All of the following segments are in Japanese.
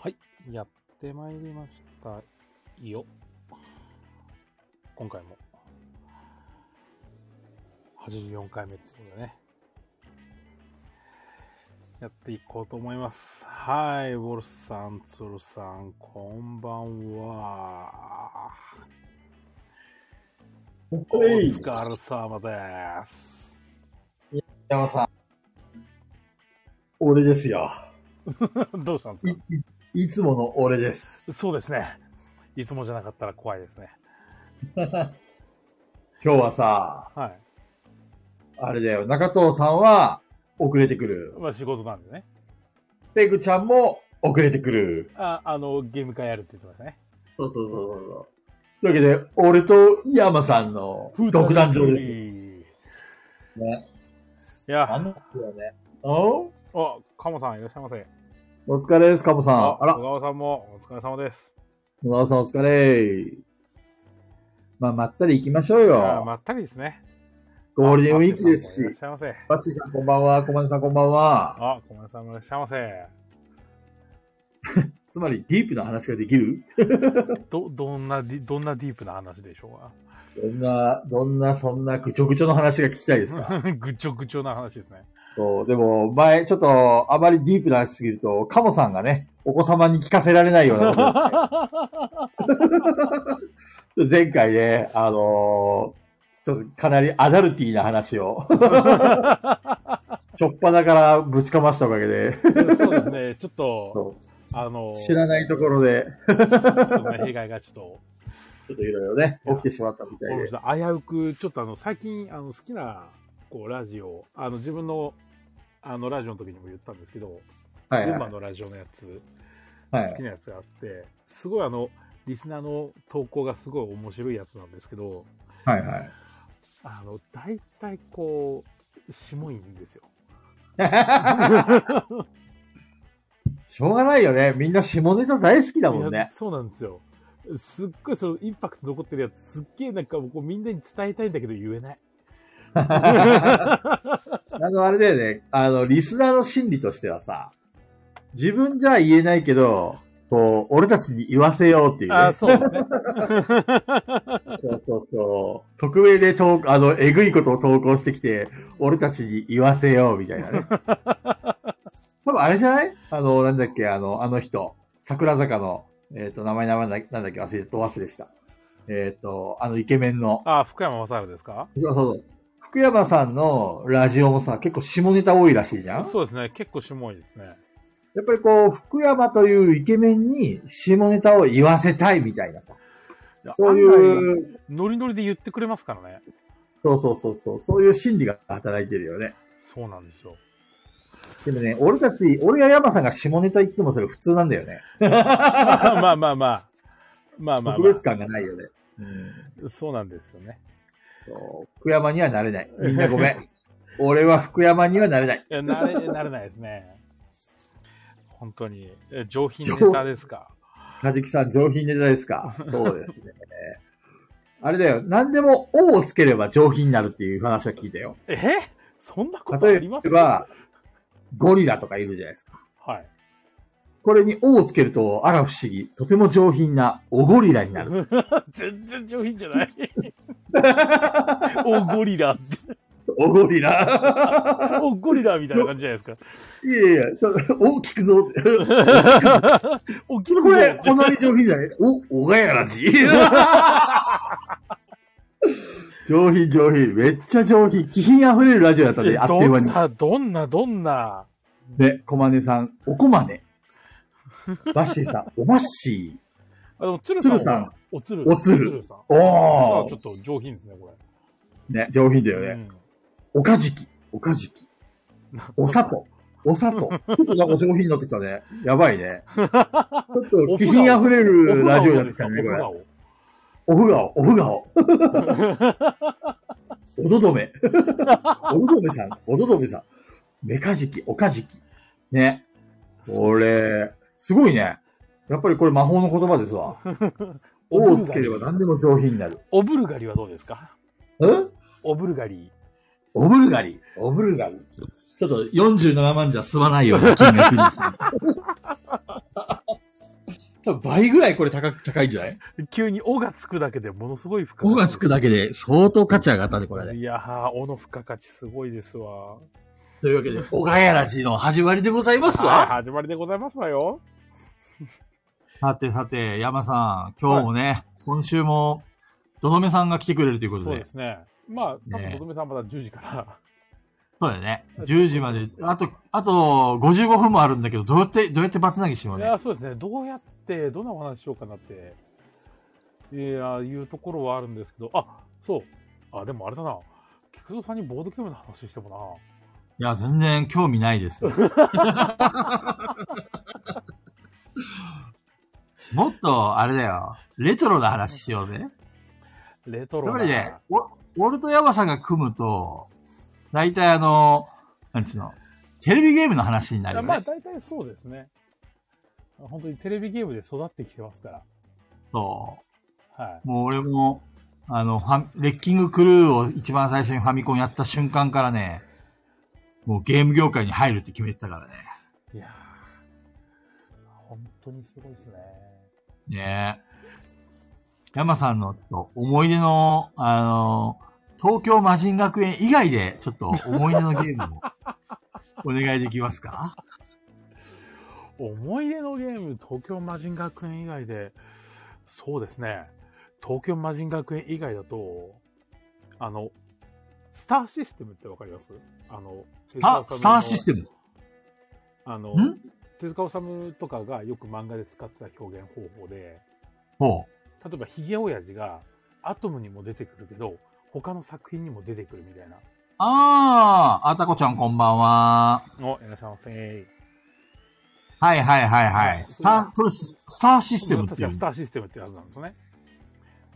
はい、やってまいりましたよ。今回も。84回目ってことでね。やっていこうと思います。はい、ウォルスさん、ツルさん、こんばんは。お疲れ様です。 山さん。俺ですよ。どうしたんですかいつもの俺です。そうですね。いつもじゃなかったら怖いですね。今日はさ、はい。あれだよ、中藤さんは遅れてくる。まあ仕事なんでね。ペグちゃんも遅れてくる。あ、あの、ゲーム会やるって言ってましたね。そうそうそうそう。というわけで、俺と山さんの独壇場でいすね。や、なんだよね。おあ、カモさんいらっしゃいませ。お疲れです、カモさん。あら小、川さんもお疲れ様です。野川さんお疲れ。まあ、まったり行きましょうあよ。まったりですね。ゴールデンウィークですあマッシーさんもいらっし。ゃいしませ。バッシーさんこんばんは、コマネさんこんばんは。あ、小松さんもいらっしゃいませ。つまり、ディープな話ができるど、どんなディ、どんなディープな話でしょうどんな、どんな、そんなぐちょぐちょの話が聞きたいですか か。 ぐちょぐちょな話ですね。そう、でも、前、ちょっと、あまりディープな話しすぎると、カモさんがね、お子様に聞かせられないようなことですけ ど前回ね、あのーちょっとかなりアダルティーな話 を、ちょっぱだからぶちかましたおかげで、そうですね。ちょっと、そあのう、知らないところで、ちょっとね被害がちょっと、ちょっといろいろね、起きてしまったみたいで。危うく、ちょっとあの、最近、あの、好きな、こう、ラジオ、あの、自分の、あの、ラジオの時にも言ったんですけど、はい群は馬い。のラジオのやつ、は好いきなやつがあって、すごいあの、リスナーの投稿がすごい面白いやつなんですけど、はいはい。あの、大体こう、しもいんですよ。しょうがないよね。みんな下ネタ大好きだもんいやね。そうなんですよ。すっごいそのインパクト残ってるやつ、すっげえなんかこうみんなに伝えたいんだけど言えない。あの、あれだよね。あの、リスナーの心理としてはさ、自分じゃ言えないけど、こう、俺たちに言わせようっていう、ね。あーそうですね。そうそうそう。匿名で投あの、えぐいことを投稿してきて、俺たちに言わせようみたい なね。多分あれじゃないあの、なんだっけ、あの、あの人。桜坂の、えっ、と、名前名前なんだなんだっけ、忘れ、お忘れした。えっ、と、あの、イケメンの。あー、福山雅治ですかそうそう。福山さんのラジオもさ、結構下ネタ多いらしいじゃんそうですね。結構しもいですね。やっぱりこう、福山というイケメンに下ネタを言わせたいみたいなさ。いやそう案外いう、ノリノリで言ってくれますからね。そうそうそうそう、そういう心理が働いてるよね。そうなんですよ。 でもね、俺たち、俺や山さんが下ネタ言ってもそれ普通なんだよね。まあまあまあ。まあまあ、まあ、特別感がないよね。うん。そうなんですよね。そう福山にはなれない。みんなご めん。俺は福山にはなれない。いや、なれ、なれないですね。本当に。え上品ネタですか。かじきさん上品ネタですかそうですね。あれだよ、何でも、おをつければ上品になるっていう話は聞いたよ。えそんなことあ例りますえば、ゴリラとかいるじゃないですか。はい。これに「お」をつけると、あら不思議、とても上品なおゴリラになる。全然上品じゃない。おゴリラって。おゴリラおゴリラみたいな感じじゃないですか。いやいや、そお、聞く ぞ。おきこれ、こんなに上品じゃないお、おがやら じ。上品上品。めっちゃ上品。気品溢れるラジオだったんで、あっというど間んに。な、どんな、どんな。で、こまねさん、おこま ね。バッシーさん、おばっしー。あ、でも、鶴さん鶴は。さん、おつる。おつるさん。おー鶴さんちょっと上品ですね、こね、上品だれ。よね。うんおかじき、おかじき。お砂糖。お 砂糖。ちょっとなんか上品になってきたね。やばいね。ちょっと気品溢れるラジオだってきたね、これ。おオフ顔、オフ顔。 おどどめ。おどどめさん、おどどめさん。メカジキ、おかじき。ね。これ、すごいね。やっぱりこれ魔法の言葉ですわ。おをつければ何でも上品になる。おブルガリはどうですかんおブルガリ。オブルガリ。オブルガリ。ちょっと47万じゃ済まないような金額に。多分倍ぐらいこれ高く、高いんじゃない急に「お」がつくだけでものすごい深5がつくだけで相当価値上がったね、これね。いやー、おの付加価値すごいですわ。というわけで、小川やらじの始まりでございますはいわ。始まりでございますわよ。さてさて、山さん、今日もね、今週も、どどめさんが来てくれるということそうでで。すね。まあ、多分、ねとどめさんまだ10時から。そうだよね。10時まで、あと、あと55分もあるんだけど、どうやって、どうやってバツナギしよういね。や、そうですね。どうやって、どんなお話しようかなって、いや、いうところはあるんですけど、あ、そう。あ、でもあれだな。菊蔵さんにボードゲームの話してもいや、全然興味ないです。 もっと、あれだよ。レトロな話しようぜ。な、レトやっロぱな。りね、お俺と山さんが組むと、大体あの、なんつうの、テレビゲームの話にないるやよまあ、ね。大体そうですね。本当にテレビゲームで育ってきてますから。そはう。もう俺も、あの、ファミレッキングクルーを一番最初にファミコンやった瞬間からね、もうゲーム業界に入るって決めてたからね。い。いやー本当にすごいですね。ねえ。山さんのちょっと思い出の、あの、東京魔人学園以外で、ちょっと思い出のゲームをお願いできます か思い出のゲーム、東京魔人学園以外で、そうですね。東京魔人学園以外だと、あの、スターシステムってわかりますあの、スあ、スターシステムム。あのん、手塚治虫とかがよく漫画で使ってた表現方法で、ほう。例えばヒゲ親父がアトムにも出てくるけど、他の作品にも出てくるみたいな。あー、あたこちゃんこんばんは。お、いらっしゃいませ。はいはいはいはい。スター、それススターシステムって確いかうス。ターシステムってやつなんですね。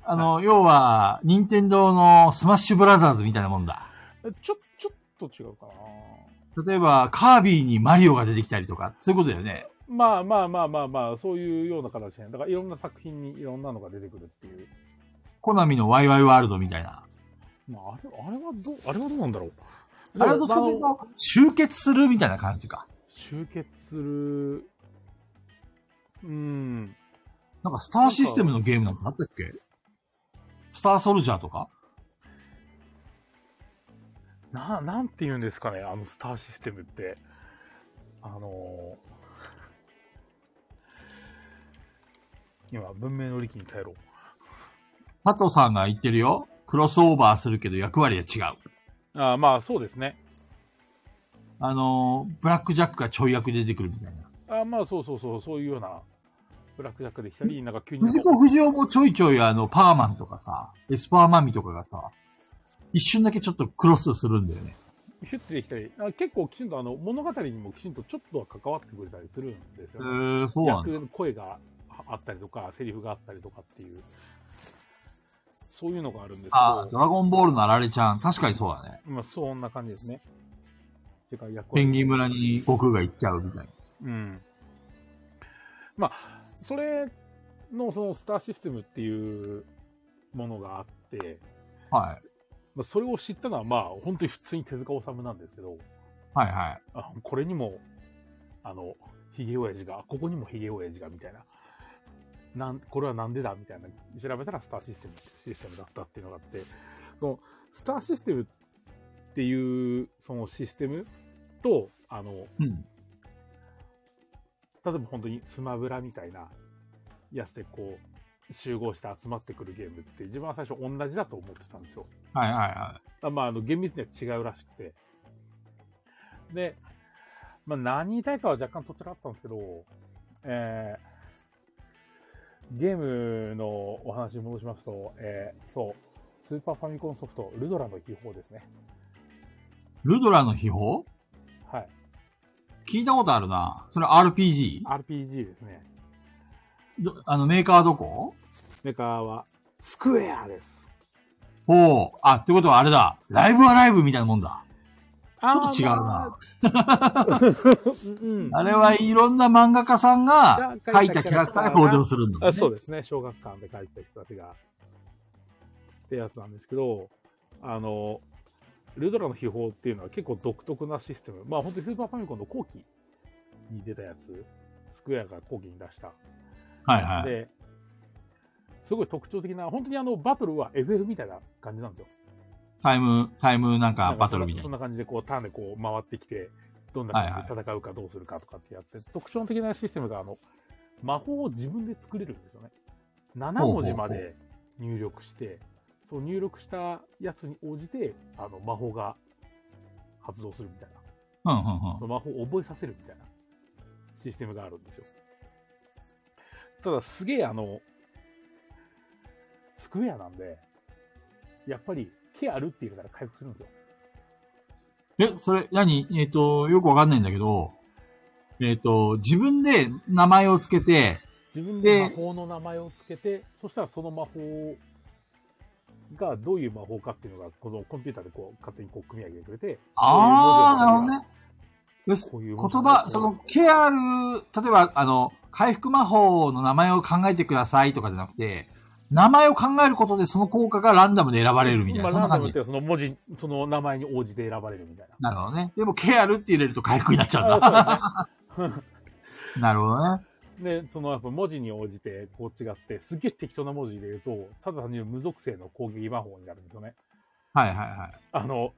あの、要は、任天堂のスマッシュブラザーズみたいなもんだ。ちょ、ちょっと違うかな。例えば、カービィにマリオが出てきたりとか、そういうことだよね。まあまあまあまあまあ、そういうような形で、だからいろんな作品にいろんなのが出てくるっていう。コナミのワイワイワールドみたいな。まあ、あれ、あれはどう、あれはどうなんだろう。あれはどっちかというまあと、集結するみたいな感じか。集結する、うん、なんか、スターシステムのゲームなんてあったっけスターソルジャーとかな、なんて言うんですかね、あのスターシステムって。あのー今、文明の利器に頼ろう。佐藤さんが言ってるよ。クロスオーバーするけど役割は違う。ああ、まあそうですね。あのー、ブラックジャックがちょい役で出てくるみたいな。ああ、まあそうそうそう、そういうような、ブラックジャックできたり、なんか急に。藤子不二雄もちょいちょいあの、パーマンとかさ、エスパーマミとかがさ、一瞬だけちょっとクロスするんだよね。ヒュッてできたり、あ結構きちんとあの物語にもきちんとちょっとは関わってくれたりするんですへよね。ー、そうなんだ。役の声がああったりとか、セリフがあったりとかっていう、そういうのがあるんですけあー、ど、ドラゴンボールのあられちゃん、確かにそうだね。まあそんな感じですね。てか役ペンギンム村に悟空が行っちゃうみたいな。うん。まあ、それのそのスターシステムっていうものがあって、はい。まあ、それを知ったのはまあ本当に普通に手塚治虫なんですけど、はいはい。あこれにも、あの、ヒゲ親父が、ここにもヒゲ親父が、みたいな。なん、これはなんでだみたいな。調べたらスターシステム、システムだったっていうのがあって、その、スターシステムっていう、そのシステムと、あの、うん。例えば本当にスマブラみたいなやつでこう、集合して集まってくるゲームって、自分は最初同じだと思ってたんですよ。はいはいはい。あまあ、あの、厳密には違うらしくて。で、まあ、何言いたいかは若干とっちらかったんですけど、えーゲームのお話に戻しますと、えーそう、スーパーファミコンソフト、ルドラの秘宝ですね。ルドラの秘宝はい。聞いたことあるな。それ RPG? RPG ですね。どあの、メーカーはどこメーカーは、スクエアです。おう。あ、ってことはあれだ。ライブはライブみたいなもんだ。ちょっと違うな。うん。あれはいろんな漫画家さんがが書いたキャラクターが登場するんだもんあね。そうですね、小学館で書いてた人たちが。ってやつなんですけど、あの、ルドラの秘宝っていうのは結構独特なシステム。まあ本当にスーパーファミコンの後期に出たやつ、スクエアが後期に出したはいはい。で、すごい特徴的な、本当にあの、バトルは FF みたいな感じなんですよ。タイム、タイムなんなかんかバトルみたそいんな。な感じで、こう、ターンでこう、回ってきて、どんな感じで戦うかどうするかとかってやって、特徴的なシステムが、あの、魔法を自分で作れるんですよね。7ほうほう文字まで入力して、そう入力したやつに応じて、あの、魔法が発動するみたいな。うんうん魔法を覚えさせるみたいなシステムがあるんですよ。ただすげえあの、スクエアなんで、やっぱりケアルっていうから回復するんですよ。うん。え、それ、何えっ、と、よくわかんないんだけど、えっ、と、自分で名前をつけて、自分でで魔法の名前をつけて、そしたらその魔法がどういう魔法かっていうのが、このコンピューターでこう勝手にこう組み上げてくれて、あー、なるほどね。よし、こういう言文字が葉、その、ケアル、例えば、あの、回復魔法の名前を考えてくださいとかじゃなくて、名前を考えることでその効果がランダムで選ばれるみたいな、そんまあなランダ感ムっじて。いうかその文字、その名前に応じて選ばれるみたいな。なるほどね。でも、ケアルって入れると回復になっちゃうんだ。あそうですねなるほどね。で、そのやっぱ文字に応じてこう違って、すげえ適当な文字入れると、ただ単純に無属性の攻撃魔法になるんですよね。はいはいはい。あの、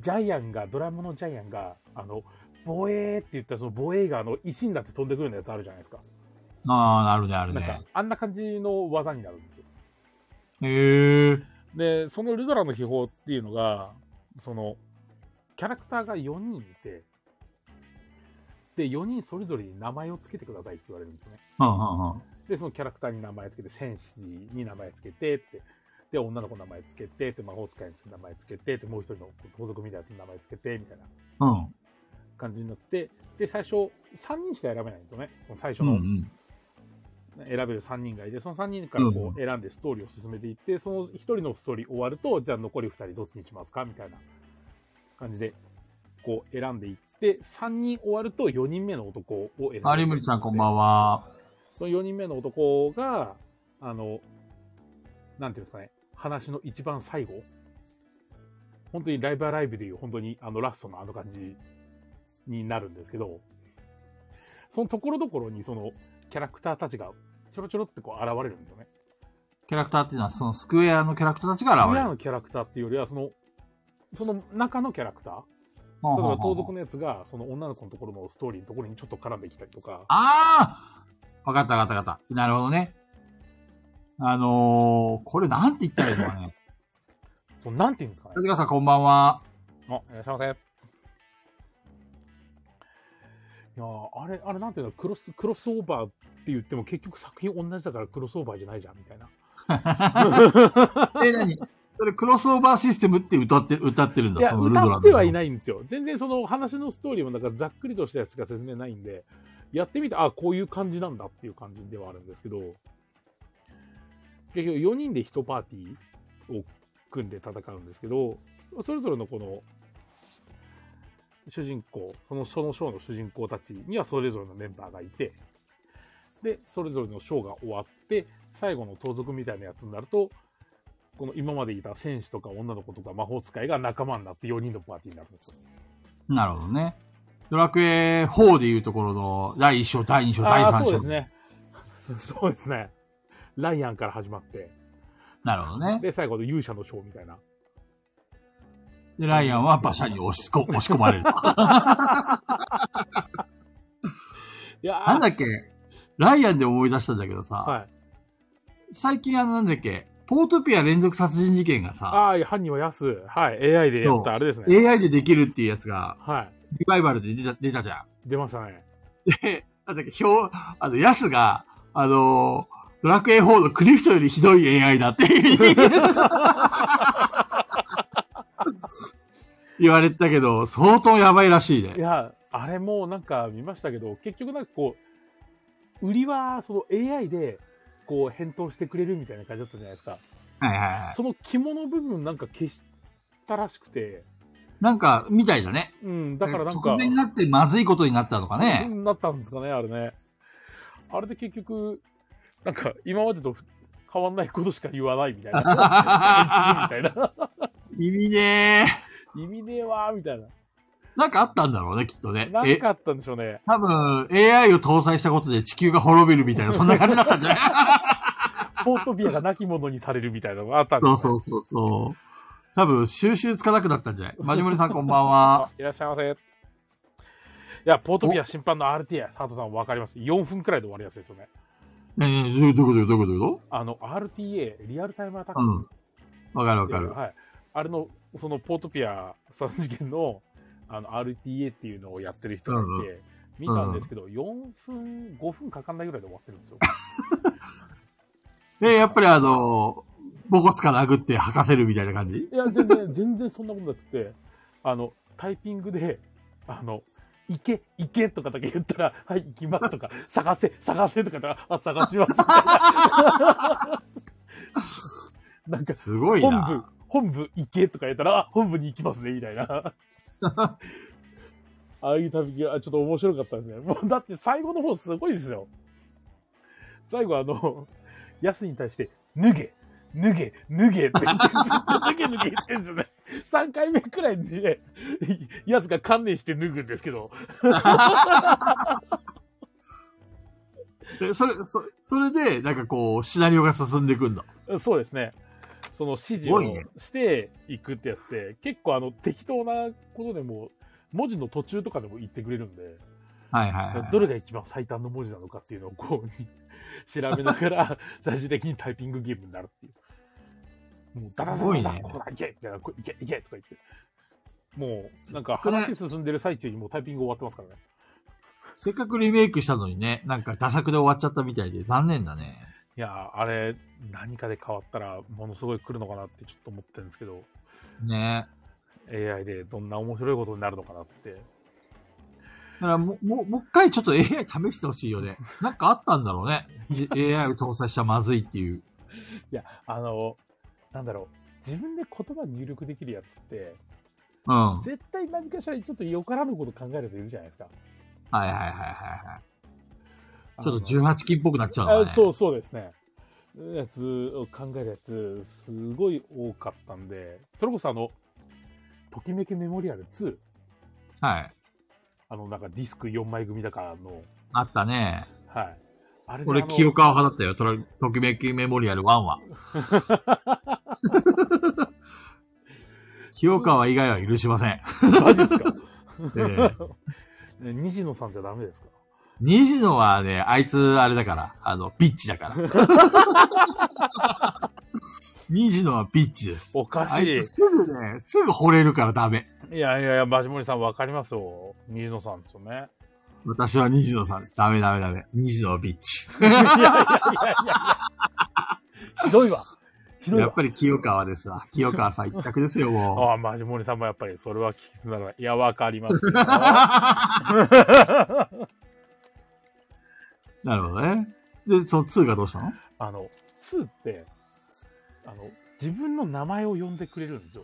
ジャイアンが、ドラムのジャイアンが、あの、防衛って言ったらその防衛があの石になって飛んでくるようなやつあるじゃないですか。ああ、なるね、あるなんかね。、あんな感じの技になるんですよ。へえ。で、そのルドラの秘宝っていうのが、その、キャラクターが4人いて、で、4人それぞれに名前を付けてくださいって言われるんですよね。うんうんうん。で、そのキャラクターに名前つけて、戦士に名前つけてって、で、女の子の名前つけて、で、魔法使いに名前つけて、で、もう一人の盗賊みたいなやつに名前つけて、みたいなうん。感じになって、で、最初、3人しか選べないんですよね。この最初うんうのん。選べる3人がいて、その3人からこう選んでストーリーを進めていって、その1人のストーリー終わると、じゃあ残り2人どっちにしますかみたいな感じで、こう選んでいって、3人終わると4人目の男を選んでいく有森さんこんばんは。その4人目の男が、あの、なんていうんですかね、話の一番最後。本当にライブアライブでいう、本当にあのラストのあの感じになるんですけど、そのところどころにそのキャラクターたちがちょろちょろってこう現れるんですよね。キャラクターっていうのは、そのスクエアのキャラクターたちがそ現れれらる。のキャラクターっていうよりは、その、その中のキャラクター。ほ例うえほばうほ盗う賊のやつが、その女の子のところのストーリーのところにちょっと絡んできたりとか、ああわかったわかったわかった。なるほどね。あのー、これなんて言ったらいいのか ね。そのなんていうんですかね藤。川さんこんばんは。あ、いらっしゃいませ。いやーあれ、あれなんていうの、クロス、クロスオーバーって言っても結局作品同じだからクロスオーバーじゃないじゃん、みたいな。え、何それクロスオーバーシステムって歌って、歌ってるんだ、いや、そのルドラの歌ってはいい。ないんですよ。全然その話のストーリーもなんかざっくりとしたやつが全然ないんで、やってみて、あ、こういう感じなんだっていう感じではあるんですけど、結局4人で1パーティーを組んで戦うんですけど、それぞれのこの、主人公、そのその章の主人公たちにはそれぞれのメンバーがいて、で、それぞれの章が終わって、最後の盗賊みたいなやつになると、この今までいた戦士とか女の子とか魔法使いが仲間になって4人のパーティーになるんですよ。なるほどね。ドラクエ4でいうところの第1章、第2章、第ああー、そう3で章。すね。 そうですね。ライアンから始まって、なるほどね。で、最後の勇者の章みたいな。で、ライアンは馬車に 押しこ押し込まれる。いやーなんだっけライアンで思い出したんだけどさ、はい。最近あのなんだっけポートピア連続殺人事件がさ、ああ、犯人はヤス。はい。AI でやったあれですね。 AI でできるっていうやつが、はい。リバイバルで出た、出たじゃん。出ましたね。で、 なんだっけ、表、あの、ヤスが、あのードラクエ4のクリフトよりひどい AI だっていう 言われてたけど、相当やばいらしいいね。や、あれもなんか見ましたけど、結局なんかこう、売りはその AI で、こう、返答してくれるみたいな感じだったじゃないですか。はいはいはい。その肝の部分なんか消したらしくて、なんか、みたいだね。うん、だからなんか直、前になってまずいことになったのかね。なったんですかね、あれね。あれで結局、なんか今までと変わんないことしか言わないみ たいな。あいつみたいな。意味ね意味ねえわーみたいな。なんかあったんだろうね、きっとね。なえん、かあったんでしょうね。多分 AI を搭載したことで地球が滅びるみたいな、そんな感じだったんじゃない ポートビアが亡き者にされるみたいなのがあったんでそすうそうそうそう。多分収集つかなくなったんじゃないマジモリさんこんばんあは。いらっしゃいませ。いや、ポートビア審判の RTA、佐藤さんわかります。4分くらいで終わるやつですよね。えー、どういうことどういうことどういうこあの、RTA、リアルタイムアタッとク。うん。わかるわかる。はい。あれの、そのポートピア殺人事件の、あの、RTA っていうのをやってる人がいて、見たんですけど、4分、5分かかんないぐらいで終わってるんですよ。で、やっぱりあの、ボコスから殴って吐かせるみたいな感じいや、全然、全然そんなことなくて、あの、タイピングで、あの、行け、行けとかだけ言ったら、はい、行きますとか、探せ、探せとかだあ、探しますみたいな。なんか、すごい本部な。、本部行けとか言ったら、あ、本部に行きますね、みたい な。ああいう旅があちょっと面白かったですね。もう、だって最後の方すごいですよ。最後あの、ヤスに対して、脱げ、脱げ、脱げって言って、ずっと脱げ脱げ言ってんですよね。3回目くらいにね、ヤスが観念して脱ぐんですけど、でそれ、そそれで、なんかこう、シナリオが進んでいくんだ。そうですね。その指示すごをいねしていくってやつで、結構あの適当なことでも、文字の途中とかでも言ってくれるんで、はいはい、はい。 どれが一番最短の文字なのかっていうのをこう 調べながら、最終的にタイピングゲームになるっていう。もう、ダダダダダ、すごいねここだ、いけみたいな、こいけ、いけとか言って。もう、なんか話進んでる最中にもうタイピング終わってますからね。せっかくリメイクしたのにね、なんかダサ作で終わっちゃったみたいで残念だね。いやー、あれ、何かで変わったら、ものすごい来るのかなってちょっと思ってるんですけど、ね AI でどんな面白いことになるのかなって。だからも、もう、もう一回ちょっと AI 試してほしいよね。なんかあったんだろうね。AI を搭載したらまずいっていう。いや、あの、なんだろう。自分で言葉入力できるやつって、うん。はい絶対何かしらちょっとよからぬこと考える人いるじゃないですか。はいはいはいはい。あちょのっと18金っぽくなっちゃうのあかね。そうそうですね。やつを考えるやつ、すごい多かったんで、それこそあの、ときめきメモリアル2、はい。あの、なんかディスク4枚組だからの、あったね。はい。あれであ俺、の清川派だったよ。とらときめきメモリアル1は。清川以外は許しませ ん。マジですか、ええね西野さんじゃダメですか西野はね、あいつ、あれだから、あの、ピッチ だから。西野はピッチです。おかあしいいつ。すぐね、すぐ惚れるからダメ。いやいやいや、マジモリさんわかりますよ。西野さんですよね。 私は西野さん。ダメダメダメ。西野はピッチ。いやいやいやいやいや。ひどいわ。ひどいやっわ。ぱり清川ですわ。清川さん一択ですよ、もああ、マジモリさんもやっぱりそれは聞きつながら、いや、わかりますよ。う。なるほどね。で、その2がどうしたのあの、2って、あの、自分の名前を呼んでくれるんですよ。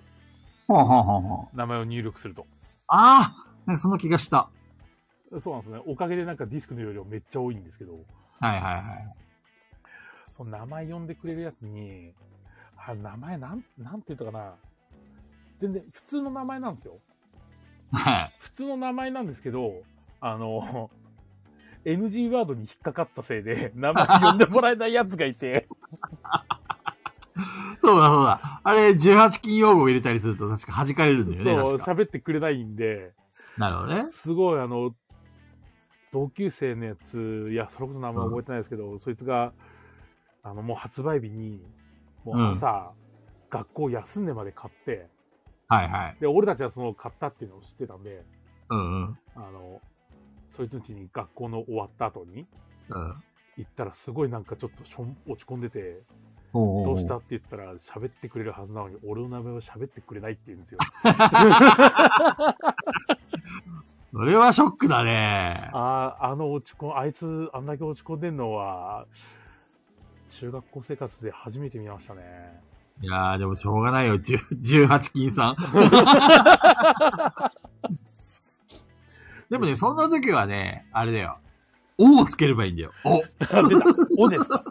ほうほうほうほう。名前を入力すると。ああなんかその気がした。そうなんですね。おかげでなんかディスクの容量めっちゃ多いんですけど、はいはいはい。その名前呼んでくれるやつに、あ、名前なん、なんて言ったかな。全然、普通の名前なんですよ。はい。普通の名前なんですけど、あの、NG ワードに引っかかったせいで、名前呼んでもらえないやつがいて、そうだそうだ。あれ、18金用語を入れたりすると確か弾かれるんだよね。そう、確か喋ってくれないんで、なるほどね。すごいあの同級生のやついやそれこそ名前覚えてないですけど、そいつがあのもう発売日にもう朝、学校休んでまで買ってはいはい。で俺たちはその買ったっていうのを知ってたんでうんうん。あのそいつんちに学校の終わった後にうん。行ったらすごいなんかちょっとしょん落ち込んでておどおうしたって言ったら喋ってくれるはずなのに俺の名前を喋ってくれないって言うんですよそれはショックだね。 ああ、あの落ち込ん、あいつ、あんだけ落ち込んでんのは、中学校生活で初めて見ま したね。いやー、でもしょうがないよ。10 18金 さん。でもね、そんな時はね、あれだよ。おをつければいいんだよ。お。だか出たおですか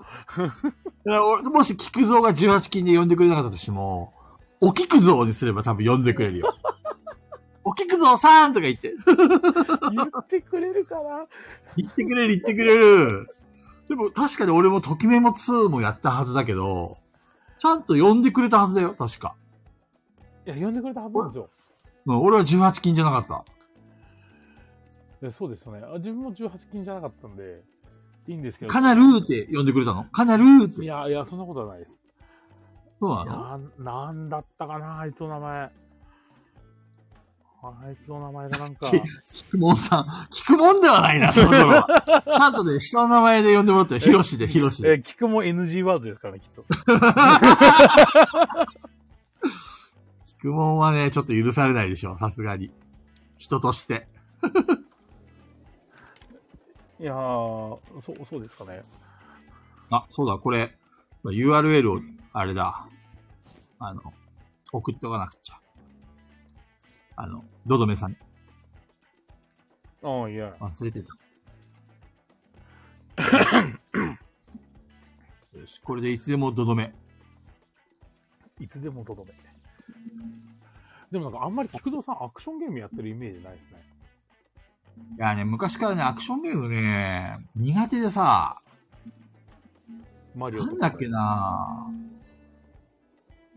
ら俺もし菊蔵が18金で呼んでくれなかったとしても、お菊蔵にすれば多分呼んでくれるよ。おおきくぞさんとか言って。言ってくれるかな言ってくれる、言ってくれる。でも、確かに俺もときめも2もやったはずだけど、ちゃんと呼んでくれたはずだよ、確か。いや、呼んでくれたはずなんですよ。うん俺は18金じゃなかった。いやそうですよね。あ自分も18金じゃなかったんで、いいんですけど。カナルーって呼んでくれたのカナルーってい。や、いや、そんなことはないです。そうなのなん、なんだったかな、あいつの名前。あいつの名前が なんか、き聞くもんさん、聞くもんではないな、その頃は。ちゃんとね、下の名前で呼んでもらったよ。ヒロシで、ヒロシえ、で。聞くも NG ワードですからね、きっ と。聞くもんはね、ちょっと許されないでしょ、さすがに。人として。いやー、そう、そうですかね。あ、そうだ、これ、URL を、あれだ、あの、送っておかなくちゃ。あの、ドドメさん、ああ、いや。忘れてた。よし、これでいつでもドドメ。いつでもとどめ。でもなんかあんまり菊蔵さんアクションゲームやってるイメージないですね。いやね、昔からね、アクションゲームね、苦手でさ、マリオなとかんだっけな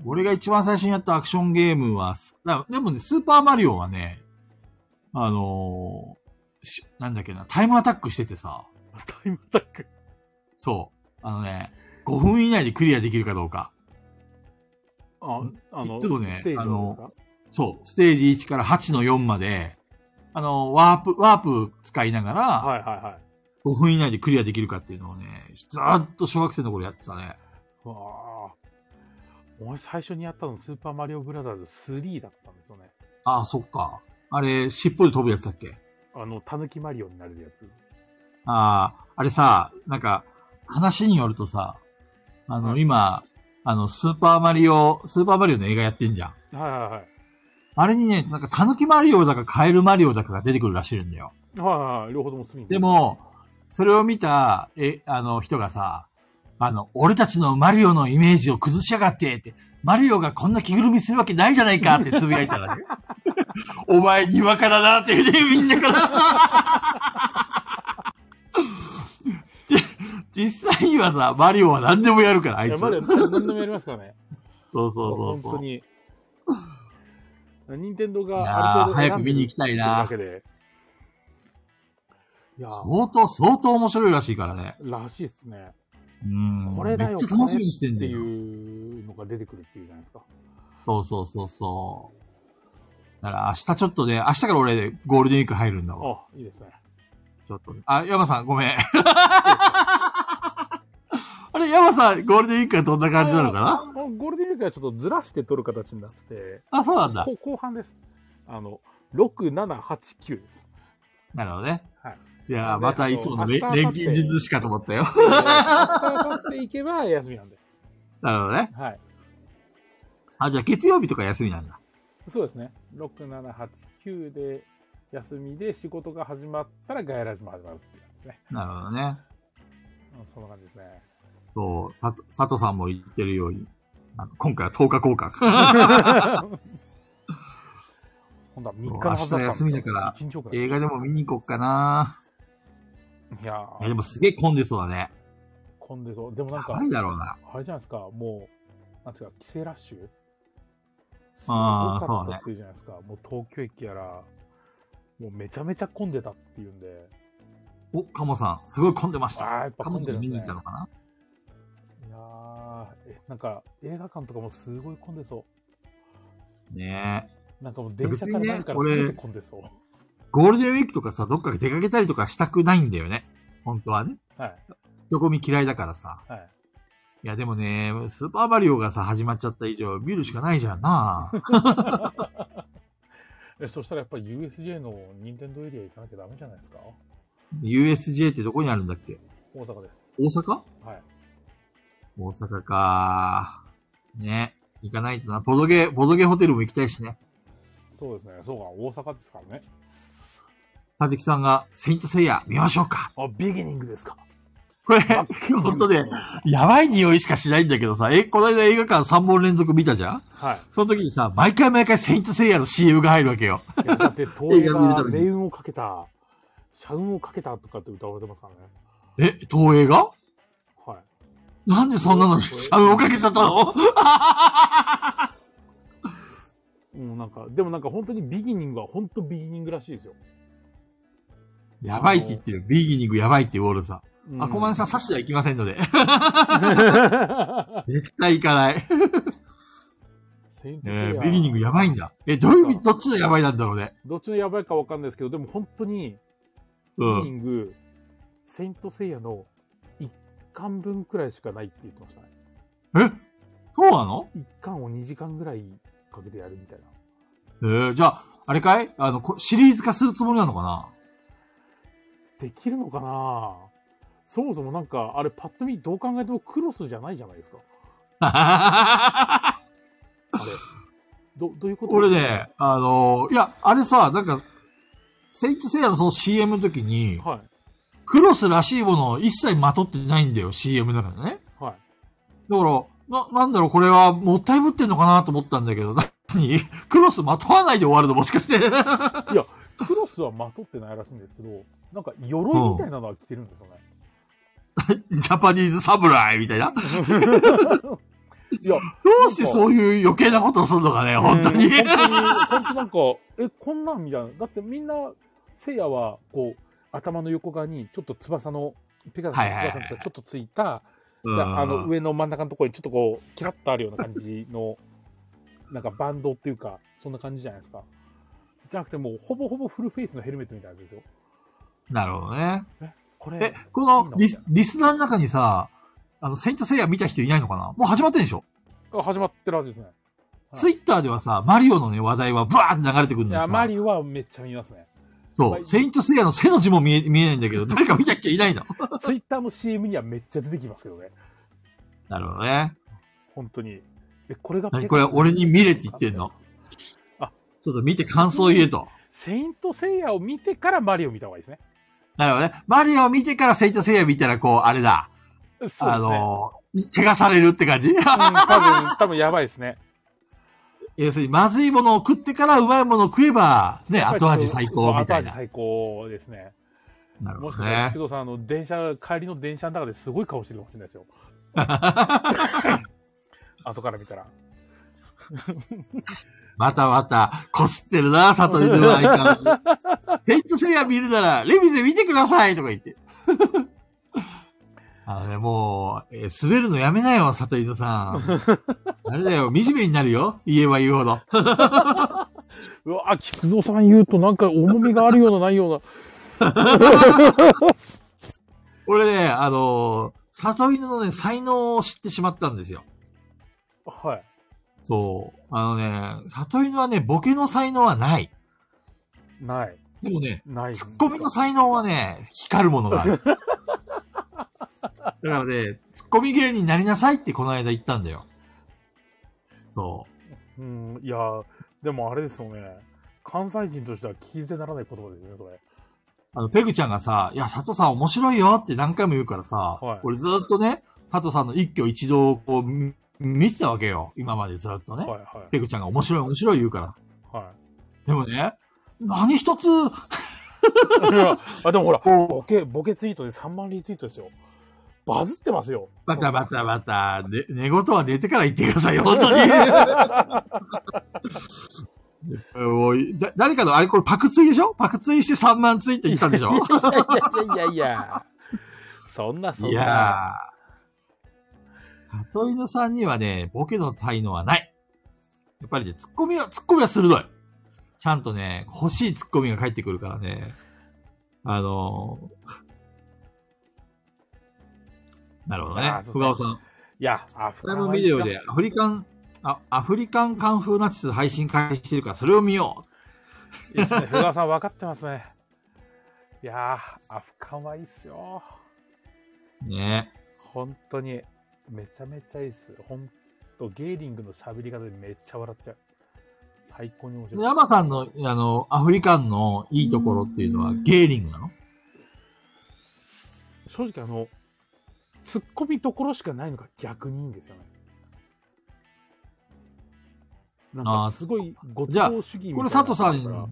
俺が一番最初にやったアクションゲームは、すだでもね、スーパーマリオはね、あのーしなんだっけな、タイムアタックしててさ、タイムアタック。そう、あのね、5分以内でクリアできるかどうか。あ、あの、いつもねステージのですかそう、ステージ1から8の4まで、あの、ワープ、ワープ使いながら、はいはいはい。 5分以内でクリアできるかっていうのをね、ずーっと小学生の頃やってたね。うわあ。俺最初にやったのスーパーマリオブラザーズ3だったんですよね。ああ、そっか。あれ、尻尾で飛ぶやつだっけあの、たぬきマリオになれるやつ。ああ、あれさ、なんか、話によるとさ、あの、は今、あの、スーパーマリオ、スーパーマリオの映画やってんじゃん。はいはいはい。あれにね、なんか、タヌキマリオだかカエルマリオだかが出てくるらしいんだよ。はいはい、両方ともスミで、も、それを見た、え、あの、人がさ、あの、俺たちのマリオのイメージを崩しやがって、って、マリオがこんな着ぐるみするわけないじゃないかってつぶやい たらね、お前にわかだなっていうね、みんなから。実際にはさ、マリオは何でもやるから、あいいつ。や、そマリオう何でもやりますからね。そうそう本そ当う。い に。任天堂があやるー、程度早く見に行きたいだな。けで。いやー、相当、相当面白いらしいからね。らしいっすね。うん。これだよ、めっちゃ楽しみにしてんこだれってよ。いうのが出てくるっていうじゃないですか。そうそうそうそう。だから明日ちょっとね、明日から俺ゴールデンウィーク入るんだわ。あ、いいですね。ちょっと。あ、山さんごめん。 あれ、山さん、ゴールデンウィークはどんな感じなのかなあゴールデンウィークはちょっとずらして取る形になってて、あ、そうなんだ。こ後半です。あの、6、7、8、9です。なるほどね。はい。いやー、でまたいつものあねの明日錬金術師かと思ったよ。 で明日、明後日行けば休みなんで。なるほどね。はい。あ、じゃあ月曜日とか休みなんだ。そうですね。6、7、8、9で休みで仕事が始まったらガイラジも始まるっていう感じですね。なるほどね。うんそんな感じですね。そう、さと、佐藤さんも言ってるように、あの今回は10日交 換。 今度は3日のはずだったんですよ明日休みだから一日遅れ映画でも見に行こっかな。いやいや、ーでもすげえ混んでそうだね。混んでそう。でもなんか高、いだろうな。あれじゃないですか、もう、なんていうか、帰省ラッシュすごあーかそうっねたっていうじゃないですか。もう東京駅やら、もうめちゃめちゃ混んでたっていうんで、お、カモさん、すごい混んでましあーやたっ。ぱカ混モんさでんるね見に行ったのかないやーえ、なんか映画館とかもすごい混んでそねえ。う。なんかもう電車から別にね何から俺すぐ混んでそう。ゴールデンウィークとかさ、どっか出かけたりとかしたくないんだよね。本当はね。はい、人混み嫌いだからさ。はい。いや、でもね、スーパーマリオがさ、始まっちゃった以上、見るしかないじゃんな。 え、そしたらやっぱり USJ の任天堂エリア行かなきゃダメじゃないですか USJ ってどこにあるんだっけ大阪です。大阪はい。大阪か。ね。行かないとな。ボドゲ、ボドゲホテルも行きたいしね。そうですね。そうか、大阪ですからね。たじきさんが、セイントセイヤ見ましょうか。あ、ビギニングですか。これ、真っ黄色本当ね、 やばい匂いしかしないんだけどさ、え、この間映画館3本連続見たじゃんはい。その時にさ、毎回毎回セイントセイヤの CM が入るわけよ。いやだって、東映映画見るがために命運をかけた、社運をかけたとかって歌われてますからね。え、東映がはい。なんでそんなのにシャウをかけちゃったのうん、なんか、でもなんか本当にビギニングは本当ビギニングらしいですよ。やばいって言ってる。ビギニングやばいってウォールさ。うんんあこまねさん、刺してはいきませんの で。絶対行かない。 セイントセえイヤビギニングやばいんだ。え、どういう意味、どっちのやばいなんだろうね。どっちのやばいかわかんないですけど、でも本当に、うビギニん。ング、セイントセイヤの1巻分くらいしかないって言ってましたね。えそうなの1巻を2時間ぐらいかけてやるみたいな。えーじゃあ、あれかいあの、こシリーズ化するつもりなのかな できるのかなそもそもなんか、あれパッと見どう考えてもクロスじゃないじゃないですか。あれ。ど、どういうこと俺。ね、あのいや、あれさ、なんか、セイントセイヤのその CM の時に、はクロスらしいものを一切まとってないんだよ、CM だからね。い。はい。だから、な、なんだろう、これはもったいぶってんのかなと思ったんだけど、なに クロスまとわないで終わるのもしかして。 クロスはまとってないらしいんですけど、なんか鎧みたいなのは着てるんですよね。 ジャパニーズ侍みたいな。いや、どうしてそういう余計なことをするのかね、本当にうん。本当に、本当なんか、え、こんなんみたいな。だってみんな、せいやは、こう、頭の横側に、ちょっと翼の、ペガサスの翼とかちょっとついた、うんであの、上の真ん中のところにちょっとこう、キラッとあるような感じの、 なんかバンドっていうか、そんな感じじゃないですか。じゃなくてもう、ほぼほぼフルフェイスのヘルメットみたいなやつですよ。なるほどね。これえ、、このリスリスナーの中にさ、あの、セイントセイヤ見た人いないのかなもう始まってんでしょ、あ始まってるはずですね。はいツイッターではさ、マリオのね、話題はバーって流れてくるんいだよや、さ。マリオはめっちゃ見ますね。そう。セイントセイヤの背の字も見え、見えないんだけど、誰か見た人いないのツイッターの CM にはめっちゃ出てきますけどね。なるほどね。本当に。え、これが何これ俺に見れって言ってんのちょっと見て感想を言えと。セイントセイヤを見てからマリオ見た方がいいですね。なるほどね。マリオを見てからセイントセイヤ見たら、こう、あれだ。そうですね。あの、手がされるって感じうん、多分、多分やばいですね。 要するに、まずいものを食ってからうまいものを食えば、ね、 後味最高み後たい味な。最高ですね。なるほもしどかしたら、ね工。藤さん、あの、電車、帰りの電車の中ですごい顔してるかもしれないです よ。後から見たら。またまた、こすってるな、サトリでは相変わらず。セイントセイヤ見るなら、レビゼ見てくださいとか言って。あのね、もう、えー滑るのやめなよ、サトリのさん。あれだよ、惨めになるよ。言えば言うほど。うわ、菊蔵さん言うとなんか重みがあるようなないよ俺ね、あのー、サトリのね、才能を知ってしまったんですよ。うな。はい。そう。あのね、サトリのはね、ボケの才能はない。ない。でもね、ない。ツッコミの才能はね、光るものが ある。だからね、ツッコミ芸人になりなさいってこの間言ったんだよ。そうん、いや、でもあれですよね。関西人としては聞いてならない言葉ですよね、それ。う。あの、ペグちゃんがさ、いや、佐藤さん面白いよって何回も言うからさ、はい俺ずっとね、佐藤さんの一挙一動をこう、み見てたわけよ。今までずっとね。はいはペグちゃんが面白い面白い言うから。い。はい。でもね、何一つ、いやあでもほらボこケボケツイートで3万リツイートですよバズってますよう、バタバタバタ、ね、寝言は寝てから言ってください よ、本当に。もうだ誰かの、あれこれパクツイでしょパクツイして3万ツイって言ったんでしょいやいやいやいやそ んないやー。里犬さんにはね、ボケの才能はない。やっぱりね、ツッコミは、ツッコミは鋭い。ちゃんとね、欲しいツッコミが返ってくるからね。あのーなるほどねあー。そうふがおさん。いやアフプライムビデオでアフリカン、あ、アフリカンカンフーナチス配信開始してるから、それを見よ深いっすね福川さん分かってますねいやーアフカンはいいっすよう。ね本当にめちゃめちゃいいっすほんとゲーリングの喋り方でめっちゃ笑っちゃう最高に面白い山さんの、あの、アフリカンのいいところっていうのは、ゲーリングなの正直あの突っ込みどころしかないのが逆にいいんですよね。なんあーかすごいご都じゃあ合主義みたいなこれ佐藤さん、ずだか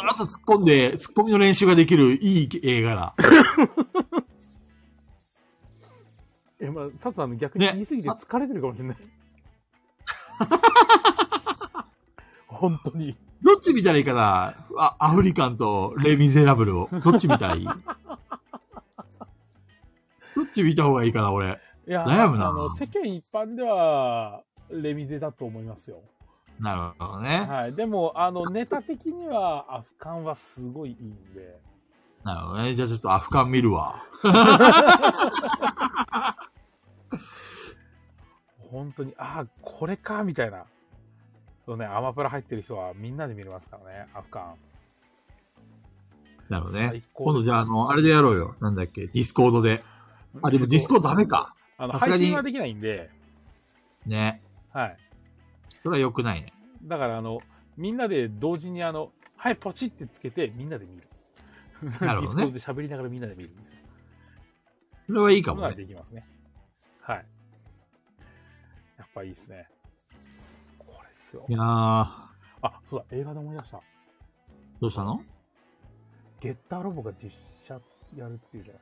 ららっと突っ込んで、突っ込みの練習ができるいい映画 だ。いやまあ、佐藤さんの逆にね言い過ぎて疲れてるかもし れない。本当に。どっち見たらいいかなあアフリカンとレ・ミゼラブルを。どっち見た らいいどっち見た方がいいかな、俺。いや、悩むなあの、世間一般では、レミゼだと思いますよ。なるほどね。はい。でも、あの、ネタ的には、アフカンはすごいいいんで。なるほどね。じゃあちょっとアフカン見るわ。本当に、ああ、これか、みたいな。そうね、アマプラ入ってる人はみんなで見れますからね、アフカン。なるほどね最。高今度じゃあ、あの、あれでやろうよ。なんだっけ、ディスコードで。あ、でもディスコードダメか。あの、さすが配に信はできないんで、ね。はい。それは良くないね。だから、あの、みんなで同時に、あの、はい、ポチってつけて、みんなで見る。なるほディスどねコードで喋りながらみんなで見る。それはいいそかういうものがね。できますね。はい。やっぱいいですね。これですよい。やー、あ、そうだ、映画で思い出した。どうしたのゲッターロボが実写やるっていうじゃ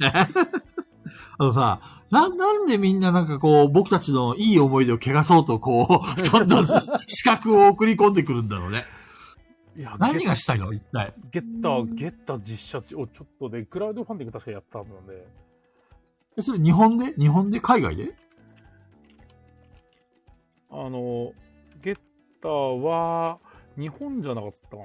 ないですか。あのさ、な、なんでみんななんかこう、僕たちのいい思い出を汚そうとこう、どんどん資格を送り込んでくるんだろうね。いや何がしたいの一体。ゲッター、ゲッター実写地をちょっとで、クラウドファンディング確かやったので、えそれ日本で日本で海外であの、ゲッターは、日本じゃなかったかな。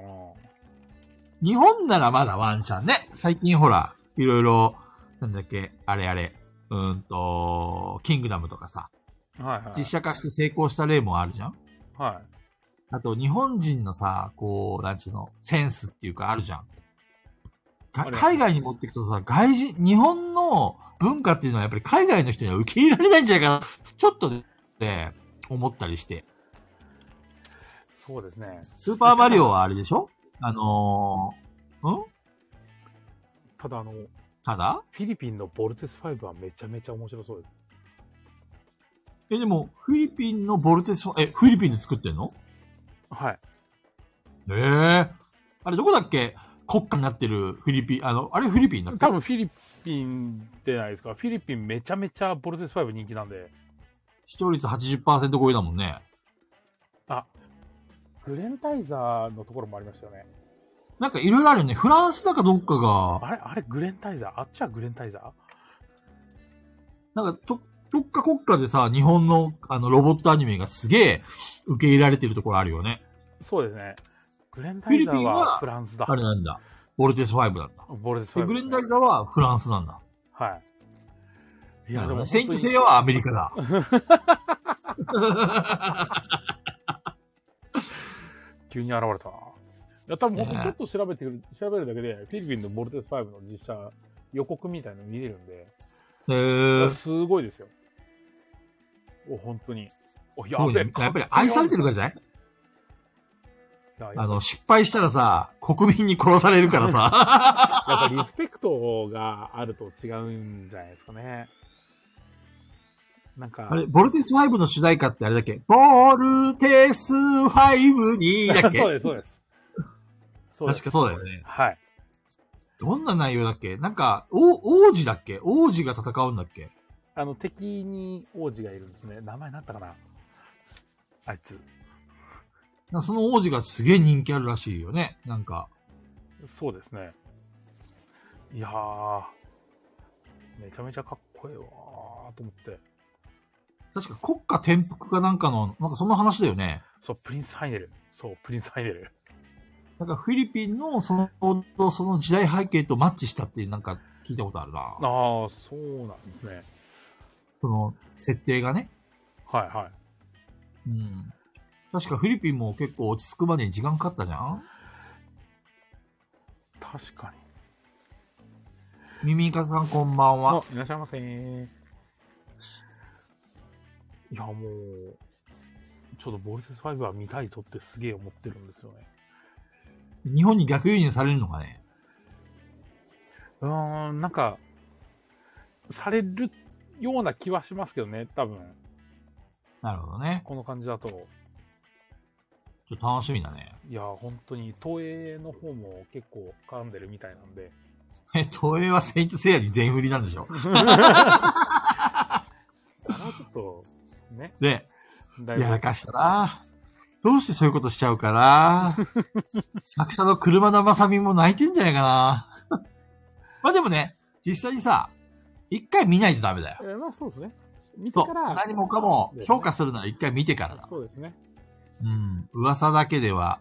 日本ならまだワンチャンね。最近ほら、いろいろ、なんだっけ、あれあれ、うーんと、キングダムとかさ、はいはい。実写化して成功した例もあるじゃんはあと、日本人のさ、こう、なんちゅうの、センスっていうかあるじゃん。があれ海外に持ってくとさ、外人、日本の文化っていうのはやっぱり海外の人には受け入れられないんじゃないかな、ちょっとね、思ったりして。い。そうですね。スーパーマリオはあれでしょあのー、んただ、あの、フただィリピンのボルテス5はめちゃめちゃ面白そうです。え、でも、フィリピンのボルテス、え、フィリピンで作ってんのはい。ええあれどこだっけ国家になってるフィリピン、あの、あれフィリピンだっけ 多分フィリピンじゃないですか。フィリピンめちゃめちゃボルテス5人気なんで。視聴率80%超えだもんね。あ、グレンタイザーのところもありましたよね。なんかいろいろあるよね。フランスだかどっかが、あれ、あれグレンタイザーあっちはグレンタイザーなんか、と、どっか国家でさ、日本の、あの、ロボットアニメがすげえ受け入れられてるところあるよね。そうですね。グレンタイザーフィリピンははフランスだ。あれなんだ。ボルテス5なんだ。ボルテスで、 5、グレンダイーザーはフランスなんだ。はい。いや、でも、セイントセイヤはアメリカだ。急に現れたな。いや、多分、ねえちょっと調べてくる、調べるだけで、フィリピンのボルテス5の実写予告みたいなの見れるんで、へえー。すごいですよ。お、本当に。お、やそうべね。えやっぱり愛されてるからじゃないいややあっぱの、失敗したらさ、国民に殺されるからさ。やっぱリスペクトがあると違うんじゃないですかね。なんか、あれ、ボルテス5の主題歌ってあれだっけボルテス5にだっ けそうです、そうです。そ確かそうだよね。はい。どんな内容だっけなんか、お、王子だっけ王子が戦うんだっけあの、敵に王子がいるんですね。名前なったかなあいつ。なんかその王子がすげえ人気あるらしいよね。なんか、そうですね。いやー、めちゃめちゃかっこええわーと思って。確か国家転覆かなんかの、なんかそんな話だよね。そう、プリンスハイネル。そう、プリンスハイネル。なんかフィリピンのその、その時代背景とマッチしたってなんか聞いたことあるな。あー、そうなんですね。その、設定がね。はいはい。うん。確かフィリピンも結構落ち着くまでに時間かかったじゃん確かに。ミミイカさんこんばんは。あ、いらっしゃいませー。いや、もう、ちょっとボルテス5は見たいとってすげえ思ってるんですよね。日本に逆輸入されるのかねうーん、なんか、されるような気はしますけどね、多分。なるほどね。この感じだと。ちょっと楽しみだね。いや、本当に、東映の方も結構絡んでるみたいなんで。え、東映はセイントセイヤに全振りなんでしょあれはちょっと、ね、ね。だやらかしたな。どうしてそういうことしちゃう かな。作者の車田正美も泣いてんじゃないかな。まあでもね、実際にさ、一回見ないとダメだよ。えまあそうですね。見てそかう。ら。何もかも評価するなら一回見てからだ。そうですね。うん。噂だけでは。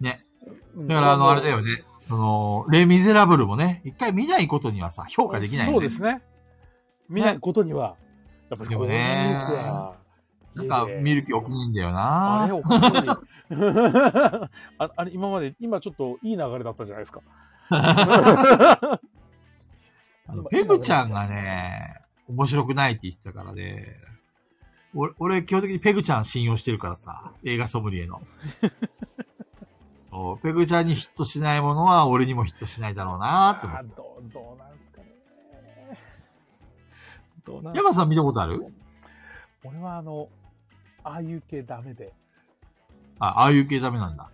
ね。だだからあの、あれだよね。その、レ・ミゼラブルもね、一回見ないことにはさ、評価できないそようねで。すね。見ないことには、やっぱりでもミねルクはなんか、見る気大きいんだよなあれ、おかしい。あ あれ、今まで、今ちょっといい流れだったじゃない ですか。あのペグちゃんがね、面白くないって言ってたからね。俺、俺、基本的にペグちゃん信用してるからさ、映画ソムリエの。そうペグちゃんにヒットしないものは俺にもヒットしないだろうなーって思あう。ーどう、どうなんですかね。どうなん山さん見たことある俺はあの、ああいう系ダメで、あ、ああいう系ダメなんだ。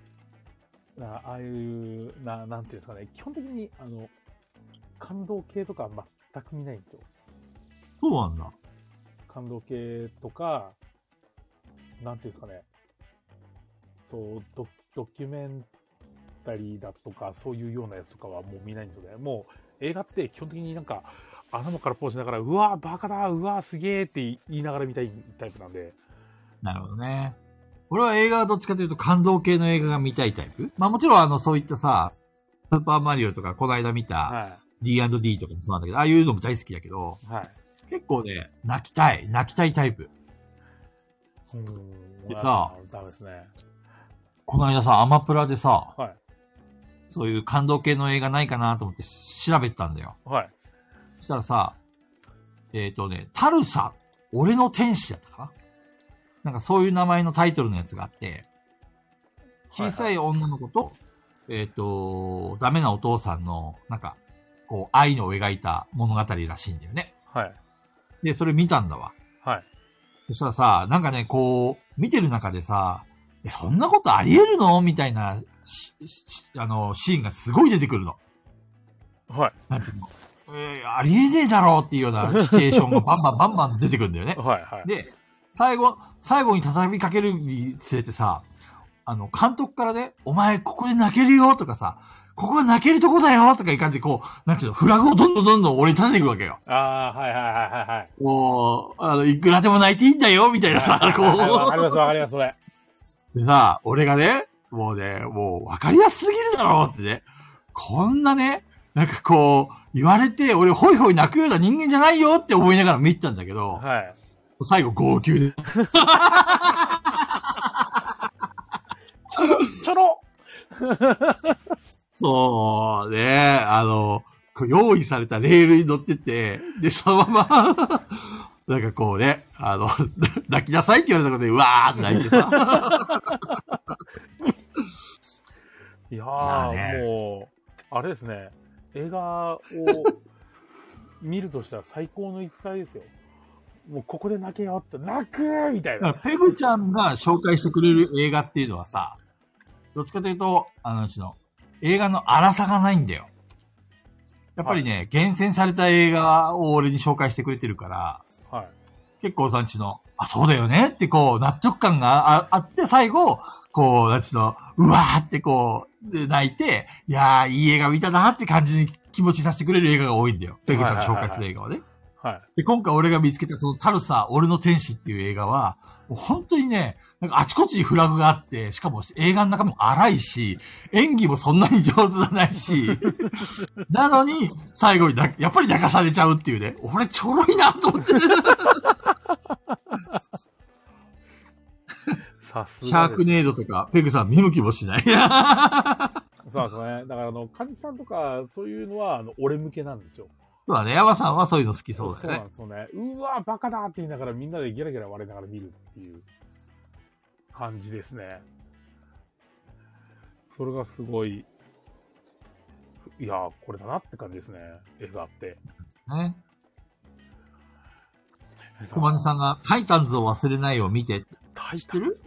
なああいう、な、なんていうんですかね、基本的に、あの、感動系とかは全く見ないんですよ。そうなんだ。感動系とか、なんていうんですかね、そう、ドドキュメンタリーだとか、そういうようなやつとかはもう見ないんですよね。もう映画って基本的になんか、穴もからポーしながら、うわー、バカだ、うわー、すげーって言いながら見たいタイプなんで、なるほどね。俺は映画はどっちかというと感動系の映画が見たいタイプまあもちろんあの、そういったさ、スーパーマリオとか、この間見たは D&D とかもそうなんだけど、ああいうのも大好きだけど、い。はい。結構ね、泣きたい、泣きたいタイプ。うーんでさ、ダメですね。この間さ、アマプラでさ、はい。そういう感動系の映画ないかなと思って調べたんだよ。はい。そしたらさ、えっ、とね、タルサ、俺の天使だったかななんかそういう名前のタイトルのやつがあって、小さい女の子と、えっ、と、ダメなお父さんの、なんか、こう、愛の描いた物語らしいんだよね。はい。で、それ見たんだわ。はい。そしたらさ、なんかね、こう、見てる中でさ、えそんなことあり得るのみたいな、ししあの、シーンがすごい出てくるの。はなんていうのえーありえねえだろうっていうようなシチュエーションがバンバンバンバン出てくるんだよねい。。はい。はい。で、最後、最後に畳みかけるにつれてさ、あの、監督からね、お前ここで泣けるよとかさ、ここが泣けるとこだよとかいう感じでこう、なんていうの、フラグをどんどんどんどん俺に立てていくわけよ。ああ、はいはいはいはいはい。もう、あの、いくらでも泣いていいんだよみたいなさ、こ う。はいわかりますわかります、それ。でさ、俺がね、もうね、もう分かりやすすぎるだろうってね、こんなね、なんかこう、言われて、俺ホイホイ泣くような人間じゃないよって思いながら見てたんだけど、はい。 最後号泣で。ちょろそうね、あの、こう用意されたレールに乗ってって、で、そのまま、なんかこうね、あの、 泣きなさいって言われたことで、うわーって泣いてさ。いやー、いやねもう、あれですね、映 画を見るとしたら最高の戦いですよ。もうここで泣けよって、泣くーみたいだな。から、ペグちゃんが紹介してくれる映画っていうのはさ、どっちかというと、あのうちの、映画の荒さがないんだよ。やっぱりね、厳選された映画を俺に紹介してくれてるから、はい。結構さんちの、あ、そうだよねってこう、納得感がああって、最後、こう、なんちゅうの、うわーってこう、で泣いて、いやー、いい映画見たなーって感じに気持ちさせてくれる映画が多いんだよ。ペグちゃんの紹介する映画はね。はい。で、今回俺が見つけたそのタルサ、俺の天使っていう映画は、もう本当にね、なんかあちこちにフラグがあって、しかも映画の中も荒いし、演技もそんなに上手じゃないし、なのに、最後にだやっぱり泣かされちゃうっていうね、俺ちょろいなと思って。さすシャがーでクす。ネードとか、ペグさん見向きもしない。そうですね。だから、あの、かみさんとか、そういうのは、あの、俺向けなんですよ。そうだね、山さんはそういうの好きそうだよなねん。ですよね。うわー、バカだーって言いながら、みんなでギャラギャラ笑いながら見るっていう感じですね。それがすごい、いやー、これだなって感じですね。映画って。ね熊根さんがタイタンズを忘れないを見て。タイ知っタてンる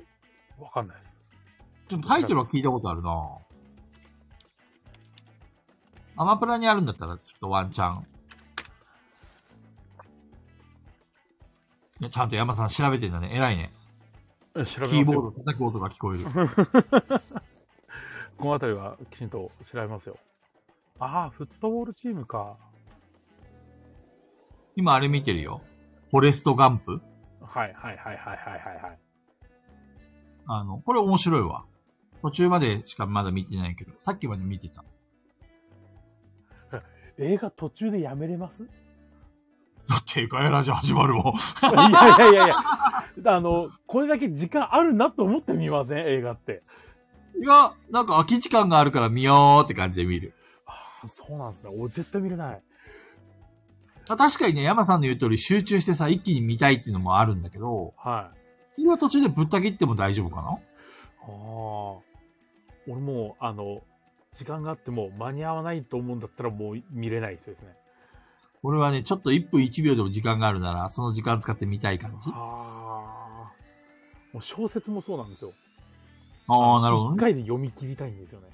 わかんない。でもタイトルは聞いたことあるなアマプラにあるんだったら、ちょっとワンチャン。いやちゃんと山さん調べてんだね。偉いね。え調べますキーよボード叩く音が聞こえる。この辺りはきちんと調べますよ。ああ、フットボールチームか。今あれ見てるよ。フォレストガンプ。はいはいはいはいはいはいはい。あの、これ面白いわ。途中までしかまだ見てないけど、さっきまで見てた。映画途中でやめれますいだって、エカエラジ始まるもん。 やいやいやいや。あの、これだけ時間あるなと思ってみません映画って。いや、なんか空き時間があるから見ようって感じで見る。ああ、そうなんですね。俺絶対見れない。あ確かにね、山さんの言う通り集中してさ、一気に見たいっていうのもあるんだけど、はい。それは途中でぶった切っても大丈夫かなああ。俺もう、あの、時間があっても間に合わないと思うんだったらもう見れない人ですね。俺はね、ちょっと1分1秒でも時間があるなら、その時間使って見たい感じ。あああ。もう小説もそうなんですよ。あー、なるほど一ね。回で読み切りたいんですよね。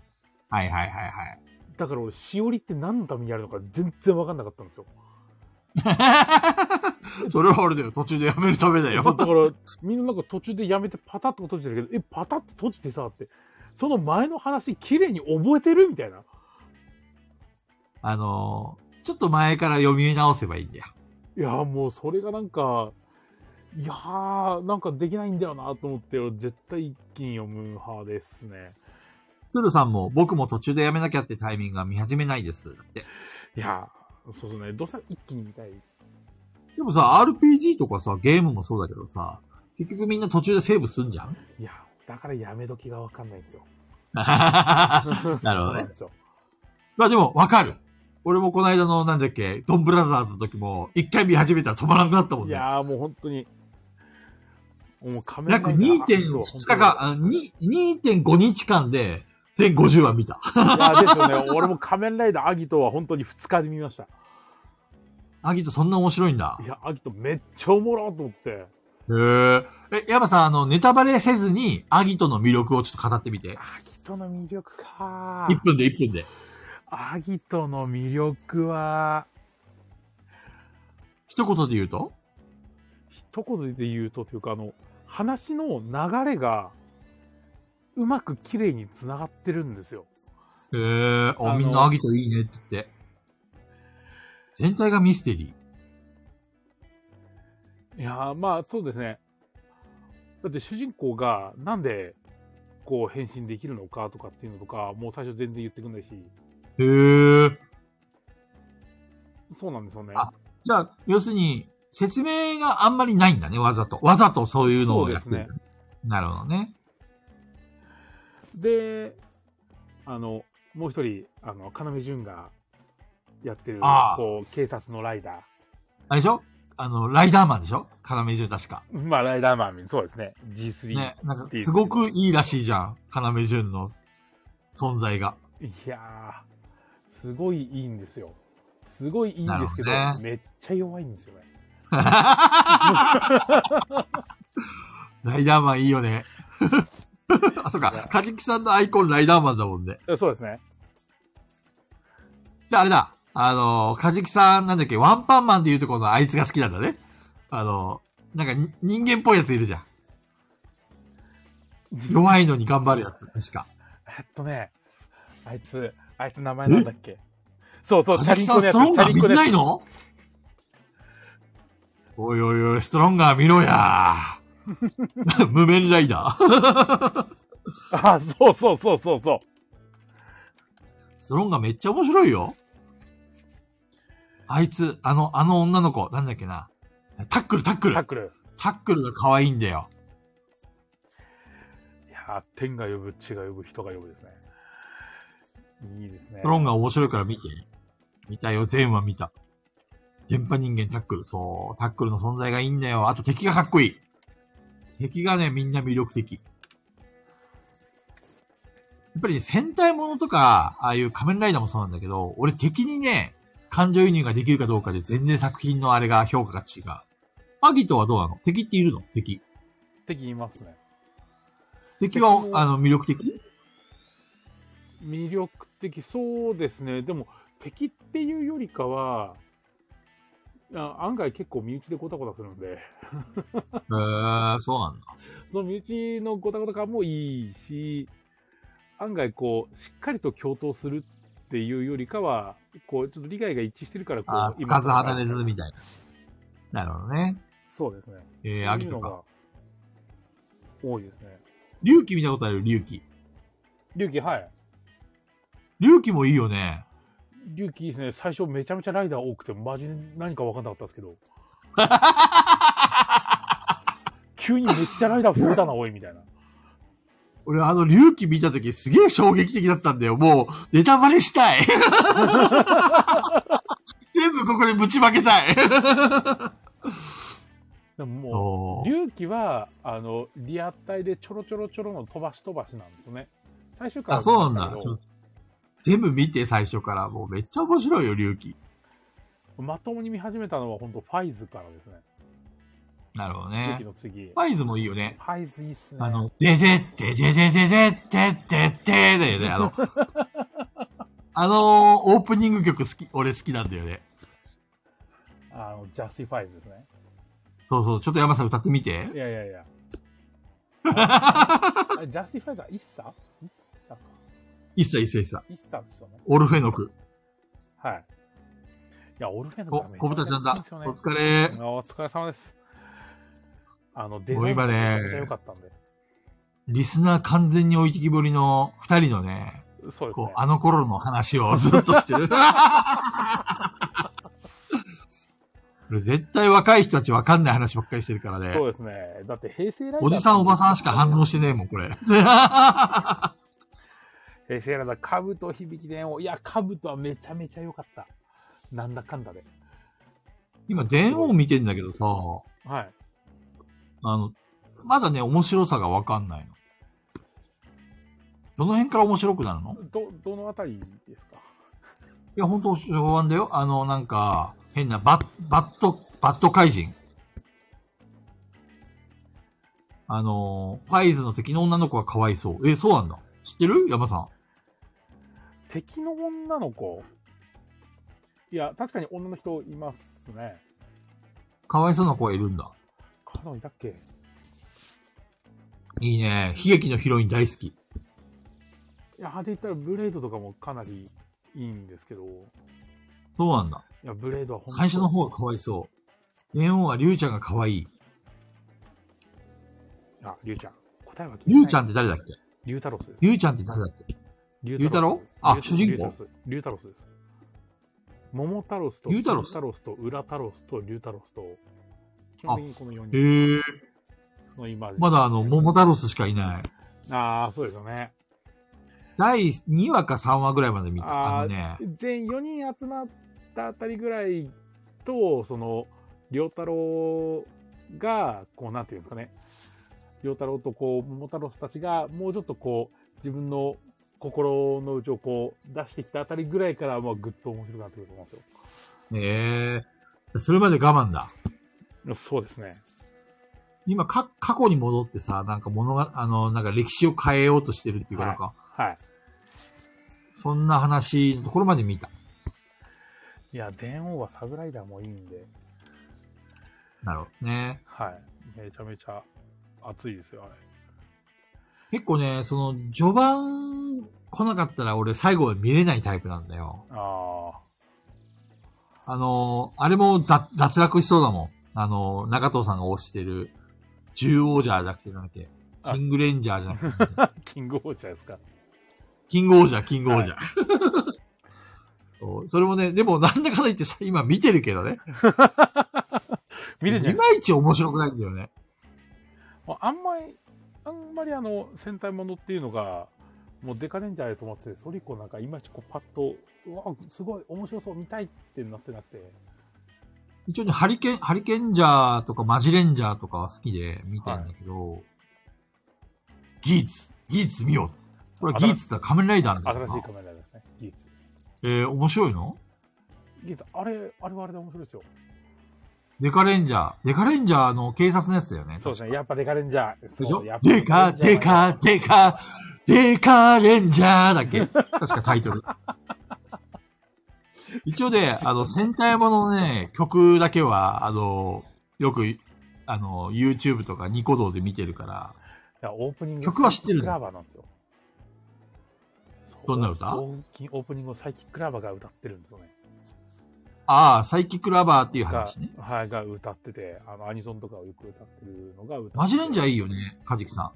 はいはいはいだから俺、しおりって何のためにやるのか全然わかんなかったんですよ。はい。それは俺だよ。途中でやめるためだだ よ。から、みんななんか途中でやめてパタッと閉じてるけど、え、パタッと閉じてさって、その前の話綺麗に覚えてるみたいな。あのー、ちょっと前から読み直せばいいんだよ。いやー、もうそれがなんか、いやー、なんかできないんだよなと思って、俺絶対一気に読む派ですね。鶴さんも、僕も途中でやめなきゃってタイミングが見始めないです。だって。いやー、そうですね。どうせ一気に見たい。でもさ、RPG とかさ、ゲームもそうだけどさ、結局みんな途中でセーブすんじゃんいやー、だからやめ時がわかんないんですよ。まそうなるほどねなんですよ。あでも、わかる。俺もこの間の、なんだっけ、ドンブラザーズの時も、一回見始めたら止まらなくなったもんいね。やー、もう本当に、もう仮約2.5日間、あに2.5日間で、全50話見た。いや、ですよね。俺も仮面ライダーアギトは本当に2日で見ました。アギトそんな面白いんだい。や、アギトめっちゃおもろーと思って。へえ。え、ヤマさん、あの、ネタバレせずに、アギトの魅力をちょっと語ってみて。アギトの魅力か1分で1分で。アギトの魅力は、一言で言うと一言で言うとというか、あの、話の流れが、うまく綺麗に繋がってるんですよ。へえ、ああ、のみんなアギトいいねって言って。全体がミステリー。いやー、まあ、そうですね。だって主人公が、なんで、こう、変身できるのかとかっていうのとか、もう最初全然言ってくんないし、へえ。そうなんですよね。あじゃあ、要するに、説明があんまりないんだね、わざと。わざとそういうのをやってる。そうですなるほどね。で、あの、もう一人、あの、要潤がやってる、ああこう、警察のライダあれでしょあの、ライダーマンでしょ要潤確か。 ー。まあ、ライダーマン、そうですね。G3。ね、なんか、すごくいいらしいじゃん。要潤の存在が。いやー、すごいいいんですよ。すごいいいんですけど、なるほどねめっちゃ弱いんですよね。ライダーマンいいよね。あ、そうか。カジキさんのアイコンライダーマンだもんね。えそうですね。じゃああれだ。あのー、カジキさんなんだっけ、ワンパンマンで言うとこのあいつが好きなんだね。あのー、なんかに人間っぽいやついるじゃん。弱いのに頑張るやつ、確か。えっとね、あいつ、あいつ名前なんだっけそうそう、チカャジリキンさんコのやつ、チストロンガャーリン見コてのないやのおいおいおい、ストロンガー見ろや。 無面ライダー。つ。あ、そうそうそうそうそう。ストロンガーめっちゃ面白いよ。あいつ、あの、あの女の子、なんだっけな。タックル、タックルタッ。クル。タックルが可愛いんだよ。いやー、天が呼ぶ、地が呼ぶ、人が呼ぶですね。いいですねスト。ロンガー面白いから見て。見たよ、全話見た。電波人間タックル。そう、タックルの存在がいいんだよ。あと敵がかっこいい。敵がね、みんな魅力的。やっぱりね、戦隊ものとか、ああいう仮面ライダーもそうなんだけど、俺敵にね、感情移入ができるかどうかで全然作品のあれが評価が違う。アギトはどうなの敵っているの敵。敵言いますね。敵は敵、もあの、魅力的魅力的、そうですね。でも、敵っていうよりかは、あ案外結構身内でゴタゴタするんで、 へー、そうなんだ。その身内のゴタゴタ感もいいし、案外こう、しっかりと共闘するっていうよりかは、こう、ちょっと利害が一致してるから、こう、あー、つ今かず離れずみたいな。なるほどね。そうですね。えそういー、うアギトのか。が多いですね。龍騎見たことある龍騎。龍騎、はい。龍騎もいいよね。龍騎いいですね。最初めちゃめちゃライダー多くて、マジで何か分かんなかったんですけ ど。急にめっちゃライダー増えたな、おい、みたいな。俺、あの、龍騎見たときすげえ衝撃的だったんだよ。もう、ネタバレしたい。全部ここでぶちまけたい。でもも、そう龍騎は、あの、リア隊でちょろちょろちょろの飛ばし飛ばしなんですね。最終回あ、はそうなんだ見ました。全部見て、最初から。もうめっちゃ面白いよ、龍騎。けどまともに見始めたのは、本当ファイズからですね。なるほ龍ど騎ね。の次。ファイズもいいよね。ファイズいいっすね。あの、ででってでででででででだよね。あの、あのー、オープニング曲好き、俺好きなんだよね。あの、ジャスティファイズですね。そうそう、ちょっと山さん歌ってみてい。やいやい や。あれジャスティファイズは一茶一茶か。一切一切一切。一茶ですよね。オルフェノク。はい。いや、オルフェンのお、ために小豚ちゃんだ。お疲あれ。お疲れ様です。あの、デもうザイン今がねめちゃめちゃ良かったんで。リスナー完全に置いてきぼりの二人のね、そうですこうね、。あの頃の話を ずっとしてる。これ絶対若い人たちわかんない話ばっかりしてるからね。そうですね。だって平成ライダー。おじさんおばさんしか反応してねえもん、これ。平成ライダー、カブと響き伝王。いや、カブとはめちゃめちゃ良かった。なんだかんだで。今、電王見てんだけどさ、はい。あの、まだね、面白さがわかんないの。どの辺から面白くなるのいど、どのあたりですかや、ほんと、評判だよ。あの、なんか、変な、バッ、バット、バット怪人。あの、ファイズの敵の女の子がかわいそう。え、そうなんだ。知ってる山さん。敵の女の子。いや、確かに女の人いますね。かわいそうな子がいるんだ。カノンいたっけいいね。悲劇のヒロイン大好き。いや、で言ったらブレードとかもかなりいいんですけど、いそうなんだ。や、ブレードは本当最初の方がかわいそう。電王はリュウちゃんがかわいい。あ、リュウちゃん。答えは聞いてないリュウちゃんって誰だっけリュウタロスです。リュウちゃんって誰だっけリュウタロウあ主人公リュウタロスです。モモタロスと、リュウタロスタロスと、ウラタロスと、リュウタロスと、基本的にこの4人へえ。の今まだあの、モモタタロスしかいない。ああ、そうですよね。第2話か3話ぐらいまで見た。ああーのね、全4人集まったあたりぐらいと、その、りょうたろうが、こう、なんていうんですかね、りょうたろうと、こう、桃太郎たちが、もうちょっとこう、自分の心の内をこう、出してきたあたりぐらいから、まあ、ぐっと面白くなってくると思うんですええ。それまで我慢だ。よ。そうですね。今、か、過去に戻ってさ、なんか物が、あの、なんか歴史を変えようとしてるっていうか、はいなんか、はい。そんな話のところまで見た。いや、電王はサブライダーもいいんで、なるほどね。はい。めちゃめちゃ熱いですよ、あれ。結構ね、その、序盤来なかったら俺最後は見れないタイプなんだよ。ああ、あのーあれも雑雑落しそうだもん。あのー中藤さんが推してる、獣王者じゃなくて、なんだっけ、あキングレンジャーじゃなくてなんだっけ、キングオーチャーですか。キング王者、キング王者。そうそれもね、でもなんだかんだ言ってさ、今見てるけどね。見てんじゃいんまいち面白くないんだよね。まああんまり、あんまりあの、戦隊ものっていうのが、もうデカデンジャーで止まってて、ソリコなんかいまいちこうパッと、うわ、すごい面白そう、見たいってなってなくて、一応ね、ハリケン、ハリケンジャーとかマジレンジャーとかは好きで見てんだけど、ギーツ、ギーツ見よう。これギーツって仮面ライダーなんだ新よしいなカメラですね、技術。えー、面白いの技術、あれ、あれはあれで面白いですよ。ねデカレンジャー。デカレンジャーの警察のやつだよね。そうですね。やっぱデカレンジャー。でしそょうやっぱデカ、デカ、デカ、デカレンジャーだっけ確かタイ トル。一応で、あの、戦隊ものね、曲だけは、あの、よく、あの、YouTube とかニコ動で見てるから、いやオープニング曲は知ってサイキッるクラバーなんですよ。どんな歌オープニングオープニングをサイキックラバーが歌ってるんですよね。ああ、サイキックラバーっていう話ね。がはい、が歌ってて、あの、アニソンとかをよく歌ってるのが歌っててマジレンジャーいいよね、カジキさん。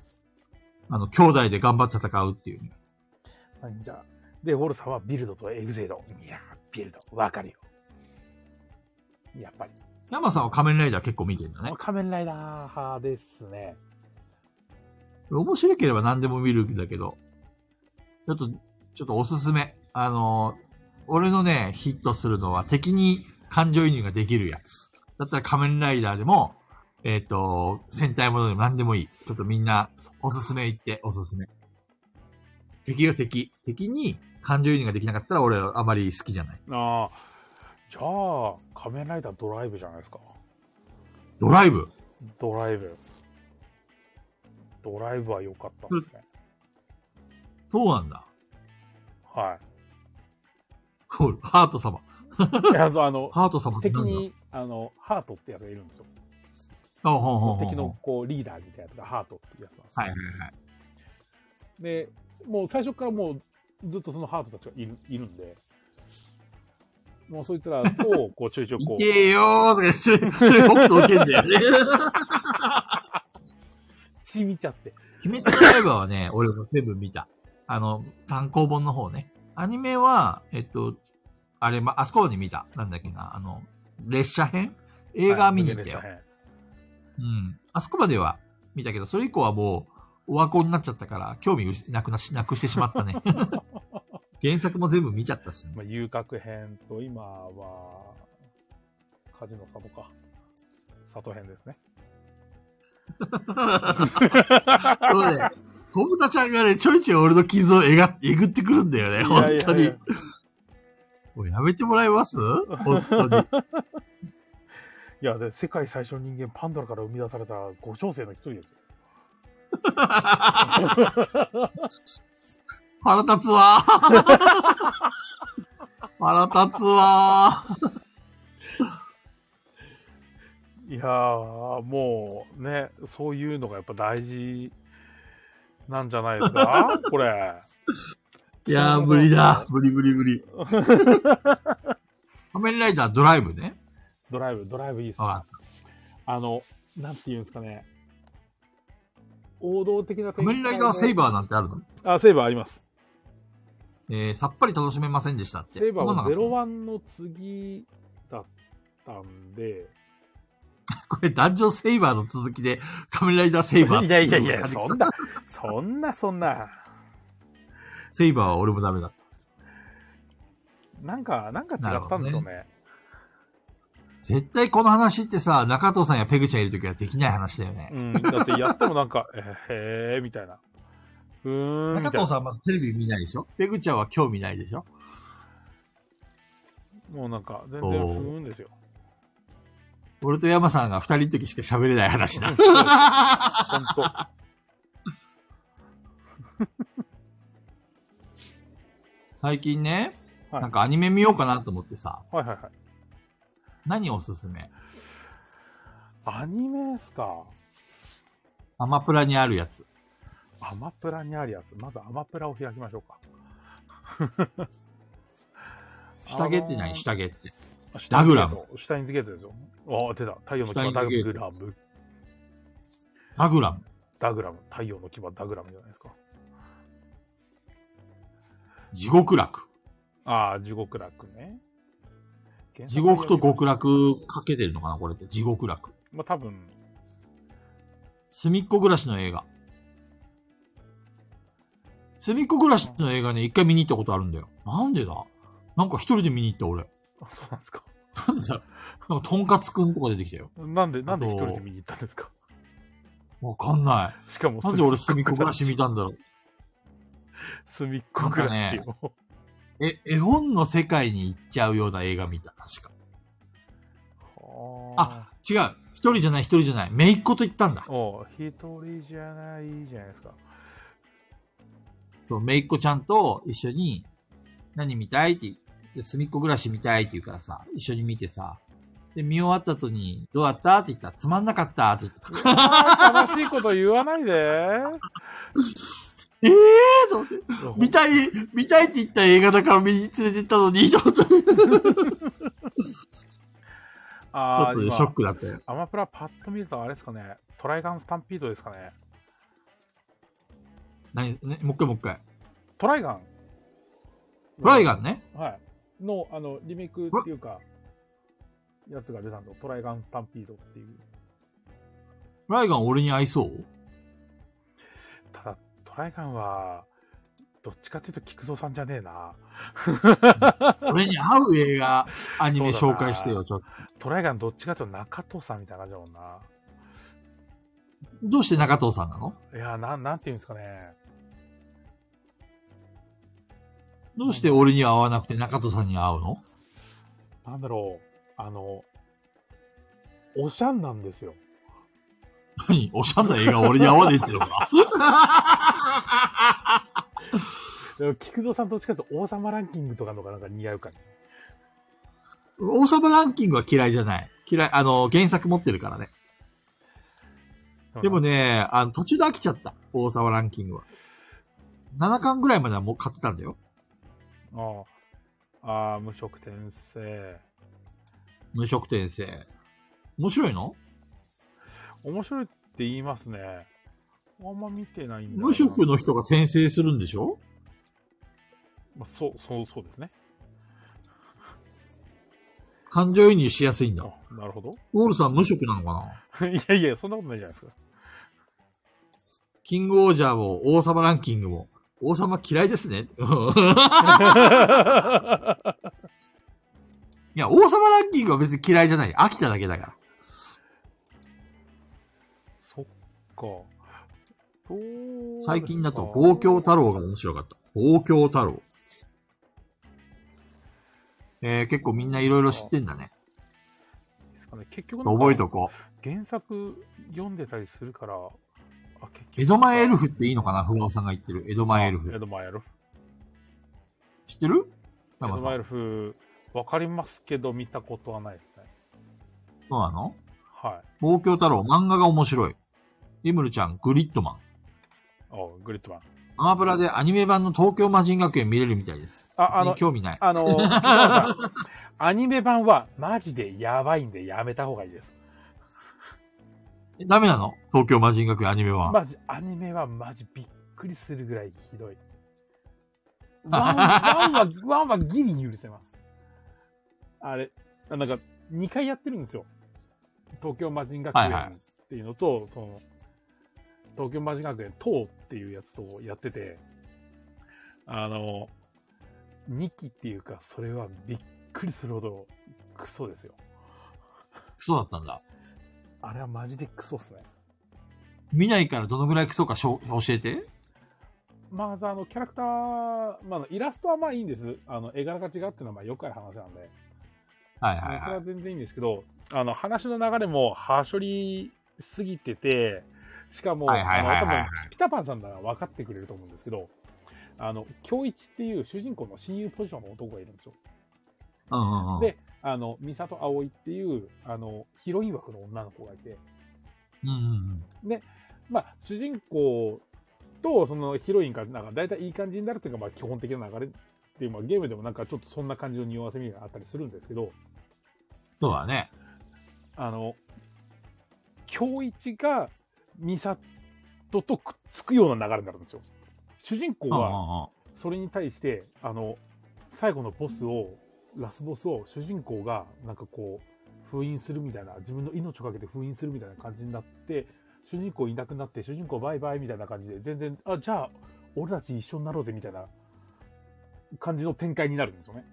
あの、兄弟で頑張って戦うっていうね。レンジャー。で、ウォルさんはビルドとエグゼイド。いやー、ビルド、わかるよ。やっぱり。山さんは仮面ライダー結構見てるんだね。仮面ライダー派ですね。面白ければ何でも見るんだけど、ちょっと、ちょっとおすすめ。あの、俺のね、ヒットするのは敵に感情移入ができるやつ。だったら仮面ライダーでも、えっ、と、戦隊ものでも何でもいい。ちょっとみんな、おすすめ言って、おすすめ。敵よ敵。敵に感情移入ができなかったら俺はあまり好きじゃない。ああ。じゃあ、仮面ライダードライブじゃないですか。ドライブ。ドライブ。ドライブは良かったですね。そうなんだ。はこうハート様。い。いや、そう、あの、ハート様って敵なんだに、あの、ハートってやつがいるんですよ。あほうほうほう敵の、こう、リーダーみたいなやつがハートっていうやつなんですよはいはいはい。で、もう最初からもう、ずっとそのハートたちがいるいるんで、もうそいつらと、こう、ちょいちょいいこてえよーとか言って、 それ北斗の剣だよね。 う、血見ちゃって。鬼滅の刃はね、俺も全部見た。あの、単行本の方ね。アニメは、えっと、あれ、ま、あそこに見た。なんだっけな、あの、列車編映画見に行ったよ。はいうん。あそこまでは見たけど、それ以降はもう、オワコンになっちゃったから、興味うしなくなし、なくしてしまっ たね。原作も全部見ちゃったし、ね。まあ、遊郭編と、今は、カジノ里か。里編ですね。そうね、小豚ちゃんがね、ちょいちょい俺の傷をえが、えぐってくるんだよね、本いやいやいや当に。もうやめてもらえます本当 に。いや、で、世界最初の人間、パンドラから生み出された五小生の一人ですよ。腹立つわ ー腹立つわーいやー、もうね、そういうのがやっぱ大事なんじゃないです かこれ。いやー、無理だ。無理無理 無理。仮面ライダードライブね。ドライブ、ドライブいいっす。ああの、なんて言うんですかね。王道的な仮面ライダーセイババーなんてあるのー。あ、セイバーあります。えー、さっぱり楽しめませんでしたって。セイバーそんなはのなかっ01の次だったんで。たこれ、ダンジョンセイバーの続きで、仮面ライダーセイバー。いやいやい や、そんな、そんな、そんな。セイバーは俺もダメだった。なんか、なんか違ったんですよね。絶対この話ってさ、中藤さんやペグちゃんいるときはできない話だよねう。ん。だってやってもなんか、 えへー、みたいな。うーん。み中たいな藤さんはまずテレビ見ないでしょペグちゃんは興味ないでしょもうなんか、全お然ー不運ですよ。俺と山さんが二人の時しか喋れない話だ。ほんと。最近ね、はいなんかアニメ見ようかなと思ってさ、はいはいはい。何おすすめアニメですか。アマプラにあるやつ。アマプラにあるやつ。まずアマプラを開きましょうか。下着ってあのー何下着って。シュダグラム。シュタインズゲートですよ。ああ、出た。太陽の牙シュタダインズゲグーラム。ダグラム。ダグラム。太陽の牙ダグラムじゃないですか。地獄楽。ああ、地獄楽ね。地獄と極楽。楽かけてるのかなこれって。地獄楽。まあ多分、隅っこ暮らしの映画。隅っこ暮らしの映画ね、一回見に行ったことあるんだよ。なんでだなんか一人で見に行った俺。あそうなんですか。なんだなんかとんかつくんとか出てきたよ。なんで、なんであ一と人で見に行ったんですか。わかんない。しかも、なんで俺隅っこ暮らし見たんだろ隅っこ暮らしを。う。え、絵本の世界に行っちゃうような映画見た、確か。ああ、違う。一人じゃない、一人じゃない。姪っ子と言ったんだ。おう一人じゃないじゃないですか。そう、姪っ子ちゃんと一緒に、何見たいって、で隅っこ暮らし見たいって言うからさ、一緒に見てさ、で、見終わった後に、どうだったって言ったら、つまんなかったって言った。あー悲しいこと言わないで。ええー、と思って 見たい、見たいって言った映画だから見に連れてったのに、と思って。ちょあっーとね、今ショックだったよ。アマプラパッと見るとあれですかね、トライガンスタンピードですかね。何、ね、もう一回もう一回。トライガントライガンね。はい。の、あの、リメイクっていうか、やつが出たんだ。トライガンスタンピードっていう。トライガン俺に合いそうただ、トライガンは、どっちかっていうと、菊蔵さんじゃねえな。俺に合う映画、アニ メそうだ紹な介してよ、ちょっと。トライガンどっちかっていうと中藤さんみたいな感じだもんな。どうして中藤さんなのいやー、なん、なんていうんですかね。どうして俺には合わなくて中藤さんには合うのなんだろう。あの、おしゃんなんですよ。何おしゃんな映画俺に合わねえってのかでも菊蔵さんどっちかっていうと王様ランキングとかのがなんか似合うから、ね。王様ランキングは嫌いじゃない。嫌い、あの、原作持ってるからね。でもね、ね、あの、途中で飽きちゃった。王様ランキングは。7巻ぐらいまではもう買ってたんだよ。ああ、あー無職転生。無職転生。面白いの面白いって言いますね。あんま見てないんだよな無職の人が転生するんでしょまあ、そう、そう、そうですね。感情移入しやすいんだ。あなるほど。 ウォールさん無職なのかないやいや、そんなことないじゃないですか。キングオージャーも王様ランキングも。王様嫌いですね。うんいや、王様ランキングは別に嫌いじゃない。飽きただけだから。そっか。そう最近だと、ですか望郷太郎が面白かった。望郷太郎。えー、結構みんないろいろ知ってんだね。ですかね。結局なんか覚えとこう。原作読んでたりするから、あ、結局江戸前エルフっていいのかなふわおさんが言ってる。江戸前エル江フ。戸前エルフ。知ってる江戸山さん。そ前エルフ、わかりますけど、見たことはないですね。うなのはい。望郷太郎、漫画が面白い。リムルちゃん、グリッドマン。あ、グリッドマン。アマプラでアニメ版の東京魔人学園見れるみたいです。あ、あ別のに、興味ない。あの、菊川さんアニメ版はマジでやばいんでやめた方がいいです。えダメなの東京魔人学園アニメ版。マジ、アニメはマジびっくりするぐらいひどい。ワンワンは、ワンはギリ許せます。あれ、あなんか、2回やってるんですよ。東京魔人学はいはい園っていうのと、その、東京魔人学園等っていうやつとやってて、あの、2期っていうか、それはびっくりするほどクソですよ。クソだったんだ。あれはマジでクソっすね。見ないからどのぐらいクソかしょ教えて。まずあの、キャラクター、まああの、イラストはまあいいんです。あの、絵柄が違うっていうのはまあよくある話なんで。はいはいそれは。はい全然いいんですけど、あの、話の流れも、はしょりすぎてて、しかも、はいはいあはいはの、い多分、ピタパンさんなら分かってくれると思うんですけど、あの、京一っていう主人公の親友ポジションの男がいるんですよ。うんうんうん。で、あの、三里葵っていう、あの、ヒロイン枠の女の子がいて、うんうんうん。まあ、主人公とそのヒロインが、なんか大体いい感じになるっていうのが、まあ、基本的な流れっていう、まあ、ゲームでもなんかちょっとそんな感じの匂わせみたいなのがあったりするんですけど、そうだね。あの、京一が美里とくっつくような流れになるんですよ。主人公うんうんうん。はそれに対して、あの、最後のボスを、ラスボスを主人公がなんかこう、封印するみたいな、自分の命をかけて封印するみたいな感じになって、主人公いなくなって、主人公バイバイみたいな感じで、全然、あ、じゃあ、俺たち一緒になろうぜみたいな感じの展開になるんですよね。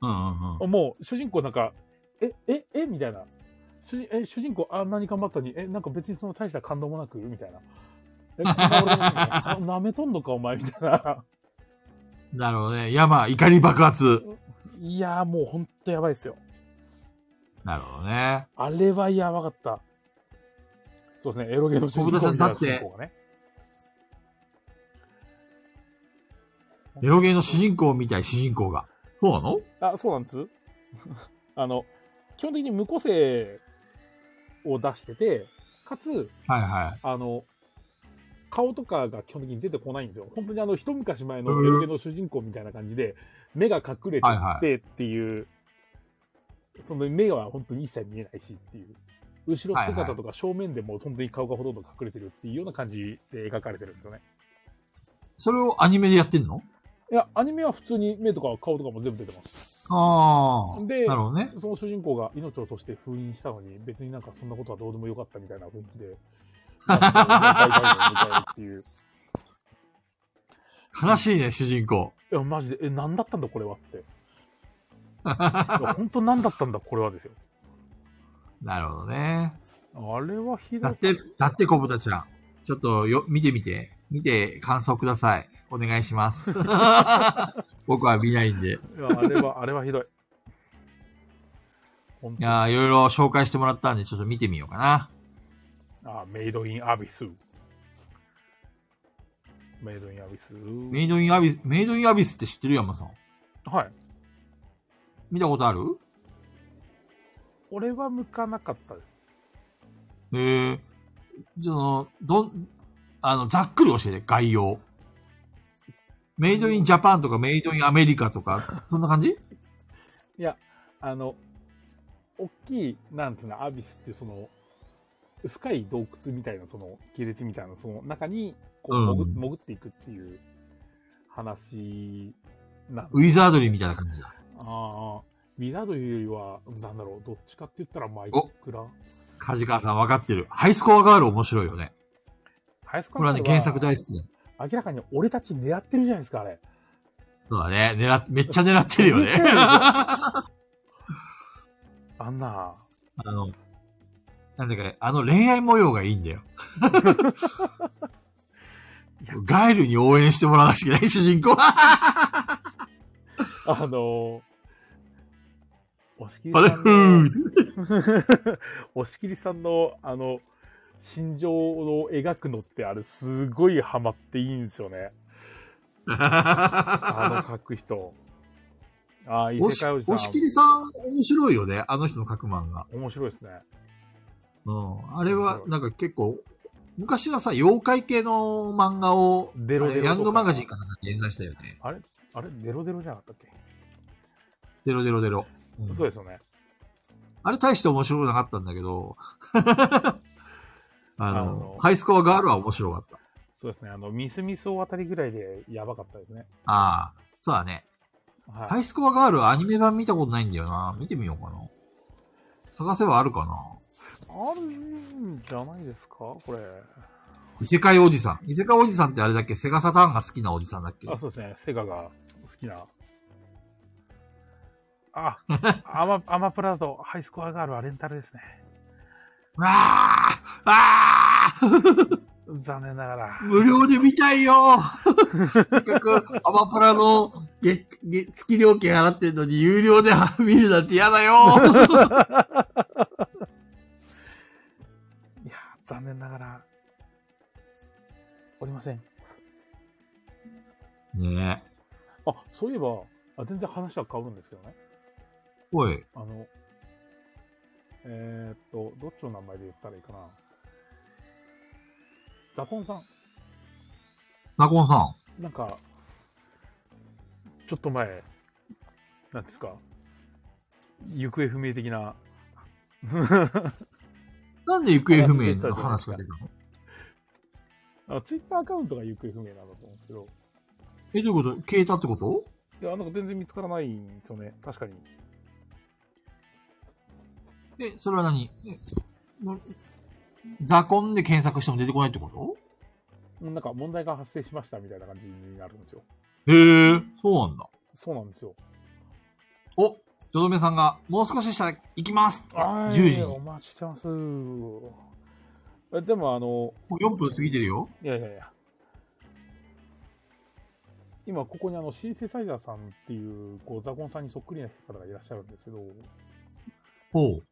うんうんうん。もう主人公なんか、え、え、えみたいな。主人え主人公あんなに頑張ったのに、え、なんか別にその大した感動もなくみたいな。え、こんな俺のことあ舐めとんのかお前みたいな。なるほどね。山、怒り爆発。いやーもうほんとやばいっすよ。なるほどね。あれはやばかった。そうですね、エロゲの小豚さんだって主人公みたいなエロゲーの主人公みたい、主人公が。そうなの主人公がね。あ、そうなんです。 あの、基本的に無個性を出してて、かつ、はいはあの、顔とかが基本的に出てこないんですよ。本当にあの、一昔前のエロゲの主人公みたいな感じで、目が隠れてはいはてっていう、その目は本当に一切見えないしっていう。後ろ姿とか正面でも本当に顔がほとんど隠れてるっていうような感じで描かれてるんですよね。い。それをアニメでやってんのいや、アニメは普通に目とか顔とかも全部出てます。ああ。でなるほどね。その主人公が命を落として封印したのに、別になんかそんなことはどうでもよかったみたいな雰囲気 で、なんか大体のみたいっていう。悲しいね、主人公。いや、マジで、え、何だったんだこれはって。いや本当何だったんだこれはですよ。なるほどね。あれはひどだいっ。て、だって、小豚ちゃん。ちょっとよ、見てみて。見て、感想ください。お願いし ます。僕は見ないんで。いいやあれ は、あれはひどい。本当やーいろいろ紹介してもらったんで、ちょっと見てみようかな。あ、メイドインアビス。メイドインアビス。メイドインアビス、メイドインアビスって知ってる山さん。はい。見たことある俺は向かなかったです。ええじゃあ、どん、あの、ざっくり教えて、概要。メイドインジャパンとかメイドインアメリカとか、そんな感じいや、あの、大きい、なんていうの、アビスっていうその、深い洞窟みたいな、その、亀裂みたいな、その中に、こう潜っ、うん潜っていくっていう話なんウィザードリーみたいな感じだ。ああ、ミラというよりは、なんだろう、どっちかって言ったらマイおクラ。梶川さん分かってる。ハイスコアガール面白いよね。ハイスコこれはね、原作大好きだ。明らかに俺たち狙ってるじゃないですか、あれ。そうだね。狙っ、めっちゃ狙ってるよね。あんな、あの、なんだか、あの恋愛模様がいいんだよ。ガイルに応援してもらわなきゃいけない、主人公。あのー、押切あれさふんのーん。、 押切さんの、あの、心情を描くのって、あれ、すごいハマっていいんですよね。あの、描く 人。ああ、異世おし、界おじさん押。切さん、面白いよね。あの人の書く漫画。面白いですね。うん。あれは、なんか結構、昔はさ、妖怪系の漫画を、デロデロとかあれヤングマガジンかなんかで連載したよね。あれあれデロデロじゃなかったっけ、デロデロデロ。うんそうですよね。あれ大して面白くなかったんだけど、 あの、あのハイスコアガールは面白かった。そうですね。あの、ミスミス大当たりぐらいでやばかったですね。ああ、そうだね。はい。ハイスコアガールはアニメ版見たことないんだよな。見てみようかな。探せばあるかな。あるんじゃないですかこれ。異世界おじさん。異世界おじさんってあれだっけセガサターンが好きなおじさんだっけあ、そうですね。セガが好きな。 あ、アマ、アマプラだとハイスコアガールはレンタルですね。ああああ残念ながら。無料で見たいよせっかくアマプラの月月月料金払ってんのに有料で見るなんて嫌だよいや、残念ながら、おりません。ねえ。あ、そういえば、あ全然話は変わるんですけどね。おい。あの、えー、っと、どっちの名前で言ったらいいかな。ザコンさん。ナコンさん。なんか、ちょっと前、なんですか、行方不明的な、なんで行方不明の話が出たのあツイッターアカウントが行方不明なんだと思うんですけど、え、どういうこと消えたってこといや、なんか全然見つからないんですよね、確かに。え、それは何えのザコンで検索しても出てこないってことなんか問題が発生しましたみたいな感じになるんですよ。へえ、そうなんだ。そうなんですよ。お、よどめさんが、もう少ししたら行きますあ !10 時に。おも待ちしてます。えでも、あの、う4分過ぎてるよ。いやいやいや。今、ここにあの、シンセサイザーさんっていう、こう、ザコンさんにそっくりな方がいらっしゃるんですけど、ほう。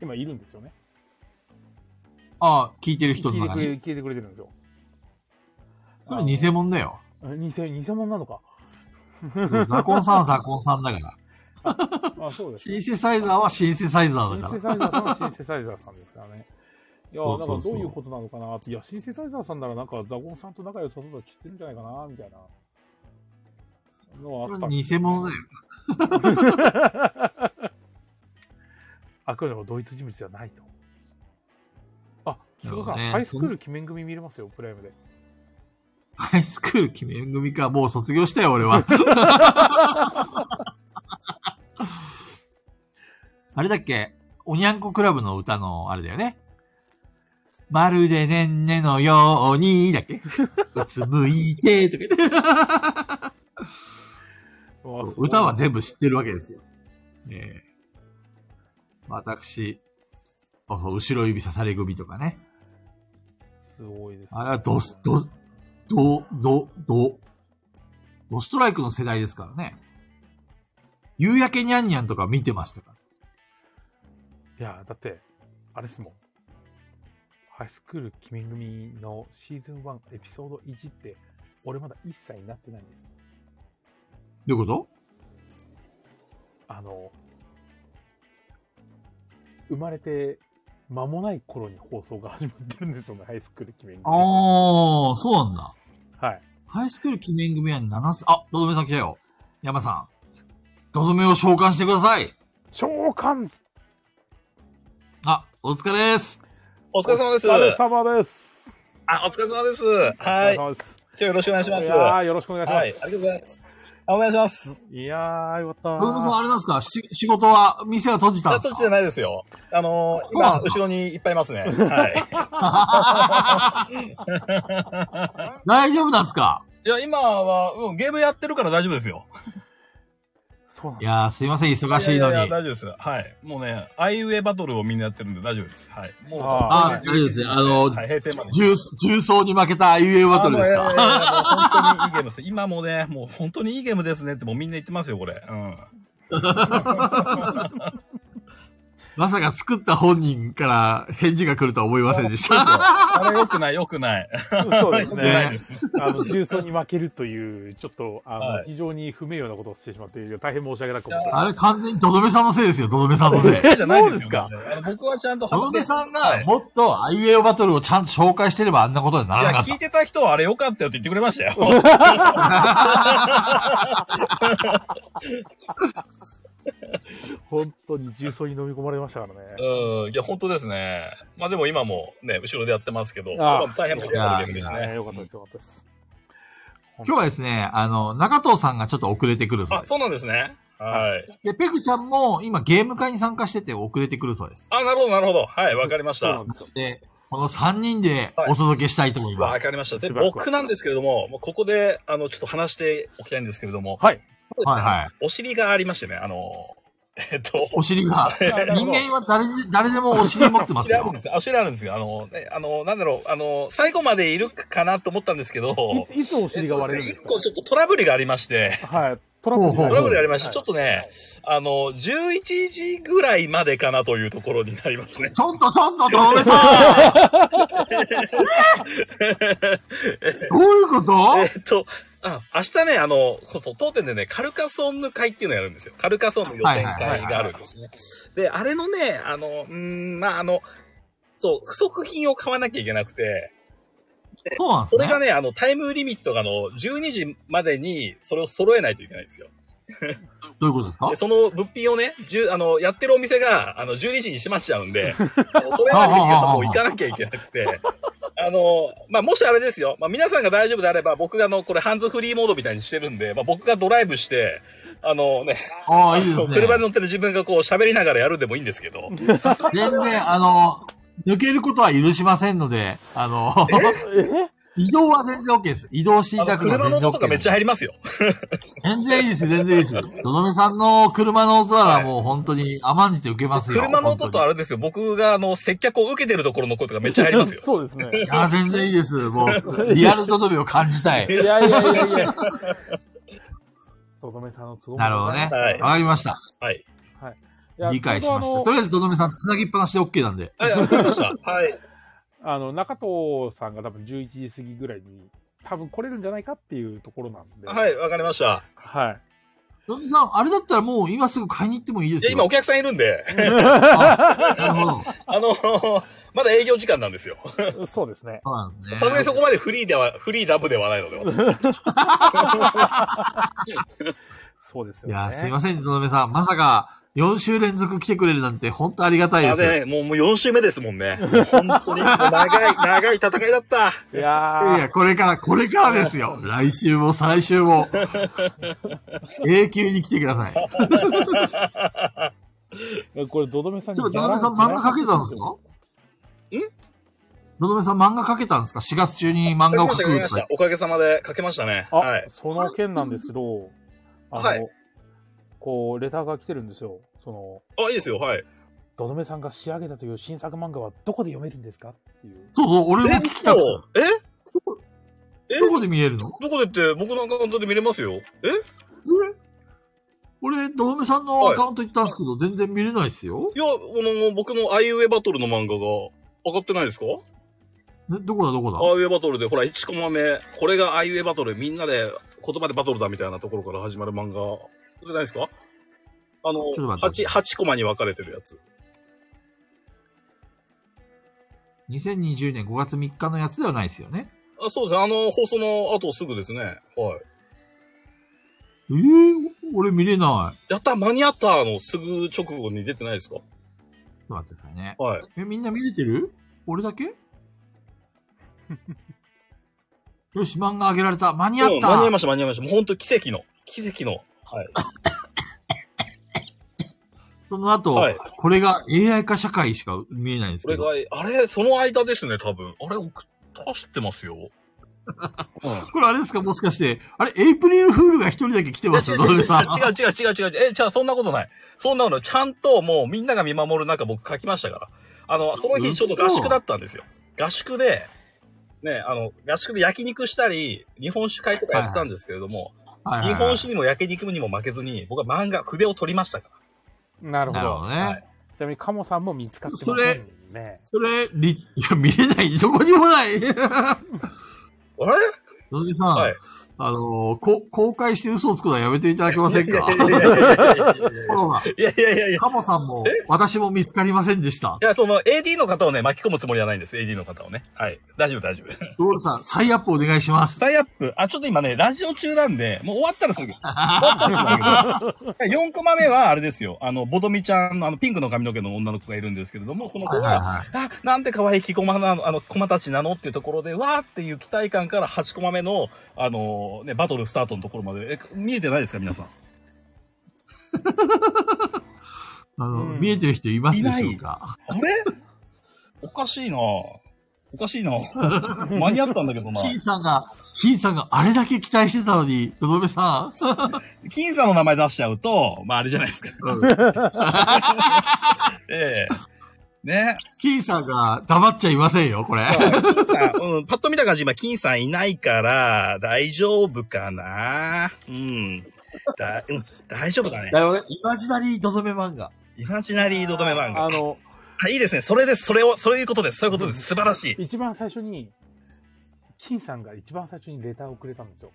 今いるんですよね。ああ、聞いてる人聞のいて中くれに。聞いてくれてるんですよ。それ偽物だよ。あの。え偽、偽物なのか。ザコンさんはザコンさんだから。あ、そうです。シンセサイザーはシンセサイザシーンだセから。サイザーさんはシンセサイザーさんですからね。いやそうー、なそんかうそうどういうことなのかなって。いや、シンセサイザーさんならなんかザゴンさんと仲良さそうだ知ってるんじゃないかな、みたいな。のはあった。偽物だよ。あくまでもドイツ人物じゃないと。あ、木戸さん、なるほどねハイスクール鬼面組見れますよ、プライムで。ハイスクール記念組か。もう卒業したよ、俺 は。あれだっけおにゃんこクラブの歌の、あれだよね。まるでねんねのように、だ っけうつむいて、とか言って。わあすごい歌は全部知ってるわけですよ。ええ私、あそう後ろ指刺され組とかね。すごいです、ね。あれはドス、ドス、ド、ド、ド、ドストライクの世代ですからね。夕焼けにゃんにゃんとか見てましたかいや、だって、あれですもん。ハイスクール君組のシーズン1エピソード1って、俺まだ1歳になってないんです。どういうことあの、生まれて間もない頃に放送が始まってるんですよね、ハイスクール君組。はああ、そうなんだ。い。ハイスクール記念組は7歳、あ、ドドメさん来たよ。山さん。ドドメを召喚してください。召喚あ、お疲れです。お疲れ様です。お疲れ様です。あ、お疲れ様です。お疲はれい。今様です。日よろしくお願いします。いはやい。あー、よろしくお願いします。りがとうございます。あお願いします。い、やー、よかったー。ドドメさんあれなんですかし仕事は、店は閉じたんあ、ですそっかちじゃないですよ。あのーそうなん今、ですか後ろにいっぱいい ますね。はい。大丈夫なんですかいや、今は、うん、ゲームやってるから大丈夫ですよ。そうなんいだ。やー、すいません、忙しいのやに。やや大丈夫です。はい。もうね、アイウェイバトルをみんなやってるんで大丈夫です。はい。もう、あー大丈夫ですねあのーはい、閉店まで。重重曹に負けた IUA バトルですあもうかいやいやいやもう本当にいいゲームです。今もね、もう本当にいいゲームですねってもうみんな言ってますよ、これ。うん。まさか作った本人から返事が来るとは思いませんでした。あれ良くない、良くない。そうです 良くないねで。す。 あの、重曹に負けるという、ちょっと、あの、はい非常に不名誉なことをしてしまって、大変申し訳なく思っあれ完全にドドメさんのせいですよ、ドドメさんのせい。じゃないそですうですよ、かあの僕はちゃんとドドメさんがいもっと IUA バトルをちゃんと紹介してればあんなことにならやなか、っ聞たい。てた人はあれ良かったよって言ってくれましたよ。本当に重曹に飲み込まれましたからね。うん、いや、本当ですね。まあでも今もね、後ろでやってますけど、ああまあ大変盛り上がるゲームですねね。よかったです、よかったです。今日はですね、あの、中藤さんがちょっと遅れてくるそうあ、ですそう。なんですね。はい。で、ペグちゃんも今ゲーム会に参加してて遅れてくるそうです。あ、なるほど、なるほど。はい、わかりましそうなたん。ですよ。で、この3人でお届けしたいと思いまわす。かりました。で、しばらくは僕なんですけれども、もうここで、あの、ちょっと話しておきたいんですけれども、はい。はいはい。お尻がありましてね、あの、えっと、お尻が、人間は誰に、誰でもお尻持っておます 尻あるよん。ですよ。お尻あるんですよ。あの、ね、あの、なんだろう、あの、最後までいるかなと思ったんですけど、いいつお尻が割れるんです一か個ちょっとトラブルがありまして、はい。トラブルほうほうほうトラブルがありまして、はい。ちょっとね、あの、11時ぐらいまでかなというところになりますね。 ちょんとちょんと、ドドメさんどういうことえっと、あ、明日ね、あの、そうそう、当店でね、カルカソンヌ会っていうのをやるんですよ。カルカソンヌ予選会があるんですね。で、あれのね、あの、うーんまあ、あの、そう、不足品を買わなきゃいけなくて、そうなんですそねれ。がね、あの、タイムリミットがあの、12時までにそれを揃えないといけないんですよ。どういうことですかで、その物品をね、じゅあの、やってるお店が、あの、12時に閉まっちゃうん で、あのそれまでに皆さんもう行かなきゃいけなくて、あの、まあ、もしあれですよ、まあ、皆さんが大丈夫であれば、僕があの、これハンズフリーモードみたいにしてるんで、まあ、僕がドライブして、あのね、ああ、いいですね。車に乗ってる自分がこう喋りながらやるでもいいんですけど、全然、あの、抜けることは許しませんので、あの、移動は全然 OK です。移動していあただくののは車の全然音とか OK めっでちゃす。入りますよ。全然いいです、全然いいです。どどめさんの車の音ならもう本当に甘んじて受けますよ。車の音とあれれですよ、僕があの、接客を受けてるところの声とかめっちゃ入りますよそうですね。いや、全然いいです。も う、リアルドドメを感じたいい。やいやいやいや。とどめさんの都合もなるほどね。はいわかりました。はい。や理解しまちょしうどた。とりあえず、どのめさん、つなぎっぱなしで OK なんで。 はい、わかりました。はい。あのあの、中藤さんが多分11時過ぎぐらいに、多分来れるんじゃないかっていうところなんで。はい、わかりました。はい。のみさん、あれだったらもう今すぐ買いに行ってもいいでいや、す今よお。客さんいるんで、今、なるほど。そあのまだ営業時間なんですよ。そうですね。うなんですさすがね。にそこまでフリーでは、フリーダブではないので、私そうですよいね。や、すいません、のどめさん。まさか、4週連続来てくれるなんて、本当ありがたいあです。ね、もうもう4週目ですもんね。もう 本当に、もう長い、長い戦いだった。いやーいやいや、これから、これからですよ。来週も再来週も。永久に来てください。これ、どどめさんちょ、どどめさん漫画描けたんですかどどめさん漫画描けたんですか ?4 月中に漫書け画をま描した、書けくまとしかた。おかげさまで書けましたね。あ、はい。その件なんですけど、あの、はいこう、レターが来てるんですよ。その、あ、いいですよ、はい。どどめさんが仕上げたという新作漫画はどこで読めるんですかっていう。そうそう、俺もえ聞きたくて。ええどこで見えるのどこでって、僕のアカウントで見れますよ。え俺、どどめさんのアカウント行ったんですけど、全然見れないっすよ。いや、あの、僕のアイウェイバトルの漫画が上がってないですかねどこだどこだアイウェイバトルで、ほら、1コマ目、これがアイウェイバトル、みんなで言葉でバトルだみたいなところから始まる漫画、これないですかあのちょっと、待って8、8コマに分かれてるやつ。 2020年5月3日のやつではないですよね。あそうですね、あの、放送の後すぐですね。はい。ええ俺見れない。やった、間に合ったのすぐ直後に出てないですかちょっと待ってくださいね。はい。え、みんな見れてる俺だ けよし、漫画あげられた。間に合った。うん間に合いました、間に合いました。もう本当奇跡の、奇跡の。はい。その後、はいこれが AI 化社会しか見えないんですこれけがど。、あれ、その間ですね、多分。あれ、送っ出してますよ。うんこれあれですかもしかして、あれ、エイプリルフールが一人だけ来て 違う違う違う違う違うますよ、どうでさん。違う違う。え、じゃあそんなことない。そんなの、ちゃんともうみんなが見守る中僕書きましたから。あの、その日ちょっと合宿だったんですよ。合宿で、ね、あの、合宿で焼肉したり、日本酒会とかやってたんですけれども、はいはいはい日本酒にも焼肉にも負けずに、僕は漫画、筆を取りましたかなるほなるど。ほどら。ね。はい。ちなみに、カモさんも見つかってませんそれね。それ、り、いや、見れない。どこにもない。 あれのどめさん、はいあのーこ、公開して嘘をつくのはやめていただけませんかほら、いやいやいやいやいやいやいやいやいやいや。カモさんも、私も見つかりませんでしたい。や、その AD の方をね、巻き込むつもりはないんです。AD の方をね。はい。大丈夫、大丈夫。ドールさん、サイアップお願いします。タイアップ、あ、ちょっと今ね、ラジオ中なんで、もう終わったらすぐ。終わったらすぐ。4コマ目は、あれですよ。あの、ボドミちゃんの、あの、ピンクの髪の毛の女の子がいるんですけれども、この子はいが、はいはいあ、なんて可愛いキコマなの、あの、コマたちなのっていうところで、わーっていう期待感から8コマ目の、あのね、バトルスタートのところまで、え、見えてないですか、皆さん。あの、うん見えてる人いますでしょうかあれおかしいなおかしいな間に合ったんだけど な。金さんが、金さんがあれだけ期待してたのに、のどめさん。金さんの名前出しちゃうと、まあ、あれじゃないですか。ええね金さんが黙っちゃいませんよ、これ。金さ ん、うん、パッと見た感じ、今、金さんいないから、大丈夫かなうん。だ、うん、大丈夫だね。るほどね。イマジナリーどどめ漫画。イマジナリード止め漫画。あ の、あいいですね。それです。それを、そういうことです。そういうことです。素晴らしい。一番最初に、金さんが一番最初にレターをくれたんですよ。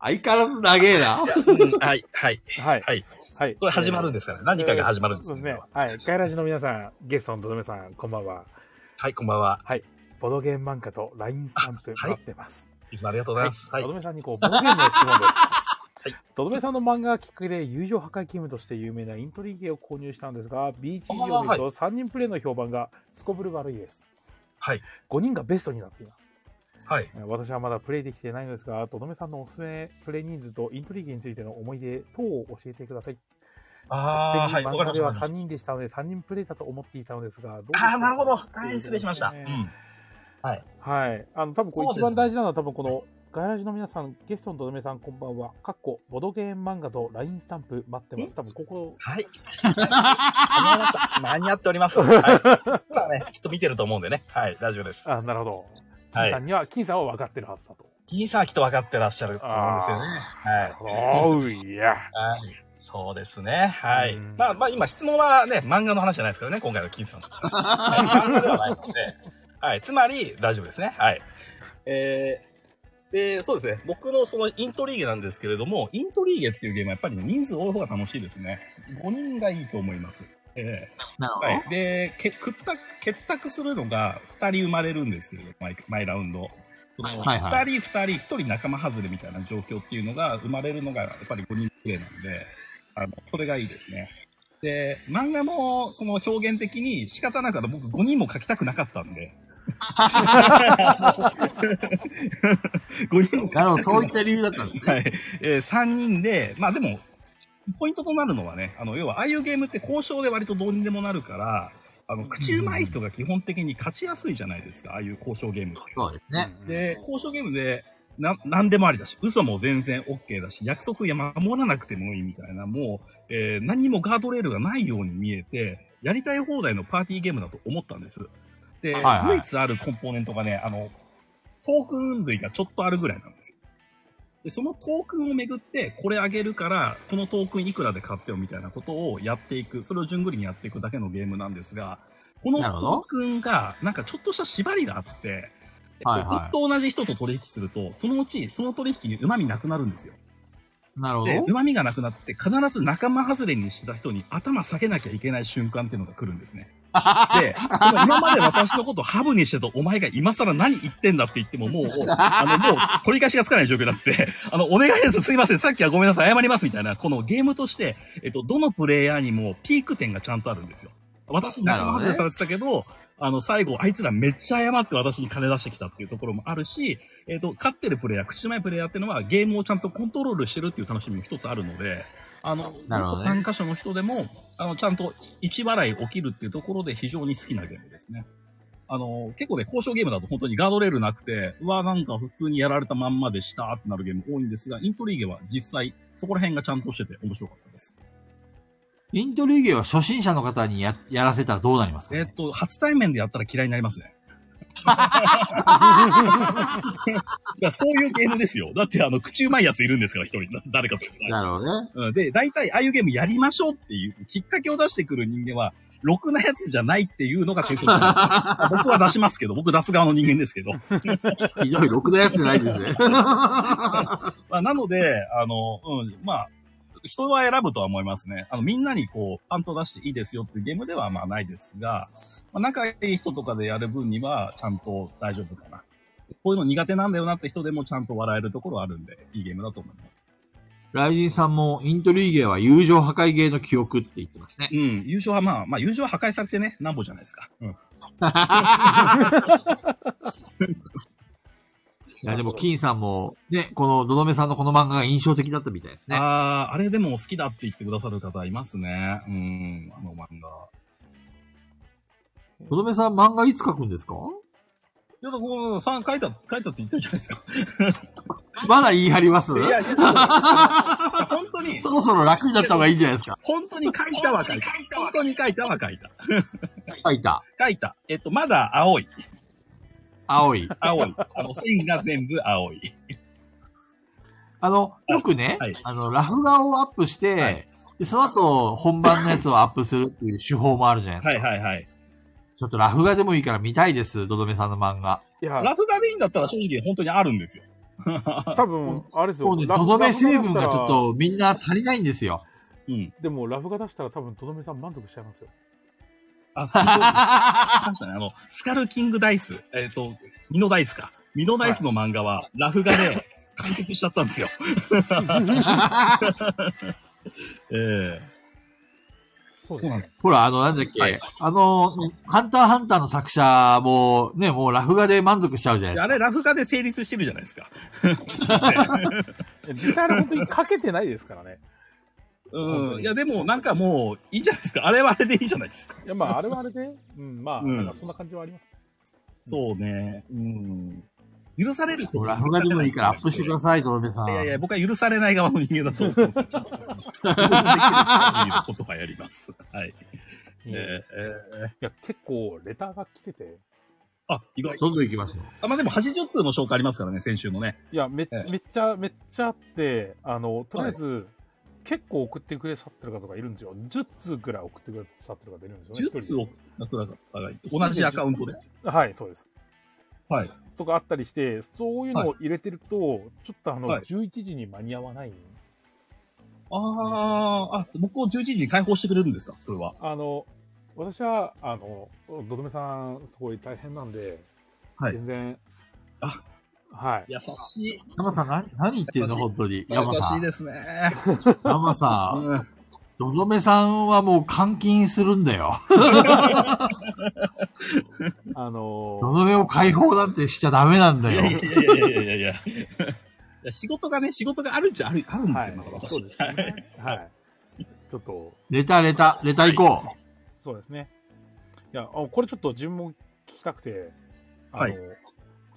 相変わらず長えな。うん、はい、はい。はい。はい。はい。これ始まるんですから、ね、何かが始まるんですそうよですね。はい。ガイラジの皆さん、ゲストのどどめさん、こんばんは。はい、こんばんは。ボドゲーム漫画と LINE スタンプあはい待ってます。いつもありがとうございます。はいド。ドメさんにこう、ボドゲームの質問です。ドドメさんの漫画がきっかけで友情破壊ゲームとして有名なイントリーゲを購入したんですが、BG を見ると3人プレイの評判がすこぶる悪いです。はい。 5人がベストになっています。はい。えー私はまだプレイできてないのですが、ドドメさんのおすすめプレイ人数とイントリーゲについての思い出等を教えてください。ああー、はい。わ漫かりま画しでた。わはかりま3人したでしたので、3人プレイだと思っていたのですが、どうでしょうあかあ、なるほど。大変失礼しました。うん。はい。あの、多分これそ一うですね番大事なのは、多分この、ガイラジの皆さん、ゲストのドドメさん、こんばんは。かっこ、ボドゲーム漫画と LINE スタンプ待ってます。多分ここ、はい。間に合いました。間に合ってお ります。はい。さあね、きっと見てると思うんでね。はい、大丈夫です。あ、なるほど。金はいさんには、金さんは分かってるはずだと。金さんはきっと分かってらっしゃると思うんですよね。あーなるほど。おういや。はい。はい。そうですね。はい。うんまあまあ今質問はね、漫画の話じゃないですからね、今回の金さん の話。はい漫画ではないので。はい。つまり大丈夫ですね。はい。えー、で、そうですね。僕のそのイントリーゲなんですけれども、イントリーゲっていうゲームはやっぱり人数多い方が楽しいですね。5人がいいと思います。えなるーほど。はい。で、けくった結託するのが2人生まれるんですけれど、毎毎ラウンド。そのはいはい2人、2人、1人仲間外れみたいな状況っていうのが生まれるのがやっぱり5人プレイなんで、あの、それがいいですね。で、漫画もその表現的に仕方なくあの僕5人も書きたくなかった んで。5人も書きなるほど、そういった理由だったんですね。はい。えー、3人で、まあでも、ポイントとなるのはね、あの、要は、ああいうゲームって交渉で割とどうにでもなるから、あの、口うまい人が基本的に勝ちやすいじゃないですか、ああいう交渉ゲームって。そうですね。で、交渉ゲームで、な、なんでもありだし、嘘も全然 OK だし、約束や守らなくてもいいみたいな、もう、えー何にもガードレールがないように見えて、やりたい放題のパーティーゲームだと思ったんです。で、はいはい唯一あるコンポーネントがね、あの、トークン類がちょっとあるぐらいなんですよ。で、そのトークンをめぐって、これあげるから、このトークンいくらで買ってよみたいなことをやっていく、それを順繰りにやっていくだけのゲームなんですが、このなるほどトークンが、なんかちょっとした縛りがあって、はいずはいっと同じ人と取引すると、そのうち、その取引に旨味なくなるんですよ。なるほど。で、旨味がなくなって、必ず仲間外れにした人に頭下げなきゃいけない瞬間っていうのが来るんで すね。で、この今まで私のことハブにしてたお前が今更何言ってんだって言っても、もう、あの、もう取り返しがつかない状況になって て、あの、お願いです、すいません、さっきはごめんなさい、謝りますみたいな、このゲームとして、えっと、どのプレイヤーにもピーク点がちゃんとあるんですよ。私、仲間外れされてたけど、あの、最後、あいつらめっちゃ謝って私に金出してきたっていうところもあるし、えっ、と、勝ってるプレイヤー、口うまいプレイヤーっていうのは、ゲームをちゃんとコントロールしてるっていう楽しみも一つあるので、あの、なるほどね参加者の人でも、あの、ちゃんと一払い起きるっていうところで非常に好きなゲームですね。あの、結構ね、交渉ゲームだと本当にガードレールなくて、うわ、なんか普通にやられたまんまでしたってなるゲーム多いんですが、イントリーゲは実際、そこら辺がちゃんとしてて面白かったです。イントリーゲーは初心者の方にややらせたらどうなりますか、えねっ、と、初対面でやったら嫌いになりますね。いやそういうゲームですよ。だって、あの、口うまいやついるんですから、一人。な誰かと。なるほどね。うんで、大体、ああいうゲームやりましょうっていう、きっかけを出してくる人間は、ろくなやつじゃないっていうのが結構、僕は出しますけど、僕出す側の人間ですけど。ひどい、ろくなやつじゃないですね。 まあ、なので、あの、うん、まあ、人は選ぶとは思いますね。あの、みんなにこう、パンと出していいですよっていうゲームではまあないですが、まあ、仲いい人とかでやる分には、ちゃんと大丈夫かな。こういうの苦手なんだよなって人でもちゃんと笑えるところあるんで、いいゲームだと思います。ライジンさんも、イントリーゲーは友情破壊ゲーの記憶って言ってますねう。ん、優勝はまあ、まあ優勝は破壊されてね、なんぼじゃないですか。うん。いや、でも、金さんも、ね、この、どどめさんのこの漫画が印象的だったみたいですね。ああ、あれでも好きだって言ってくださる方いますね。うん、あの漫画。どどめさん漫画いつ書くんですかいや、こう、さん書いた、書いたって言ってるじゃないですか。まだ言い張りますいや、いや、 本当に、そろそろ楽になった方がいいんじゃないですか。本当に書いたは書いた。本当に書いたは書いた。書いた。書いた。えっと、まだ青い。青い。青い。あの、線が全部青い。あの、よくね、はいあの、ラフ画をアップして、はいでその後、本番のやつをアップするっていう手法もあるじゃないですか。はいはいはい。ちょっとラフ画でもいいから見たいです、どどめさんの漫画。いや、ラフ画でいいんだったら正直本当にあるんですよ。多分、あれですよ。もうね、ラフとどめ成分がちょっとみんな足りないんですよ。うん。でも、ラフが出したら多分、とどめさん満足しちゃいますよ。あ、 そういうことですましたね。あの、スカルキングダイス、えっ、と、ミノダイスか。ミノダイスの漫画は、ラフ画で完結しちゃったん ですよ。ええそうそでうすなんでね。す。ほら、あの、なんだっけ、はいあの、ハンターハンターの作者も、ね、もうラフ画で満足しちゃうじゃないであすか。れ、ラフ画で成立してるじゃないですか。実際あれ本当にかけてないですからね。本当うん。にいや、でも、なんかもう、いいじゃないですか。あれはあれでいいじゃないですか。いや、まあ、あれはあれで、うん、まあ、うんなんかそんな感じはあります。そうね。うん。許される人もうラフ画でもいいからアップしてください、どどめさん。いやいや、僕は許されない側の人間だと思う。許される限りのことはやります。はい。えーえーいや、結構、レターが来てて、あ、意外。どんどん行きますよ。あ、まあ、で も80通の紹介ありますからね、先週のね。いや、めええめっちゃ、めっちゃあって、あの、とりあえず、結構送ってくれさってる方がいるんですよ。10通ぐらい送ってくれさってる方いるんですよね。 10一通をなくなったら同じアカウントで。人はい、そうです。はい。とかあったりして、そういうのを入れてると、ちょっとあの、はい11時に間に合わない。ああ、あ、僕を11時に解放してくれるんですかそれは。あの、私は、あの、どどめさん、すごい大変なんで、はい全然、あはい。優しい。山さん、な何言ってんの本当に。優山さしいん。ですね。山さん。うんどどめさんはもう監禁するんだよ。あのどどめを解放なんてしちゃダメなんだいやいよ。やいやいやいやいやいや。仕事がね、仕事があるっちゃある、あるんではすいよ、だから、私そうですね。はい。ちょっと、レターレター、レター行こそうですね。いや、あこれちょっと順問聞きたくて、あの、はい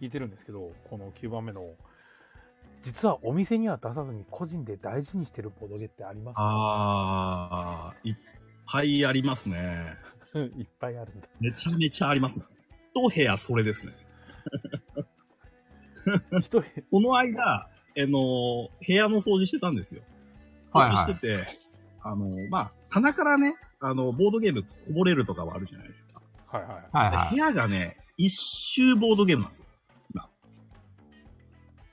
聞いてるんですけど、この9番目の、実はお店には出さずに個人で大事にしてるボドゲってありますかああ、いっぱいありますね。 いっぱいあるんだ。めちゃめちゃありますね。一部屋それですね。一人、この間、あの、部屋の掃除してたんですよ。う。はいはしてい。て、あの、まあ、棚からね、あの、ボードゲームこぼれるとかはあるじゃないですか。はいはい。はいは部い。屋がね、一周ボードゲームなんですよ。今。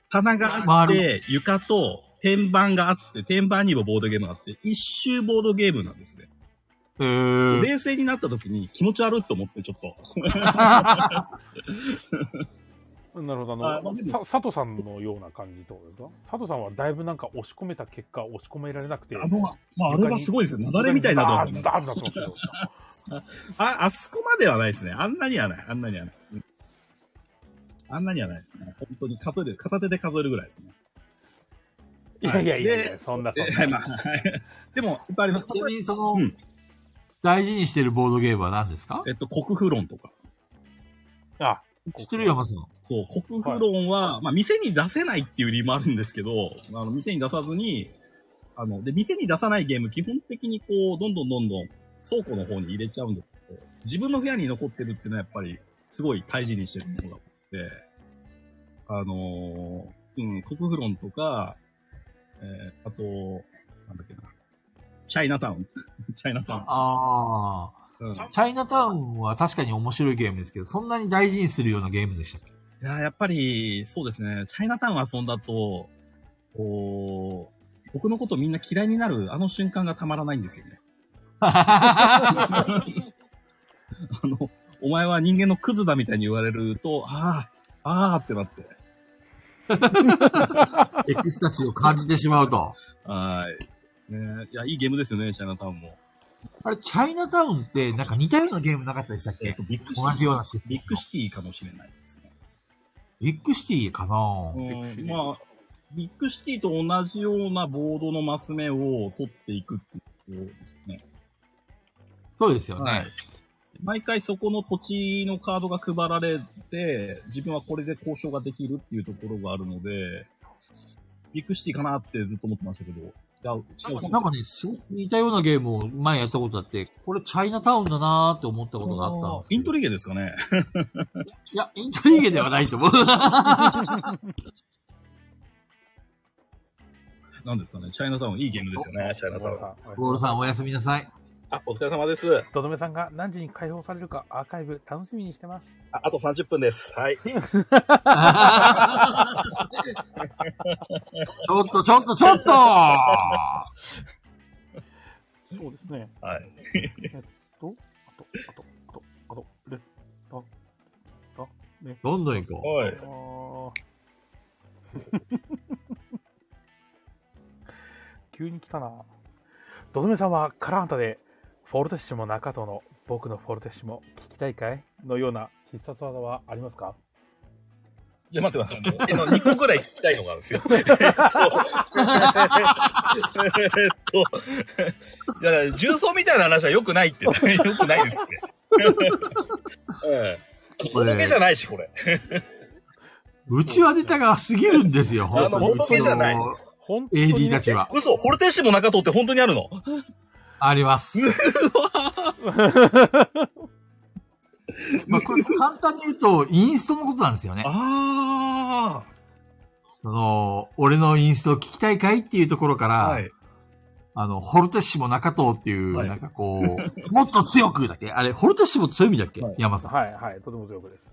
棚があ回って、床と天板があって、天板にもボードゲームがあって、一周ボードゲームなんですね。えー、冷静になった時に気持ち悪いと思って、ちょっと。なるほど、ああのまあで、さも佐藤さんのような感じってことですか佐藤さんはだいぶなんか押し込めた結果、押し込められなくて。あの、まあ、あれはすごいですよ。雪崩みたいになと思ってますダーンダーンなってますけあ、あそこまではないですね。あんなにはない。あんなにはない。うんあんなにはないですね。本当に数える、片手で数えるぐらいですね。どいやいやいやいや、そんなそんえな。まあ、はいでも、いっぱいありますち。なみにその、うん大事にしてるボードゲームは何ですかえっと、国風論とか。あ、知ってるよ、山さん。そう、国風論は、まあ、店に出せないっていう理由もあるんですけど、あの、店に出さずに、あの、で、店に出さないゲーム、基本的にこう、どんどんどんどん倉庫の方に入れちゃうんですけど、自分の部屋に残ってるっていうのはやっぱり、すごい大事にしてるものだって、あのーうん、国風論とか、えー、あと、なんだっけな、チャイナタウン。 チャイナタウン。あうんあ。チャイナタウンは確かに面白いゲームですけど、そんなに大事にするようなゲームでしたっけいやー、やっぱり、そうですね。チャイナタウン遊んだと、こう、僕のことみんな嫌いになるあの瞬間がたまらないんですよね。 あの、お前は人間のクズだみたいに言われると、ああ、ああってなって。 エキスタシーを感じてしまうと。はーい。ねえいや、いいゲームですよね、チャイナタウンも。あれ、チャイナタウンってなんか似たようなゲームなかったでしたっえっけと、ビッグシテ同じィ。ようなシステムビッグシティかもしれないですね。ビッグシティかなビッグシテうィん、まあ、ビッグシティと同じようなボードのマス目を取っていくっていうことですね。そうですよね。はい。毎回そこの土地のカードが配られて、自分はこれで交渉ができるっていうところがあるので、ビッグシティかなってずっと思ってましたけど、違う、違う。なんかね、すごく似たようなゲームを前やったことあって、これチャイナタウンだなーって思ったことがあったんですけイどントリゲですかね。 いや、イントリーゲではないと 思う。なんですかね。チャイナタウン、いいゲームですよね、チャイナタウン。ボールん。さんおやすみなさい。あ、お疲れ様です。とどめさんが何時に解放されるかアーカイブ楽しみにしてます。ああと30分です。はい。ちょっとちょっとちょっとそうですね。はい。と、あと、あと、あと、あと、レッド、レッ どんどん行こはい。ド。急に来たな。ドドメさんはカラハンタで、フォルテッシモ中藤の僕のフォルテッシモ聞きたいかいのような必殺技はありますかいや、待って待って。あの、2個ぐらい聞きたいのがあるんです よ。えっと、えっと、だから、重曹みたいな話は良くないって、 良くないですって。ええ。これボドゲじゃないし、これ。う。うちはネタが過ぎるんですよ、本当あに。うの本当ちにじゃないの本当に AD たちは。嘘、ホルテッシモ中藤って本当にあるのあります。 まあ、これ簡単に言うと、インストのことなんですよね。あその、俺のインストを聞きたいかいっていうところから、はい。あの、ホルテッシモ中藤っていう、はいなんかこう、もっと強くだっけあれ、ホルテッシモ強い意味だっけ、はい山さん。はいはい、とても強くです。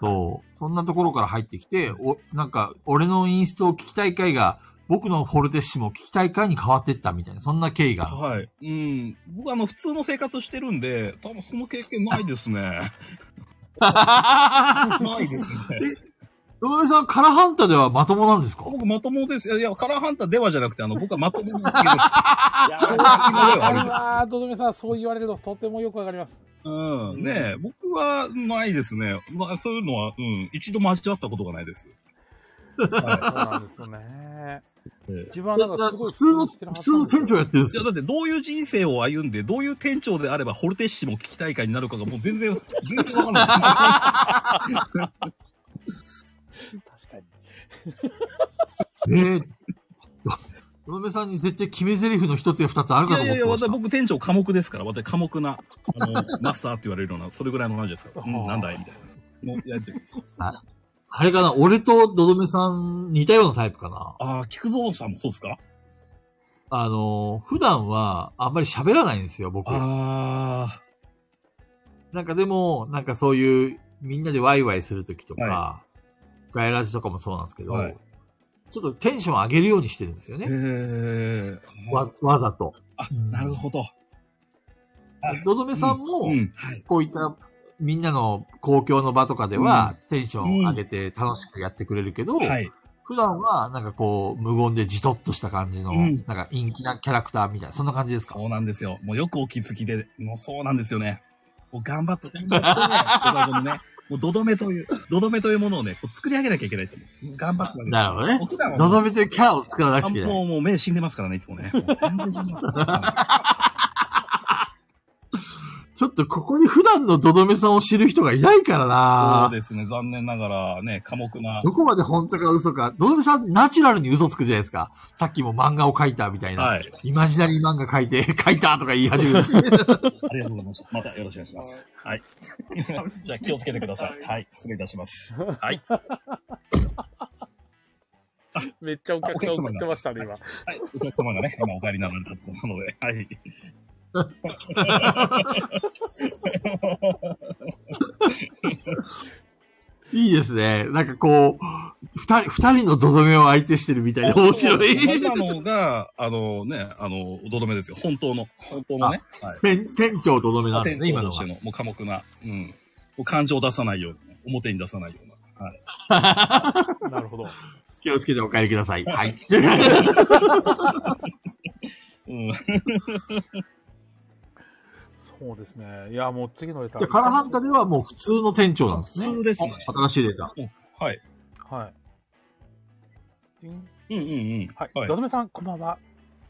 そう。そんなところから入ってきて、お、なんか、俺のインストを聞きたい回が、僕のホルテッシモを聞きたい回に変わってったみたいな、そんな経緯がある。はい。うん。僕、あの、普通の生活してるんで、多分その経験ないですね。 ないですね。野上さん、カラハンタではまともなんですか僕、まともです。いやいや、カラーハンターではじゃなくて、あの、僕はまともなんですいやけど、常識の上はあるんであー、とどめさん、そう言われるととてもよくわかります。うん。ねえ、僕はないですね。まあ、そういうのは、うん。一度も味わったことがないです。そうなんですよね。ええ自分はなんかすごい普通の、してるは普ず通なのんですよ店長やってるんでいすや、よ。だってどういう人生を歩んで、どういう店長であれば、ホルテッシも聞き大会になるかがもう全然、全然わかん な確かに。ええ野上さんに絶対決め台詞の一つや二つあるい。いかやと思っいやいてや、ました私。僕店長寡黙ですから、私寡黙な、あの、マスターって言われるような、それぐらいの話ですから。うん、なんだいみたいな。もうやってるあれかな俺とのどめさん似たようなタイプかなああ、菊蔵さんもそうですかあのー、普段はあんまり喋らないんですよ、僕。あなんかでも、なんかそういう、みんなでワイワイするときとか、はガイラジとかもそうなんですけど、はいちょっとテンション上げるようにしてるんですよへね。え。わ、わざと。あ、なるほど。のどめさんも、うん、はい。こういった、みんなの公共の場とかでは、テンション上げて楽しくやってくれるけど、はい。普段は、なんかこう、無言でじとっとした感じの、うんなんか陰気なキャラクターみたいな、そんな感じですかそうなんですよ。もうよくお気づきで、もうそうなんですよね。もう頑 張って、頑張ってね、小沢君のね、もうどどめという、どどめというものをね、こう作り上げなきゃいけないと思う。頑張ってるわけですなるほどねもう。普段はのもうぞみというキャラを作らなくちゃいあけない。もう、もう目死んでますからね、いつも ね。もう全然死んでますからちょっとここに普段のどどめさんを知る人がいないからそうなですね、残念ながらね、寡黙な。どこまで本当か嘘か。どどめさんナチュラルに嘘つくじゃないですか。さっきも漫画を描いたみたいな。はいイマジナリー漫画描いて、描いたとか言い始めるし。 ありがとうございました。またよろしくお願いします。 はい。じゃあ気をつけてください。はい。失礼いたします。はい。めっちゃお客さん送ってましたね、今。はい。お客様がね、今お帰りになられたところなので、はい。いいですね。なんかこう、二人、二人のどどめを相手してるみた いで面白い。今のが、あのね、あの、おどどめですよ。本当の。本当のね。はい。店店長どどめなんです店ね、今長のとしはて。の、もう寡黙な。うん。もう感情を出さないようなね。表に出さないような。はい。なるほど。気をつけてお帰りください。はい。 うん。そうですね。いや、もう次のレター。じゃあカラハンタではもう普通の店長なんですね。普通ですね新しいデータ。はい。はい。ジンうんうんうん。はい。はいどどめさん、こんばんは。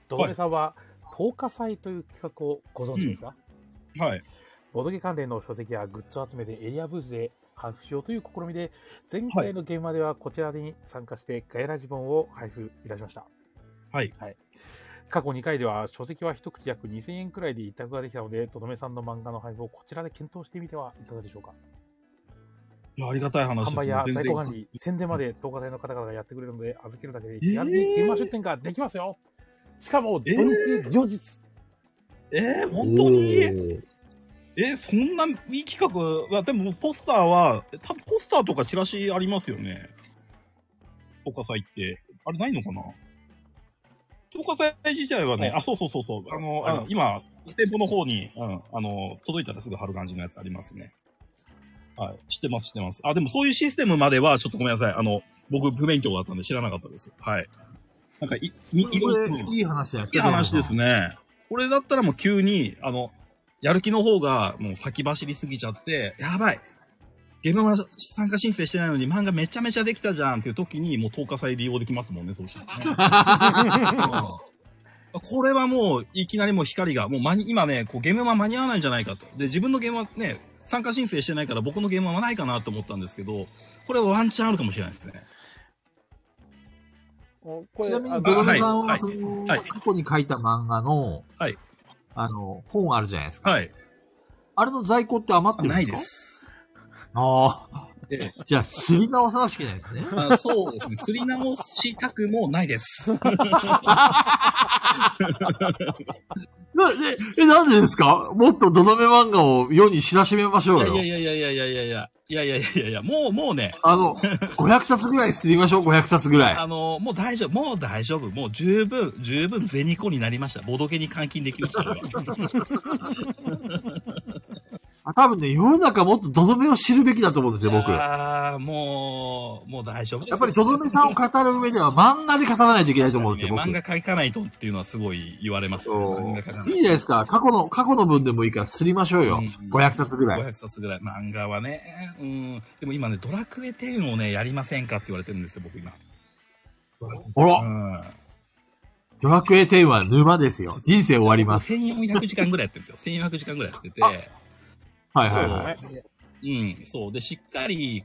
どどめさんは、10日祭という企画をご存知ですか、はい。ボドゲ関連の書籍やグッズを集めてエリアブースで配布しようという試みで、前回の現場ではこちらに参加してガイラジ本を配布いたしました。はい。過去2回では書籍は一口約2000円くらいで一択ができたので、とどめさんの漫画の配布をこちらで検討してみてはいかがでしょうか。いや、ありがたい話です、販ね。売や在庫管全然理、宣伝まで動画隊の方々がやってくれるので、預けるだけで気軽に現場出店ができますよ。しかも土日両日。えー、本当におーえー、そんないい企画いやでもポスターは、多分ポスターとかチラシありますよね。東華祭って。あれないのかな東華祭自体はね、あ、そうそうそうそう。あの、あの今、店舗の方に、うん、あの、届いたらすぐ貼る感じのやつありますね。はい。知ってます、知ってます。あ、でもそういうシステムまでは、ちょっとごめんなさい。あの、僕不勉強だったんで知らなかったです。はい。なんかい、い、いころいれろ、。いい話だよ。いい話ですね。これだったらもう急に、あの、やる気の方がもう先走りすぎちゃって、やばいゲームは参加申請してないのに漫画めちゃめちゃできたじゃんっていう時にもう10日祭利用できますもんね、そうしたらね。 うんこれはもういきなりもう光が、もう間に、今ね、こうゲームは間に合わないんじゃないかと。で、自分のゲームはね、参加申請してないから僕のゲームはないかなと思ったんですけど、これはワンチャンあるかもしれないですね。こちなみに、あドロはメいさんははいその、はい過去に書いた漫画の、はいあの、本あるじゃないですか。はい。あれの在庫って余ってるんなでいすかで。す。ああ。で、じゃあ、すり直さなしゃいけないですね。まあ、そうですね。すり直したくもないです。なえ、え、なんでですかもっとどどめ漫画を世に知らしめましょいうやよ。いやいやいやいやいやいや。いやいやいやいや、もうもうね、あの、500冊ぐらいすりましょう、500冊ぐらい。あの、もう大丈夫、もう大丈夫、もう十分、十分ゼニコになりました。ボドゲに換金できました。俺はあ多分ね、世の中もっとどどめを知るべきだと思うんですよ、僕。やああ、もう、もう大丈夫です。っぱりどどめさんを語る上では漫画で語らないといけないと思うんですよ、僕。漫画描かないとっていうのはすごい言われます。そう漫いい画じ描ゃかなないい。ですか。過去の、過去の分でもいいから、すりましょうよ。うん500冊ぐらい。 500冊ぐらい。漫画はね、うん。でも今ね、ドラクエ10をね、やりませんかって言われてるんですよ、僕今。あうら、ん。ドラクエ10は沼ですよ。人生終わります。 1400時間ぐらいやってるんですよ。1400時間ぐらいやってて。はいそうはいではい。すね。うん、そう。で、しっかり、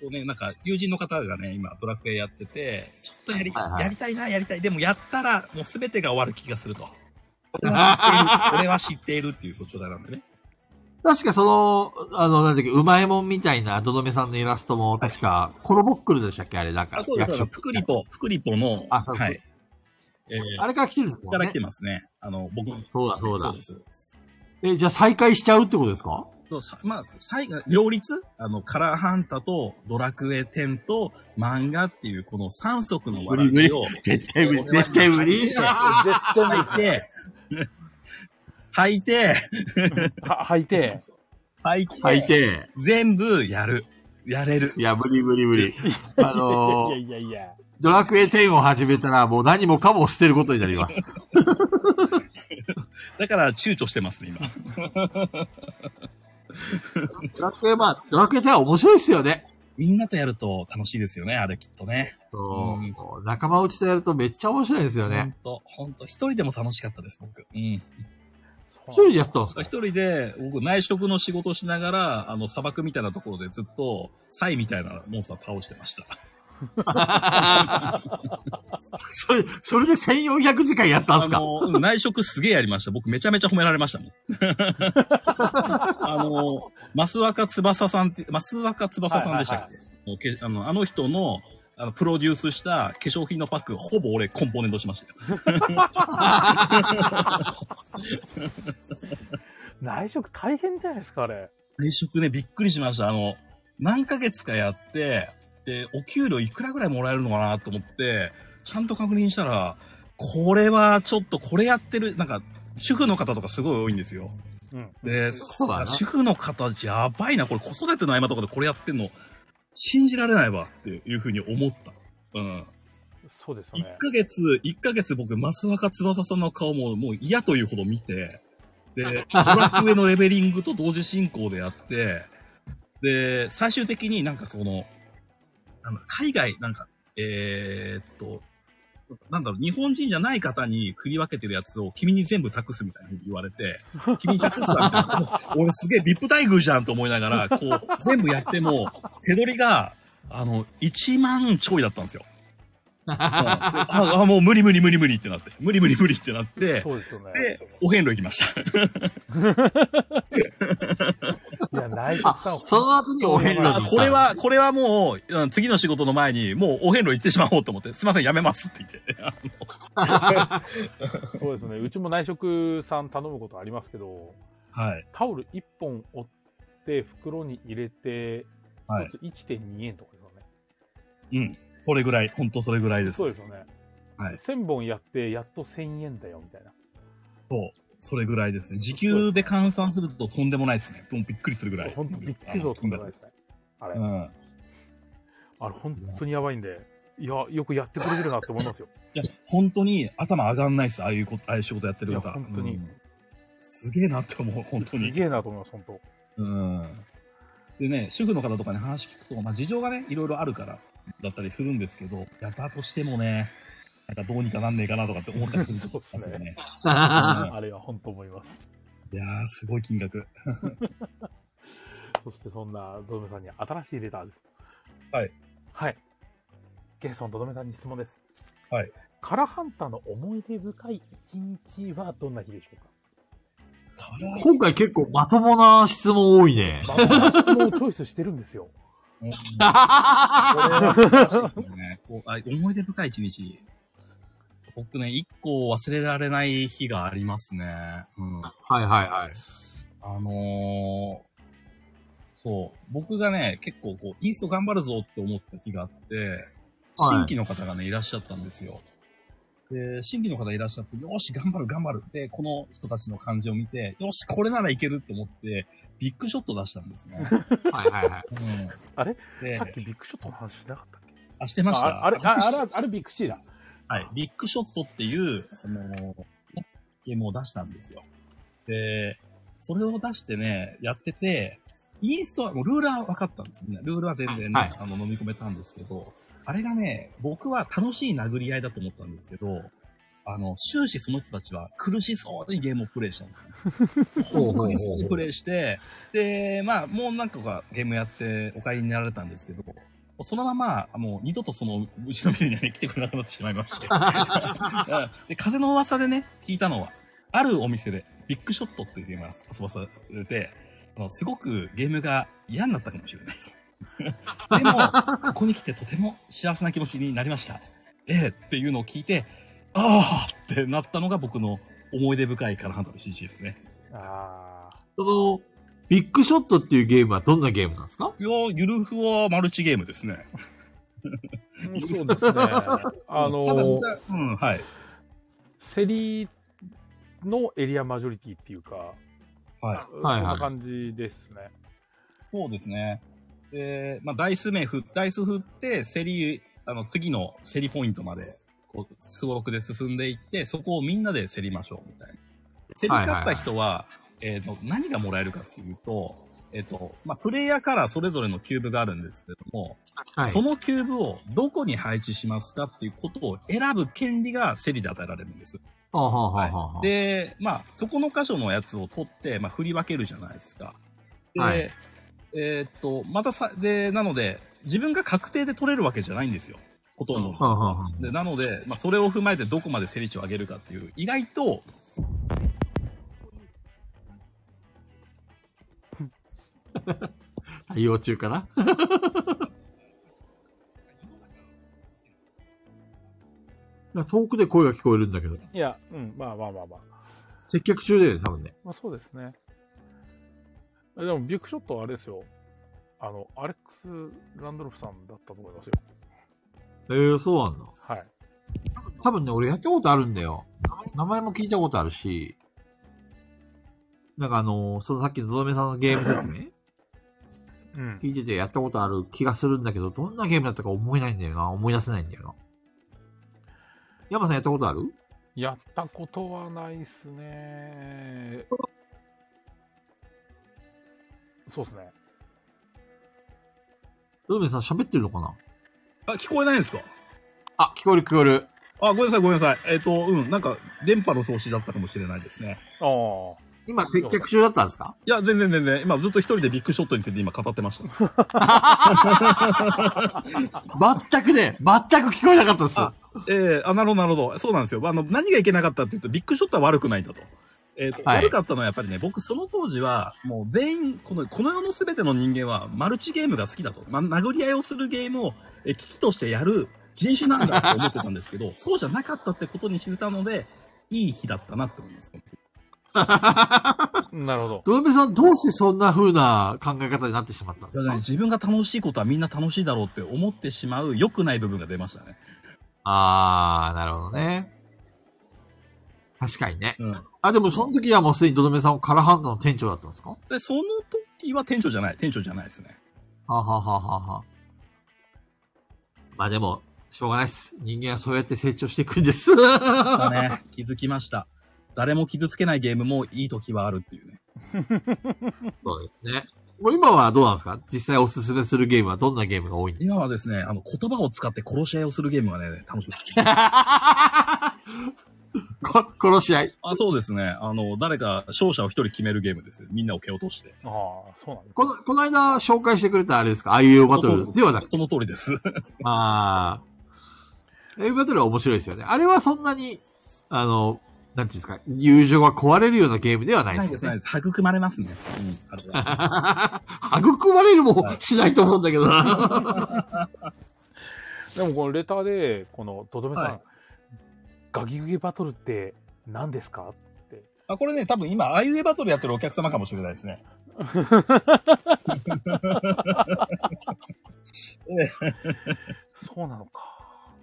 こうね、なんか、友人の方がね、今、ドラクエやってて、ちょっとやり、はいはいやりたいな、やりたい。でも、やったら、もうすべてが終わる気がすると。 俺は知っている、俺は知っているっていうことだなんでね。確かその、あの、なんだっけ、うまいもんみたいな、どどめさんのイラストも、確か、コロボックルでしたっけあれ、なんかあ、、そうです。そうです所福リポ、福リポの、あそうそうはい。えー、あれから来てるんですかもんらね来。てますね。あの、僕も。そうだそうだですそうです。え、じゃあ再開しちゃうってことですかそうさまあ、最後、両立あの、カラーハンタと、ドラクエ10と、漫画っていう、この3足のわらびを、絶対無理、絶対無理。絶対履いて、履いて、は履いて、履いて、最低。全部やる。やれる。いや、無理無理無理。あのいやー、いやいや、ドラクエ10を始めたら、もう何もかも捨てることになります。だから躊躇してますね、今。ドラクエ、まあ、ドラクエ10は面白いっすよね。みんなとやると楽しいですよね、あれきっとね。そう。仲間内とやるとめっちゃ面白いですよほんね。と、ほんと、一人でも楽しかったです、僕。うん。一人でやったんですか一人で、僕、内職の仕事をしながら、あの、砂漠みたいなところでずっと、サイみたいなモンスター倒してました。それ、それで1400時間やったんあですかの、うん内職すげえやりました。僕めちゃめちゃ褒められましたもん。 あの、増若翼さんって、増若翼さんでしたっけ、はいもうけあのあの人の、あの、プロデュースした化粧品のパック、ほぼ俺コンポーネントしましたよ。内職大変じゃないですか、あれ。内職ね、びっくりしました。あの、何ヶ月かやって、で、お給料いくらぐらいもらえるのかなと思って、ちゃんと確認したら、これはちょっとこれやってる、なんか、主婦の方とかすごい多いんですよ。うん。で、そうだな主婦の方、やばいな、これ子育ての合間とかでこれやってんの、信じられないわっていうふうに思った。うん。そうです一よね。ヶ月、一ヶ月僕、増若翼さんの顔ももう嫌というほど見て、で、ドラクエのレベリングと同時進行でやって、で、最終的になんかその、なんだ海外、なんか、えー、っと、なんだろう、日本人じゃない方に振り分けてるやつを君に全部託すみたいなふうに言われて、 君に託すわみたいな。俺すげえビップ待遇じゃんと思いながら、こう、全部やっても、手取りが、あの、1万ちょいだったんですよ。 ああ、もう無理無理無理無理ってなって、無理無理無理ってなって、そうですよね。で、お遍路行きました。いや、内職さん、その後にお遍路に行ったあこれ、は、これはもう、うん次の仕事の前に、もうお遍路行ってしまおうと思って、すいません、やめますって言って。そうですね。うちも内職さん頼むことありますけど、はい。タオル1本折って袋に入れて、はい一つ1.2円とかですよね。うん。それぐらい、ほんとそれぐらいです。そ。そううですよね。はい1000本やって、やっと1000円だよ、みたいな。それぐらいですね。時給で換算するととんでもないですね。もうびっくりするぐらい。ほんとびっくりぞ、とんでもないですね。あれ、うん。いあれ、本当にやばいんで、いや、よくやってくれてるなって思いますよ。や、本当に頭上がんないです。ああいうこと、ああいう仕事やってる方。いや本当にうんすげえなって思う、本当すに。げえなと思います、本当。うん。でね、主婦の方とかに話聞くと、まあ事情がね、いろいろあるから、だったりするんですけど、やったとしてもね、なんかどうにかなんねえかなとかって思ったりするん そうっすねよね。あれは本当思います。いやー、すごい 金額。そしてそんなドドメさんに新しいレターです。はい。はい。ゲソンドドメさんに質問です。はい。カラハンターの思い出深い一日はどんな日でしょ 今回結構まともな質問多いね。 うかまあ質問をチョイスしてるんですよ。これは素晴らしいですねこうあ思い出深い一日。僕ね、一個忘れられない日がありますね。うん。はいはいはい。あのーそう、僕がね、結構こう、インスト頑張るぞって思った日があって、はい新規の方がね、いらっしゃったんですよ。で、新規の方いらっしゃって、よーし、頑張る、頑張るって、この人たちの感じを見て、よし、これならいけるって思って、ビッグショット出したんですね。はいはいはい。うん、 あれでさっきビッグショットの話しなかったっけあ、してました。ああれ、ああれ、あれビッグシーだ。はい。ビッグショットっていう、あのーゲームを出したんですよ。で、それを出してね、やってて、インストは、もうルーラーは分かったんですみんな。ルーラーは全然ね、はいあの、飲み込めたんですけど、あれがね、僕は楽しい殴り合いだと思ったんですけど、あの、終始その人たちは苦しそうにゲームをプレイしたんですね。ほうほうほう苦しそうにプレイして、で、まあ、もう何個かゲームやってお帰りになられたんですけど、そのまま、もう二度とその、うちの店には、ね、来てくれなくなってしまいまして。 うんで、風の噂でね、聞いたのは、あるお店で、ビッグショットっていうゲームを遊ばされて、あのすごくゲームが嫌になったかもしれないと。でも、ここに来てとても幸せな気持ちになりました。ええっていうのを聞いて、ああってなったのが僕の思い出深いカラハントの一日ですね。あその、ビッグショットっていうゲームはどんなゲームなんですかいやーゆるふはマルチゲームですね。ーそうです ね。あただの、うん、はい。セリのエリアマジョリティっていうか、はい。はいはいそんな感じですね。そうですね。で、まあ、ダイス名振っ、ダイス振って、競り、あの、次の競りポイントまで、こう、すごろくで進んでいって、そこをみんなで競りましょう、みたいな。競り勝った人は、えっ、と、何がもらえるかっていうと、えっ、と、まあ、プレイヤーからそれぞれのキューブがあるんですけれども、はい。そのキューブをどこに配置しますかっていうことを選ぶ権利が競りで与えられるんです。はあはあはあはあはい、で、まあ、そこの箇所のやつを取って、まあ、振り分けるじゃないですか。で、はいえーっと、またさ、で、なので、自分が確定で取れるわけじゃないんですよ。ほとんど。はあはあはあでなので、まあ、それを踏まえてどこまで競り値を上げるかっていう、意外と、対応中かな なんか遠くで声が聞こえるんだけど、いや、うん、まあまあまあまあ。接客中だよね、多分ね。まあそうですね。あでも、ビッグショットはあれですよ。あの、アレックス・ランドルフさんだったと思いますよ。ええー、そうなんだ。はい。多分ね、俺やったことあるんだよ。名前も聞いたことあるし、なんかあのーそのさっきののどめさんのゲーム説明うん。聞いててやったことある気がするんだけど、どんなゲームだったか思えないんだよな。思い出せないんだよな。山さんやったことあるやったことはないっすね。そうっすね。のどめさん喋ってるのかなあ、聞こえないんですかあ、聞こえる聞こえる。あ、ごめんなさい、ごめんなさい。えーっと、うん、なんか、電波の調子だったかもしれないですね。ああ。今、接客中だったんですかいや、全然全然。今、ずっと一人でビッグショットについて今語ってました。全くね、全く聞こえなかったです。あええあ、なるほど、なるほど。そうなんですよ。あの、何がいけなかったって言うと、ビッグショットは悪くないんだと。えーとはい悪かったのはやっぱりね、僕その当時は、もう全員、この、この世の全ての人間は、マルチゲームが好きだと。ま、殴り合いをするゲームを、えー、危機としてやる人種なんだと思ってたんですけど、そうじゃなかったってことに知れたので、いい日だったなって思います。なるほど。ドラメさん、どうしてそんな風な考え方になってしまったんでだすからかね自分が楽しいことはみんな楽しいだろうって思ってしまう良くない部分が出ましたね。あー、なるほどね。確かにね。うん。あ、でもその時はもうすでにドドメさんはカラハンドの店長だったんですかはで、その時は店長じゃない。店長じゃないですね。あはあはあはあはあまあでも、しょうがないっす。人間はそうやって成長していくん です。だね。気づきました。誰も傷つけないゲームもいい時はあるっていうね。そうですね。もう今はどうなんですか実際おすすめするゲームはどんなゲームが多いんですか今はですね、あの、言葉を使って殺し合いをするゲームがね、楽しい。 こ殺し合い。あそうですね。あの、誰か勝者を一人決めるゲームですね。みんなを蹴落として。ああ、そうなんですこの、この間紹介してくれたあれですか ?IU バトルではなくその通りです。ああ。エイブバトルは面白いですよね。あれはそんなに、あの、なんていうんですか、友情が壊れるようなゲームではないですよね。です。育まれますね。うん。あれは育まれるもしないと思うんだけどな。でもこのレターで、このとどめさん、はいガギガギバトルって何ですかあこれね、多分今、ああいうえバトルやってるお客様かもしれないですね。そうなのか。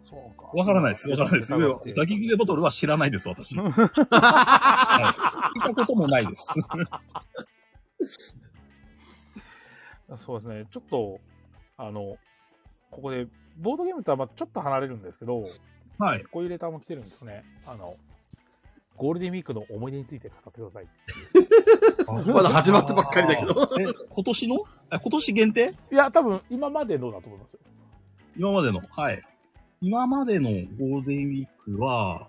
そうか。わからないです。わからないです。わかんなガいキギレバトルは知らないです、 私。はい聞いたこともないです。そうですね。ちょっと、あの、ここで、ボードゲームとはまあちょっと離れるんですけど、はい。こういうレターも来てるんですね。あの、ゴールデンウィークの思い出について語ってください。 まだ始まったばっかりだけど。え、今年のあ今年限定 いや、多分今までのだと思いますよ。今までの。はい。今までのゴールデンウィークは、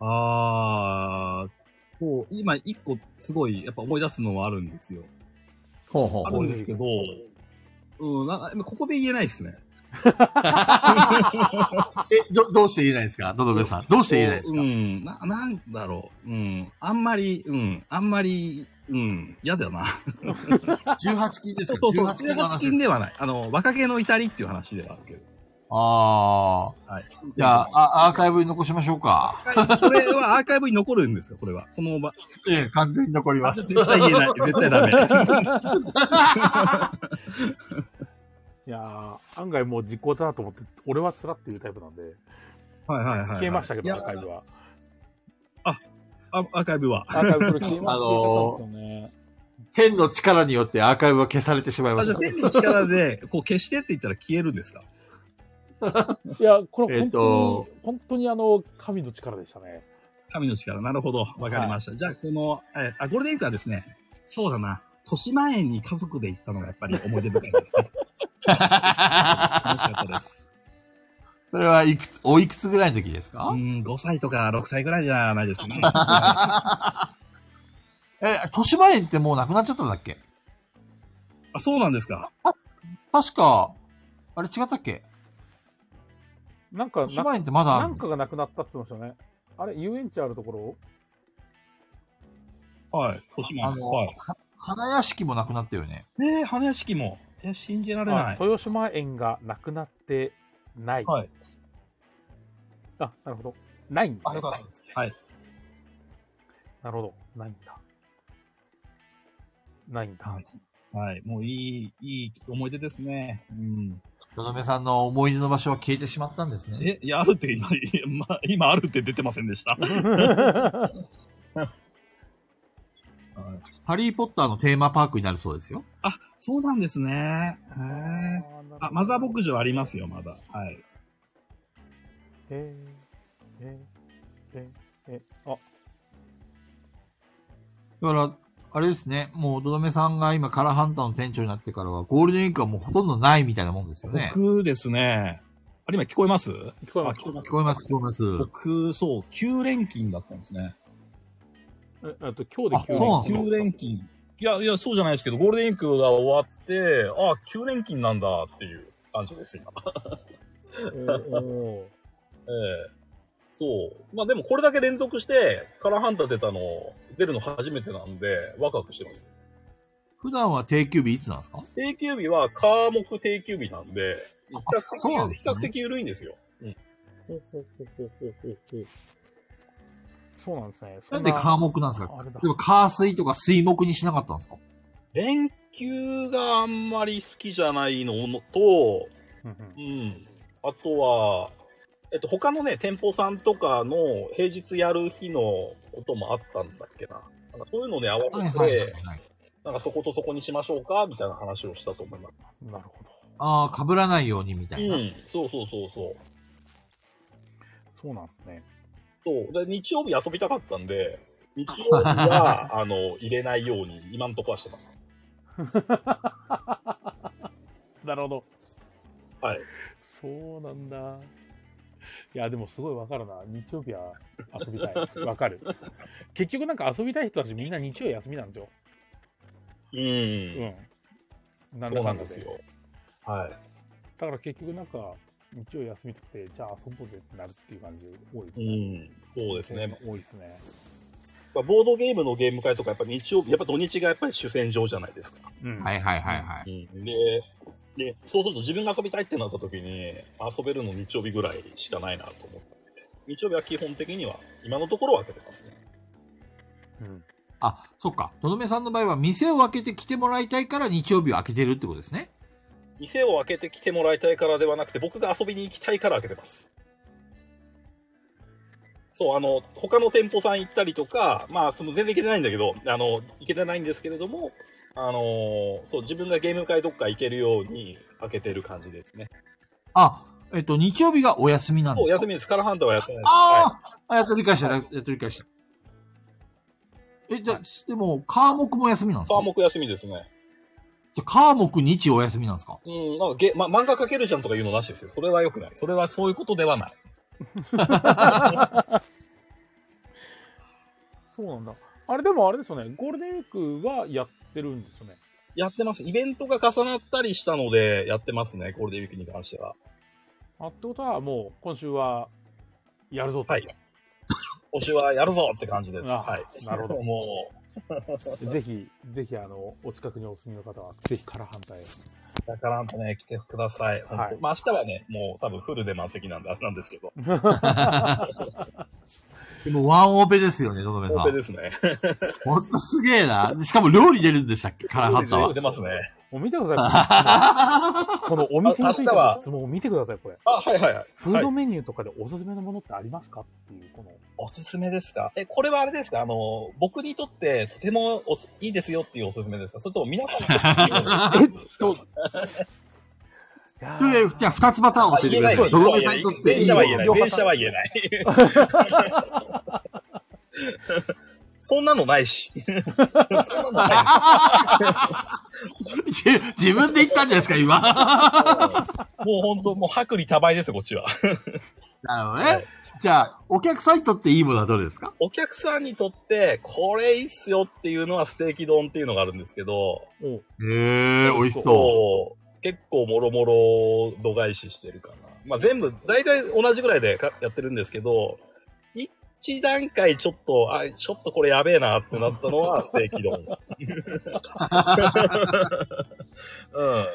あー、そう、今一個すごいやっぱ思い出すのはあるんですよ。ほうほうあほるう。んですけど、うん、なここで言えないですね。え、ど、どうして言えないないですか、ドドベさん。どうして言えないうん、な、なんだろう。うん、あんまり、うん、あんまり、うん、嫌だな。 ?18 禁ですそうかそうそ18禁う、の18話禁ではない。あの、若気の至りっていう話ではあるけど。ああ。はい。じゃあ、あアーカイブに残しましょうか。これはアーカイブに残るんですかこれは。この場。ええ、完全に残りま。絶対言えない。絶対ダメ。いやー、案外もう実行だなと思って、俺はつらっていうタイプなんで、はいはいはいはい。消えましたけど、いアやーカイ ブは。あアーカイブは。アーカイブこれ消えましたあのー消えちゃったんですよね。天の力によってアーカイブは消されてしまいまあじゃしあ、た。天の力で、こう消してって言ったら消えるんですかいや、これえ本っ当とに、本当にあの、神の力でしたね。神の力。なるほど。わかりました。じゃあ、この、えあ、ゴールデンウィークはですね、そうだな。豊島園に家族で行ったのがやっぱり思い出深いですね。楽しかったです。 それはいくつ、おいくつぐらいの時ですうかん、5歳とか6歳ぐらいじゃないですかね。え、豊島園ってもうなくなっちゃったんだっけあ、そうなんですか。確か、あれ違ったっけなんか、豊な島園ってまだあなんるかがなくなったって言ってましたね。あれ、遊園地あるところはい。豊島あ園。の、はい。は花屋敷もなくなったよね。ねえ、花屋敷も。いや、信じられあない。豊島園がなくなってない。はい。あ、なるほど。ないんだ、あ、ねよ。かったです。はい。なるほど。ないんだ。ないんだ。はいはい。もういい、いい思い出ですね。うん。とどめさんの思い出の場所は消えてしまったんですね。え、いや、あるって今、いやまあ、今あるって出てませんでした。はいハリーポッターのテーマパークになるそうですよ。あ、そうなんですね。へえ。あ、マザー牧場ありますよ、まだ。はい。えー、えー、えー、えー、あ、だから、あれですね、もうとどめさんが今カラーハンターの店長になってからは、ゴールデンウィークはもうほとんどないみたいなもんですよね。僕ですね。あれ、今聞こえます聞こえますあ聞こえます聞こえます、聞こえます。僕、そう、9連勤だったんですね。えあと今日であ9そうなんですか9連勤。いや、いや、そうじゃないですけど、ゴールデンウィークが終わって、あ、9連勤なんだっていう感じです、今。ええそう。まあでも、これだけ連続して、カラーハンター出たの、出るの初めてなんで、ワクワクしてます。普段は定休日いつなんですか定休日は、科目定休日なんで、比較的、そうなんで比すね較的緩いんですよ。そうなんですね。そなんで科目なんですかあれだでも、火水とか水木にしなかったんですか連休があんまり好きじゃないのと、うんうん。あとは、えっと、他のね、店舗さんとかの平日やる日のこともあったんだっけな。なんかそういうのね、合わせて、はい。なんかそことそこにしましょうか、みたいな話をしたと思います。うんなるほど。ああ、被らないようにみたういな。ん。そうそうそうそう。そうなんですね。そう。で、日曜日遊びたかったんで、日曜日は、あの、入れないように、今んとこはしてます。なるほど。はい。そうなんだ。いや、でもすごいわかるな。日曜日は遊びたい。わ かる。結局なんか遊びたい人たちみんな日曜休みなんですよ。うん。うん。なそうなんですよ。はい。だから結局なんか、日曜休み取って、じゃあ遊ぼうぜってなるっていう感じ多いですうね。ん。そうですね。。多いですね。まあ、ボードゲームのゲーム会とか、やっぱ日曜日、やっぱ土日がやっぱり主戦場じゃないですか。うん。はいはいはいはい。うん、でで、そうすると自分が遊びたいってなった時に、遊べるの日曜日ぐらいしかないなと思って。日曜日は基本的には、今のところは開けてますね。うん。あ、そっか。とどめさんの場合は店を開けて来てもらいたいから日曜日を開けてるってことですね。店を開けて来てもらいたいからではなくて、僕が遊びに行きたいから開けてます。そう、あの、他の店舗さん行ったりとか、まあ、その全然行けてないんだけど、あの、行けてないんですけれども、あのそう、自分がゲーム会どっか行けるように開けてる感じですね。あ、えっと、日曜日がお休みなんでおすか休みです。カラーハンターはやってないです。はいああ、やっと理解した、やっと理解した。え、じゃあ、でも、カーモクも休みなんですパかー木休みですね。じゃあカーモク日お休みなんですかうん、なんかゲ、ま、漫画描けるじゃんとか言うのなしですよ。それは良くない。それはそういうことではない。そうなんだ。あれ、でもあれですよね。ゴールデンウィークはやってるんですよね。やってます。イベントが重なったりしたので、やってますね。ゴールデンウィークに関しては。あってことは、もう今週はやるぞって。はい。推しはやるぞって感じです。あはい。なるほど もぜひ、ぜひ、あの、お近くにお住みの方は、ぜひ、から反対。う、だからんとね、来てください。本当はいまあ明日はね、もう多分フルで満席なんで、あれなんですけど。でも、ワンオペですよね、とどめさ本当ん。ですね。ほんとすげえな。しかも、料理出るんでしたっけカラハッタ は。出ますね。もう見てください。 このお店についてあ明日のは質問を見てください、これ。あ、はいはいはい。フーはドい、メニューとかでおすすめのものってありますかっていう、この。おすすめですかえ、これはあれですかあの、僕にとってとてもおすいいですよっていうおすすめですかそれとも皆さんにと っていいものですえかっといやーとりあえず、じゃあ、二つパターン教えてください。とどめさんにとってい電い車もは言えの。ない。電車は言えない。 そんなのないし。 そんなのない。自自分で言ったんじゃないですか、今。もう本当、もう薄利多売ですよ、こっちは。なるほどはねい。じゃあ、お客さんにとっていいものはどれですかお客さんにとって、これいいっすよっていうのはステーキ丼っていうのがあるんですけど、おうへえ、美味しそう。そう。結構もろもろ度外視してるかな。まあ全部、大体同じぐらいでかやってるんですけど、一段階ちょっと、あ、ちょっとこれやべえなってなったの はステーキ丼。うん。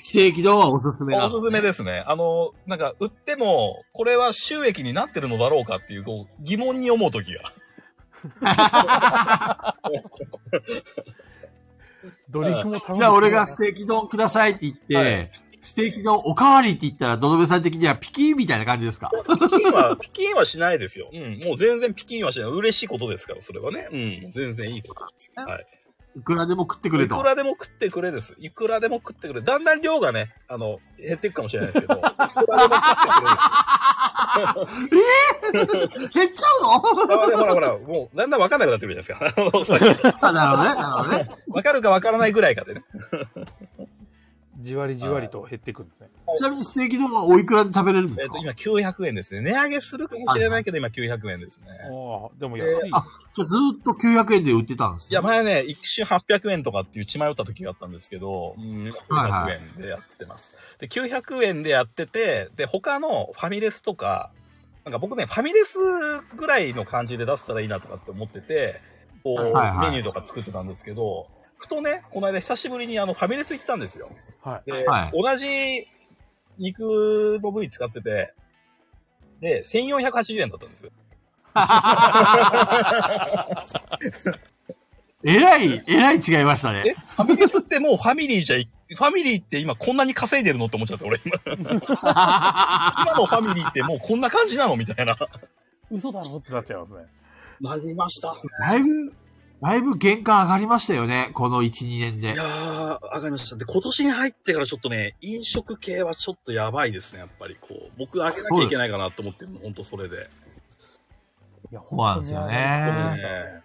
ステーキ丼はおすすめなおすすめですね。あの、なんか、売っても、これは収益になってるのだろうかっていう、こう、疑問に思うときが。ドリンクも頼むじゃあ俺がステーキ丼くださいって言って、はステーキ丼おかわりって言ったら、ドドベさん的にはピキーみたいな感じですかピキンは、 ピキンはしないですよ。うん。もう全然ピキンはしない。嬉しいことですから、それはね。うん。全然いいことですよ。はい。いくらでも食ってくれいとく。らでも食ってくれです。いくらでも食ってくれ。だんだん量がね、あの、減っていくかもしれないです けど。いくらでも食ってくれです。減っちゃう あでほらほら、もう、だんだんわかんなくなってくるじゃないですかあ のさっき。のなるほどね、なるほどね。わかるかわからないぐらいかでね。じわりじわりと減っていくんですね。ちなみにステーキ丼はおいくらで食べれるんでえすっと、か、今900円ですね。値上げするかもしれないけど、今900円ですね。ああ、でも安い。あずーっと900円で売ってたんですいよや、前ね、一瞬800円とかっていう血迷った時があったんですけど、うん、はいは900円でやってます。で、900円でやってて、で、他のファミレスとか、なんか僕ね、ファミレスぐらいの感じで出せたらいいなとかって思ってて、こう、はいはいメニューとか作ってたんですけど、ふとね、この間久しぶりにあの、ファミレス行ったんですよ。はい。で、はい同じ肉の部位使ってて、で、1480円だったんですよ。えらい、えらい違いましたね。え、ファミレスってもうファミリーじゃい、ファミリーって今こんなに稼いでるのって思っちゃ った、俺今。今のファミリーってもうこんな感じなのみたいな。嘘だろってなっちゃいますね。なりました。だいぶ、だいぶ原価上がりましたよね。この1、2年いでや。ー、上がりました。で、今年に入ってからちょっとね、飲食系はちょっとやばいですね、やっぱり。こう、僕上げなきゃいけないかなと思ってるの、ほんとそれで。いや、そうなんですよね本当に上がる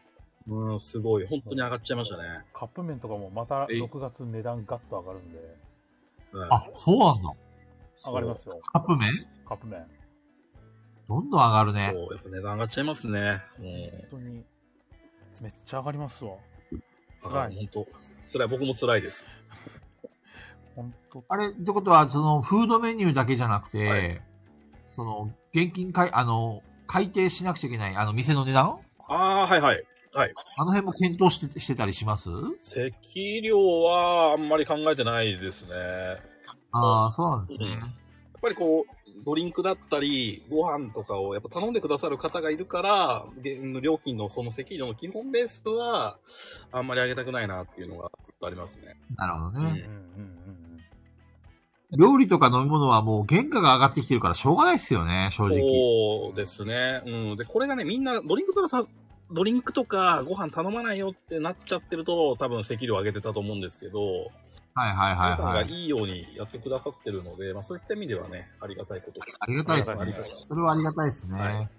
うん、すごい。本当に上がっちゃいましたね。カップ麺とかもまた6月値段ガッと上がるんで、うん、あ、そうなんだ。上がりますよ。カップ麺カップ麺。どんどん上がるそう。ね。そう、やっぱ値段上がっちゃいますね。うん本。当に、めっちゃ上がりますわ。あ辛い。本当。辛い。僕も辛いです。本当あれってことは、その、フードメニューだけじゃなくて、はその、現金かい、あの、改定しなくちゃいけない、あの、店の値段ああ、はいはい。あの辺も検討して、してたりします席料はあんまり考えてないですね。やっああ、そうなんですね。ぱりこう、ドリンクだったり、ご飯とかをやっぱ頼んでくださる方がいるから、げ料金のその席料の基本ベースは、あんまり上げたくないなっていうのがずっとありますね。なるほどうね。うんんうん料理とか飲み物はもう原価が上がってきてるからしょうがないですよね、正直。そうですね。うん。で、これがね、みんなドリンクとかさ、ドリンクとかご飯頼まないよってなっちゃってると、多分席料上げてたと思うんですけど、はいはい皆はいさんはがい。いいようにやってくださってるので、まあそういった意味ではね、ありがたいことです。ありがたいですありねがたいで。すそれはありがたいですね。はい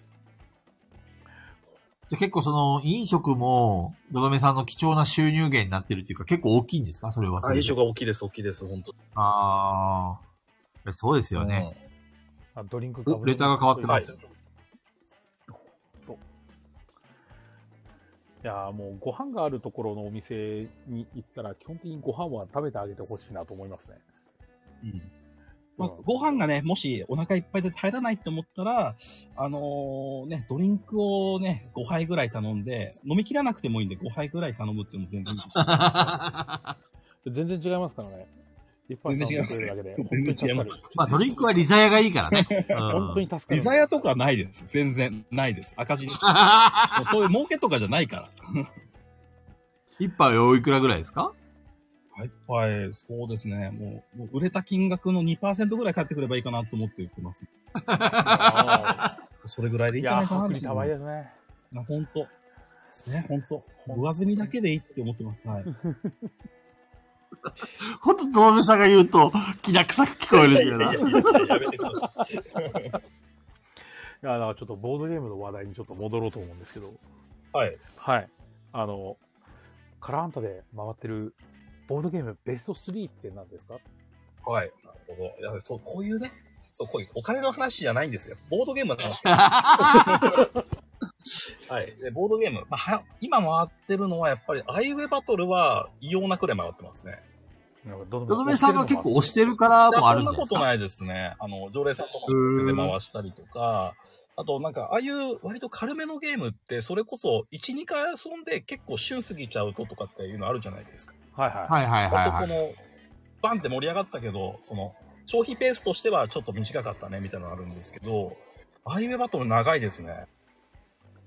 じゃあ結構その飲食も、のどめさんの貴重な収入源になってるっていうか結構大きいんですかそれはそれあ、で。印象が大きいです、大きいです、本当ああ。そうですよね。あドリンクおレターが変わってはまいす。。いやーもうご飯があるところのお店に行ったら基本的にご飯は食べてあげてほしいなと思いますね。まあ、うんご飯がね、もしお腹いっぱいで入らないって思ったら、あのーね、ドリンクをね、5杯ぐらい頼んで、飲み切らなくてもいいんで5杯ぐらい頼むっていうのも全然いい。全然違いますからね。いっぱい頼んでくれるだけで 全然違います本当に助かるまあドリンクはリザヤがいい からね。本当に助かる。リザヤとかはないです。全然ないです。赤字。もうそういう儲けとかじゃないから。一杯おいくらぐらいですかはい、はい、そうですね。もう、もう売れた金額の2%ぐらい返ってくればいいかなと思って言ってます。あそれぐらいーいでいいんじゃやー、ないかな薄って利多売ですね。な本当。ね、本当。上積みだけでいいって思ってます。はい。ほんと、ドーメさんが言うと、気な臭く聞こえるんだよな。やめてくださいや、だからちょっとボードゲームの話題にちょっと戻ろうと思うんですけど、い。はい。はい。あの、カラーハンタで回ってるボードゲームベスト3って何ですかはい。なるほど。いやそうこういうね、そう、こういうお金の話じゃないんですよ。ボードゲームの話。はい。でボードゲーム。まあ、は今回ってるのは、やっぱり、アイウェイバトルは異様なくらい回ってますね。なんかど ドドメさんが結構押してるからもあるんじゃないでいやそんなすことかないですね。あの、常連さんとかで回したりとか、あとなんか、ああいう割と軽めのゲームって、それこそ1、2回遊んで結構旬過ぎちゃうととかっていうのあるじゃないですか。はいはい。はいはいはいはあとこい。の、バンって盛り上がったけど、その、消費ペースとしてはちょっと短かったね、みたいなのあるんですけど、アイウェイバトル長いですね。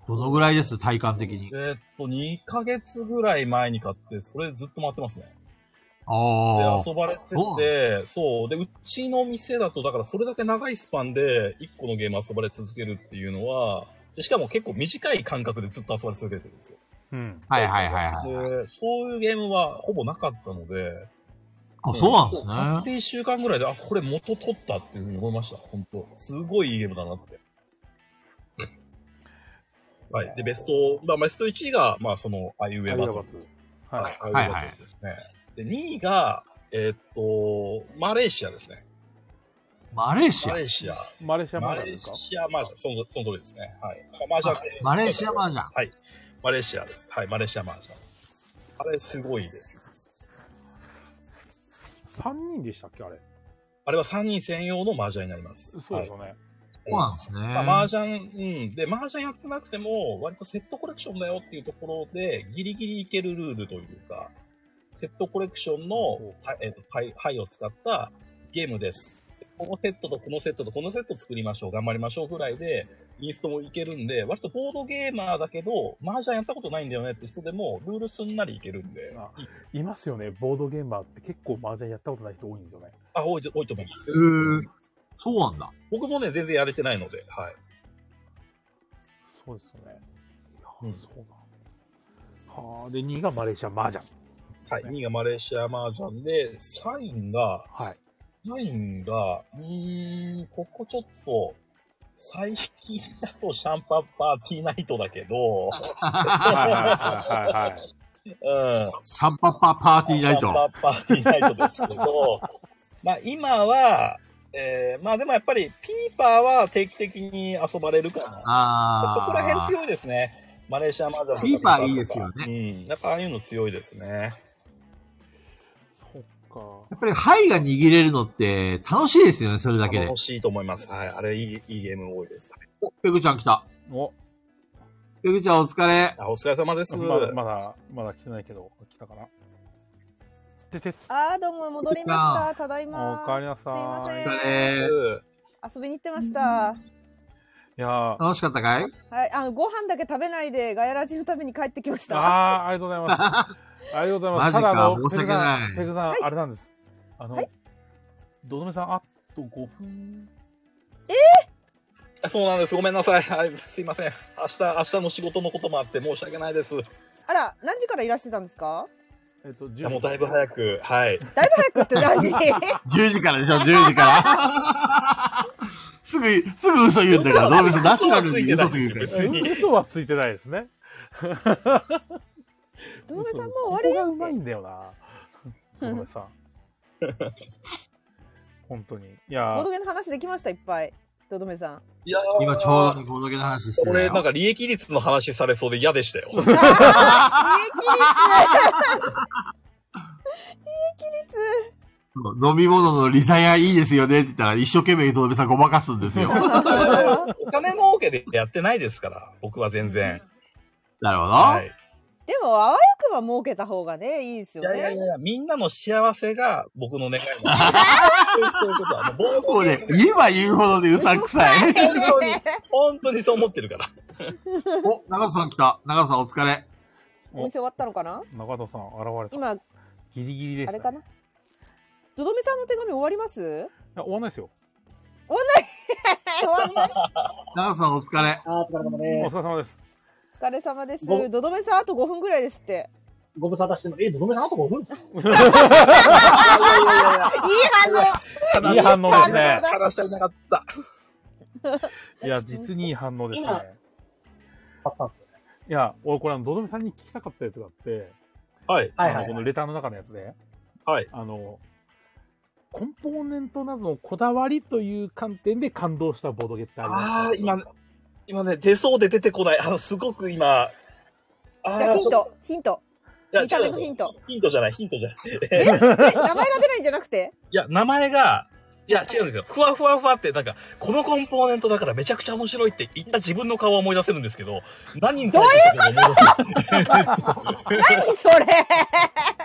どのぐらいです体感的に。えーっと、2ヶ月ぐらい前に買って、それずっと回ってますね。あで、遊ばれてて、そう。で、うちの店だと、だからそれだけ長いスパンで、1個のゲーム遊ばれ続けるっていうのは、でしかも結構短い間隔でずっと遊ばれ続けてるんですよ。うん。あ。はいはいはいはい。で、そういうゲームはほぼなかったので、あ、そうなんです買ってね。 1週間ぐらいで、あ、これ元取ったっていうふうに思いました。本当すごいいいゲームだなって。はい。で、ベスト、まあ、ベスト1位が、まあ、その、アイウェアイイバラトバルス。。ははいい。。はいはいアイウェイバトルですね。で、2位が、えーっと、マレーシアですね。マレーシマア。レーシア。マレーシアママージャレンでーすかシアマージャン。その、その通りですね。はい。マージャンってマレーシアマージャン。はい。マレーシアです。はい。マレーシアマージャン。あれ、すごいです。 ?3 人でしたっけあれ。あれは3人専用のマージャンになりまそす。うですはいよね。そうなんですね。まあ、マージャン、うん。で、マージャンやってなくても、割とセットコレクションだよっていうところで、ギリギリいけるルールというか、セットコレクションの、たえっ、と、牌牌を使ったゲームです。このセットとこのセットとこのセット作りましょう、頑張りましょうぐらいで、インストもいけるんで、割とボードゲーマーだけど、マージャンやったことないんだよねって人でも、ルールすんなりいけるんで、あいますよね。ボードゲーマーって結構マージャンやったことない人多いんですよね。あ、多いと、多いと思います。えー、そうなんだ。僕もね、全然やれてないので、はい。そうですよね。いや、うんそうなん。はあ、で、2がマレーシアマージャン。はい。2位がマレーシアマージャンで、3位が、はい。ナインが、うーん、ここちょっと、最近だとシャンパンパーティーナイトだけど、はいはいはいはい。うん。シャンパッパパーティーナイシャント。パンパーティーナイトですけど、 まあ今は、えー、まあでもやっぱりピーパーは定期的に遊ばれるかな。そこら辺あー。強いですね。マレーシアマージャンとかピーパーいいですよねうん。やっぱああいうの強いですね。 そっか。やっぱり、ハイが握れるのって楽しいですよね、それだけで楽。しいと思います。はい。あれ、いい、いいゲーム多いです。お、ペグちゃん来た。お、ペグちゃんお疲れ。あ、お疲れ様です。まだ、まだ、まだ来てないけど、来たかな。ててつ、あーどうも戻りました。ただいおま。かえりなすいまさい。せんいお疲れ。遊びに行ってました。やー、楽しかったかいはい、あのご飯だけ食べないでガヤラジのために帰ってきました。ああー、ありがとうございま す。ありがとうございます。マジたかだあの申し訳なペグさん、いペグさんはいあれなんです。あの、はいどどめさん、あと5分。あそうなんです。ごめんなさい。はい。すいません。明日、明日の仕事のこともあって申し訳ないです。いあら、何時からいらしてたんですか？えっと、10や、もうだいぶ早く。はい。だいぶ早くって 何時？ 10時からでしょ、10時から。すぐ、すぐ嘘言うんだから、どうですナチュラルに嘘つくから。別に嘘はついてないですね。どうめさんもう嘘終ここがわうまいりよって。んだよ な。うどんどめ さん。本当に。いやボドー、ゲの話できましたいっぱい。どどめさん。いや今ちょうどにボードゲーの話してこたれ、よ。なんか利益率の話されそうで嫌でしたよ。 あー利益率。飲み物の利差やいいですよねって言ったら、一生懸命ドどめさんごまかすんです よ。お金儲けでやってないですから、僕は全然。なるほど。はい。でもあわよくば儲けた方がねいいですいよやいやいね。や、みんなの幸せが僕の願 いなんです。そういうことは、もうもうね、言えば言うほどね、うさんくさい。本当に、本当にそう思ってる から。お、長戸さん来た。長戸さんお疲れ。 お店終わったのかな？中戸さん、現れた。今ギリギリであす、れね。かな。どどめさんの手紙終わります？いや終わんないですよ。終わんない。長戸さんお疲れ。あー、疲れ様お疲れです。様 です。お疲れ様です。ごどどめさんあと5分ぐらいですって。ご無沙汰してます。え、どどめさんあと5分ですかいい反応。いい反応ですね。話し足りなかった。いや、実にいい反応ですね。あったんですよね。いや、俺これあの、どどめさんに聞きたかったやつがあって、はい。はいあはのこい。のレターの中のやつで、はい。あの、コンポーネントなどのこだわりという観点で感動したボードゲってありますああ、今、今ね、出そうで出てこない。あの、すごく今、あじゃあーヒン。ト、ヒント。いや見た目のヒント。ヒントじゃない、ヒントじゃない。え、え名前が出ないんじゃなくていや、名前が、いや、違うんですよ。ふわふわふわって、なんか、このコンポーネントだからめちゃくちゃ面白いって言った自分の顔を思い出せるんですけど、何に対してか思い出せない何 それ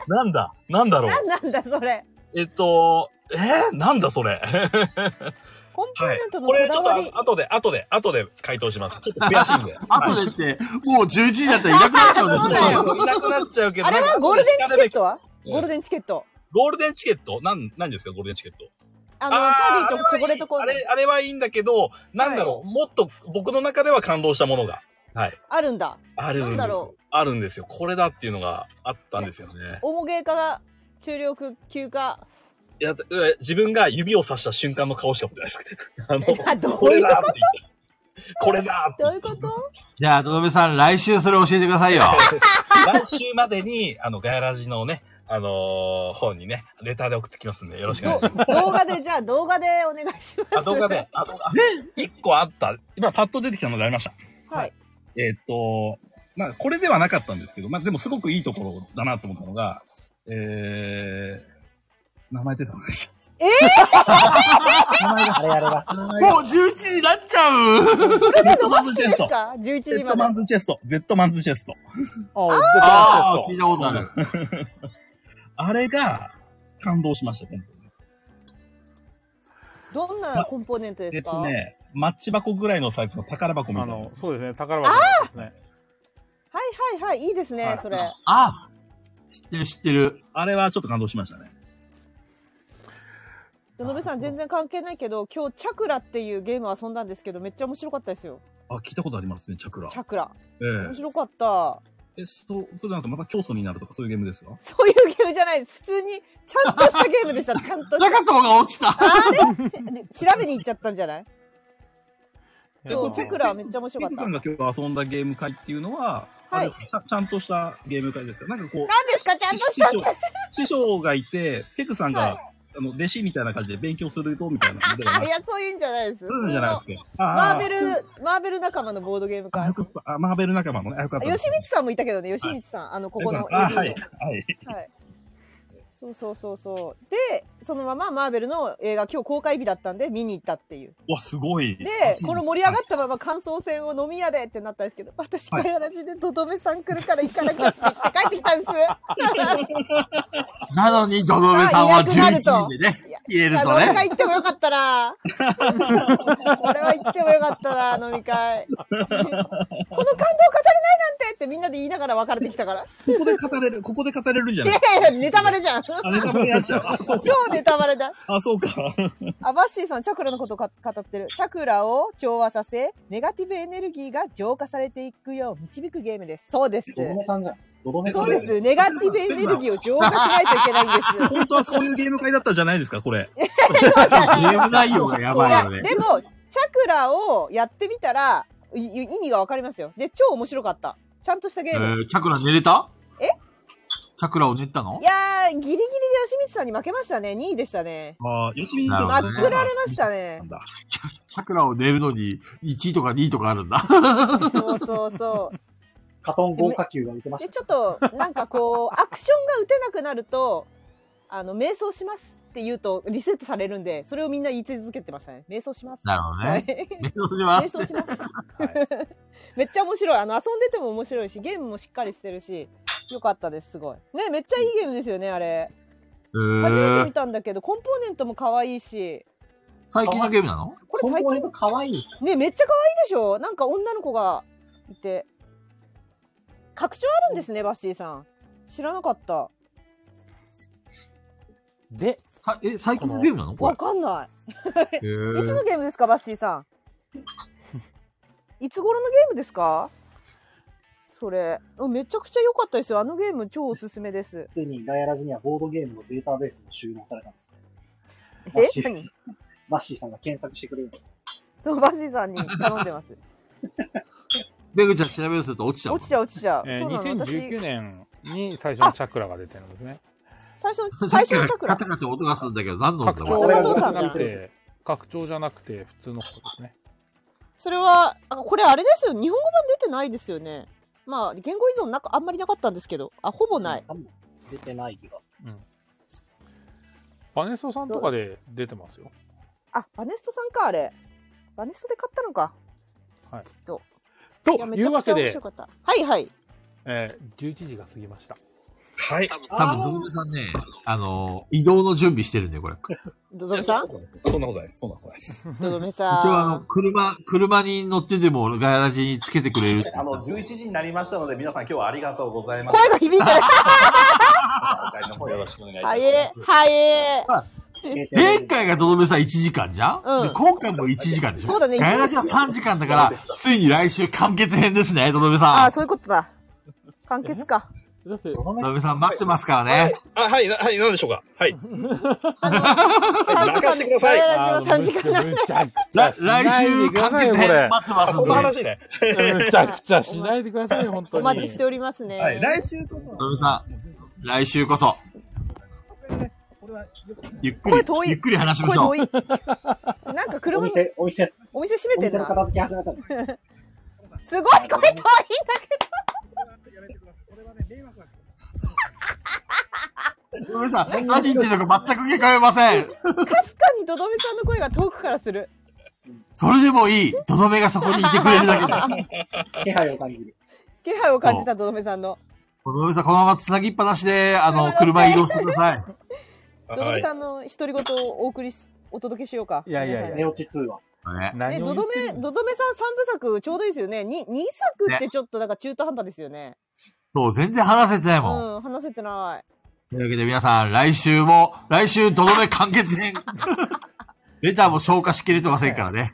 なんだなんだろう何なんだそれえっと、えー、なんだそれコンポーはいネント。のここれちだょっとわあり、後で、後で、後で回答します。ちょっと悔しいんで。後でって、もう11時だったらいなくなっちゃうんですそうよだ。よいなくなっちゃうけど、あれなんはかゴールデンチケットはうんゴールデンチケット。ゴールデンチケットなん、何ですか、ゴールデンチケット。あの、チャーリーとチョコレートコーあナれはいーい、あれ、あれはいいんだけど、なんだろう、もっと僕の中では感動したものがあるんだ。あるんでなすんだよろ。あるんですよ。これだっていうのがあったんですよね。重芸化が、中力級化。いや、え自分が指を指した瞬間の顔しか僕ないです。 あえあの、どこういれうだって言って。これだってど言うっいうてこと じゃあ、どどめさん、来週それ教えてくださいよ。 来週までに、あの、ガヤラジのね、あのー方にね、レターで送ってきますんで、よろしくお願いします。ど動画で、じゃあ動画でお願いします。あ、動画で、あ、動画。一個あった。今、パッと出てきたのでありました。はい。えーっと、まあ、これではなかったんですけど、まあ、でもすごくいいところだなと思ったのが、えー、名前出てこないし。名前があれあれ が。もう11時になっちゃうそれで伸ばマンズすチェスですト。か ?11 時 Z まマンで。ズチェスト。Z マンズチェスト。あーああ、聞出いてたことある。あれが、感動しました、ね。どんなコンポーネントでえすっとかね、マッチ箱ぐらいのサイズの宝箱みますたとあいなの。、そうですね、宝箱ですね。はいはいはい、いいですはねい、それ。あ知ってる知ってる。あれはちょっと感動しましたね。ののべさん全然関係ないけど今日チャクラっていうゲーム遊んだんですけどめっちゃ面白かったですよあ、聞いたことありますね、チャクラチ。ャクラえ面白かったえ。え、そう、それなんかまた競争になるとかそういうゲームですかそういうゲームじゃないです普通にちゃんとしたゲーム でしたちゃんとし中藤が落ちた。た調べに行っちゃったんじゃないいやそうーチャクラはめっちゃ面白かっピたクさん何でが今日遊んだゲーム会っていうのは、あはいれちゃちゃんとしたゲーム会ですかなんかこう、すかちゃんとし師た匠師匠がいて、ペクさんが、はいあの、弟子みたいな感じで勉強するぞみたいなのではなあく いて。やそういうんじゃないですそういうのじゃなくて。あマあーベルマーベル仲間のボードゲームあかよかったあマーベル仲間のね。あよかった。吉光さんもいたけどね吉光さんあのここのあ、 AD のはい。はい。はいそうそうそうそう。で、そのままマーベルの映画、今日公開日だったんで見に行ったっていう。わ、すごい。で、この盛り上がったまま感想戦を飲み屋でってなったんですけど、私、ガヤラジでとどめさん来るから行かなきゃって言って帰ってきたんです。なのに、ドドメさんは11時でね、言えると飲み会ね。行ってもよかっ たな。これは行ってもよかったな、飲み会。この感動語れないなんてってみんなで言いながら別れてき たから。ここで語れる、ここで語れるんじゃいないやいや、ネタバレじゃん。あ、ネタバレやっちゃう。あ、そうか。超ネタバレだ。あ、そうか。アバッシーさん、チャクラのことをか語ってる。チャクラを調和させ、ネガティブエネルギーが浄化されていくよう導くゲームです。そうです。どどめさんじゃん。どどめさそんうでだよす。ネガティブエネルギーを浄化しないといけないんです。本当はそういうゲーム会だったんじゃないですか、これ。ゲーム内容がやばいよいやね。でも、チャクラをやってみたら、いい意味がわかりますよ。で、超面白かった。ちゃんとしたゲえーム。ー、チャクラ寝れたえチャクラを寝ったのいやー、ギリギリで吉光さんに負けましたね。2位でしたね。ああ、よしみんなるほまどくねられましたね。んだ。チャチャクラを寝るのに、1位とか2位とかあるんだ。そうそうそう。カトン豪華球が打てましでた。ちょっとなんかこうアクションが打てなくなるとあの瞑想しますって言うとリセットされるんでそれをみんな言い続けてましたね瞑想しますなるほどはね。い瞑想しま 瞑す。想しますはい。 めっちゃ面白いあの遊んでても面白いしゲームもしっかりしてるしよかったですすごいねめっちゃいいゲームですよねあれえ初めてー見、たんだけどコンポーネントも可愛いし最近のゲームなのこコれン最ポーネ近ント可愛い。ねめっちゃ可愛いでしょなんか女の子がいて拡張あるんですねバッシーさん知らなかったで、さえ、最近のゲームなのこわれ。かんないえいつーのゲームですか、バッシ ーさん。いつ頃のゲームですかそれ。うんめちゃくちゃ良かったですよ。あのゲーム超おすすめです。ついにガヤラジにはボードゲームのデータベースも収納されたんです。マッシえー何マッシーさんが検索してくれるんです。そう、バッシーさんに頼んでます。ベグちゃん調べようとすると落ちちゃうもん落ちちゃう、落ちちゃう。えーそうなの。 2019私、年に最初のチャクラが出てるんですね。最初の、さ最っきか初のらチャクカ ラタ。カタ音がするんだけど、何の拡音だこ張れじ生父ゃさんなくだて、拡張じゃなくて普通のことですね。それは、あこれあれですよ。日本語版出てないですよね。まあ、言語依存なか、あんまりなかったんですけど。あ、ほぼない。多分出てない気が。バネソさんとかで出てますよ。あ、バネストさんか、あれ。バネストで買ったのか。はいきっと。といや、めいちゃうわくちけゃ面で白、かった。はいはい。えー11時が過ぎました。はい。れ。多分、ドドメさんね、あの、移動の準備してるね、 これ。ドドメさそんんなことないです。そんなことないです。ドドメ一応あの、さ車、車に乗ってでもガヤラジにつけてくれる。あの、11時になりましたので、皆さん今日はありがとうございん。ます。声が響いてる。お帰りの方よろしくお願いします。はえ、はえ。前回がドドメさん1時間じゃん、うんで今回も1時間でしょそうだねガヤラジは3時間だから、ついに来週完結編ですね、ドドメさあんあ、。そういうことだ。完結か。だって、どどめドさドんメさん待ってますからね。あ、はい、なはい、なんでしょうか。はい。 3任せてくださいガヤあラジは3時間なーんむで。ちゃくちゃ 来しない来週でくだ完さいよこれ結編待ってますそんで。の話ね。むちゃくちゃしないでくださいよ、本当に。お待ちしておりますね。はい。来週こドドメさん、来週こそ、そ、これはよくゆっくり声遠、いゆっくり話しま声しょう。遠い。なんかお車、店、お店、お店閉めおて店んのな。片付け始めたの。すごい声遠いんだドドメさん、何言ってるのか全く聞こえません。けど、かすかにドドメさんの声が遠くからする。それでもいい。ドドメがそこにいてくれるだけだ。気配を感じる。気配を感じたドドメさんの。ドドメさん、このまま繋ぎっぱなしで、あの、車移動してください。ドドはメい。さんの独り言をお送りし、お届けしようか。いやいやいや皆さんに寝落ち通話。ねね、何ドを言ドってメ、るのドドメさん三部作ちょうどいいですよね。に、二作ってちょっとなんか中途半端ですよね。そう、全然話せてないもん。うん、話せてない。というわけで皆さん、来週も、来週、どどめ完結編。レターも消化しきれてませんからね。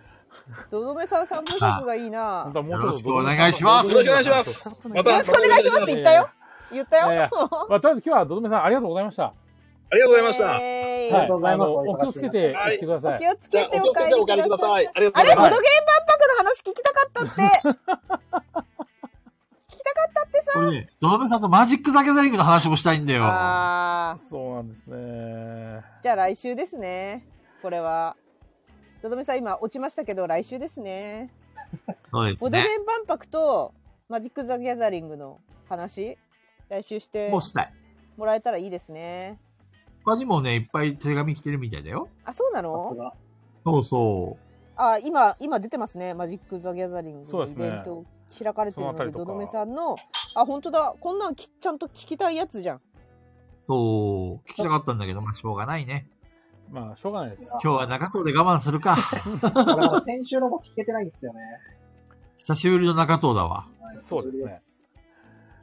ドドメさん三部作がいいな本。当はもうちょっとよろしくお願いしますよろしくお願いしますまたよろしくお願いしますって言ったよ。言ったよ。いやいやまあ、とりあえず今日はドドメさんありがとうございました。ありがとうございました。えーはがとうございますあのお気をつけて行ってくださおい。気をつけてお帰りください。ありがとうあごれ、ざいボドゲン万ます。博の話聞きたかったって。これね、どどめさんとマジック・ザ・ギャザリングの話もしたいんだよ。あそうなんですね。ー、じゃあ来週ですね。これは。ドドメさん今落ちましたけど、来週ですね。そうですボドゲね。ン万博とマジック・ザ・ギャザリングの話、来週してもうしたい。もらえたらいいですね。他にもね、いっぱい手紙来てるみたいだよ。あ、そうなさの すが。そうそあ、今、今出てますね。マジック・ザ・ギャザリングそうのでイすねベント開かれてるそのの辺で、りとかどどめさんの、あ、本当だ。こんなんきちゃんと聞きたいやつじゃん。う。そう。聞きたかったんだけど、まあ、しょうがないね。まあ、しょうがないです。今日は中藤で我慢するか。これも先週のも聞けてないんですよね。久しぶりの中藤だわ。はいそうですね。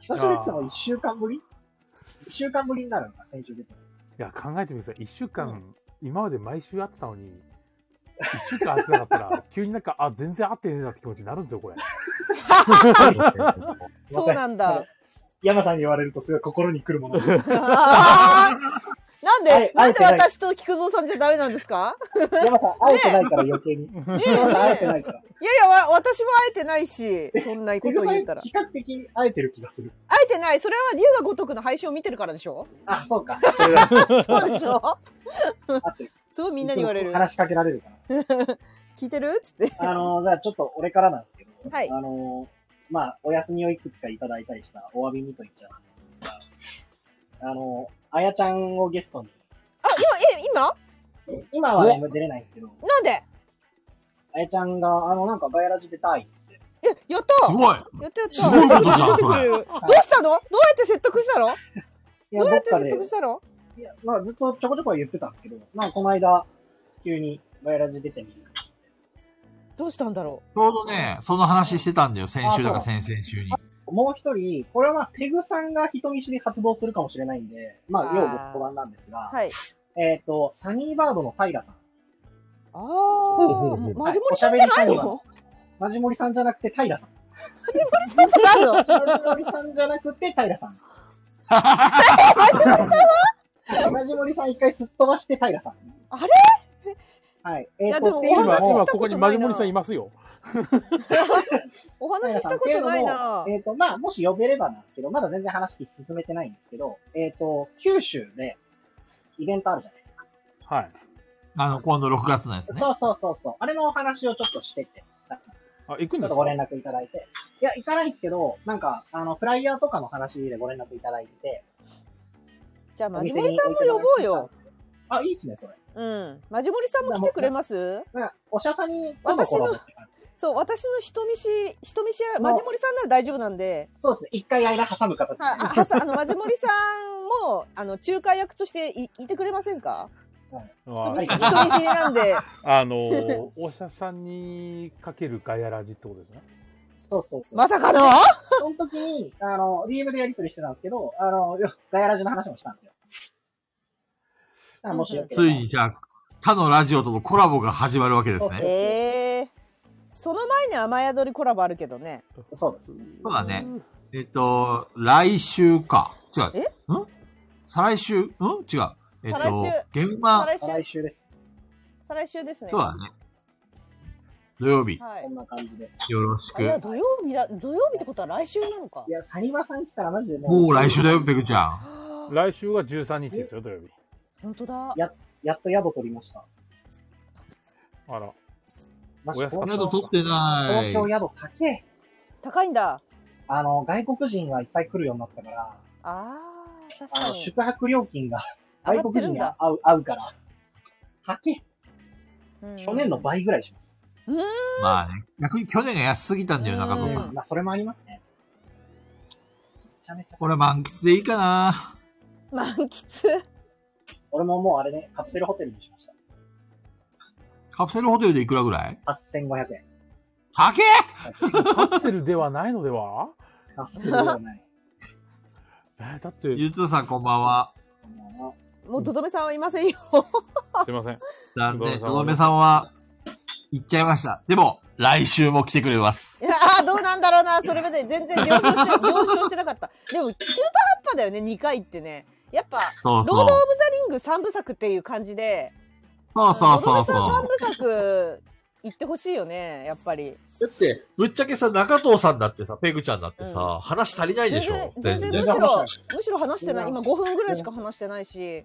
久しぶりです久しぶりって言っても1週間ぶり ?1 週間ぶりになるのか、先週出て。いや、考えてみてください。一週間、今まで毎週会ってたのに、一週間会ってなかったら、急になんか、あ、全然会ってねえなって気持ちになるんですよ、これ。すいまそせうなんだ。山さんに言われるとすごい心に来 るものが。あーなんはいで、なんで会えてない私と菊蔵さんじゃダメなんです か山さん、会えてないから余計に。ねえ、ね山さん、会えてえないから。いやいや、わ私も会えてないし、そんな こペとグさん、言比ったら。較的 会えてる気がする。会えてない。それは龍が如くの配信を見てるからでしょあ、そうか。それはそうでしょ会ってる。すごいみんなに言われる。話しかけられるから。聞いてるつって。あの ー、じゃあちょっと俺からなんですけど、はいあのー、まあ、お休みをいくつかいただいたりしたお詫びにと言っちゃうんですが、あのー、あやちゃんをゲストに、え、今今はね出れないんですけど、なんであやちゃんが、あの、なんかガヤラジ出たいっつって、え、やったすごいやったやった。すごいことだ出てくれるどうしたのどうやって説得したのどいや、うどやっってか説で、得したのいや、まあ、ずっとちょこちょこは言ってたんですけど、まあ、この間、急にガヤラジ出てみる。どうしたんだろちょうどね、その話してたんだよ。先週だかあそ先々週に。もう一人、これはまあ、ペグさんが人見知り発動するかもしれないんで、まああ、ー要ご不安なんですうが、はい。えっ、と、サニーバードの平さん。あうほうほー、うマジモリさんじゃないはいのマジモリさんじゃなくて平さん。マジモリさんじ ゃないのマジモリさんじゃなくて 平さん。マジモリさん一回すっ飛ばして平さん。あれはい。えやっでもと、っていうおの今、話した今も、ここにマジモリさんいますよ。お話ししたことないなえっと、まあ、もし呼べればなんですけど、まだ全然話進めてないんですけど、えっと、九州でイベントあるじゃないですか。はい。あの、今度6月のやつね。そうそうそうそう。あれのお話をちょっとしてて、さっきあ、行くんでちょっすとごか連絡いただいて。いや、行かないんですけど、なんか、あの、フライヤーとかの話でご連絡いただいてて。じゃあおマジ店モにリさんも呼ぼうよ。あ、いいっすね、それ。うん。マジモリさんも来てくれますなんかおしゃさにとのコラボって感じ。そう、私の人見知り、人見知り、マジモリさんなら大丈夫なんで、そうですね。一回間挟む形で。はあはさあの、マジモリさんも、あの、仲介役としていいてくれませんか人あ見知り人見知りなんで。あの ー、お医者さんにかけるガヤラジってことですね。そうそうそう。まさかのその時に、あの、DM でやり取りしてたんですけど、あの、よガヤラジの話もしたんですよ。そしたらもしよければついにじゃあ、他のラジオとのコラボが始まるわけですね。ええその前に雨宿りコラボあるけどね。そうです。そうだね。えっと、来週か。違う。ん再来週ん違う。えっ再来と、現場、再来週、来週です。再来週ですね。そうだね。土曜日、はいこん。な感じです。よろしあ、いや、く。土曜日だ、土曜日ってことは来週なのかい。や、サニバさん来たらマジでもう。もう来週だよ、ペグちゃん。はあ来週が13日ですよ、土曜日。本当だ。やっと宿取りました。あら。マジおやすこみ東の後撮ってな東い。京宿高え。高いんだ。あの、外国人がいっぱい来るようになったから、ああ、確あかの、に。宿泊料金が上が外って国る人んにだ。合う、合うから、高え。うん去年の倍ぐらいします。まあね。逆に去年が安すぎたんだよ、中う藤さんん。まあ、それもありますね。めちゃめちゃ。これ満喫でいいかな。満喫。俺ももうあれね、カプセルホテルにしました。カプセルホテルでいくらぐらい8500円。高えカプセルではないのではカプセルではない。 えだって、ゆうつーさんこんばんは。ももう、どどめさんはいませんよ。すいません。残念。どのうもどめさんは、行っちゃいました。でも、来週も来てくれます。いやあーどうなんだろうな。それまで全然了承して、了承してなかった。でも、中途半端だよね、2回ってね。やっぱ、そうロード・そオうブ・。ザ・リング3部作っていう感じで、そうそうそうのそどめさん3部作行ってほしいよね、やっぱり。う。だって、ぶっちゃけさ、中藤さんだってさ、ペグちゃんだってさ、話足りない全然、全然むし全然ろ話して、むしろ話してない。今5分ぐらいしか話してないし、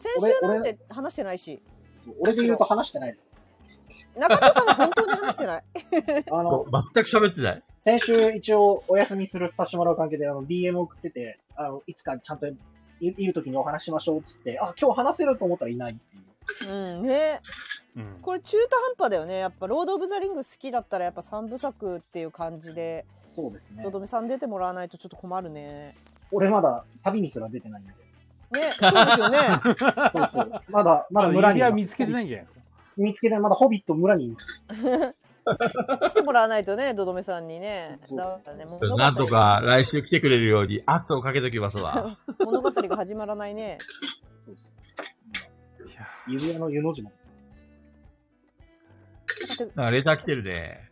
先週なんて話してないし、うそう俺で言うと話してないです。中田さんは本当に話してない。 あの、全く喋ってない。先週一応お休みするさせてもらう関係で、あの、DM 送ってて、あの、いつかちゃんといいる時にお話ししましょうっつって、あ、今日話せると思ったらいないっていう。うんねうん。これ中途半端だよねやっぱ「ロード・オブ・ザ・リング」好きだったらやっぱ三部作っていう感じでそうですねと。どめさん出てもらわないとちょっと困るね俺まだ旅にすら出てないんで。ねそうですよねそう そう。まだ、まだあの村に指輪見います。。つけてないいんじゃないですか。見つけてない。まだホビット村にいます。来てもらわないとねどどめさんにねそうですだからね物語なんとか来週来てくれるように圧をかけときますわ。物語が始まらないねそうそういや。指輪の湯の字も。なんかレター来てるね。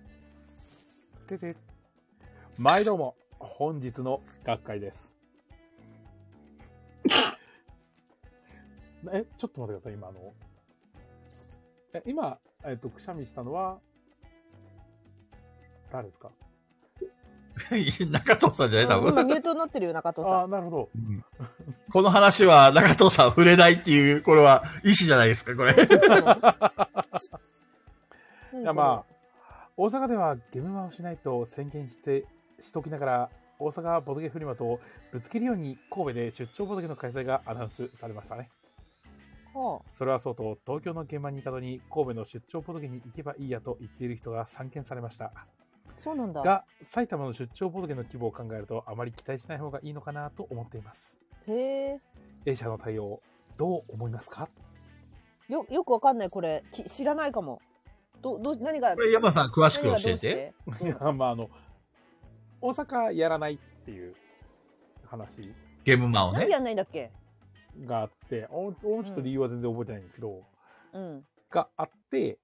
てて。毎度も、本日の学会です。 え、ちょっと待ってください、今あの。え、今、えっと、くしゃみしたのは、誰ですか中藤さんじゃない多今分。ミュートになってるよ中藤あさあー、なるほど。この話は中藤さん触れないっていう、これは意思じゃないですか、これ。んいやまあ、大阪ではゲームマンをしないと宣言して、しときながら、大阪ボトゲフリマとぶつけるように神戸で出張ボトゲの開催がアナウンスされましたね。はそれはそうと、東京の現場に行かずに神戸の出張ボトゲに行けばいいやと言っている人が散見されました。あそうなんだが、埼玉の出張ボトゲの規模を考えると、あまり期待しない方がいいのかなと思っています。へえ A 社の対応、どう思いますかよよくわかんないこれき知らないかもどど何がこれ山さん詳しく何が教どえ。うしてていや、まあ、あの、大阪やらないっていう話ゲームマンを何ね。やんないんだっけがあって、おおちょっと理由は全然覚えてないんですけど、うんがあって、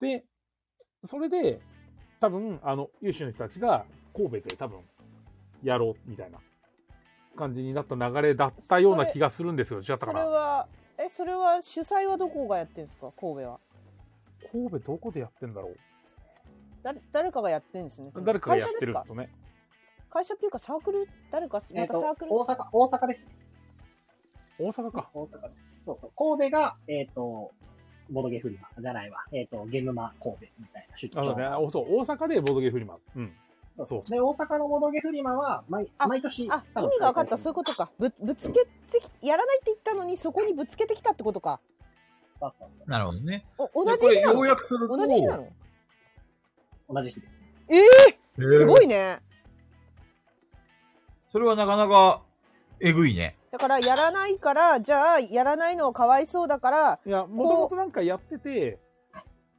で、それで、多分、あの、有志の人たちが神戸で多分、やろうみたいな感じになった流れだったような気がするんですよ。違ったそかれな。はえそれは主催はどこがやってるんですか神戸は神戸どこでやってんだろだ誰かがやってるんですねう誰かがやってるんで会社ですすかよね。会社っていうかサークル誰かえまったとサーク、ル、大阪、大阪ですね。大阪か。大阪です。そうそう。神戸が、えっ、と、ボドゲフリマじゃないわ。えっ、と、ゲームマ神戸みたいな出あそうね張。おそう、大阪でボードゲーフリマ。うん。そうそう。で、大阪のボドゲフリマは、毎あ毎年、あ多意分味が分かった開催そういうことかぶぶつけてきやらないって言ったのにそこにぶつけてきたってことかそうそうそうなるほどね。お同でじこれ日なよのうやくすると同、じ日なの同じ日です。えー、えーすごいねそれはなかなかえぐいね。だからやらないからじゃあやらないのはかわいそうだからいや、もともとなんかやってて、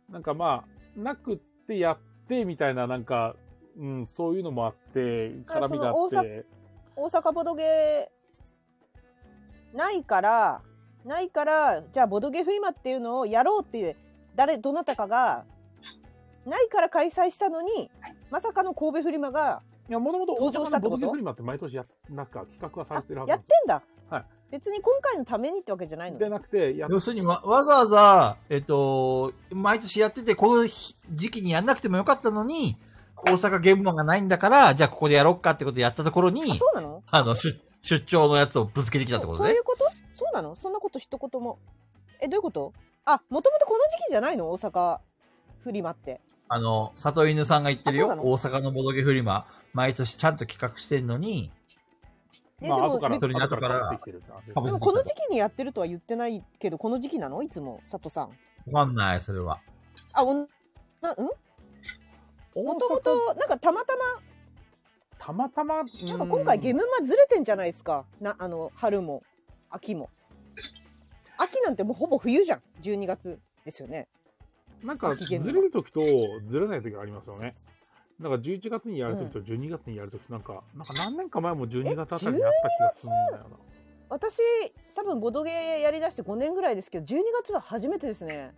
なんかまあ、なくってやってみたいな、なんか、うん、そういうのもあって、あ絡みがあっその大て。大阪ボドゲないからないからじゃあボドゲフリマっていうのをやろうって誰どなたかがないから開催したのにまさかの神戸フリマがいや、もともと大登場し阪たのってこボトとゲフリマって毎年や、なんか企画はされあてるはずやなっんてですんだ、はい別に今回のためにってわけじゃないよ。のでなくて、やっ要するにわ、わざわざ、えっと、毎年やってて、この日時期にやんなくてもよかったのに、大阪ゲームマンがないんだから、じゃあここでやろっかってことでやったところにあ、そうなのあの、出、出張のやつをぶつけてきたってそこうとそういねう。ことそうなのそんなこと一言もえどういうことあもともとこの時期じゃないの大阪フリマってあの、里犬さんが言ってるよ。あそうなの大阪のボドゲフリマ、毎年ちゃんと企画してんのに、えまあ、でも後から、それに後から被ってきてるって話ですかぶでせもてこきのた時期にやってるとは言ってないけどこの時期なのいつも佐藤さんわかんない、それは。あおんなうんもとも大阪となんかたまたまたまたま、ななんか今回ゲームマずれてんじゃないですかなあの春も秋も秋なんてもうほぼ冬じゃん12月ですよねなんか、秋ずゲームれる時とずれない時がありますよね。なんか11月にやる時と12月にやる時なんか、なんか何年か前も12月あたりにやった気がするんだよな。私多分ボドゲーやりだして5年ぐらいですけど12月は初めてですね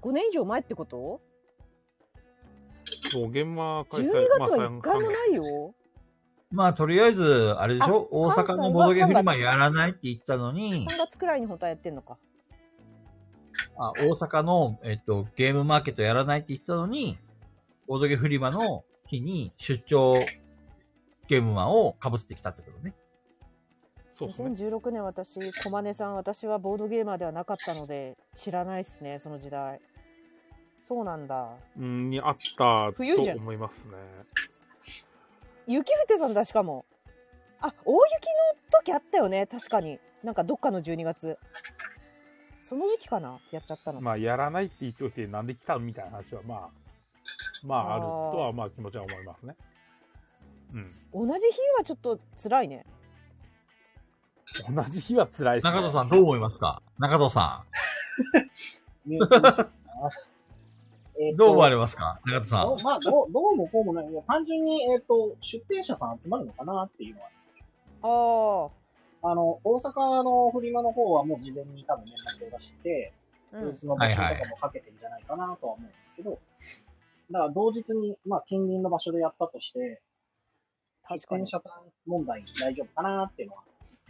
5年以上前ってことそう、ゲームは開催 ?12 月は一回もないよ、まあ、とりあえず、あれでしょ大関西阪はのボドゲフリマやらないって言ったのに、 3月くらいに本当はやってんのかあ大阪の、えっと、ゲームマーケットやらないって言ったのに、ボドゲフリマの日に出張ゲームマンを被ってきたってことね。そうですね。 2016年私駒根さん私はボードゲーマーではなかったので知らないっすねその時代そうなんだうん、にあったと冬じゃん思いますね。雪降ってたんだしかもあ、大雪の時あったよね、確かに。なんかどっかの12月。その時期かな、やっちゃったの。まあ、やらないって言っておいて、なんで来たのみたいな話は、まあ、まあ、あるとあは、まあ、気持ちは思いますね。同じ日はちょっと辛いね。うん。同じ日は辛いです、ね。中藤さんどう思いますか中藤さミュートにしますえっん。とどう思われますか中藤さんど。うまあ、どう、どうもこうもない。いや単純に、えっ、と、出店者さん集まるのかなっていうのはあるんですけああ。ど、あの、大阪のフリマの方はもう事前に多分連絡を出して、うブんー。スの場所とかもかけてるんじゃないかなとは思うんですけど、だから同日に、まあ、近隣の場所でやったとして、確出か店に。者さん問題大丈夫かなっていうのは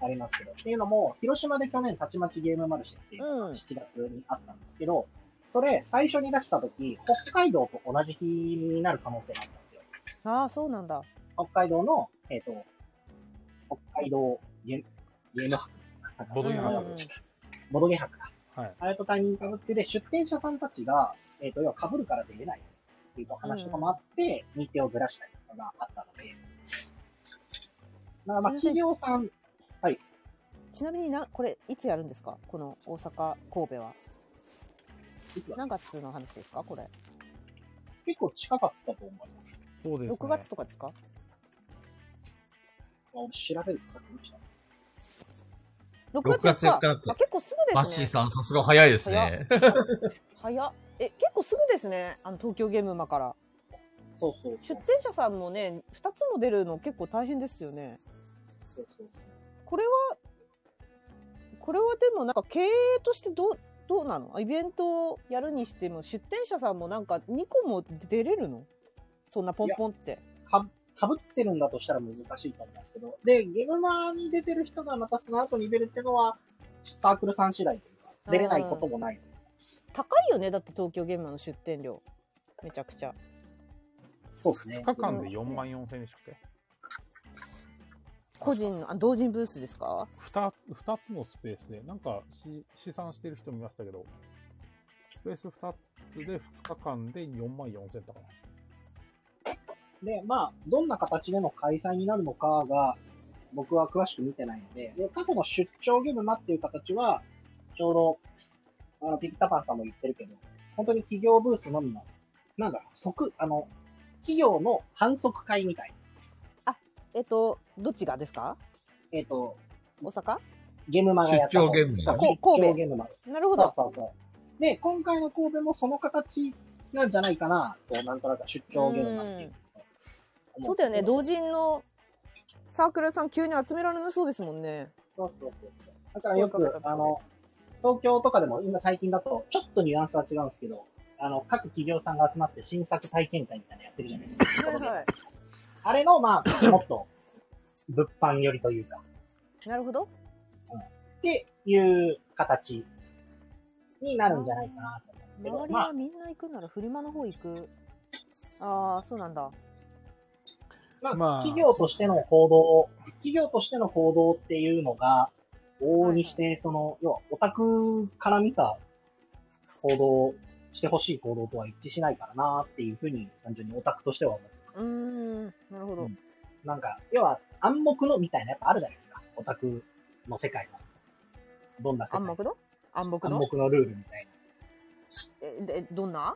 ありますけど、っていうのも、広島で去年たちまちゲームマルシェっていうのうがん7月にあったんですけど、それ最初に出した時、北海道と同じ日になる可能性があったんですよ。ああ、そうなんだ。北海道の、えっ、と、北海道ゲゲーム博。ボドゲ博うんボドゲ博か。はい。あれとタイミング被ってで、出店者さんたちが、えっ、と、要は被るから出れないっていうと話とかもあって、日程をずらしたりとかがあったので。だからまあ、すいません企業さん、ちなみにな、これ、いつやるんですかこの大阪、神戸は。いつだ何月の話ですかこれ。結構近かったと思います。そうです、ね。 6月とかですかまあ俺調べるとさっき言ってた。 ?6 6月月4か。日だってあ、結構すバぐッですシーね。さん、さすが早いですね。早っ。え、結構すぐですね。あの、東京ゲームマから。そうそうそ出う。店者さんもね、2つも出るの結構大変ですよね。そうそうそう。これは、これはでもなんか経営としてどう、どうなのイベントをやるにしても、出店者さんもなんか2個も出れるのそんなポンポンって。かかぶってるんだとしたら難しいと思いますけど、で、ゲームマに出てる人がまたその後に出るっていうのは、サークルさん次第というか、出れないこともない。高いよねだって東京ゲームマの出店料。めちゃくちゃ。そうですね。 2日間で4万4千でしたっけ個人の、あ、同人ブースですか 2, 二つのスペースで、なんかし試算してる人見ましたけど、スペース2つで2日間で4万4千とかな。で、まあ、どんな形での開催になるのかが、僕は詳しく見てないので、で過去の出張ゲームマっていう形は、ちょうど、あの、ピピタパンさんも言ってるけど、本当に企業ブースのみの、なんだろう、即、あの、企業の反則会みたいな。えっと、どっちがですかえっ、と、大阪ゲームマがやった方出張ゲームマそうこ出神張戸ゲームマ。なるほそうど。そうそう。で、今回の神戸もその形なんじゃないかな、と、なんとなく出張ゲームマっていうこと。そうだよね。同人のサークルさん急に集められなそうですもんね。そうそうそうそう。だからよく、あの、東京とかでも今最近だと、ちょっとニュアンスは違うんですけど、あの、各企業さんが集まって新作体験会みたいなのやってるじゃないですか。はいはあれの、まあ、もっと、物販寄りというか、い。なるほど。っていう形になるんじゃないかなと思うんですけ周ど、りまあは、みんな行くならフリマの方行く。ああ、そうなんだ。まあ、まあ企業としての行動、企業としての行動っていうのが、往々にして、その、要は、オタクから見た行動、してほしい行動とは一致しないからなっていうふうに、単純にオタクとしては思うーん、なるほど。うんう。なんか、要は、暗黙のみたいなやっぱあるじゃないですか。オタクの世界は。どんな世界暗黙の暗黙暗の黙のルールみたいえ、でどんな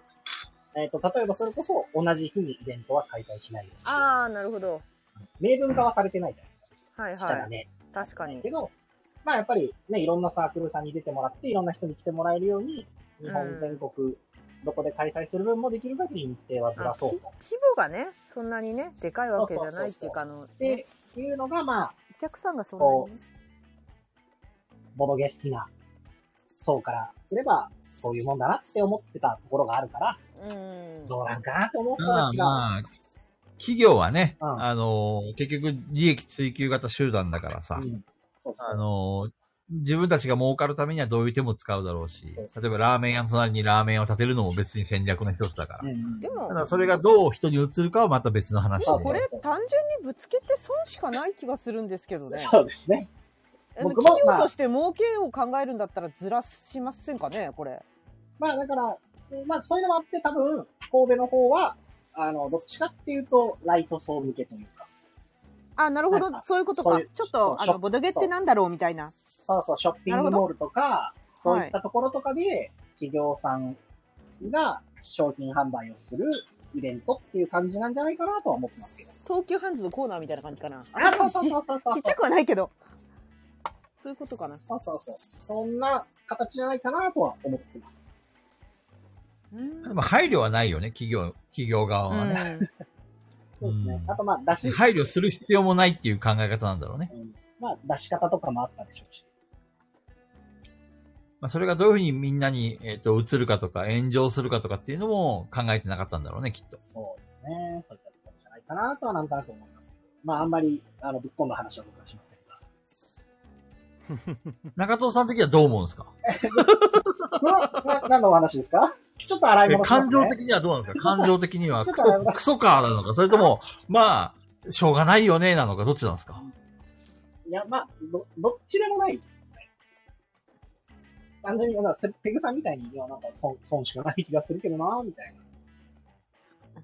な。えっ、と、例えばそれこそ、同じ日にイベントは開催しないようにしようああ、なるほど。明文化はされてないじゃないですか。はいしちゃはダい。メ。確かにけ。ど、まあやっぱりね、いろんなサークルさんに出てもらって、いろんな人に来てもらえるように、日う本ん全国、どこで開催する分もできる限り日程はずらあきそう規と。模がね、そんなにね、でかいわけじゃないっていうか、あの、ねで、いうのが、まあ、お客さんがそんなにね、ボドゲ好きな層からすれば、そういうもんだなって思ってたところがあるから、うーん。どうなんかなって思ったまらあ違う。まあ、企業はね、うんあのー結局利益追求型集団だからさ、うんそうそうあのー自分たちが儲かるためにはどういう手も使うだろうし、そうそうそう例えばラーメン屋の隣にラーメンを建てるのも別に戦略の一つだから。うんうんでもただそれがどう人に移るかはまた別の話ででもうこれそうそう単純にぶつけて損しかない気がするんですけどね。そうですね。あの僕も企ま業あとして儲けを考えるんだったらずらしませんかね、これ。まあだから、まあそういうのもあって多分、神戸の方は、あの、どっちかっていうと、ライト層向けというか、ああ、なるほどなん。かそういうことそかういう。ちょっと、そうあショの、ッボドゲってなんだろうみたいな。そうそう、ショッピングモールとか、そういったところとかで、企業さんが商品販売をするイベントっていう感じなんじゃないかなとは思ってますけど。東急ハンズのコーナーみたいな感じかな。あ、そうそうそうそうそう。ちちっちゃくはないけど。そういうことかな。そうそうそう。そんな形じゃないかなとは思ってます。うん。でも配慮はないよね、企業、企業側はね。そうですね。うんあとまあ、出し、配慮する必要もないっていう考え方なんだろうね。うんまあ、出し方とかもあったでしょうし。まあ、それがどういうふうにみんなに、えっ、と、映るかとか、炎上するかとかっていうのも考えてなかったんだろうね、きっと。そうですね。そういったところじゃないかなとはなんとなく思いますけど。まあ、あんまり、あの、ぶっこんだ話は僕はしませんが。中藤さん的にはどう思うんですかうわな何のお話ですかちょっと洗いえ物します、感ね。情的にはどうなんですか感情的にはちょっクとソあれ、だクソカーなのか、それとも、まあ、しょうがないよね、なのか、どっちなんですかいや、まあ、ど、どっちでもないですね。単純に、まあせペグさんみたいに、いや、なんか損、損しかない気がするけどな、みたいな。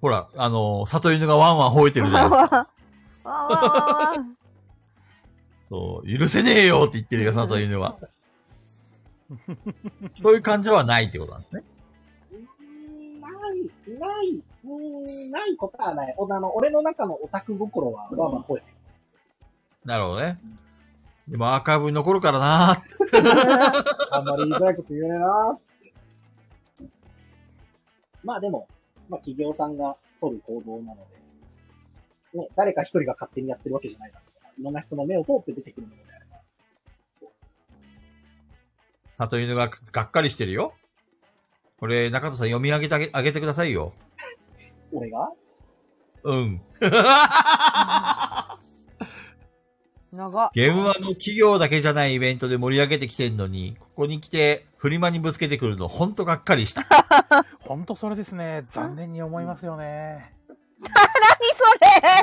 ほら、あの、里犬がワンワン吠えてるじゃないですか。わあわあわあわあそう、許せねえよって言ってるよ、里犬 は。そういう感情はないってことなんですね。うーんない、ない、うーんないことはない。おあの、俺の中のオタク心は、まあまあ、こうやなるほどね。でもアーカイブに残るからなーってあんまり言いづらいこと言えねえな、つって。まあでも、まあ企業さんが取る行動なので、ね、誰か一人が勝手にやってるわけじゃないだろうから、いろんな人の目を通って出てくるものであれば、里犬ががっかりしてるよ。これ、中藤さん読み上げてあげあげてくださいよ。俺がうん。長っ。ゲームはあの企業だけじゃないイベントで盛り上げてきてんのに、ここに来て、フリマにぶつけてくるの、ほんとがっかりした。ほんとそれですね。残念に思いますよね。何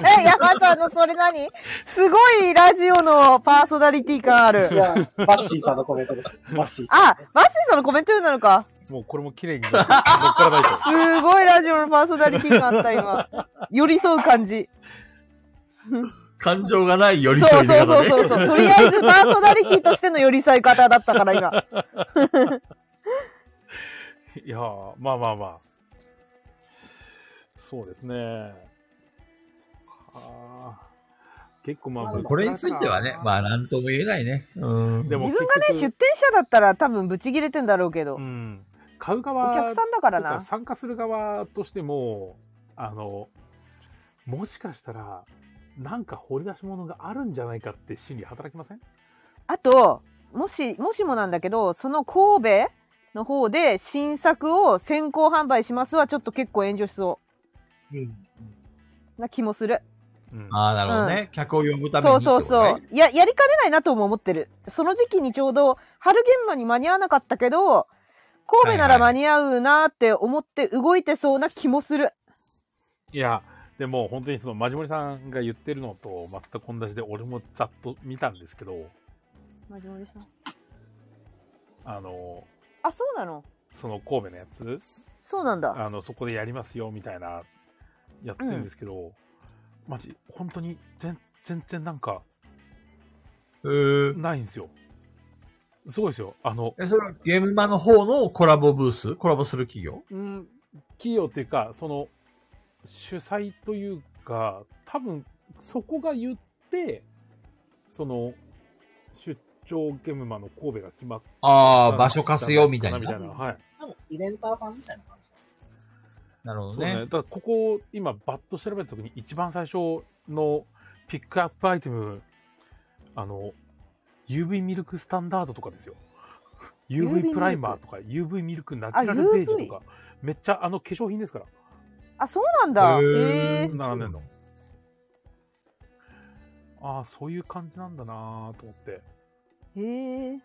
それ山さんのそれ何すごいラジオのパーソナリティ感あいる。や、バッシーさんのコメントです。バッシーさん。あ、マッシーさんのコメントなのか。もうこれも綺麗に乗っからないと。すごいラジオのパーソナリティ感あった、今。 寄り添う感じ。感情がない寄りそ添ういのそ方うそうね。そうそう。とりあえずパーソナリティとしての寄り添い方だったから、今。いやー、まあまあまあ。そうですね。あー結構まあ、まあこれについてはね、まあなんとも言えないね。うん。でも自分がね、結出局店者だったら多分ブチ切れてんだろうけどう。ん、買う側お客さんだからとかな。参加する側としても、あの、もしかしたら、なんか掘り出し物があるんじゃないかって心理働きませんあと、もし、もしもなんだけど、その神戸の方で新作を先行販売しますはちょっと結構炎上しそうん。うな気もする。うんああ、なるほどね。客を呼ぶためにそっうてそこうとね。そう。いや、やりかねないなとも思ってる。その時期にちょうど春現場に間に合わなかったけど、神戸なら間に合うなって思って動いてそうな気もする。いや、でも本当にその、まじもりさんが言ってるのと全く同じで、俺もざっと見たんですけど、マジモリさん。あの、あ、そうなのその神戸のやつ、そうなんだ。あの、そこでやりますよ、みたいな、やってるんですけど、マジ、本当に全、全然なんか、うーんないんですよ。すごいですよ。あの、え、それはゲームマの方のコラボブースコラボする企業うん、企業というか、その、主催というか、多分、そこが言って、その、出張ゲームマンの神戸が決まっあた。あ、場所貸すよ、みたいな。みたいな。はい。多分、イベンターさんみたいな感じだなるほそうどね。ねだ。から、ここ、今、バッと調べたときに、一番最初のピックアップアイテム、あの、UV ミルクスタンダードとか ですよ。 UV ミ UV ルクプライマーとか、UV ミルクナチュラルベージュとか、めっちゃ、あの、化粧品ですから。あ、そうなんだ。へへえー。並んでんのああ、そういう感じなんだなーと思って。へえ。へ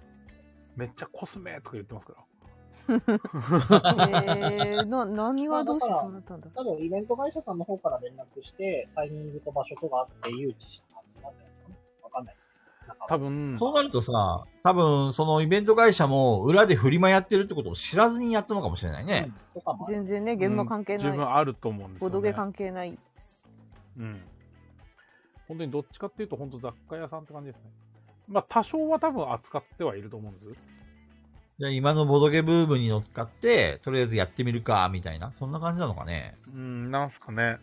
めっちゃコスメとか言ってますから。え。な、何はどうしてそうなったんだ。多分、イベント会社さんの方から連絡して、タイミングと場所とかあって誘致した感じなんじゃないですかね。わかんないですけど。なんか多分、そうなるとさ、多分、そのイベント会社も裏でフリマやってるってことを知らずにやったのかもしれないね。とかもある全然ね、現場関係な十い。分あると思うんですボよ、ね。ドゲ関係ない。うん。本当にどっちかっていうと、本当雑貨屋さんって感じですね。まあ、多少は多分扱ってはいると思うんです。じゃあ今のボドゲブームに乗っかって、とりあえずやってみるか、みたいな。そんな感じなのかね。うん、なんすかね。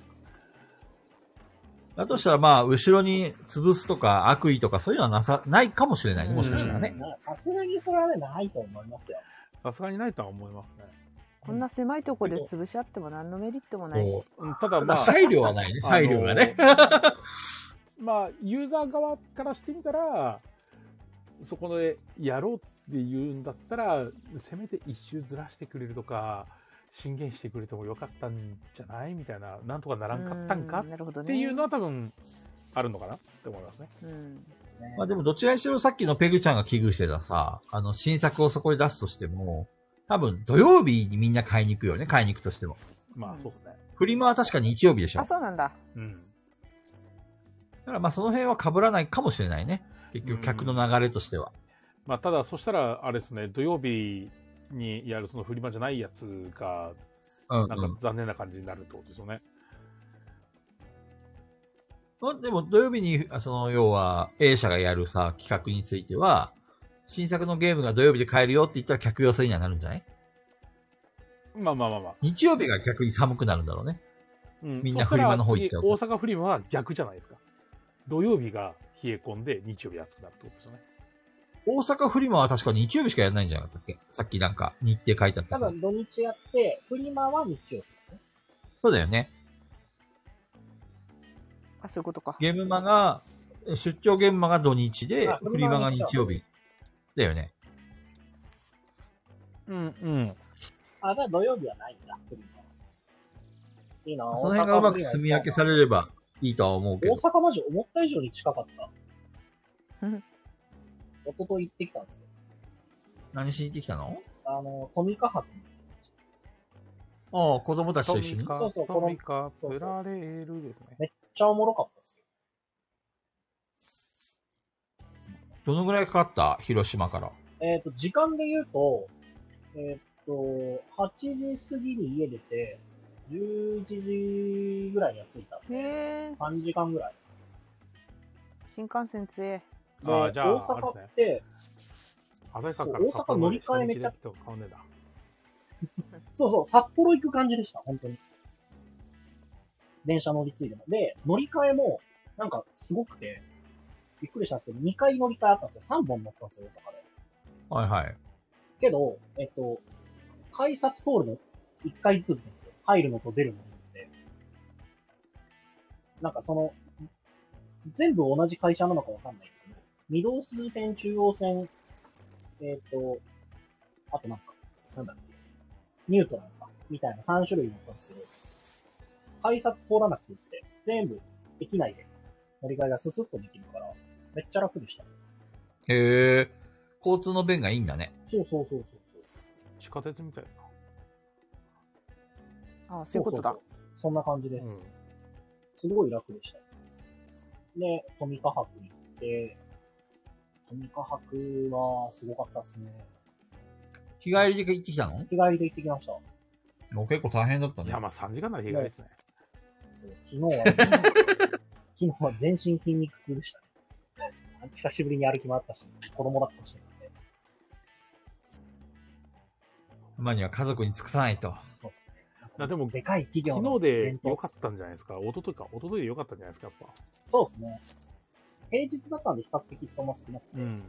だとしたらまあ、後ろに潰すとか悪意とかそういうのはなさ、ないかもしれないね。もしかしたらね。まあさすがにそれはね、ないと思いますよ。さすがにないとは思いますね。こんな狭いとこで潰し合っても何のメリットもないしこうんただうまあ、配慮はないね。配慮がね。あの。 まあ、ユーザー側からしてみたら、そこでやろうって言うんだったら、せめて一周ずらしてくれるとか、進言してくれてもよかったんじゃないみたいな、なんとかならんかったんかうなるほどっねていうのは多分、あるのかなって思いますね。うんまあでもどちらにしろさっきのペグちゃんが危惧してたさ、あの新作をそこで出すとしても、多分土曜日にみんな買いに行くよね、買いに行くとしても。まうあ、んそうですね。フリマは確かに日曜日でしょ。あだかそうなんだうん。らまあその辺は被らないかもしれないね。結局客の流れとしては。まあ、ただ、そしたら、あれですね、土曜日にやるそのフリマじゃないやつが、うん、うん。なんか残念な感じになるってことですよね。まあでも土曜日に、あその、要は A 社がやるさ、企画については、新作のゲームが土曜日で買えるよって言ったら客寄せにはなるんじゃないまあまあまあまあ。日曜日が逆に寒くなるんだろうね。うんみんなフリマの方行っちゃうとそしたら次大阪フリマは逆じゃないですか。土曜日が冷え込んで、日曜日暑くなるってことですよね。大阪フリマは確か日曜日しかやらないんじゃなかったっけさっきなんか日程書いてあった多けど分土日やって、フリマは日曜日。そうだよね。あそういうことかゲームマが、出張ゲームマが土日であ、フリマが日曜日。だよね。うんうん。あ、じゃあ土曜日はないんだ、フリマは。いいなその辺がうまく積み分けされれればいいとは思うけど大。阪マジ思った以上に近かった。うん一昨日行ってきたんですけ何しに行ってきたのど、あの、トミカハああ、子供たちとト一緒ミに。カ、そうそうトミカ、そうそうプラレールですね。めっちゃおもろかったっすよ。どのぐらいかかった広島から。えっ、と、時間で言うと、えっ、と、8時過ぎに家出て、11時ぐらいには着いた。へえ3時間ぐらい。新幹線強えあーでじゃあ大阪って、旭川からそう大阪乗り換えめっちゃ札幌まで下道で行くと変わんねえなそうそう、札幌行く感じでした、本当に。電車乗り継いでも。で、乗り換えも、なんかすごくて、びっくりしたんですけど、2回乗り換えあったんですよ。3本乗ったんですよ、大阪で。はいはい。けど、えっと、改札通るの1回ずつなんですよ。入るのと出るので。なんかその、全部同じ会社なのかわかんないですけど、御堂筋線、中央線、えっ、と、あとなんか、なんだっけ、ニュートラルか、みたいな3種類乗ったんですけど、改札通らなくていいって、全部駅内で乗り換えがススッとできるから、めっちゃ楽でした。へえ。交通の便がいいんだね。そうそうそうそうそう。地下鉄みたいな。あそういうことだそうそうそうそんな感じです。うんすごい楽でした。で、トミカ博に行って、トミカ博はすごかったですね。日帰りで行ってきたの日帰りで行ってきました。もう結構大変だったいねや、。まあ3時間なら日帰りですね。そう昨 日は、昨日は全身筋肉痛でした、ね。久しぶりに歩き回ったし、子供だったし、ね、今には家族に尽くさないと。そうですね。いやでもでかい企業昨の日で弁当良っかっすたんじゃないですか。一昨日か、一昨日で良かったんじゃないですか、やっぱ。そうですね。平日だったんで比較的人も少なくて、うん。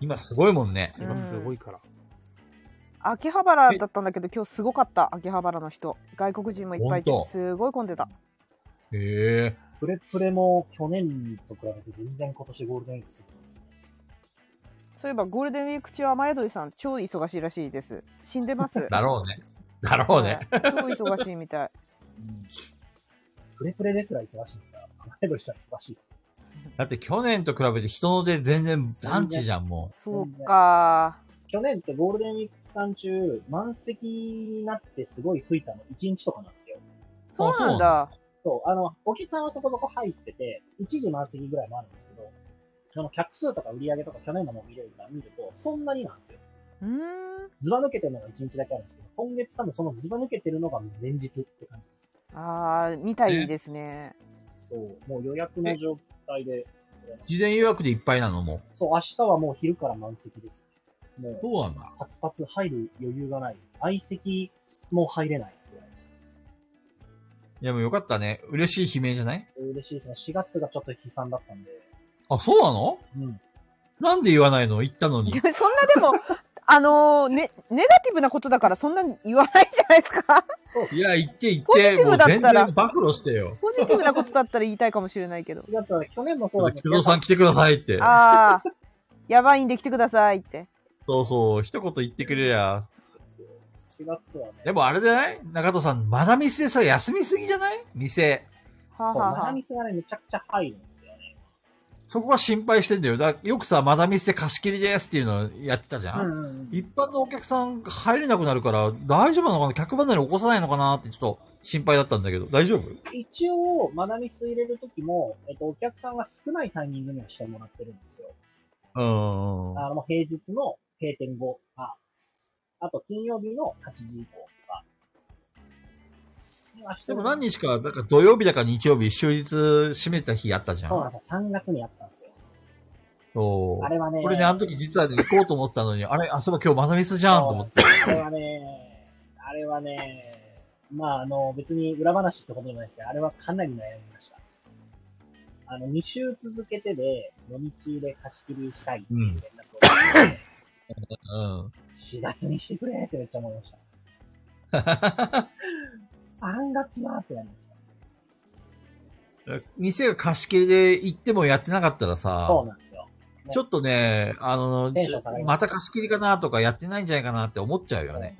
今すごいもんね。今すごいから。秋葉原だったんだけど今日すごかった秋葉原の人外国人もいっぱいいてほんとすごい混んでたへえ。プレプレも去年と比べて全然今年ゴールデンウィークすごいですね。そういえばゴールデンウィーク中は雨宿りさん超忙しいらしいです死んでます だろうね。だろうね。はい超忙しいみたいプレプレですら忙しいですから、雨宿りしたら忙しい。だって去年と比べて人の出全然団地じゃん、もそうか去年ってゴールデンウィーク期間中、満席になってすごい吹いたの1日とかなんですよ。そうなんだそう、あの、お客さんはそこそこ入ってて、1時満席ぐらいもあるんですけど、その客数とか売り上げとか去年のも見れるから見ると、そんなになんですよ。うーんずば抜けてるのが1日だけあるんですけど、今月多分そのずば抜けてるのが連日って感じであーみたいですねす。そう、もう予約の状体で、事前予約でいっぱいなのも。そう、明日はもう昼から満席です。もう、そうなんだ。パツパツ入る余裕がない。相席も入れない。いや、もうよかったね。嬉しい悲鳴じゃない嬉しいですね。4月がちょっと悲惨だったんで。あ、そうなのうん。なんで言わないの言ったのに。でも そんなでも、あのーね、ネガティブなことだからそんなに言わないじゃないですか。いや、言って言っポジティて、ブもうだっ全たら然暴露してよ。ポジティブなことだったら言いたいかもしれないけど。 4月は去年もちそょっうだと、け木ど戸さん来てくださいって。ああ、やばいんで来てくださいって。そうそう、一言言ってくれりゃ。 4月はね。でもあれじゃない中戸さん、まだ店さ、休みすぎじゃない店。はあ、そう、はあマはダあミ、スがね、めちゃくちゃ入るんですよね。そこが心配してんだよ。だよくさ、まだ店貸し切りですっていうのやってたじゃん。んん。一般のお客さん入れなくなるから、大丈夫なのかな客離れ起こさないのかなってちょっと心配だったんだけど、大丈夫一応、マダミス入れるときも、えっと、お客さんが少ないタイミングにはしてもらってるんですよ。うーん。あの、平日の閉店後とか、あと金曜日の8時以降とか。今してでるも何日か、なんか土曜日だか日曜日、終日閉めた日あったじゃん。そうなんですよ。3月にやったんですよ。そうあれはね、これね、あの時実はね、行こうと思ってたのに、あれ、あ、そういえば今日マザミスじゃんと思って。あれはね、あれはね、まあ、あの、別に裏話ってことじゃないですけど、あれはかなり悩みました。あの、2週続けてで、土日で貸し切りしたいっていう連絡を、うん。 4月にしてくれってめっちゃ思いました。3月なってなりました。店が貸し切りで行ってもやってなかったらさ、そうなんですよ。ちょっとね、あの、テンション下がりまますた貸し切りかなとかやってないんじゃないかなって思っちゃうよね。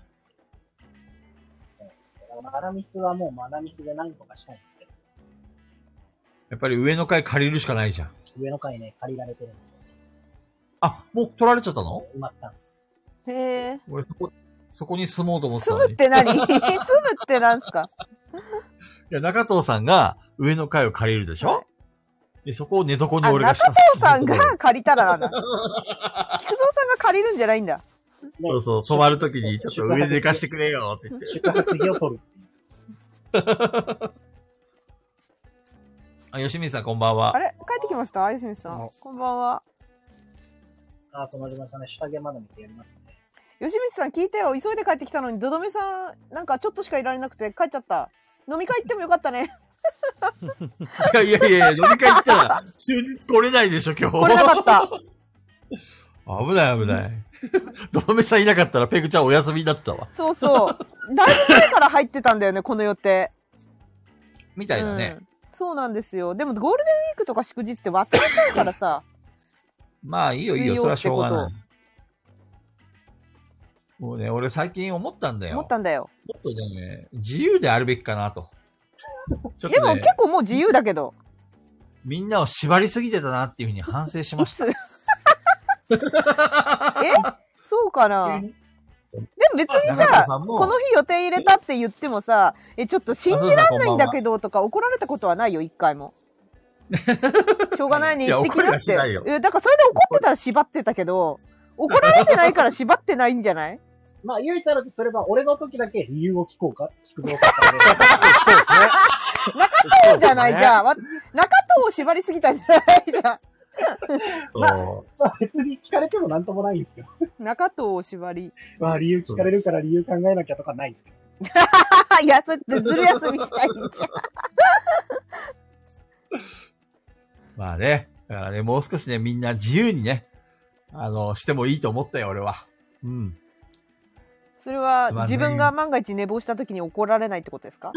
そうなんですよ。だからマダミスはもうマダミスで何とかしたいんですけど、やっぱり上の階借りるしかないじゃん。上の階ね、借りられてるんですよ。あ、もう取られちゃったの埋まったんです。へえ。俺そこ、そこに住もうと思ってた住のむに。っいて何住むってなんすかや、中藤さんが上の階を借りるでしょ、はで、そこを寝床にあ、俺が中した。藤さんが借りたらなんだ。菊蔵さんが借りるんじゃないんだ。ねそうそう、泊まるときに、ちょっと上で寝かしてくれよって言って。宿泊費を取るっていう。あ、吉水さんこんばんはあ。れ帰ってきましたあゆしみさん。こんばんは。ああ、その自分さんね、下着まだ店やりますね。吉光さん聞いてよ。急いで帰ってきたのに、どどめさん、なんかちょっとしかいられなくて帰っちゃった。飲み会行ってもよかっ たね。いやいやいや、飲み会行ったら、終日来れないでしょ、今来れな日。かった。危ない危ない。ドドメさんいなかったら、ペグちゃんお休みだったわ。そ うそう。だいぶ前から入ってたんだよね、この予定。みたいなね。うんそうなんですよ。でもゴールデンウィークとか祝日って忘れちゃうからさ。まあいいよいいよ、水曜それはしょうがなっいて。もうね、俺最近思ったんだよ。思もっったんだよ。とね、自由であるべきかな と。ちょっでもとね結、構もう自由だ けど。みんなを縛りすぎてたなっていうふうに反省しました。えそうか なで急もに別に中さ田、さんもこの日予定入れたって言ってもさ、え、ちょっと信じらんないんだけどとか怒られたことはないよ、一 回も。しょうがないね、いや行ってきなっ。怒りはしてないよえだからそれで怒ってたら縛ってたけど、怒られてないから縛ってないんじゃないまあ、唯一あるとすれば、俺の時だけ理由を聞こうか、聞くぞからねそうですね。中藤じゃない、じゃあ。わ中藤を縛りすぎたんじゃないじゃそうまあ、 別に聞かれてもなんともないんですけど。ん。中藤を縛り。 まあ、理由聞かれるから理由考えなきゃとかないんですけど。あやすってずる休みしたい。まあね、だからね、もう少しね、みんな自由にね、あの、してもいいと思ったよ、俺は。うん。それはすまんね自分が万が一寝坊した時に怒られないってことですか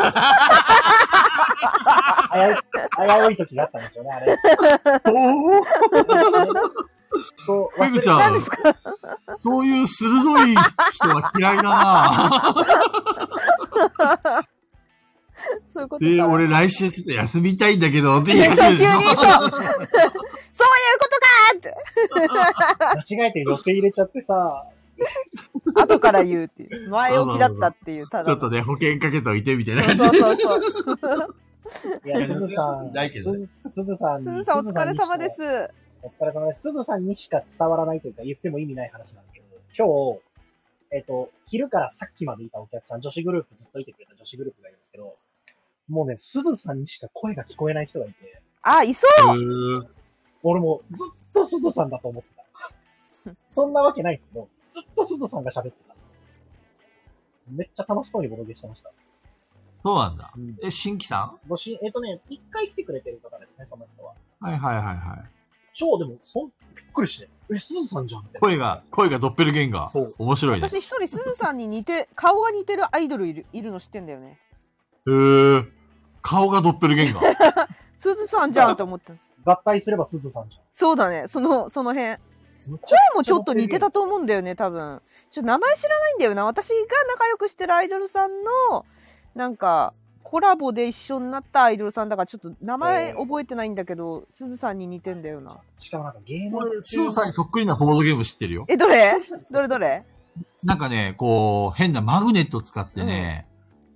危うい、危うい時があったんですよね、あれ。おおそう、ペ忘グれちゃん、そういう鋭い人は嫌いだなそういうことか。で、俺来週ちょっと休みたいんだけど、ってい言やいちょ始急めに そう。そういうた ことかって。間違えて予定入れちゃってさ、後から言うっていう。前置きだったっていう、た だちの。ょっとね、保険かけといて、みたいなそう感じ。そうそうそう。いや、すずさんない、けどすずすずさんすに、ずさんお疲れ様です。お疲れ様です。すずさんにしか伝わらないというか言っても意味ない話なんですけど、今日、えっ、と、昼からさっきまでいたお客さん、女子グループずっといてくれた女子グループがいるんですけど、もうね、すずさんにしか声が聞こえない人がいて、あ、いそうへー俺もずっと鈴さんだと思ってた。そんなわけないんですけど、ずっと鈴さんが喋ってた。めっちゃ楽しそうにボロゲしてました。そうなんだうん。え、新規さごし、えっ、とね、一回来てくれてる方ですね、その人は。んはいはいはいはい。超でも、そん、びっくりして、え、鈴さんじゃんみたいな。声が、声がドッペルゲンガそうー。面白いね。私一人すずさんに似て 顔が似てるアイドルいるいるの知ってんだよねへー。顔がドッペルゲンガー。すずさんじゃんと思った合体すれば鈴さんじゃそうだねそのその辺声ん。むっちゃもちょっと似てたと思うんだよね多分ちょっと名前知らないんだよな私が仲良くしてるアイドルさんのなんかコラボで一緒になったアイドルさんだからちょっと名前覚えてないんだけどすずさんに似てんだよなしかもなんかゲーム俺スーさんにそっくりなボードゲーム知ってるよ。えどれどれだどれなんかね、こう、変なマグネット使ってね、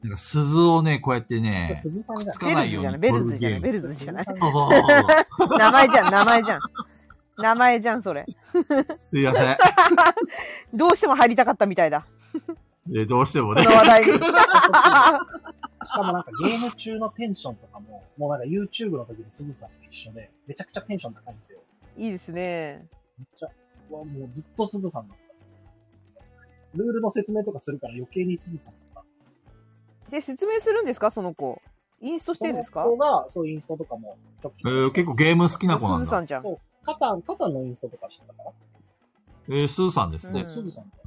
なんか鈴をね、こうやってね、鈴さんじゃんつ。ベかなルいズよじうゃにないベルズじゃないベルズじゃない鈴さんそうじゃそうそう名前じゃん名前じゃん名前じゃんそれすいません。 どうしても入りたかったみたいだでどうしてもこね の。話題に んしかもなんかゲーム中のテンションとかも、もうなんか YouTube の時に鈴さんと一緒で、めちゃくちゃテンション高いんですよ。いいですねめっちゃ、うわ、もうずっと鈴さんだった。ルールの説明とかするから余計に鈴さんだった。じゃあ説明するんですかその子インストしてるんですかその子が、そう、インストとかもちょくちえょーく。結構ゲーム好きな子すなずんさだ。んじゃんそう、カタン、カタンのインストとかしてたから。えー、スーさんですねうん。すずさんと。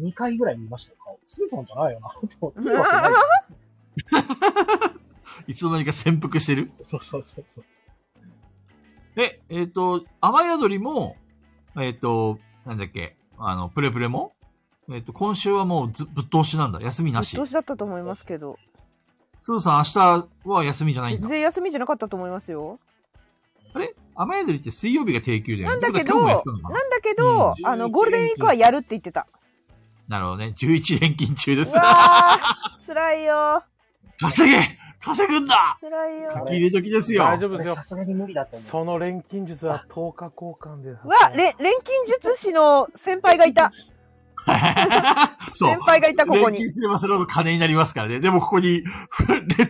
2回ぐらい見ましたよ、顔。すずさんじゃないよな、と思 って。いいわけないよ。いつの間にか潜伏してる。そうそうそうそう。え、えっ、と、雨宿りも、えっ、と、なんだっけ、あの、プレプレも、えっ、と、今週はもうずぶっ通しなんだ。休みなしどう。しだったと思いますけどスーさん、明日は休みじゃないん全だ。然休みじゃなかったと思いますよ雨宿りって水曜日が定休だよね。なんだけってことどはな今日もやってたのんかなだけどうんあのゴールデンウィークはやるって言ってたなるほどね。11連勤中でうすわ。ー辛いよ稼げ稼ぐんだ辛い書よき入れ時ですよ。大丈夫で俺すよさ。すがに無理だと思う。その錬金術は10日交換で。うわれ錬金術師の先輩がいたそう先輩がいたここ連に勤すればそれほど金になりますからね。でもここに、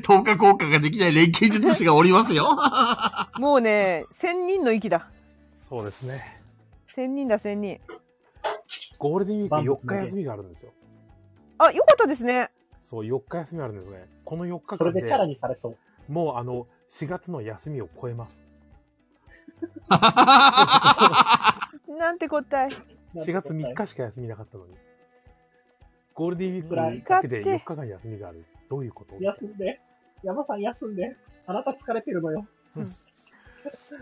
等価効果ができない連勤術師がおりますよ。 もうね千人の息だそうですね。千人だ千人ゴールデンウィーク4日休みがあるんですよ。あよかったですねそう、4日休みあるんですね。この4日それ間でチャラで、にされそう。もうあの、4月の休みを超えます。なんて答え4月3日しか休みなかったのに。ゴールデンウィ辛ーいクだけで4日間休みがある。どういうこと休んで。山さん休んで。あなた疲れてるのよ。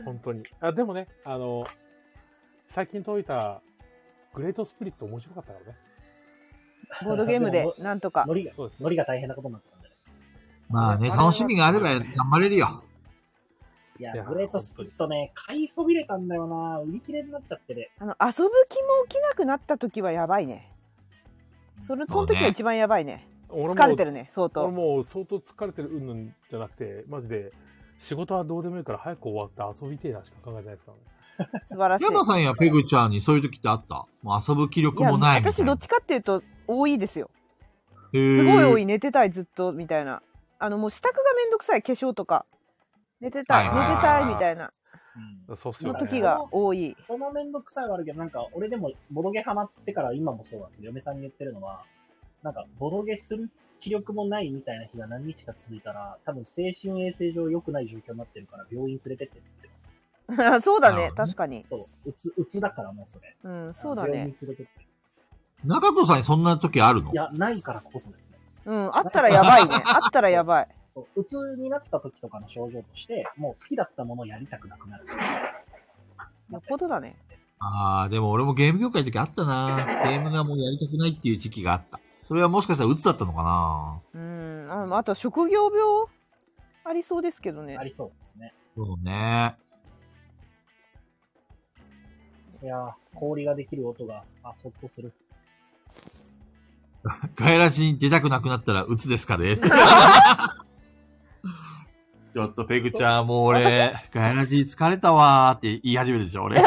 本当に。あ、でもね、あの、最近解いたグレートスプリット面白かったからね。ボードゲー ムでなんとかノリが、そうですねノリが大変なことになったんで。まあね、楽しみがあれば頑張れるよ。いいやや、グレートスピットね、買いそびれたんだよな。売り切れになっちゃってで。あの遊ぶ気も起きなくなった時はやばいね。それその時そうはね一番やばいね。俺疲れてる。るね相俺当。もう相当疲れてるうんぬんじゃなくて、マジで、仕事はどうでもいいから早く終わって遊びてえなしか考えてないですからね。素晴らしい。山さんやペグちゃんにそういう時ってあったもう遊ぶ気力もないみたい私どっちかっていうと多いですよ。すすごい多い。い寝てたいずっとみたいな。あのもう支度がめんどくさい化粧とか寝てたいはいはいはい寝てたいみたいなそうっすのよね。時が多い。 そのめんどくさいはあるけど、なんか、俺でも、ボドゲハマってから今もそうなんですけど、嫁さんに言ってるのは、なんか、ボドゲする気力もないみたいな日が何日か続いたら、多分精神衛生上良くない状況になってるから、病院連れてってって言ってます。そうだなねるほどね確かに。そう、うつ、うつだからもうそれ。うんそうだ病ね院。連れてって。中藤さんにそんな時あるのいや、ないからこそですね。うんあったらやばいね。 あったらやばい。そう、うつになった時とかの症状として、もう好きだったものをやりたくなくなる。よっぽどだね。ああ、でも俺もゲーム業界の時あったな。ゲームがもうやりたくないっていう時期があった。それはもしかしたら鬱だったのかなうんああと職業病ありそうですけどねあ。りそうですね。そうね。いやー、氷ができる音が、あ、ほっとする。ガイラジに出たくなくなったら鬱ですか ねちょっとペグちゃん、もう俺、ガイラジ疲れたわーって言い始めるでしょ、俺。ち い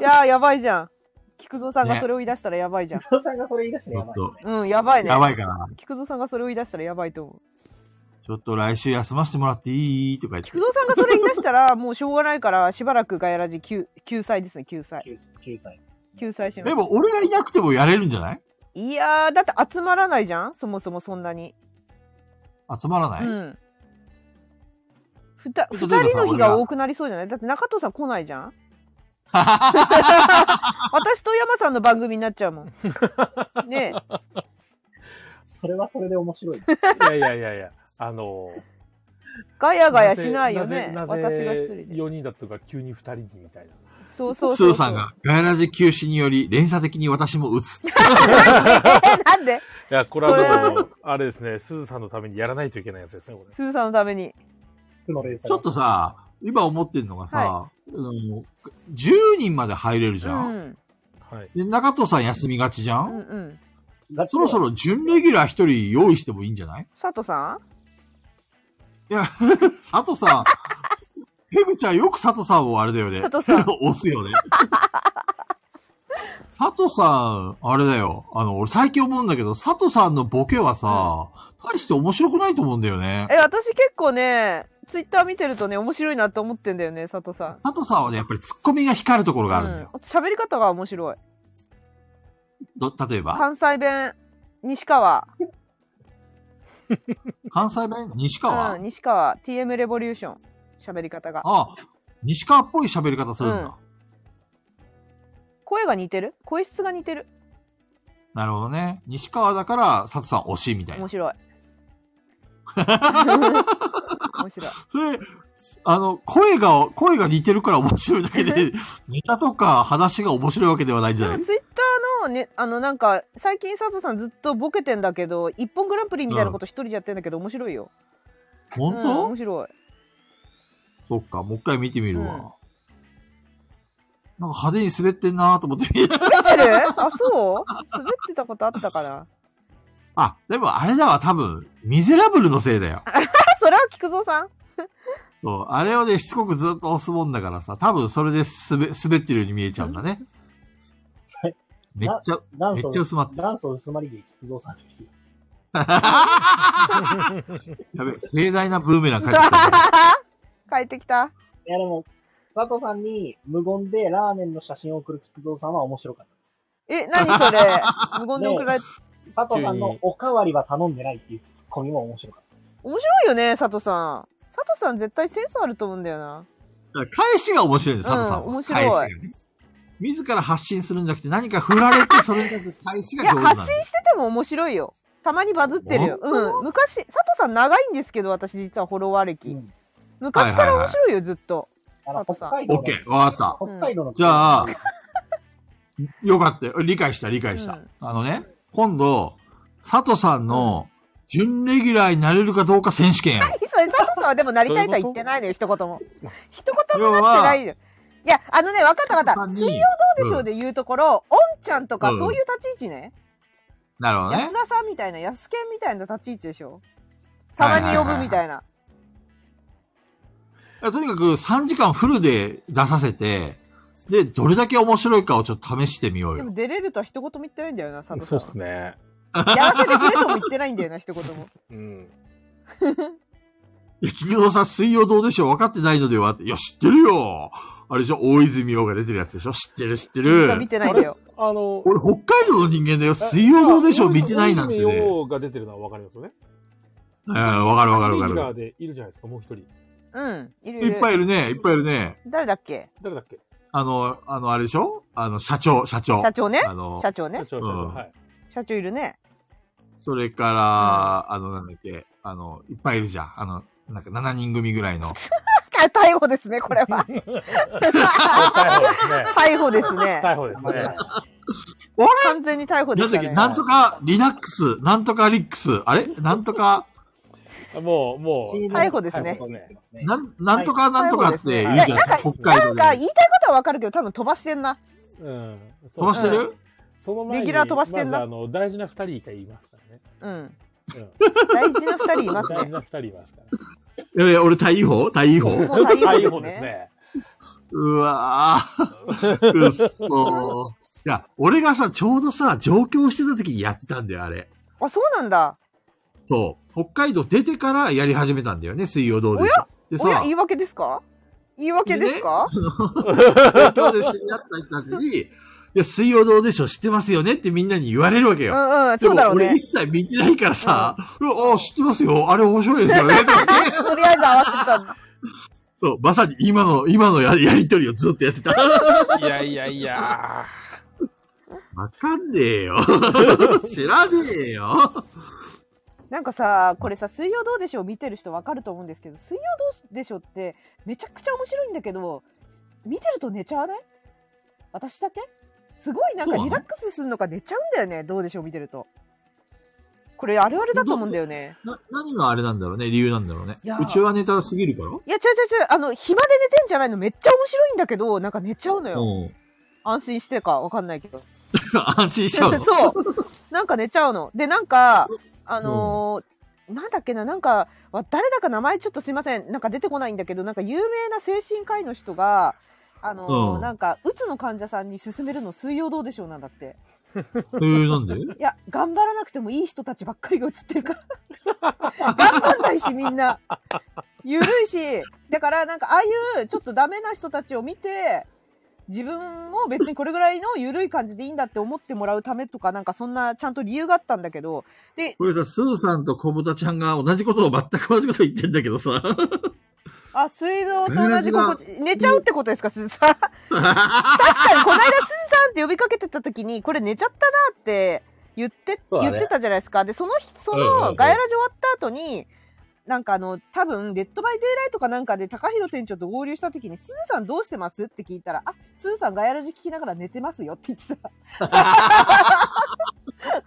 やーやばいじゃん。菊蔵さんがねそれを言い出したらやばいじゃん。伊藤さんがそれ言い出したらょやっばいですとね。うんやばいねや。ばいから。菊蔵さんがそれを言い出したらやばいと思う。ちょっと来週休ませてもらっていいとか言って工。藤さんがそれ言い出したら、もうしょうがないから、しばらくガヤラジ救救済ですね、救済。 9, 9歳。救済しま。ですも、俺がいなくてもやれるんじゃないいやー、だって集まらないじゃんそもそもそんなに。集まらない、うん。ふた、ちょ二っと出た人さの日俺がが多くなりそうじゃないだって中藤さん来ない じゃん私と山さんの番組になっちゃ うもん。ねえそれはそれで面白い。いやいやいやいや、あのー、ガヤガヤしないよね。なぜなぜ私が一人で。 4人だったから急に2人にみたいな。そうそうスそう。ーさんが、ガヤラジ休止により、連鎖的に私も打つ。え、 なんでいや、これはでも、あれですね、すずさんのためにやらないといけないやつですね、これ。スーさんのために。負の連鎖ちょっとさ、今思ってんのがさ、はあの10人まで入れるじうゃん。ん。はい。で、中藤さん休みがちじゃ、うんんだってそろそろ準レギュラー一人用意してもいいんじゃない佐藤さん佐藤さん、 ペグちゃんよく佐藤さんをあれだよね。佐藤さん押すよね。佐藤さん、あれだよ。あの、俺最近思うんだけど、佐藤さんのボケはさ、大して面白くないと思うんだよね。え、私結構ね、ツイッター見てるとね、面白いなと思ってんだよね、佐藤さん。佐藤さんはね、やっぱりツッコミが光るところがあるんだよ。うん喋り方が面白い。ど例えば、関西弁、西川。関西弁西川、うん、西川。TM レボリューション。喋り方が。ああ、西川っぽい喋り方するんだ。うん声が似てる声質が似てる。なるほどね。西川だから、佐藤さん推しみたいな 面。白い。面白い。それ、あの、声が、声が似てるから面白いだけで、ネタとか話が面白いわけではないんじでゃないもツイッターのね、あのなんか、最近佐藤さんずっとボケてんだけど、一本グランプリみたいなこと一人でやってんだけど面白いよ。本うん当、面白い。そっか、もう一回見てみるわ。なんか派手に滑ってんなーと思って 見て滑ってるあ、そう滑ってたことあったから。あ、でもあれだわ、多分、ミゼラブルのせいだよ。あそれは菊蔵さんそう、あれをね、しつこくずっと押すもんだからさ、多分それで滑、滑ってるように見えちゃうんだね。めっちゃ、元めっちゃ薄まって元祖薄まり芸、菊蔵さんですよ。やべ、盛大なブーメラン帰ってきた。帰ってきた。いや、でも、佐藤さんに無言でラーメンの写真を送る菊蔵さんは面白かったです。え、何それ無言で送られて。佐藤さんのおかわりは頼んでないっていうツッコミも面白かったです。面白いよね、佐藤さん。佐藤さん絶対センスあると思うんだよな。だから返しが面白いんです、佐藤さんは。うん面白い返しがね。自ら発信するんじゃなくて、何か振られて、それに対する返しがい上や、手なん発だ信してても面白いよ。たまにバズってるよ。うん。昔、佐藤さん長いんですけど、私実はフォロワー歴。うん昔から面白いよ、ずっと。あの、佐藤さ北ん海道オのッ、ケー、わかった。北海道の、じゃあ、よかったよ。理解した、理解した。うんあのね、今度、佐藤さんの、準レギュラーになれるかどうか選手権やろう。それ佐藤さんはでもなりたいとは言ってないのよ、一言も。一言もなってないよ。いや、あのね、わかったわかった。水曜どうでしょうで、で言うところ、おんちゃんとかうんそういう立ち位置ね。なるほどね安。田さんみたいな、安健みたいな立ち位置でしょ。たまに呼ぶみたいな。いやとにかく3時間フルで出させて、で、どれだけ面白いかをちょっと試してみようでよも。出れるとは一言も言ってないんだよな、佐藤さそんうっすね。は。やらせてくれとも言ってないんだよな、一言も。うん。いや、菊蔵さん、水曜どうでしょう分かってないのではって。いや、知ってるよあれでしょ大泉洋が出てるやつでしょ知ってる、知って実は見る。てないんだよ。あの、俺、北海道の人間だよ。水曜どうでしょう見てないなんてね。大泉うん、洋が出てるのはわかりますよね。わかるわかるレギュラわかーでいるじゃないですか、もう一人。うん。いるる。いっぱいいる。いるね、いっぱいいるね。誰だっけ誰だっけあの、あの、あれでしょあの、社長、社長。社長ね。あの、社長ね社。長、社長。うんはい。社長いるね。それから、あの、なんだっけ、あの、いっぱいいるじゃん。あの、なんか7人組ぐらいの。あ逮捕ですね、これは。逮捕ですね。逮捕逮捕ですね。ですまねた。完全に逮捕でなんしだったけ、ね。なんとか、リラックス、なんとかリックス、あれなんとか、もう、もう、逮捕ですね逮捕になってますねなん、なんとかなんとかって言うじゃん、はい北海な道んでか。言いたいことはわかるけど、多分飛ばしてんな。うん。飛ばしてる、その前に、レギュラー飛ばしてんまなずあの、大事な二人以下言いますからね。うん。うん。大事な二人います大ね 事。な二人いますかいやいや、俺、対法対法もうら。逮逮捕捕でですすね。ね。うわぁ。うっそー。いや、俺がさ、ちょうどさ、上京してた時にやってたんだよ、あれ。あ、そうなんだ。そう。北海道出てからやり始めたんだよね、水曜どうでしょう。でおや、さ、言い訳ですか言い訳ですか、東京で知り合った人たちに、いや、水曜どうでしょう知ってますよねってみんなに言われるわけうよ。んうん、でそうだもろう俺ね一。切見てないからさ、うんああ、知ってますよ。あれ面白いですよね。 とりあえず合わそう、まさに今の、今のややりとりをずっとやってた。いやいやいや。わかんねえよ。 知らねえよ。せた。なんかさ、これさ、水曜どうでしょう見てる人わかると思うんですけど、水曜どうでしょうってめちゃくちゃ面白いんだけど、見てると寝ちゃわない私だけすごいなそんかうなのリラックスするのか寝ちゃうんだよね、どうでしょう見てると。これあるあるだと思うんだよね。な、何があれなんだろうね。理由なんだろうねいや。うちはネタすぎるからいや、ちょいちょいちょい、あの、暇で寝てんじゃないのめっちゃ面白いんだけど、なんか寝ちゃうのよ。うん。 安心してかわかんないけど。安心しちゃうの。 そう。なんか寝ちゃうの。で、なんか、あのーなんだっけな、なんか、わ誰だか名前ちょっとすいません、なんか出てこないんだけど、なんか有名な精神科医の人が、あのーうんなんか、うつの患者さんに勧めるの水曜どうでしょうなんだって。えー、なんでいや、頑張らなくてもいい人たちばっかりが映ってるから。頑張んないし、みんな。ゆるいし、だからなんか、ああいうちょっとダメな人たちを見て、自分も別にこれぐらいのゆるい感じでいいんだって思ってもらうためとか、なんかそんなちゃんと理由があったんだけど、これさ、スーさんと小豚ちゃんが同じことを全く同じこと言ってんだけどさ。あ、水道と同じ心地、寝ちゃうってことですか、鈴 さん。確かに、この間鈴さんって呼びかけてた時に、これ寝ちゃったなって言って、そうだ言ねってたじゃないですか。で、その日、そうんうんうのんガヤラジ終わった後に、なんかあの、多分、デッドバイデイライトかなんかで、高弘店長と合流した時に、鈴さんどうしてますって聞いたら、あ、鈴さんガヤラジ聞きながら寝てますよっ て言ってた。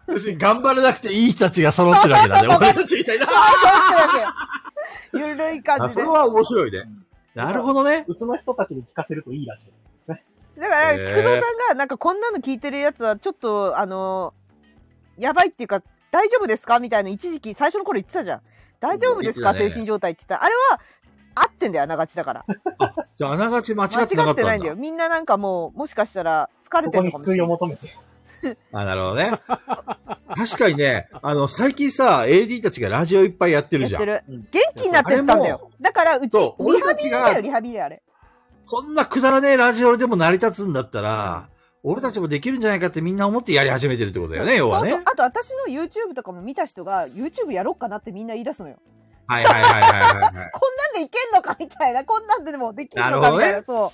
要するに頑張らなくていい人たちが揃ってるわけだ ね。俺たちみたいな。ゆるい感あ、じそで。れだは面白いね。なるほどね。うちの人たちに聞かせるといい らしいですね。から、へー菊蔵さんが、なんかこんなの聞いてるやつは、ちょっと、あの、やばいっていうか、大丈夫ですかみたいな一時期、最初の頃言ってたじゃん。大丈夫です言っか、てたね精神状態って言ったら。あれは、合ってんだよ、あながちだから。じゃあ、あながち間違間ってなか違っってたないんんだよ。だ。みんななんかもう、もしかしたら、疲れこてるこのにかもし救いれをない。求めて。あ、なるほど ね。確かにね、あの、最近さ、AD たちがラジオいっぱいやってるじやゃってん。る。元気になってったんだあれよ。だから、うち、リそう俺ハたビちリがだよ、リハビリあれ。こんなくだらねえラジオでも成り立つんだったら、俺たちもできるんじゃないかってみんな思ってやり始めてるってことだよね、要はそうそねう。。あと、私の YouTube とかも見た人が、YouTube やろっかなってみんな言い出すのよ。はいはいはいはいはい はい。こんなんでいけんのかみたいな。こんなんでもできるのなるかほみどねたいな。そう。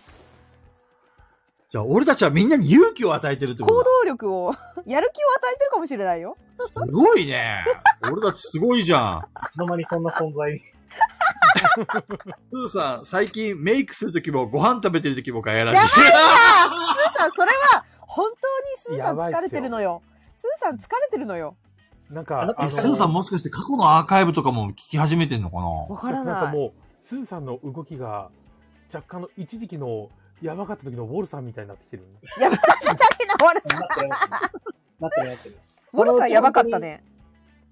じゃあ、俺たちはみんなに勇気を与えてるってこ行とだ。動力を、 やる気を与えてるかもしれないよ。すごいね。俺たちすごいじゃん。いつの間にそんな存在。スーさん、最近メイクするときもご飯食べてるときもガヤラジ。やば いスーさん、それは、本当にスーさん疲れてるのよ。スーさん疲れてるのよ。なんか、えのスーさんもしかして過去のアーカイブとかも聞き始めてんのかわなからなんかない。もう、すずさんの動きが、若干の一時期の、やばかった時のウォルさんみたいになってきてる。やばかったけど、俺、な ってない。なってないなってない。モルさん やばかった。ね。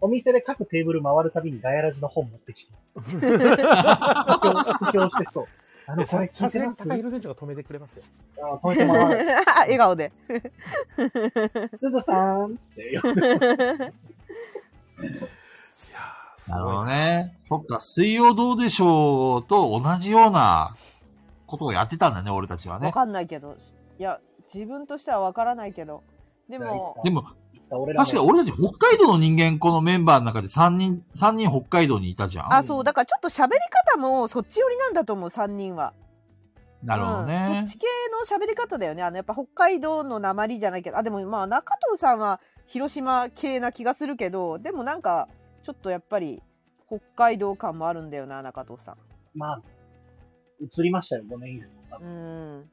お店で各テーブル回るたびにガヤラジの本持ってきそう。布教してそう。あの、これ聞さいてすがまにす高弘店長が止めてくれますよ。あ止めてもらわない。 笑顔で。すずさんっつって。いやーすなるほごいどね。そっか、水曜どうでしょうと同じようなことをやってたんだね、俺たちはわね。かんないけど。いや、自分としてはわからないけど。でじゃあいつもか、でも、いつか俺らも確かに俺たち北海道の人間、このメンバーの中で3人、三人北海道にいたじゃん。あ、そう、だからちょっと喋り方もそっち寄りなんだと思う、3人は。なるほどうねんそっ。ち系の喋り方だよね。あの、やっぱ北海道の鉛じゃないけど、あ、でもまあ中藤さんは広島系な気がするけど、でもなんか、ちょっとやっぱり北海道感もあるんだよな、中藤さん。まあ、移りましたよ、5年以う上。ん。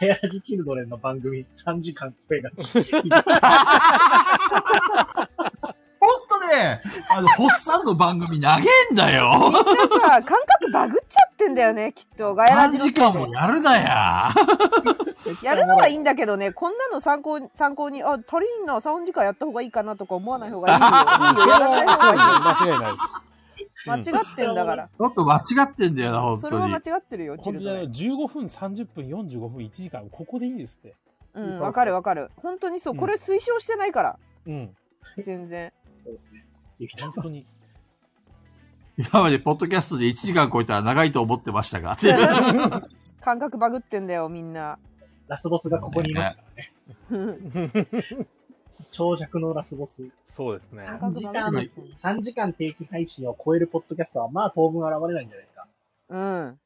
ガヤラジチルドレンの番組3時間声がほんとね、あの、ホッサンの番組投げんだよ。みんなさ、感覚バグっちゃってんだよね、きっと。ガヤラジ3のせい時で間もやるなや。 やるのはいいんだけどね、こんなの参考に、参考に、あ、足りんな、3時間やった方がいいかなとか思わない方がいいよ。いいよやらない方がいいよ。間違いないです。間違ってんだから。ちょっと間違ってんだよな、本当それはに間違。ってるよ、チ本ル当ドにあねの。15分、30分、45分、1時間、ここでいいんですって。うん、わかるわかる。本当にそう、これ推奨してないから、うん。全然。そうですね。っていう人本当に。今までポッドキャストで1時間超えたら長いと思ってましたが。 感覚バグってんだよ、みんな。ラスボスがここにいますからね。長尺のラスボス。そうですね。 3時間、3時間定期配信を超えるポッドキャストは、まあ当分現れないんじゃないですか。うん。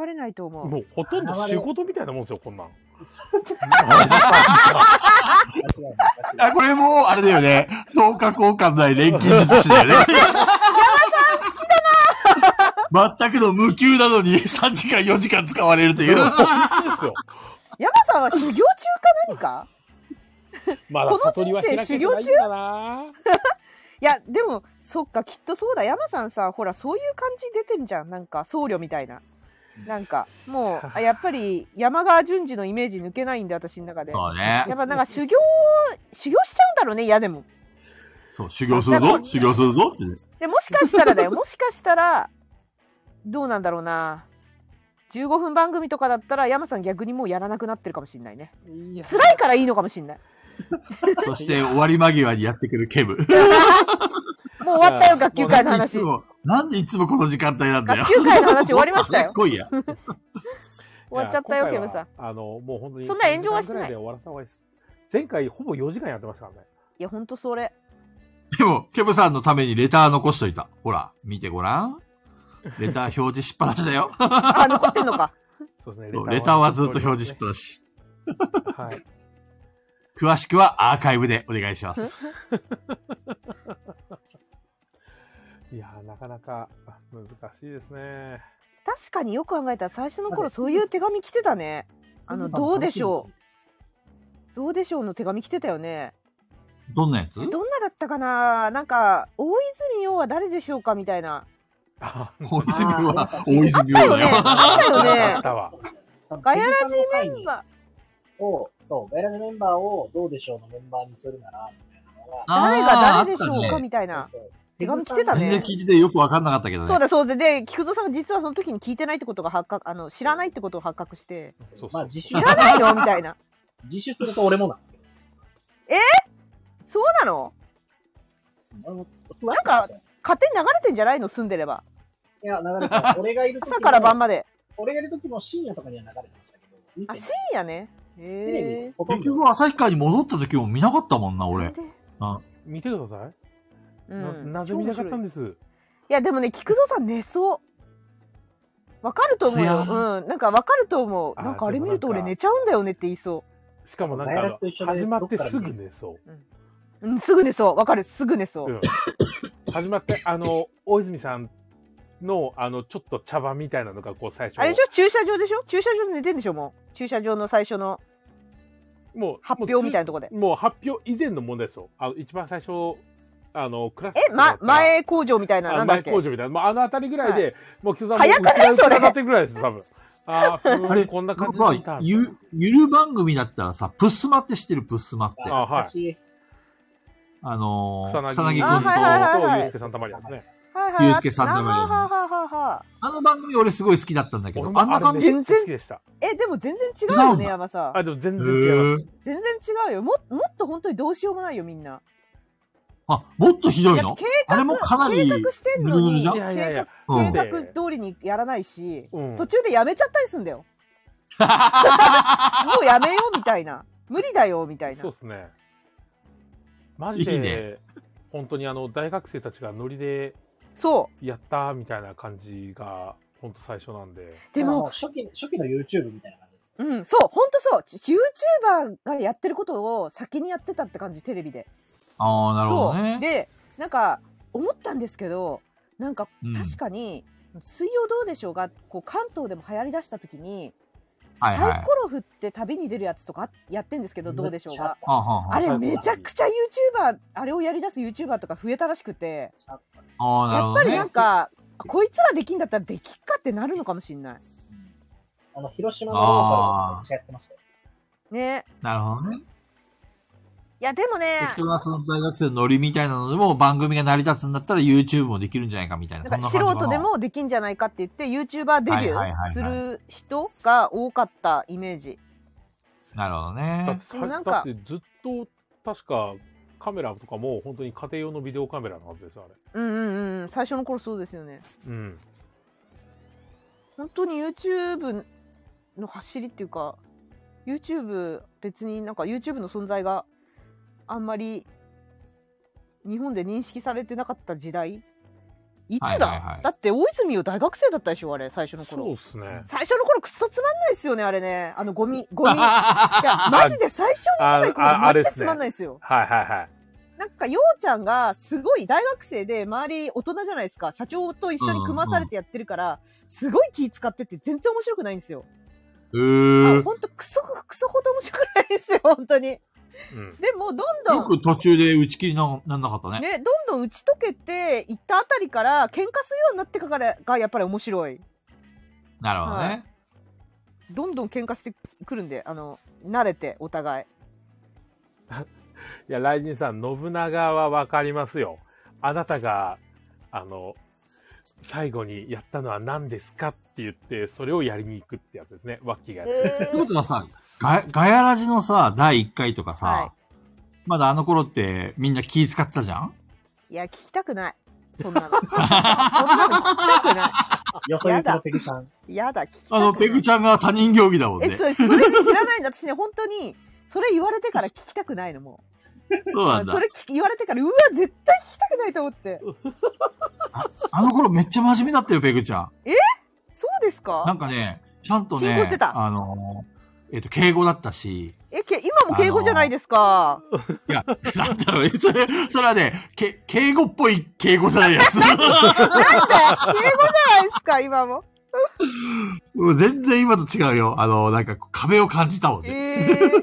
現れないと思う。もうほとんど仕事みたいなもんですよ、こんなん。間違いない間違いないあ、これもう、あれだよね。等価交換ない錬金術師だよね。全くの無給なのに3時間4時間使われる という。ですよ。山さんは修行中か何かまだ悟りは開けてないんだな。いや、でも、そっか、きっとそうだ。山さんさ、ほら、そういう感じ出てんじゃん。なんか、僧侶みたいな。なんか、もう、あやっぱり、山川淳二のイメージ抜けないんで、私の中で。そうねや。っぱなんか修行、修行しちゃうんだろうね、嫌でも。そう、修行するぞ、修行するぞってね。で、もしかしたらだよ、もしかしたら、どうなんだろうな。15分番組とかだったら、山さん逆にもうやらなくなってるかもしんないね。いや辛いからいいのかもしんない。 そして終わり間際にやってくるケム。もう終わったよ、学級会のなんでい話。つ学 も、なんでいつもこの時間帯なんだよ。級会の話終わりま したよ。今夜。終わっちゃったよ、いやケムさん。今い。回はあの、もう本当に。そんな炎上はしてないで終わらせた方がいいです。前回ほぼ4時間やってましたからね。や、ほんとそれ。でも、ケムさんのためにレター残しといた。ほら、見てごらん。レター表示しっぱなしだ よ。あ、残ってんのか。そうですね。そうレターはずっと表示しっぱなはし。い。詳しくはアーカイブでお願いします。いやー、なかなか難しいですね。確かによく考えたら、最初のま頃あそういう手紙来てたね。あの鈴さんどうでしょう楽みどうでしょうの手紙来てたよね。どんなやつどんなだったかななんか、大泉洋は誰でしょうかみたいな。あ、大泉洋は、大泉洋だよ。あっ たよあっね。たわ。ですガヤラジメメンバを、そう、ガイラのメンバーをどうでしょうのメンバーにするなら、みたいなのがー誰があー誰でしょあうったかねみたいな。そうそう手紙来てた全然ね聞いててよくわかんなかったけどそうね。だそうだ。で、菊蔵さんが実はその時に聞いてないってことが発覚、あの、知らないってことを発覚して、そうそうまあ、自知首、らないよみたいな。自首すると俺もなんですけど。そうなの俺もなんか、勝手に流れてんじゃないの住んでれば。いや、流れてます俺がいる時も朝から晩まで。俺がいる時も深夜とかには流れてましたけど、見てあ、ない深夜ね。テレへビほとん結ど局、旭川に戻った時も見なかったもんな、俺。見てください。え。うな、ん。なぜ見なかったんです。いやでもね菊蔵さん寝そうわかると思うよそやうんなんかわかると思うあーなんかあれ見るとで俺もなんか寝ちゃうんだよねって言いそしかもなんガイラかスと一緒で始まってすぐ寝そう。うんすぐ寝そうわかるすぐ寝そうううん始まって、あの、大泉さんの、あの、ちょっと茶番みたいなのが、こう、最初。あれでしょ駐車場でしょ駐車場で寝てんでしょもう駐車場の最初のもう、発表みたいなとこでもう。もう発表以前の問題ですよ。あの、一番最初、あの、クラス。えま前工場みたいなあなんだ前っけ工場みたいな。もうあのあたりぐらいで、もう、木さん早くないそれ上がってるぐらいですよ、多分。あーあふーれ、ん、こんな感じさなんだ、ゆ、ゆる番組だったらさ、プッスマって知ってる、プッスマって。あはい懐かしいあの草ー、草薙薙君と、あはいはいは君と、いゆうすけさんたまりですね。はいはいユースケさんだはもんははははあの番組俺すごい好きだったんだけど、俺もあんなあ感れじめねっちゃ好きでした。えでも全然違うよね違山さんあ、でも全へ然違います。ー全然違うよももっと本当にどうしようもないよみんなあ、もっとひどいいやの計あれもかな計り、画してんのぬるにぬるじゃんいやいやいや、う計んだっ画通りにやらないし、うん途中でやめちゃったり すんだよ。もうやめようみたいな。無理だよみたいな。そうですね。マジで、いいね本当にあの、大学生たちがノリでそやったみたいな感じが、本当最初なんで。う。であのも、初期、初期の YouTube みたいな感じです。うん、そう、ほんとそう。YouTuber がやってることを先にやってたって感じ、テレビで。ああ、なるほどそう。ね。で、なんか、思ったんですけど、なんかうん、確かに、水曜どうでしょうが、こう、関東でも流行り出した時に、はいはいサイコロ振って旅に出るやつとかやってんですけど、どうでしょうが。はあはあはあれめちゃくちゃ YouTuber、あれをやり出す YouTuber とか増えたらしくて、ちゃっとああー、なるやほっぱどりねなん。か、こいつらできんだったらできっかってなるのかもしんない。あの、広島のローカルでめっちゃやってましたよ。ね。なるほどね。いや、でもね、人がその大学生のノリみたいなのでも番組が成り立つんだったら YouTube もできるんじゃないかみたいな。なんかそんな感じ素か人なで。もできんじゃないかって言って YouTuber デビはいはいュはいはいーする人が多かったイメージ。なるほどだっね て。さでもなんかだってずっと、確か、カメラとかも本当に家庭用のビデオカメラのはずです、あれ。うんうんうん最初の頃そうですよねうん。本当に YouTube の走りっていうか YouTube 別になんか YouTube の存在があんまり日本で認識されてなかった時代いつだ、はいはいはいだって大泉洋大学生だったでしょあれ最初のそう頃っすね。最初の頃くっそつまんないですよねあれねあのゴミ ゴミいやマジで最初のあ頃ああマれジっですねつまんないですよはいはいはい。なんか、ようちゃんが、すごい大学生で、周り大人じゃないですか。社長と一緒に組まされてやってるから、すごい気使ってて、全然面白くないんですよ。えあー、ほんと、クソ、クソほど面白くないですよ、 本当に。うん。でも、どんよどん、く途中で打ち切りななんなかったね。ね、どんどん打ち解けていったあたりから、喧嘩するようになってからが、やっぱり面白い。なるほどね。どんどん喧嘩してくるんで、あの、慣れて、お互い。いや、雷神さん、信長はわかりますよ。あなたが、あの、最後にやったのは何ですかって言って、それをやりに行くってやつですね。ワッキーがやってる。ってことはさ、ガガヤラジのさ、第1回とかさ、はいまだあの頃ってみんな気使ってたじゃんいや、聞きたくない。そ んなの。そんなの聞きたくなよそ行きのペグさん。い。やだ、聞きたくなあい。の、ペグちゃんが他人行儀だもんえね。それそれで知らないんだ私ね本当にそれ言われてから聞きたくないのもそううなんだそ。れ聞き言われてからうわ絶対聞きたくないと思ってあの頃めっちゃ真面目だったよ、ペグちゃん。そうですなかんかね、ちゃんとね、進行してたあの、えっ、と、敬語だったし、えけ今も敬語じゃないですか、いや、なんだろうね、それ、それはね、け敬語っぽい敬語じゃないや つ。なんで敬語じゃないですか 今ももう全然今と違うよ。あの、なんか壁を感じたもんえね。ー、でも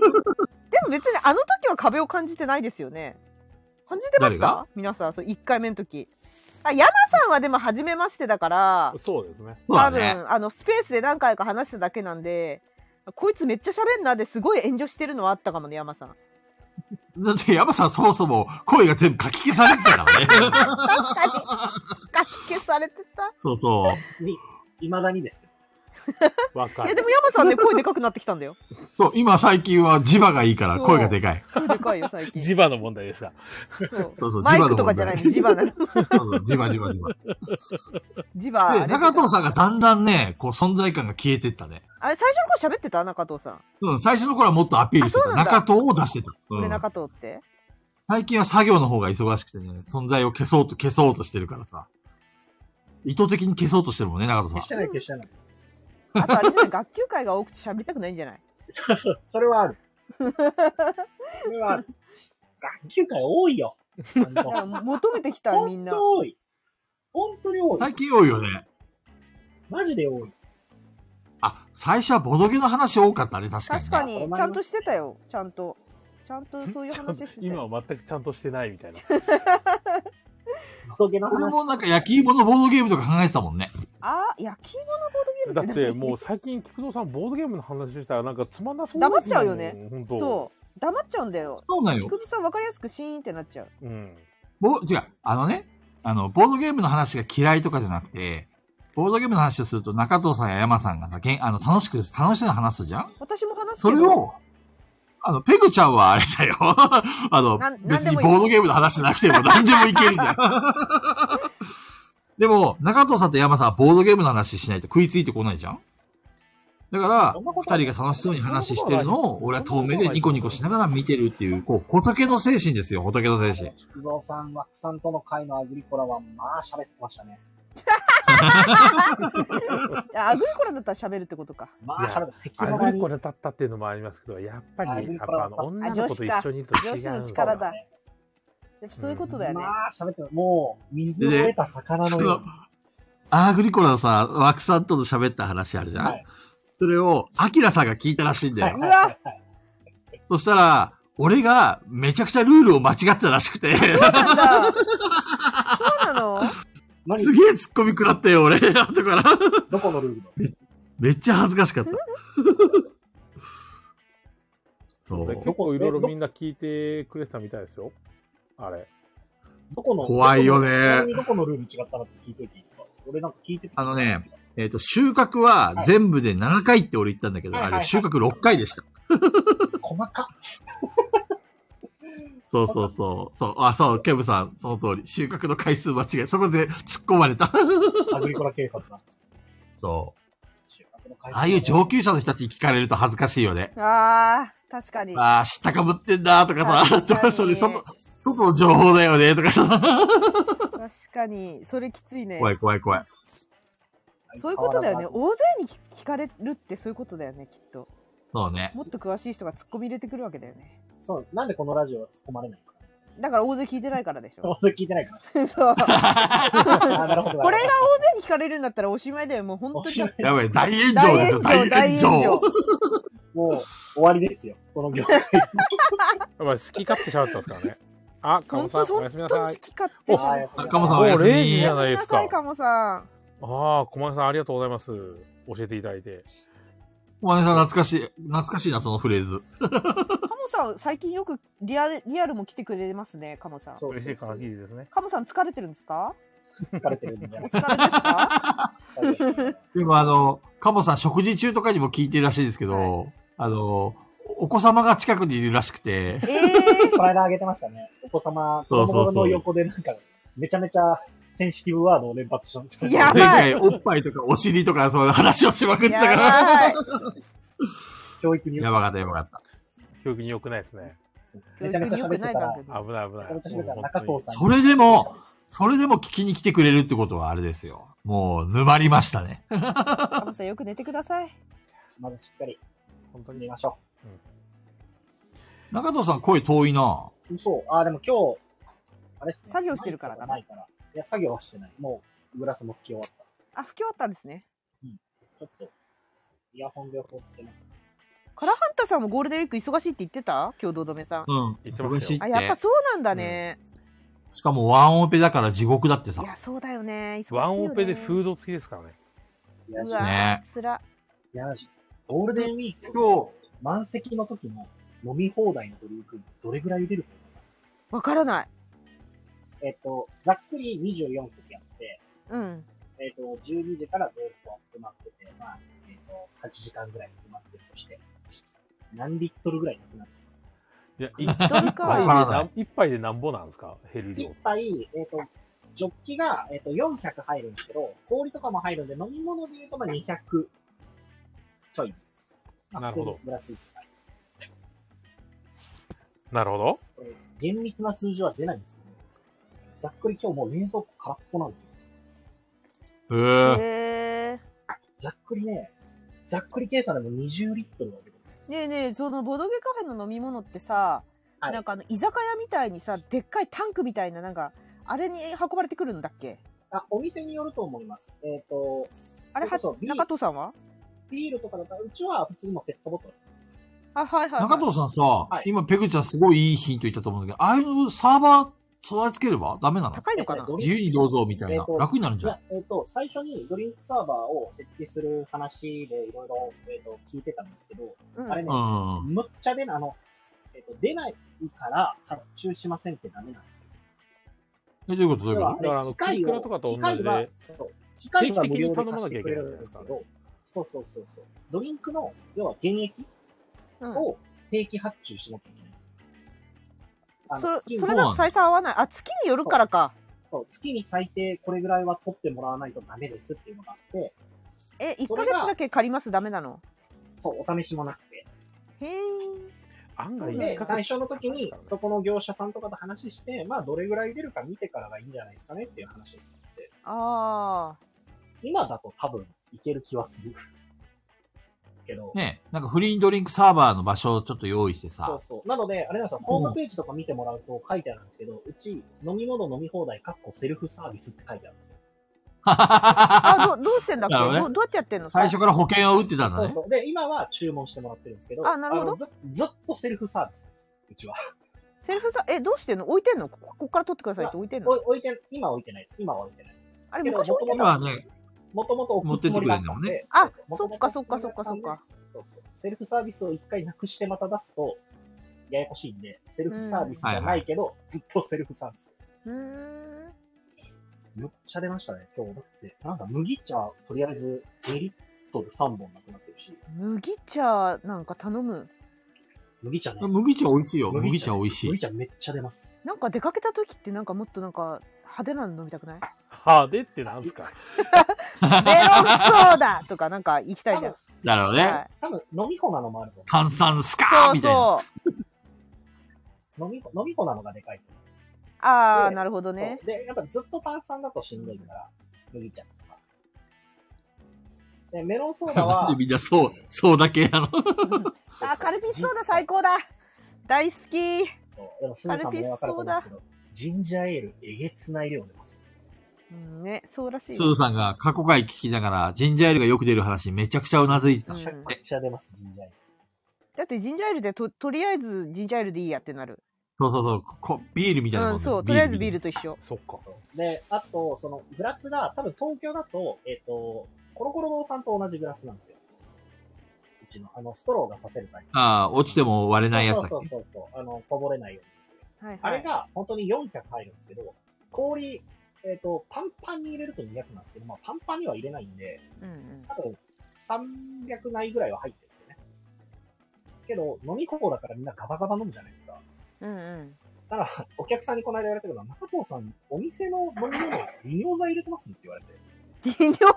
別にあの時は壁を感じてないですよね感じてま誰したが皆さんそう1回目の時あ山さんはでも初めましてだからそうですね。そうだ多ね。分あのスペースで何回か話しただけなんでこいつめっちゃ喋んなですごい遠慮してるのはあったかもね山さんだって山さんそもそも声が全部書き消されてたからね。 確かに。書き消されてた。そうそう。普通に、未だにですけど。わかいや、る。でも山さんね、声でかくなってきたんだよ。そう、今最近は磁場がいいから声がでかい。声でかいよ、最 近。磁場の問題でした。そうそうそうマイ磁ク場の問題とかじゃないの、磁場なの。そうそう、磁場磁場磁場。磁場。 あで、れ中藤さんがだんだんね、こう存在感が消えてったね。あれ、最初の頃喋ってた中藤さん。うん、最初の頃はもっとアピールしてあそた。うなんだ中藤を出してた。う俺ん、中藤って。最近は作業の方が忙しくてね、存在を消そうと消そうとしてるからさ。意図的に消そうとしてるもんね、中消藤しさてない、消してない。あとあれじゃない、学級会が多くて喋りたくないんじゃない それはある。それはある。学級会多いよ。本だから当求めてきた、みん本な。当多い。本当に多ん。い。最近多いよね。マジで多い。あ、最初はボドゲの話多かったね、確かに、ね。確かいやにお、前もちゃんとしてたよ、ちゃんと。ちゃんとそういう話してた今よ。は全くちゃんとしてないみたい な。ボトゲの俺話。もなんか焼き芋のボードゲームとか考えてたもんね。あ、焼き芋のボだードっゲームてもう。う最近、菊蔵さん、ボードゲームの話したらなんかつまんなそう黙っちゃうよね本当。そう。黙っちゃうんだよ。そうなんよ菊。池さん分かりやすくシーンってなっちゃう。う。うん。ぼ、違う、あのね、あの、ボードゲームの話が嫌いとかじゃなくて、ボードゲームの話をすると中藤さんや山さんがさ、げんあの、楽しく、楽しそうに話すじゃん私も話すそけど。れを、あの、ペグちゃんはあれだよ。 あのなん、別なんでにもいいボードゲームの話じゃなくても何でもいけるじゃん。 でも、中藤さんと山さんはボードゲームの話しないと食いついてこないじゃんだからそんなこ、とはない二人が楽しそうに話してるのを、俺は遠目でニコニコしながら見てるっていう、こう、仏の精神ですよ、仏の精神。菊蔵さん、枠さんとの会のアグリコラは、まあ喋ってましたね。あアグリコラだったら喋るってことか。まあ喋って、あ赤れ裸々ににこ。れだったっていうのもありますけど、やっぱあり、やっぱあのあ女の子と一緒にいると違うん女です子よの力だ。やっぱそういうことだよね。まあ喋って、もう、水を得た魚のように。アーグリコラのさ、枠さんとの喋った話あるじゃん、はいそれを、アキラさんが聞いたらしいんだよ。うわそしたら、俺がめちゃくちゃルールを間違ってたらしくて、なんだ。そうなの何すげえ突っ込み食らったよ、俺。後から。どこのルールだめっちゃ恥ずかしかった。そでう。結構いろいろみんな聞いてくれてたみたいですよ。あれ。どこの怖いよねちなみにどこのルール違ったのって聞いといていいですか俺なんか聞いててあのね、えっ、と、収穫は全部で7回って俺言ったんだけど、はいあれ収穫6回でした。細かっ。そうそうそう。そう、あ、そう、ケムさん、その通り。収穫の回数間違え。それで突っ込まれた。アグリコラ警察 だ。そう。収穫の会ああいう上級者の人たちに聞かれると恥ずかしいよね。あー、確かに。ああ、知ったかぶってん だとかさ、確かにそれ外、外の情報だよねとかさ。確かに。それきついね。怖い怖い怖い。そういうことだよね。大勢に聞かれるってそういうことだよね、きっと。そうね。もっと詳しい人が突っ込み入れてくるわけだよね。そう、なんでこのラジオは突っ込まれないんで すかだから大勢聞いてないからでしどょ。うせ聞いてないか ら。そう。あ、なるほど。これが大勢に聞かれるんだったらおしまいだよ。もう本当おにしまい。やばい、大炎上で大すよ、炎上、大炎上。もう終わりですよ。この 業界。お前好き勝手しゃべってますから ね。あ、カモ本さ当、ん、おや本すみな当さにい好。き勝手じゃん。あーカモさんおおやすみ0時じゃないですごかめんなさい、。かもさん。ああ、小松さん、ありがとうございます。教えていただいて。お姉さん懐かしい、懐かしいな、そのフレーズ。カモさん、最近よくリアルリアルも来てくれますね、カモさん。そう嬉しそういそ限う。りですね。カモさん、疲れてるんですか疲れてるんでお。疲れですかでもあの、カモさん食事中とかにも聞いてるらしいですけど、あの、お子様が近くにいるらしくて、えこの間あげてました ね。お子様、そう子そうそう供の横でなんか、めちゃめちゃセンシティブワードを連発したんですけど。やば前い回おっぱいとかお尻とかそういう話をしまくっー、てたから。や教育にやばかった、やばかった。記憶に良くないですね。ばい。めちゃめちゃ喋ってたら、教育に良めくない番組危ない危ない。ちゃめちゃ喋ってたらもう中本藤さん。それでも、それでも聞きに来てくれるってことはあれですよ。もう、沼りましたね。カモさん、よく寝てください。まずしっかり当に、本当寝に。ましょ中藤さん声遠いなう。嘘。あ、でも今日、あれっすね。作業してるからかなないから。いや、作業はしてない。もう、グラスも拭き終わった。あ、吹き終わったんですね。ちょっと、イヤホン両方つけます。カラハンタさんもゴールデンウィーク忙しいって言ってた共同止めさん。うん。言ってまし忙たしいっよあ、やっぱて。そうなんだね。しかもワンオペだから地獄だってさい。や、そうだよね。忙しいよワねンオペでフード付きですからね。いうや、わいー、ねつら。やマジゴールデンウィーク、今日、満席の時の飲み放題のドリンク、どれぐらい入れると思いますわからない。えっと、ざっくり24席あって、うん。えっと、12時からずっと埋まってて、まあ、えっと、8時間ぐらい埋まってるとして、何リットルぐらいなくなるいや、一杯どれわか。からでななん、一杯でなんぼなんですか減る量一。杯、えっ、と、ジョッキが、えっと400入るんですけど、氷とかも入るんで、飲み物で言うとまあ200ちょい。まあなるほど普通にグラス一杯。なるほど。これ厳密な数字は出ないんですけど、ざっくり今日もう冷蔵庫空っぽなんですよ。うー。へえ。ざっくりね、ざっくり計算でも20リットルは出てます。ねえねえ、そのボドゲカフェの飲み物ってさ、はいなんかあの居酒屋みたいにさ、でっかいタンクみたいな、なんか、あれに運ばれてくるんだっけあ、お店によると思います。えっ、と、あれ、それこはそビー中藤さんはビールとかだったら、うちは普通にもうペットボトル。あ、はいはい、はい。中藤さんさ、い今ペグちゃんすごいいいヒント言ったと思うんだけど、ああいうサーバー備え付ければダメなの高いのかなえっとね自由にどうぞみたいえっなと。楽になるんいじゃないや、えっ、と、最初にドリンクサーバーを設置する話でいろいろ、えっ、と、聞いてたんですけど、うん、あれうね、ん。むっちゃ出ない、あの、えっ、と、出ないから発注しませんってダメなんですよ。え、どういうことどういうこだからあの機械クイクラを、とかと同機じで械は、そう、機械は定期無的に料で頼ま貸なきゃしていくけれないるんですけど、そうそうそうそう。ドリンクの、要は原液うんを定期発注しなきゃいけないんですよ。あその月にそれそうながの採算合わない。あ、月によるからか。そう、月に最低これぐらいは取ってもらわないとダメですっていうのがあって、え、1そヶれが月だけ借りますダメなの。そう、お試しもなくて。へえ。案外で一、ヶ最月初の時に、そこの業者さんとかと話して、まあ、どれぐらい出るか見てからがいいんじゃないですかねっていう話。あ今だと多分、いける気はす る。けどと、ねなんかフリードリンクサーバーの場所をちょっと用意してそう さ。そう。なので、あれなんですよ、ホームページとか見てもらうと書いてあるんですけど、うち、飲み物飲み放題、かっこセルフサービスって書いてあるんですよ。あ。あ、ど、どうしてんだっけなるどほどねうどうやってやってんの最初から保険を打ってたんだそうね。そう。で、今は注文してもらってるんですけど、あなるほどのずずっとセルフサービスです。うちは。セルフさ、え、どうしてんの置いてんのこここっから取ってくださいって置いてんおのい置いて、今は置いてないです。今は置いてない。あけれ、ど昔置いて元た今はね、もともと置くつもりだったんで。あう、そっかそっかそっかそっ元々置くつもりだたんでか。そうそう。セルフサービスを一回なくしてまた出すと、ややこしいんで、セルフサービスじゃないけど、ずっとセルフサービス。うーん。めっちゃ出ましたね、今日。だって、なんか麦茶、とりあえず2リットル3本なくなってるし、麦茶なんか頼む。麦茶ね。麦茶美味しいよ。麦茶美味しい麦。茶めっちゃ出ます。なんか出かけた時ってなんかもっとなんか派手なの飲みたくない派手ってなんすかメロンソーダとかなんか行きたいじゃん。だろうね。は多分飲み粉なのもあると炭酸スカーみい、そうたいな。そう。思う。飲み粉、飲み粉なのがでかいと思う。ああ、でなるほどねそ。うで、やっぱずっと炭酸だとしんどいから、麦茶とか。で、メロンソー ダなはんで、みんなそう、そうだけなの。あー、カルピスソーダ最高だ大好きそうでもスーさんもね、わかると思うんですけど、ジンジャーエール、えげつない量出ます。うんね、そうらしいす。ずさんが過去回聞きながら、ジンジャーエールがよく出る話めちゃくちゃうなずいてた。うんめちゃくちゃ出ます、ジンジャーエール。だってジンジャーエールでと、とりあえずジンジャーエールでいいやってなる。そうそうそうこ。ビールみたいなもうんん、ねそう。とりあえずビール。と一緒。そっか。で、あと、その、グラスが、多分東京だと、えっ、と、コロコロ堂さんと同じグラスなんですよ。うちの、あの、ストローが刺せるタイプ。ああ、落ちても割れないやつだっそうけ。そうそうそう、あの、こぼれないように。はいあはれい。が本当に400入るんですけど、氷、えっ、と、パンパンに入れると200なんですけど、まあ、パンパンには入れないんで、うんうん、多分300ないぐらいは入ってるんですよね。けど、飲み方だからみんなガバガバ飲むじゃないですか。うんうん。だから、お客さんにこの間言われたけど、中藤さん、お店の飲み物、利尿剤入れてますって言われて、飲料剤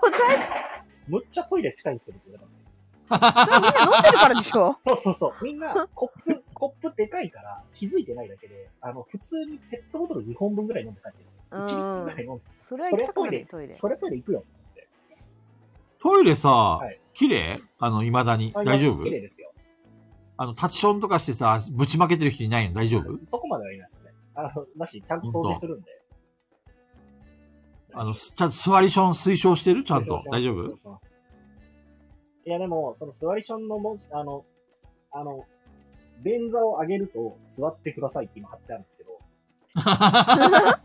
むっちゃトイレ近いんですけどって言われたんですよ。それみんな飲んでるからでしょ そうそうそう。みんな、コップ、コップでかいから気づいてないだけで、あの、普通にペットボトル2本分ぐらい飲んで帰ってるんですよ。うん1リットルぐらい飲んで。それはそ行きれたくトなイるレ、トイレ。それトイレ行くよ。トイレさはい、綺麗あの、未だに。大丈夫綺麗ですよ。あの、立ちションとかしてさ、ぶちまけてる人いないの大丈夫そこまではいないですね。あの、だし、ちゃんと掃除するんで。あの、すちゃんと座りション推奨してるちゃんそうとそ。う大丈夫 いや、でも、その座りションの文字、あの、あの、便座を上げると座ってくださいって今貼ってあるんですけど、あ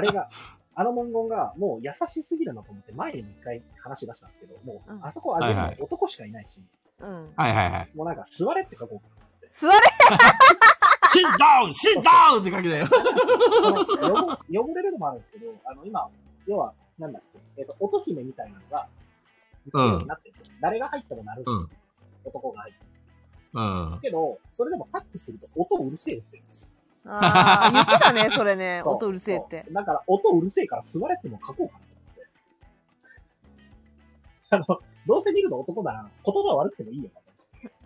れ が、あの文言がもう優しすぎるなと思って前にも一回話し出したんですけど、もううんあそこ上げるはいのはい男しかいないし、うん。はいはいはい。もうなんか座れって書こう座れシッダウンシッダウンって書けだよ。その汚汚れるのもあるんですけど、あの、今、要は、なんだっけ、えっ、と、乙姫みたいなのが、うんなってるんですよ。誰が入ってもなるんですよ。男が入ってる。うん。けど、それでもタッチすると音うるせえですよ。ああ、言ってたね、それね。そう音うるせえってそ。うだから、音うるせえから座れっても書こうかなと思って。あの、どうせ見るの男なら、言葉悪くてもいいよ。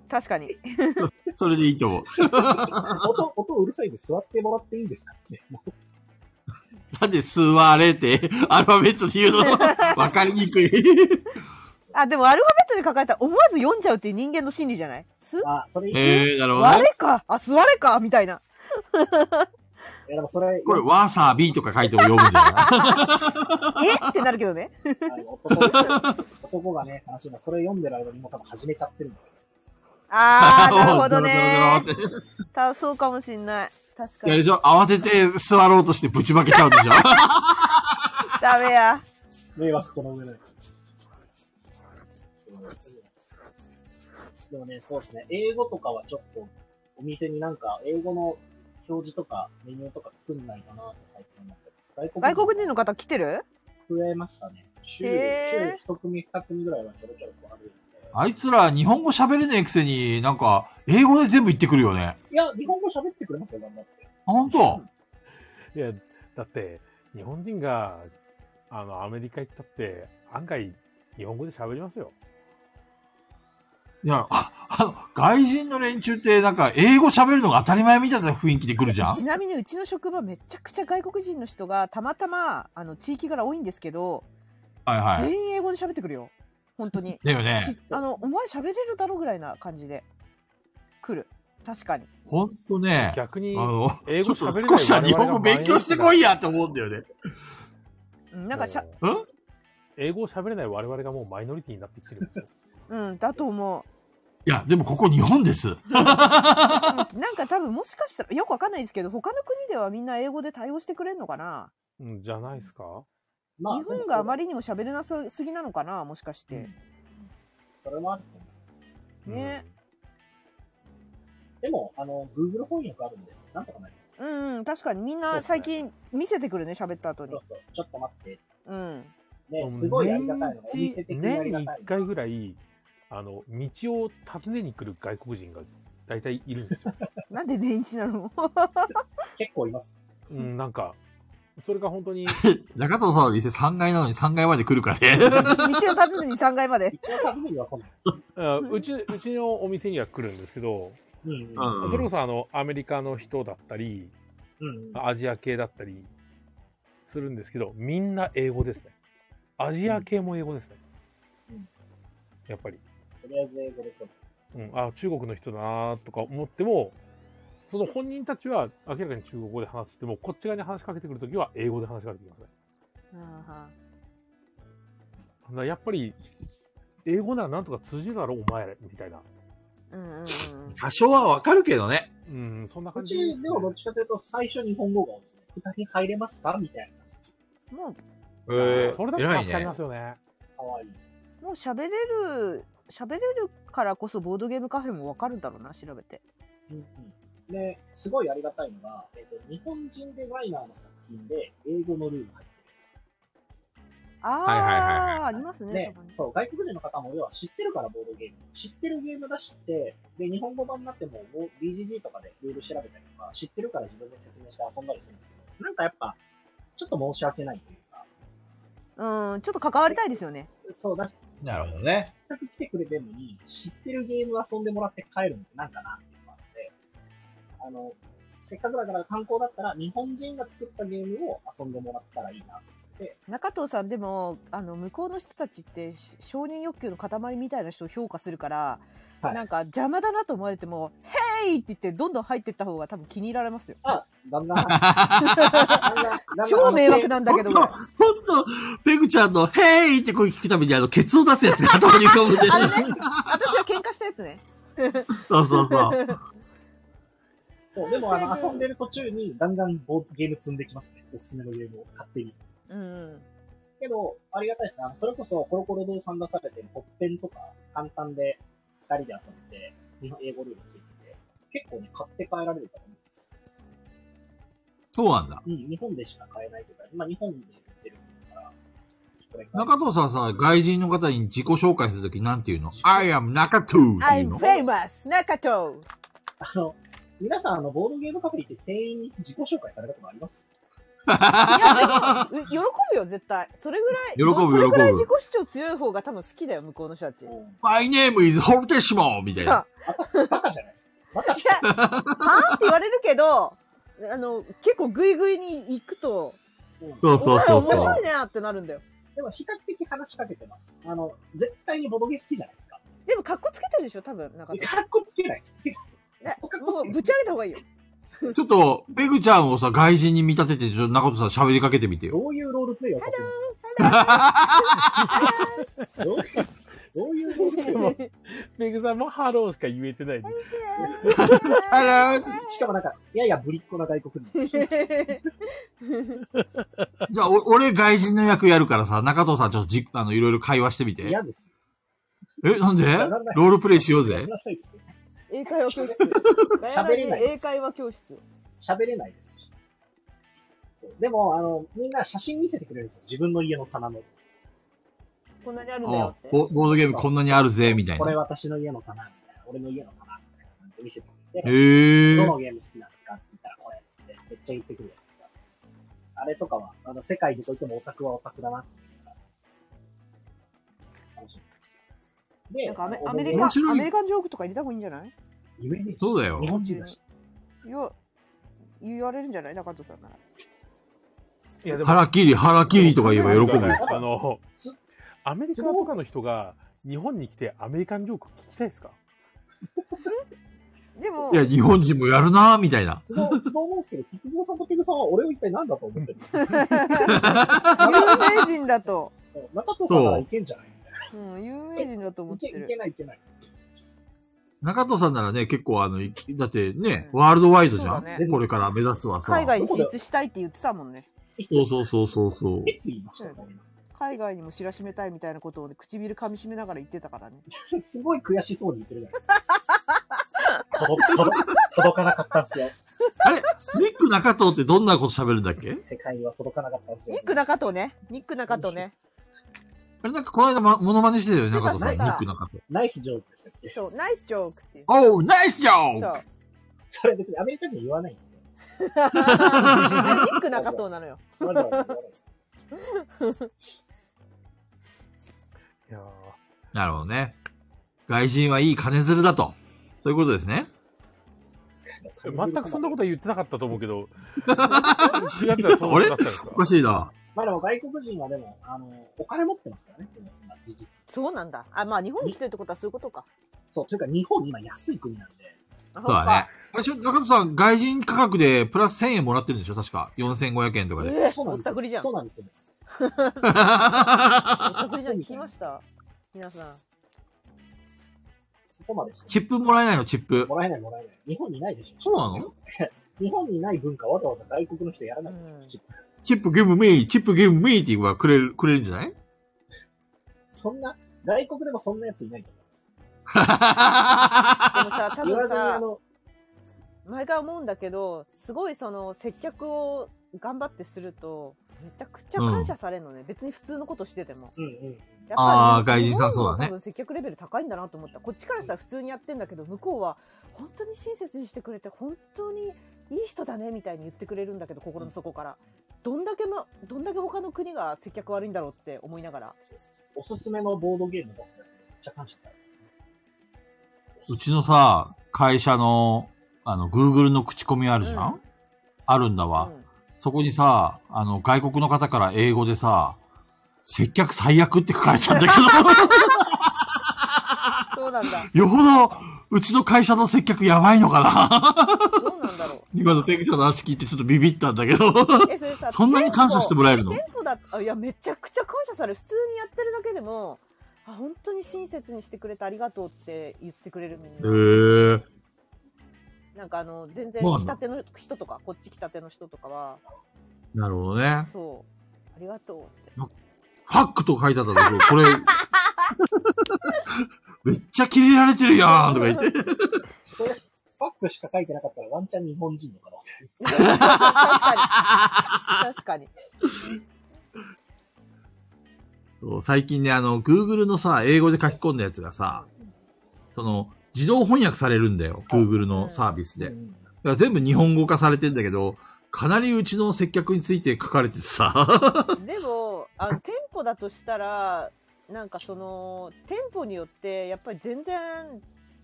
確かに。それでいいと思う。音、音うるさいんで座ってもらっていいんですかって。なんで座れって、アルファベットで言うのわかりにくい。あ、でもアルファベットで書かれたら思わず読んじゃうっていう人間の心理じゃないすあ、それいい、いえー、なるほどあね。れかあ、座れかみたいな。やでもそれ、これ、ワーサー B とか書いても読むんだよな。えってなるけどね。あの 男男がね、話がそれ読んでる間にもう多分始めちゃってるんですよ。あ あ、なるほどねド。ロドロドロってたそうかもしんない。確いかやでに。しょ慌てて座ろうとしてぶちまけちゃうんでしょダメや。迷惑この上ない。でもね、そうですね。英語とかはちょっと、お店になんか、英語の表示とか、メニューとか作んないかなって最近思ってます。外国人の方来てる増えましたね。週、へー週一組二組ぐらいはちょろちょろとあるんで。あいつら日本語喋れねえくせに、なんか、英語で全部言ってくるよね。いや、日本語喋ってくれますよ、頑張って。あほんといや、だって、日本人が、あの、アメリカ行ったって、案外、日本語で喋りますよ。いや、ああの、外人の連中ってなんか、英語喋るのが当たり前みたいな雰囲気で来るじゃんちなみにうちの職場めちゃくちゃ外国人の人がたまたま、あの、地域柄多いんですけど、はいは全い。員英語で喋ってくるよ。本当に。だよね。しあの、お前喋れるだろぐらいな感じで来る。確かに。ほんとね。逆にあ、の、英ち語ょっと喋れない少しは日本語勉強してこいやって思うんだよね。うん、な我々がマイノリティだもんかしゃ、う英語を喋れない我々がもうマイノリティになってきてるんですよ。うん、 だと思いや、でもここ日本です。う。うんなんか多分もしかしたら、よくわかんないですけど、他の国ではみんな英語で対応してくれるのかなうん、じゃないですかま日本があまり。りにも喋れなさすぎなのかなもしかして。それもあると思う。ね。でも、あの、Google 翻訳あるんで、なんとかなりますよ。うん、うん、確かにみんな最近見せてくるね、喋った後そにう。そう、ちょっと待って。うん。うね、んすごいありがたいのが、お年店一的にあ年りがにたい1回ぐらい、あの、道を訪ねに来る外国人が大体いるんですよ。なんで年一なの 結構います。うん、なんか、それが本当に、中藤さんの店3階なのに3階まで来るからね。道を立てずに3階まで。一応訪ねには来ない。あうち、うちのお店には来るんですけど、うんうん。うそれこそあの、アメリカの人だったり、うん。アジア系だったりするんですけど、みんな英語ですね。アジア系も英語ですねうん。やっぱり。とりあえず英語で来る。うん、あ中国の人だなとか思ってもその本人たちは明らかに中国語で話してもこっち側に話しかけてくるときは英語で話しかけてきますねあだからやっぱり英語ならなんとか通じるだろうお前らみたいなーはーうんうんうん多少はわかるけどね。うんそんなう感じち、でもどっちかというと、最初日本語が多いですね。二人入れますかみたいな感じ。もえそれだけ助かりますよねかわいい。う、もう喋れる、喋れるからこそボードゲームカフェもわかるんだろうな、調べて。うんうん、で、すごいありがたいのが、えっと、日本人デザイナーの作品で英語のルールが入ってるんです。ああ、はいはいはいはいありますね。ね多分、ねそう、外国人の方も要は知ってるから、ボードゲーム。知ってるゲーム出して、で、日本語版になっても、もう BGG とかでルール調べたりとか、知ってるから自分で説明して遊んだりするんですけど、なんかやっぱ、ちょっと申し訳ないというか、うん、ちょっと関わりたいですよね。そう、だし、なるほどね。せっかく来てくれてるのに、知ってるゲーム遊んでもらって帰るのってなんかなっていうのがあって、あの、せっかくだから観光だったら、日本人が作ったゲームを遊んでもらったらいいな。中藤さんでも、あの、向こうの人たちってし承認欲求の塊みたいな人を評価するから、はいなんか邪魔だなと思われても、ヘイって言ってどんどん入ってった方が多分気に入られますよ。あ、だんだん、だんだんだん超迷惑なんだけど、ほんあと、ほんと、ペグちゃんの、ヘイって声聞くために、あの、ケツを出すやつが頭に浮かぶん で。のね、私は喧嘩したやつね。そうそうそう。そう、でもあの、遊んでる途中に、だんだんボーゲーム積んできますね。おすすめのゲームを勝手に。 うん。けど、ありがたいですね。あのそれこそ、コロコロ堂さん出されてる特典とか、簡単で2人で遊んで、日本英語ルールついてて、結構ね、買って帰られる方もいます。そうなんだ。うん、日本でしか買えないというか、まあ日本で売ってるから、これから中藤さんさ、外人の方に自己紹介するときなんて言うの ?I am 中藤っていう I'm の famous! 中藤 あの、皆さん、あの、ボードゲームカフェに行って店員に自己紹介されたことありますいや、でも、う喜ぶよ、絶対。それぐらい、喜ぶそれぐらい喜ぶ自己主張強い方が多分好きだよ、向こうの人たち。うん。 My name is ホルテシモみたいな。バカじゃないですか。バカじゃないですか。はんって言われるけど、あの、結構グイグイに行くと、うんそうそうそうお前ら面そ白いねってなるんだよ。でも比較的話しかけてます。あの、絶対にボドゲ好きじゃないですか。でも、格好つけてるでしょ、多分、中藤。かっこつけない。つけない。ね格も好つうけぶち上げた方がいいよ。う。ちょっと、ペグちゃんをさ、外人に見立てて、ちょっと中藤さん喋りかけてみてよ。どういうロールプレイをさせるんですかどういうどういうロールプレイ もペグさんもハローしか言えてないんであらしかもなんか、ややぶりっ子な外国人だし。じゃあ、お俺外人の役やるからさ、中藤さんちょっとじ、あの、いろいろ会話してみて。嫌ですえ、なんでらないロールプレイしようよ。ぜ。英会話教室。喋れないで英す会話教室。喋れないですし。でも、あの、みんな写真見せてくれるんですよ。自分の家の棚の。こんなにあるんだおよって。ボボードゲームこんなにあるぜ、みたいこれな。私の家の棚、みたいな。俺の家の棚、みたいな感じで見せてくれて。へえどーの。ゲーム好きなんですかって言ったら、これっつって、めっちゃ言ってくるやつだ。あれとかは、あの、世界どこ行ってもオタクはオタクだなって言うから楽しみ。で、なんかアメあのアメリ面カ白いン、アメリカンジョークとか入れた方がいいんじゃない言えねえしそうだよ日本人だし。よ、言われるんじゃない中藤さんなら。いやで腹切り、腹切りとか言えば喜ぶよ。あのアメリカとかの人が日本に来てアメリカンジョーク聞きたいですかでもい、や、日本人もやるなーみたいな。都 道、都道思うんですけど、菊蔵さんとペグさんは俺を一体何だと思ってるんですか有名人だと。中戸さんならいけんじゃないみたいうん、有名人だと思な。っいてけいるけ。ないいけない。中藤さんならね、結構あの、いだってね、うんワールドワイドじゃそん、うだねこれから目指すはさ。海外に進出したいって言ってたもんね。そうそうそうそうそう。いつ言いましたか、海外にも知らしめたいみたいなことをね、唇噛みしめながら言ってたからね。 俺すごい悔しそうに言ってるじゃないですか。届届届かなかったんすよ。あれニック中藤ってどんなこと喋るんだっけ世界には届かなかったんすよ。ニック中藤ね。ニック中藤ね。あれなんかこの間、ま、モノマネしてたよね、中田さん。そうニだそうだック中田。ナイスジョークでしたっけそう、ナイスジョークっていう。おう、ナイスジョそー うク。それ別にアメリカ人言わないんですよ。あーニック中藤なのよ。我々は言わないいやーなるほどね。外人はいい金づるだと。そういうことですね。 全くそんなことは言ってなかったと思うけ ど、4月はそうだったんですかおかしいな。まあでも外国人はでも、あの、お金持ってますからね、でも今事実。そうなんだ。あ、まあ日本に来てるってことはそういうことか。そう、というか日本今安い国なんで、そうそうだね。あれちょ中田さん、外人価格でプラス1000円もらってるんでしょ確か。4500円とか で。えー、そうなぼんっですたくりじゃよ。ん。そぼうなんですよ。ったくりじゃん。聞きました。皆さん。そこまでしてチップもらえないの、チップ。もらえないもらえない。日本にないでしょ。そうなの日本にない文化わざわざ外国の人やらないでしょうんチップチップゲームミー、チップゲームミーって言えばくれる、くれるんじゃ ないそんな、外国でもそんなやついないと思います。でも さ、多言わ分ずにあさ、の、毎回思うんだけど、すごいその接客を頑張ってすると、めちゃくちゃ感謝されるのね。別に普通のことしてても。うんうん。やっぱりあー外人さん日本のそうだね多分接客レベル高いんだなと思った。こっちからしたら普通にやってんだけど、向こうは本当に親切にしてくれて、本当にいい人だねみたいに言ってくれるんだけど、心の底から。どんだけま、どんだけ他の国が接客悪いんだろうって思いながら。おすすめのボードゲーム出すだけでめっちゃ感謝されますね。うちのさ、会社の、あの、Google の口コミあるじゃん、うんあるんだわ、うんそこにさ、あの、外国の方から英語でさ、接客最悪って書かれたんだけ そうなんだ。ど、よほど、うちの会社の接客やばいのかなどうなんだろう。今のペグちゃんの話聞いてちょっとビビったんだけ ど。えそれさそんなに感謝してもらえるの店舗だあいやめちゃくちゃ感謝される普通にやってるだけでもあ本当に親切にしてくれてありがとうって言ってくれるみんへな、ー。なんかあの全然そうなん来だたての人とかこっち来たての人とかはなるほどね。そうありがとうってファックと書いてあったんだけど、これ、 めっちゃキレられてるやんとか言って。 それ、ファックしか書いてなかったらワンチャン日本人の可能性あります。確かにそう最近ね、あの、Google のさ、英語で書き込んだやつがさ、その、自動翻訳されるんだよ。Google のサービスで。だから全部日本語化されてんだけど、かなりうちの接客について書かれててさ。確かにでもあの店舗だとしたらなんかその店舗によってやっぱり全然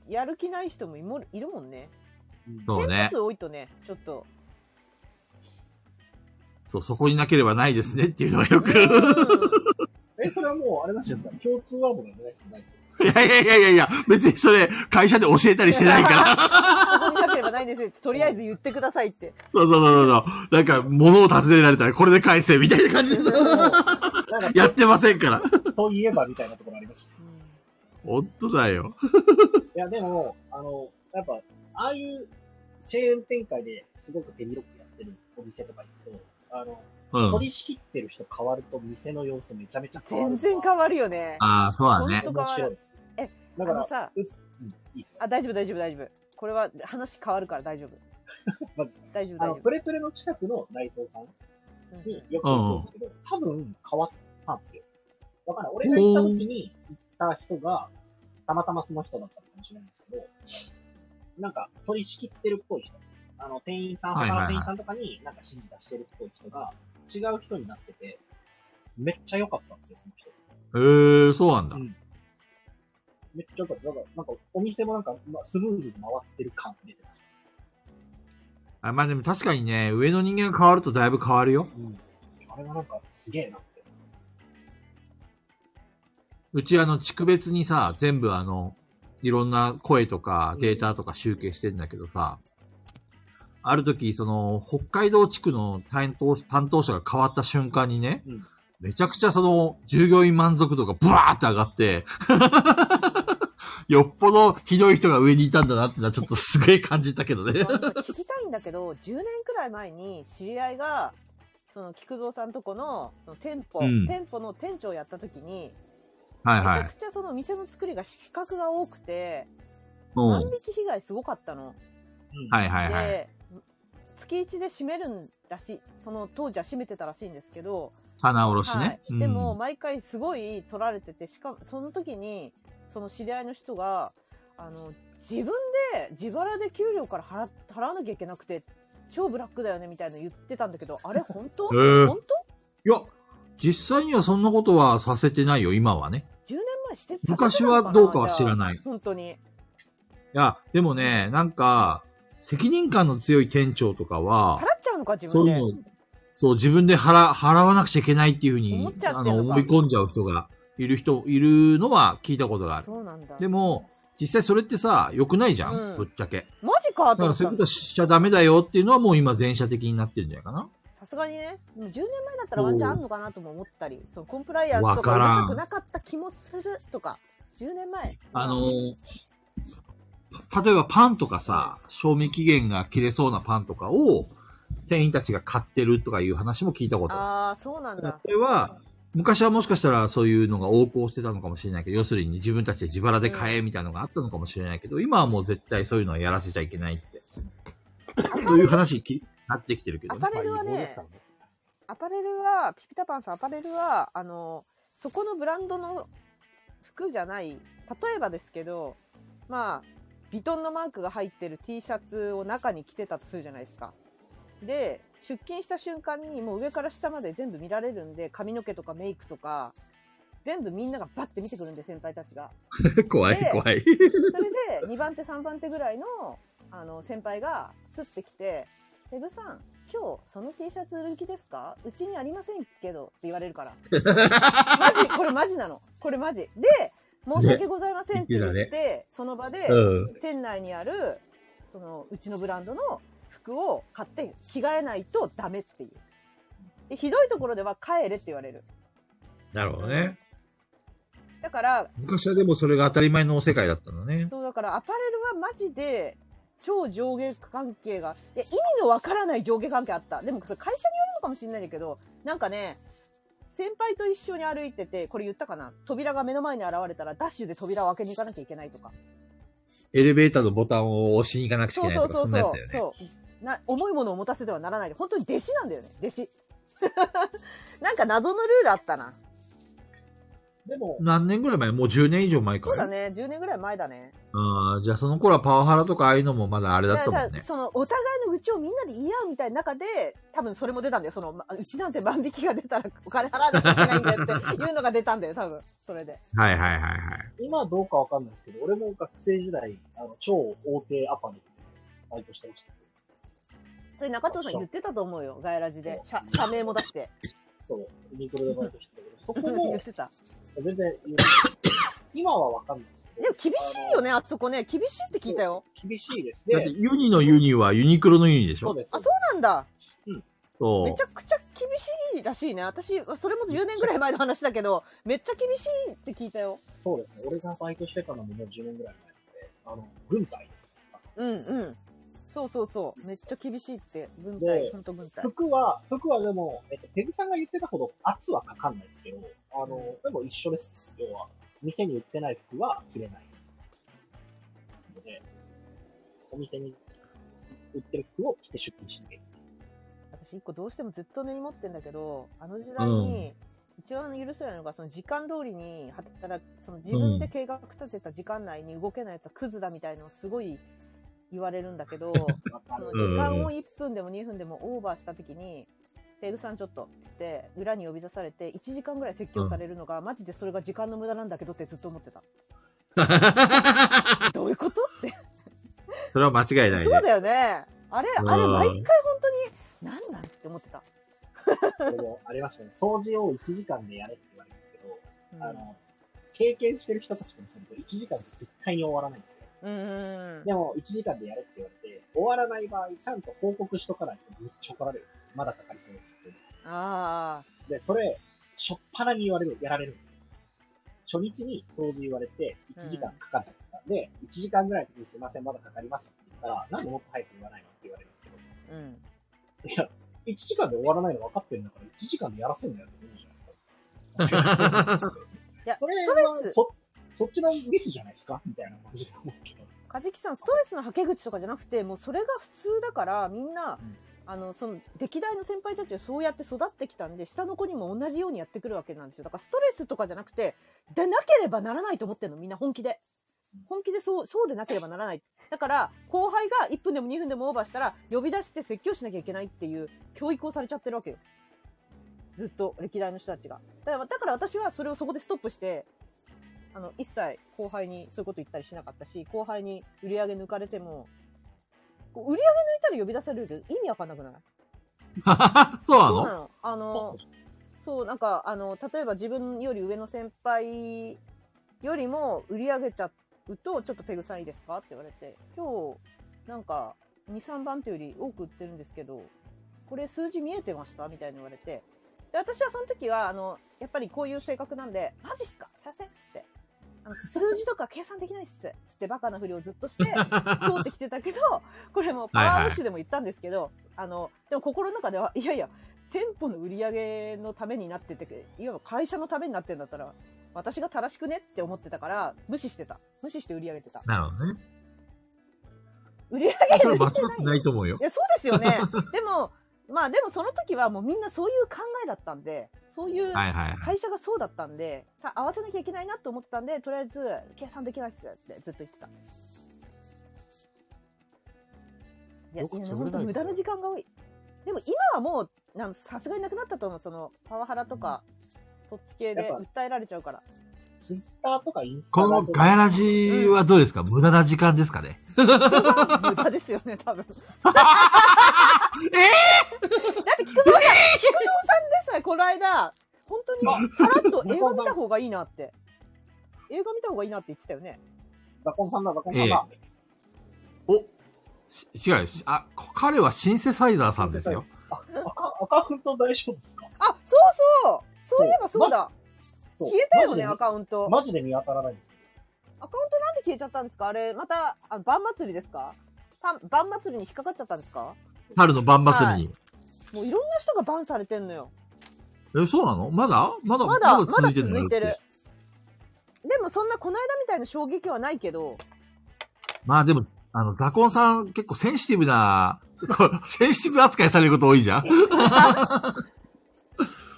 やる気ない人もいもいるもんねそう店ね舗数。多いとねちょっ とそう、そこになければないですねっていうのがよく。うえ、それはもう、あれなしですか共通ワードなんじゃないですかないですか いやいやいやいやいや、別にそれ、会社で教えたりしてないから。ん、なければないですよとりあえず言ってくださいってそうそうそうそうそう。なんか、物を尋ねられたらこれで返せ、みたいな感 じで。なんやか、ってませんから。といえばみたいなところありました。本当だよ。いや、でも、あの、やっぱ、ああいうチェーン展開ですごく手広くやってるお店とか行くと、あの、うん。取り仕切ってる人変わると店の様子めちゃめちゃ変わる。全然変わるよね。ああ、そうだね。本当変わる面白いです。え、だかあのら、さ、うん、いいですよ。あ、大丈夫、大丈夫、大丈夫。これは話変わるから大丈夫。まず、大丈夫、あ大の、丈プレプレの近くの内装さん夫。によく行くんですけど、多分変わったんですよ。わかんない。俺が行った時に行った人が、たまたまその人だったのかもしれないんですけど、なんか取り仕切ってるっぽい人。あの、店員さん、は他いはいはのい店員さんとかになんか指示出してるっぽい人が、違う人になってて、めっちゃ良かったんですよ、その人。へえ、そうなんだ。うんめっちゃ良かったです。だから、なんかお店もなんか、まあ、スムーズに回ってる感出てました。あまあでも確かにね、上の人間が変わるとだいぶ変わるよ。うん。あれがなんかすげえなって。うちあの、地区別にさ、全部あの、いろんな声とかデータとか集計してんだけどさ、ある時、その、北海道地区の担当担当者が変わった瞬間にね、うんめちゃくちゃその、従業員満足度がブワーって上がって、 よっぽどひどい人が上にいたんだなってのはちょっとすげえ感じたけど ね。あのさ聞きたいんだけど、10年くらい前に知り合いが、その菊蔵さんとこのその店舗、うん店舗の店長をやった時に、はいめちはゃいく。ちゃその店の作りが失格が多くて、うん。万引き被害すごかったの。はいはいはい。で、月1で閉めるらしい、その当時は閉めてたらしいんですけど、棚卸しね。はい、でも、毎回すごい取られててしかもその時にその知り合いの人があの自分で自腹で給料から払っ払わなきゃいけなくて超ブラックだよねみたいなの言ってたんだけど あれ本当、へー本当うん、いや、実際にはそんなことはさせてないよ、今はね。 10年前して昔はどうかは知らいない。い本当にや、でもね、なんか、責任感の強い店長とかは払、っちゃうのか自そう分いでうの、そう、自分で払、払わなくちゃいけないっていうふう思にっ、ちゃあってんのかの、思い込んじゃう人が、いる人、いるのは聞いたことがある。そうなんだでも、実際それってさ、良くないじゃん、うんぶっちゃけ。マジかだとか思らっそういうたことはしちゃダメだよっていうのはもう今全社的になってるんじゃないかな。さすがにねでも10年前だったらワンチャンあんのかなとも思ったりそのコンプライアンスとわかからんうるさくなかった気もするとか10年前あのー例えばパンとかさ、賞味期限が切れそうなパンとかを店員たちが買ってるとかいう話も聞いたことあああそうなんる。だそれは、昔はもしかしたらそういうのが横行してたのかもしれないけど、要するに自分たちで自腹で買えみたいなのがあったのかもしれないけど、今はもう絶対そういうのはやらせちゃいけない って。という話にきなってきてるけどねア。パレルはねまあ違法ですからアパレルはピピタパンさんアパレルはあのそこのブランドの服じゃない例えばですけどまあビトンのマークが入ってる T シャツを中に着てたとするじゃないですかで出勤した瞬間にもう上から下まで全部見られるんで髪の毛とかメイクとか全部みんながバッて見てくるんで先輩たちが怖い怖い。それで2番手3番手ぐらいのあの先輩がスッてきて「デブさん今日その T シャツ売る気ですかうちにありませんけど」って言われるからマジこれマジなのこれマジで「申し訳ございません」って言って言ってその場でうん。店内にあるそのうちのブランドの服を買って着替えないとダメっていうでひどいところでは「帰れ」って言われるなるほどね。だから昔はでもそれが当たり前の世界だったのね。そうだからアパレルはマジで超上下関係がいや意味のわからない上下関係あったでもそれ会社によるのかもしれないんだけどなんかね先輩と一緒に歩いててこれ言ったかな扉が目の前に現れたらダッシュで扉を開けに行かなきゃいけないとかエレベーターのボタンを押しに行かなくちゃいそうけないそうとそか、そうんなやそつだうよね。そうな重いものを持たせてはならないで本当に弟子なんだよね弟子 なんか謎のルールあったなでも、何年ぐらい前もう10年以上前そうだか。ね10年ぐらい前だねああ、じゃあその頃はパワハラとかああいうのもまだあれだったもだんかねら。そのお互いの愚痴をみんなで言い合うみたいな中で多分それも出たんだよそのまうちなんて万引きが出たらお金払わなきゃいけないんだよっていうのが出たんだよ多分それではいはいはいはい。今はどうかわかんないですけど、俺も学生時代、あの超大手アパレルでバイトしてました。それ中藤さん言ってたと思うよガヤラジで社社名も出してそう、ユニクロでバイトしてたけど、そこ言もってた全然、今はわかんないですけでども、厳しいよねあそこね厳しいって聞いたよ厳しいです。だってで、ユニのユニはユニクロのユニでしそうょです。あそうなんだそうめちゃくちゃ厳しいらしいね私それも10年ぐらい前の話だけどめっちゃ厳しいって聞いたよそうですね。俺がバイトしてたのももう10年ぐらい前なんで、あの、軍隊です、ね。あそこうんうんそうそうそうめっちゃ厳しいって軍ね隊本当軍隊服は、服はでも、えっと、ペグさんが言ってたほど圧はかかんないですけど、あの、でも一緒です。要は、店に売ってない服は着れない。ので、お店に売ってる服を着て出勤しなきゃいけ私一個どうしてもずっと根に持ってんだけどあの時代に一番許せないのがその時間通りに働くその自分で計画立てた時間内に動けないやつはクズだみたいのをすごい言われるんだ けどない。わかそるの時間を1分でも2分でもオーバーした時に「ペグさんちょっと」って言って裏に呼び出されて1時間ぐらい説教されるのが、マジでそれが時間の無駄なんだけどってずっと思ってたどういうことって それは間違いないそうね。だよねあれあれうん 毎回本当に何なんって思ってた、これもありましたね。掃除を1時間でやれって言われるんですけど、うんあの、経験してる人たちからすると1時間じゃ絶対に終わらないんですよ。うんうんうんでも、1時間でやれって言われて、終わらない場合、ちゃんと報告しとかないとめっちゃ怒られる。まだかかりそうですって。あで、それ、しょっぱなに言われる、やられるんですよ。初日に掃除言われて、1時間かかったんですか、で、1時間ぐらいの時にすいません、まだかかりますって言ったら、なんでもっと早く言わないのって言われるんですけど、あ、うん。いや、1時間で終わらないの分かってるんだから、1時間でやらせんだよって言うじゃないです か。いや、それストレはスそ、そっちのミスじゃないですかみたいな感じで思うけど。カジキさん、ストレスのはけ口とかじゃなくて、もうそれが普通だから、みんなうん、あのその歴代の先輩たちはそうやって育ってきたんで下の子にも同じようにやってくるわけなんですよだからストレスとかじゃなくてでなければならないと思ってるのみんな本気で本気でそうそうでなければならないだから後輩が1分でも2分でもオーバーしたら呼び出して説教しなきゃいけないっていう教育をされちゃってるわけよずっと歴代の人たちがだからだから私はそれをそこでストップしてあの一切後輩にそういうこと言ったりしなかったし後輩に売り上げ抜かれてもこう売り上げ抜いたら呼び出されるって意味わかんなくないそうなそうのなの。あの、そう、なんか、あの、例えば自分より上の先輩よりも売り上げちゃうと、ちょっとペグさんいいですかって言われて、今日、なんか、2、3番手より多く売ってるんですけど、これ数字見えてましたみたいに言われて。で、私はその時は、あの、やっぱりこういう性格なんで、マジっすかすいませんっつって。あの数字とか計算できないっすつってバカなふりをずっとして通ってきてたけどこれもパワームッシュでも言ったんですけど、あのでも心の中ではいやいや店舗の売り上げのためになってていわば会社のためになってんだったら私が正しくねって思ってたから無視してた無視して売り上げてたなるほどね。売り上げそれ間違ってないと思うよい。や、そうですよね。でも、まあでもその時はもうみんなそういう考えだったんで、そういうはいはいはい。会社がそうだったんで、た合わせなきゃいけないなと思ってたんで、とりあえず計算できないっすってずっと言ってた。いや、よくいや潰本れ当ないで無すね駄な時間が多い。でも今はもう、なんさすがになくなったと思う。その、パワハラとか、そっち系でやっ訴えられちゃうから。ツイッターとかインスタこだのとガヤラジはどうですか無駄な時間ですかね無駄ですよね、多分。えだって菊蔵さん、菊蔵さんでさえこの間、本当にさらっと映画見た方がいいなって。映画見た方がいいなって言ってたよね。ザコンさんだ、ザコンさんだ。おし違うよしあ、こ彼はシンセサイザーさんですよ。アカアカウント大丈夫ですかあ、そうそうそういえばそうだそう消えたよね、マアジでカウント。マジで見当たらないんですアカウントなんで消えちゃったんですかあれ、また、あ晩祭りですかた晩祭りに引っかかっちゃったんですか春の晩祭りに。もういろんな人がバンされてんのよ。え、そうなのまだまだまだ、まだ続続いてるのいてるだって。でもそんなこの間みたいな衝撃はないけど、まあでも、あの、ザコンさん結構センシティブな、 こうセンシティブ扱いされること多い じゃん。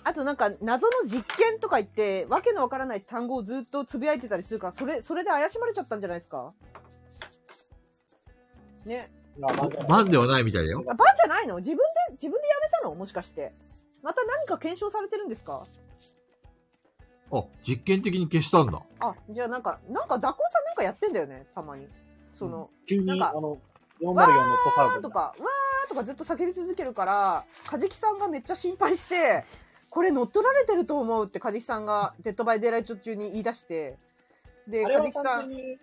あとなんか謎の実験とか言って、わけのわからない単語をずっとつぶやいてたりするから、それ、それで怪しまれちゃったんじゃないですかね。いやマジでバンではないみたいだよ。あ、バンじゃないの自分で、自分でやめたのもしかして。また何か検証されてるんですかあ、実験的に消したんだ。あ、じゃあなんか、なんかザコンさんなんかやってんだよね、たまに。その、急に、なあんかの、404のわトーファウとか、ルが。わーとかずっと叫び続けるから、カジキさんがめっちゃ心配して、これ乗っ取られてると思うってカジキさんがデッドバイデイライト中に言い出して、で、あカジれキはさ単ん純、に、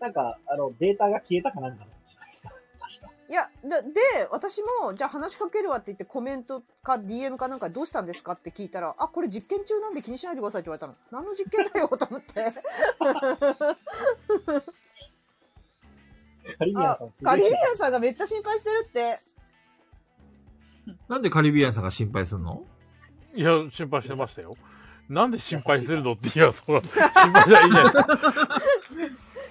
なんか、あの、データが消えたか なんかの時じゃないですか。確か。いや、で、で私も、じゃあ話しかけるわって言ってコメントか DM かなんかどうしたんですかって聞いたら、あ、これ実験中なんで気にしないでくださいって言われたの。何の実験だよと思って。カリビアンあさん、すごカいリビアンさんがめっちゃ心配してるって。なんでカリビアンさんが心配するのいや、心配してましたよ。なんで心配するのって、いや、そら、心配じゃいいじゃないですか。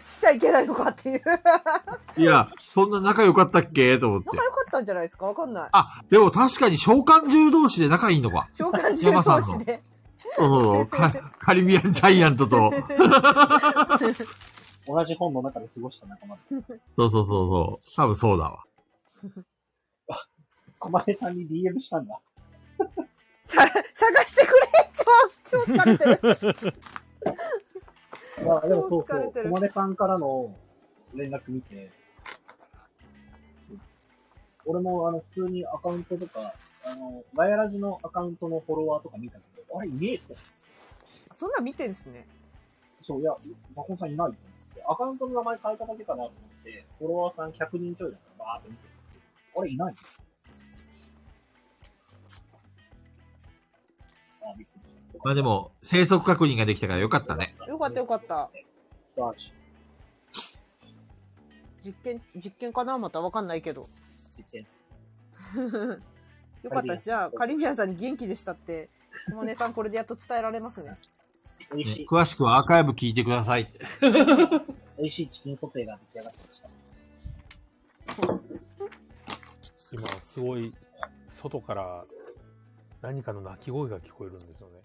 しちゃいけないのかっていう。 仲良いや、そんな仲良かったっけと思って。かったんじゃないですかわかんない。あ、でも確かに召喚獣同士で仲いいのか。召喚獣同士で。そうそうそう。カカリビアンジャイアントと。同じ本の中で過ごした仲間です。そうそうそうそう。多分そうだわ。小前さんに DM し たんだ。さ、 探してくれ超、超疲れてる。 いや、でもそうそ疲れう。てる小金さんからの連絡見て、そうそう俺もあの普通にアカウントとか、あの、ガヤラジのアカウントのフォロワーとか見たけど、あれいねえって。そんなん見てんですね。そう、いや、ザコンさんいないと思って、アカウントの名前変えただけかなと思って、フォロワーさん100人ちょいだからバーって見てるんですけど、あれいないあ、びっくりした。まあでも、生息確認ができたからよかったね。よかったよかった。一足実験、実験かなまたわかんないけど。実験室よかった。じゃあ、カリビアンさんに元気でしたって、モネさんこれでやっと伝えられますね。美味しねい、詳しくはアーカイブ聞いてくださいって。美味しいチキンソテーが出来上がってました。今、すごい外から何かの鳴き声が聞こえるんですよね。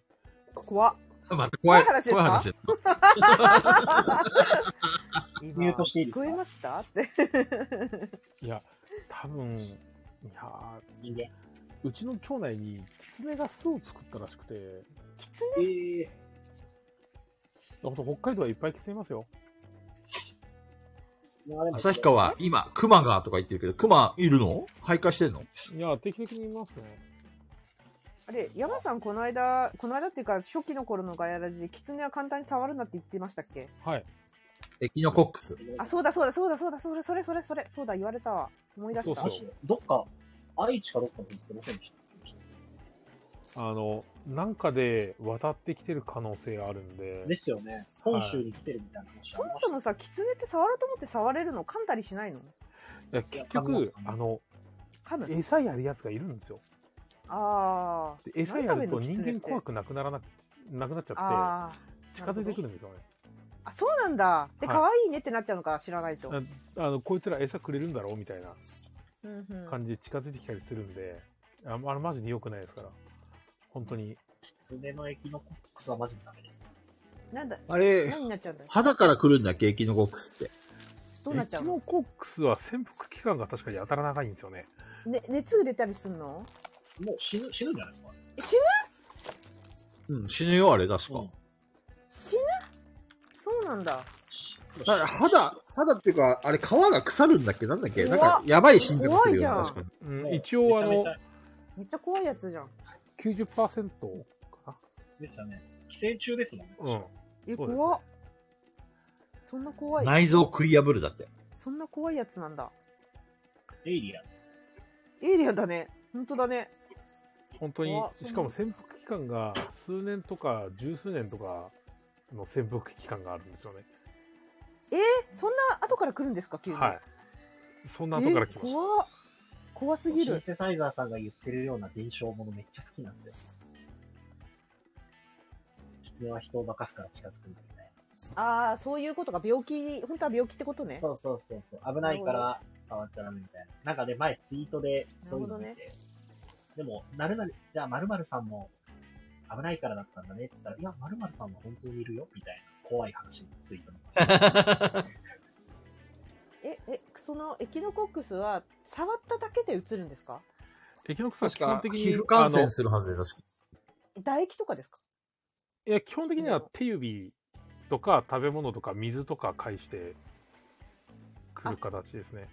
怖っ。また怖い、怖い話ですか怖い話です。ミュートしていいです聞かこえましたって。 いや、多分、いや人間。ーうちの町内に狐が巣を作ったらしくて、えあと北海道はいっぱい狐いますよ。ー、旭川、今、熊がとか言ってるけど、熊いるの徘徊してんのいや、定期的にいますね。あれ、山さん、この間、この間っていうか、初期の頃のガヤラジ、キツネは簡単に触るなって言ってましたっけはい。エキノコックス。あ、そうだそうだそうだそうだ、それそれそれそれ、そうだ、言われたわ。思い出した。そう確かどっか、愛知かどっかで行ってませんでした。あの、なんかで渡ってきてる可能性があるんで。ですよね。本州に来てるみたいな話あそりもましそた。もさ、キツネって触ろうと思って触れるの噛んだりしないのいや結いや多局分、あの、噛む餌やるやつがいるんですよ。あでー。餌やると何食べん人の間怖くなくならなく、なくなっちゃあって、近づいてくるんですよね。あ。あ、そうなんだ。で、はい可愛いねってなっちゃうのか知らないと。なあの、こいつら餌くれるんだろうみたいなうんうん感じで近づいてきたりするんで、ああの、マジで良くないですから。本当に。キツネの駅のコックスはマジでダメです。なんだ、あれ、何になっちゃうんだよ。肌から来るんだっけエキノコックスって。どうなっちゃエうキノの、コックスは潜伏期間が確かにやたら長いんですよね。ね、熱入れたりすんのもう死ぬ、死ぬんじゃないですか。え死ぬうん、死ぬよ、あれ、確か。うん死ぬそうなんだ。しだから肌、肌っていうか、あれ、皮が腐るんだっけなんだっけなんか、やばい死に方するよね、怖いじゃん確かに。うん、一応、あの、、めっちゃ怖いやつじゃん。 90%かですよね。寄生虫ですもんね。な。うん。え、そうです怖っ。そんな怖い。内臓食い破るだって。そんな怖いやつなんだ。エイリアン。エイリアンだね。本当だね。本当にあそうしかも潜伏期間が数年とか十数年とかの潜伏期間があるんですよねそんな後から来るんですか、急に。はいそんな後から来まえし怖っ怖すぎシるン。セサイザーさんが言ってるような伝承ものめっちゃ好きなんですよ。キツネは人を化かすから近づくみたいな。ああ、そういうことが病気、本当は病気ってことね。そうそうそうそう。危ないから触っちゃダメみたいな。なんかね、前ツイートでそういうの見て。なるでも、なるなる、じゃあ、まるさんも危ないからだったんだねって言ったら、いや、まるさんは本当にいるよみたいな怖い話のツイート見ましたえ、え、そのエキノコックスは触っただけで移るんですかたエキノックスは確基か本、的に皮膚感あの染するはずで、確か。唾液とかですかいや基本的には手指とか食べ物とか水とか介してくる形ですね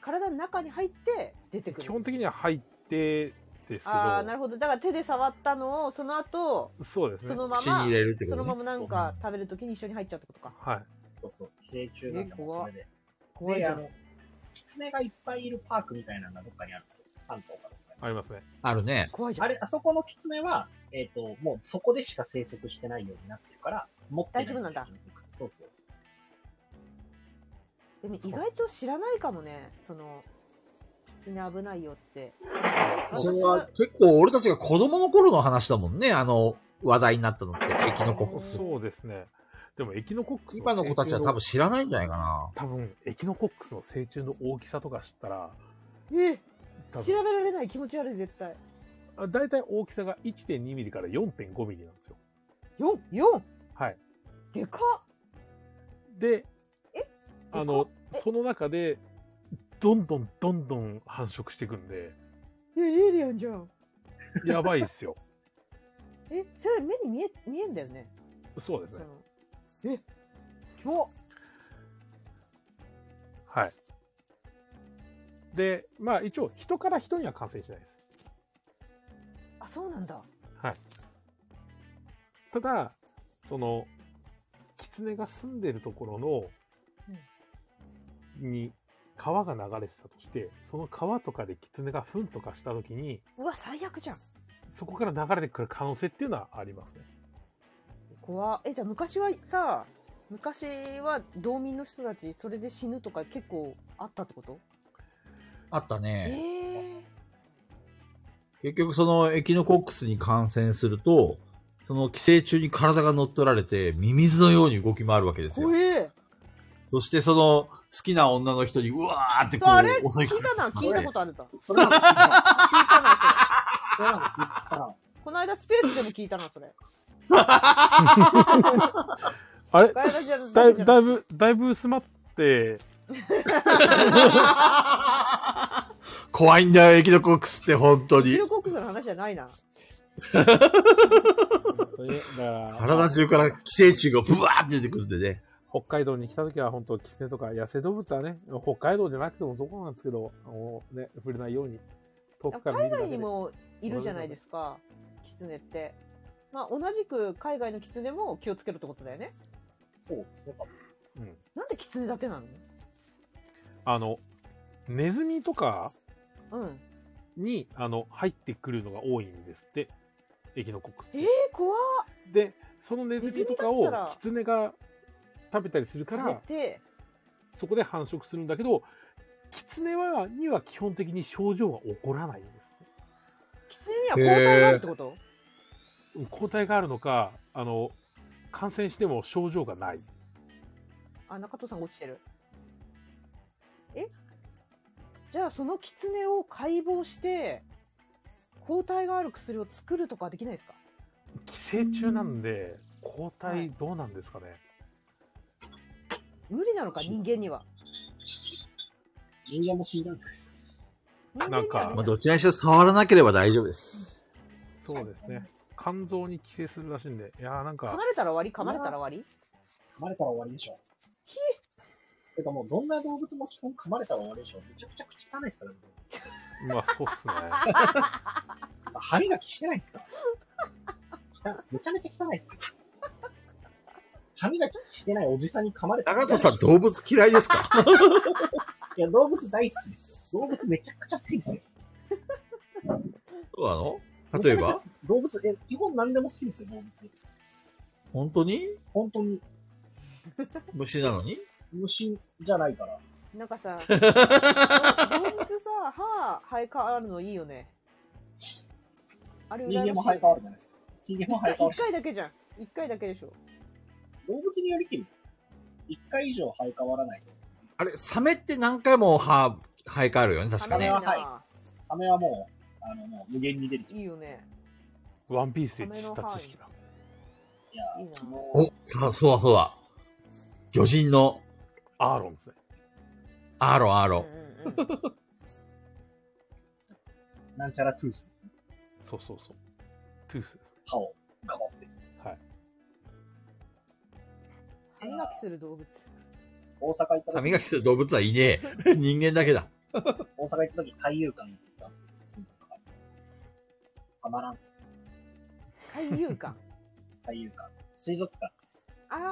体の中に入って出てくる。基本的には入ってですけああ、どなるほど。だから手で触ったのを、その後、そうですそねのま口にま、入れるってことそのまね。まなんか食べるときに一緒に入っちゃうってことか。はいそうそう。寄生虫なんだもん、それで。怖いじでゃあん。の、キツネがいっぱいいるパークみたいなのがどっかにあるんですよ。関東かどっかに。ありますねあるね。怖いじゃん。あれ、あそこのキツネは、えっ、と、もうそこでしか生息してないようになってるから、持ってない大丈夫なんだ。そうそうそう。でも意外と知らないかもね。その、キツネ危ないよって。それは結構俺たちが子供の頃の話だもんね、あの、話題になったのって、エキノコックス。そうですねでもエキノコックス今の子たちは多分知らないんじゃないかな。多分エキノコックスの成虫の大きさとか知ったらえ多分調べられない気持ち悪い絶対あ大体大きさが1.2ミリから4.5ミリなんですよ。 4 4はい。でかっで、えあのえ、その中で、どんどんどんどん繁殖していくんで、えエイリアンじゃんやばいっ すよ。えそれ目に見え見えんだよねそうですそねの。え今はい。で、まあ一応、人から人には感染しないです。あそうなんだただ、その、キツネが住んでるところの、に、川が流れてたとして、その川とかでキツネがフンとかしたときに、うわ最悪じゃんそこから流れてくる可能性っていうのはありますね。怖っえじゃあ昔はさ昔は道民の人たちそれで死ぬとか結構あったってことあったえね。ー、結局そのエキノコックスに感染すると、その寄生虫に体が乗っ取られて、ミミズのように動き回るわけですよ怖。えそしてその好きな女の人にうわーってこあれう襲い聞いかかたなって聞いたきこてとあるんだ聞いそれは、たなでも聞いたな、それ。あれガイラジャルだだいけじゃなだいいぶ、だいぶ薄まって、怖いんだよ、エキノコックスって、本当にヒ。ロコックスの話じゃないな。体中から寄生虫がブワーって出てくるんでね。北海道に来た時は本当キツネとか野生動物はね、北海道じゃなくてもどこなんですけど、もうね、触れないように遠くから見る海だけ外でにもいるじゃないですか、キツネって。まあ、同じく海外のキツネも気をつけるってことだよね。そうですね。うんなんでキツネだけなのあの、ネズミとかうん。に、あの、入ってくるのが多いんですって、エキノコックスってえー、怖っで、そのネズミとかネズミだをったらキツネが食べたりするか食べら、て、そこで繁殖するんだけど、キツネは、には基本的に症状は起こらないんですって。キツネには抗体があるってこと抗体があるのか、あの、感染しても症状がない。あ、中藤さんが落ちてる。えじゃあそのキツネを解剖して、抗体がある薬を作るとかはできないですか寄生虫なんで、抗体どうなんですかね。無理なのか、人間には。人間も死んだんです。人間なんにはかねまあ、どちらにしろ触らなければ大丈夫です。そうですね。肝臓に寄生するらしいんで、いやーなん噛か、まれたら終わり噛まれたら終わ噛まれたら終わりでしょ。てかもうどんな動物も基本噛まれたら終わりでしょ。めちゃくちゃ口汚いですからね。まあそうっ すね。まあ歯磨きしてないですから。汚いめちゃめちゃ汚いですよ。歯磨きしてないおじさんに噛まれたら長藤さん、動物嫌いですかいや、動物大好きですよ。動物めちゃくちゃ好きですよ。 そうなの例えめちゃばくちゃ動物、え、基本何でも好きですよ、動物。本当に本当に虫なのに虫じゃないから。りなんか さ動物さ歯生え変わるのいいよねあれ人間羨もまし生いえ変わるじゃないですか。人間も生え変わる一し。回だけじゃん一回だけでしょ動物によりきり。一回以上生え変わらない。あれ、サメって何回も歯、生え変わるよね、確か歯メね。のは多いなサメはもう、あの、もう無限に出る。いいよねワンピースで知った知識だ。いや、いいな昨日、お、そうそうだそうだ。魚人のアーロンですね。アーロン、アーうロんン。うんうんなんちゃらトゥースですね。そうそうそう。トゥースです。歯をガバって。はい。歯磨きする動物大阪行った歯時、磨きする動物はいねえ。人間だけだ。大阪行った時、海遊館行ったんですけど、新宿から。ハマらんっす。海遊館海遊館。水族館です。ああは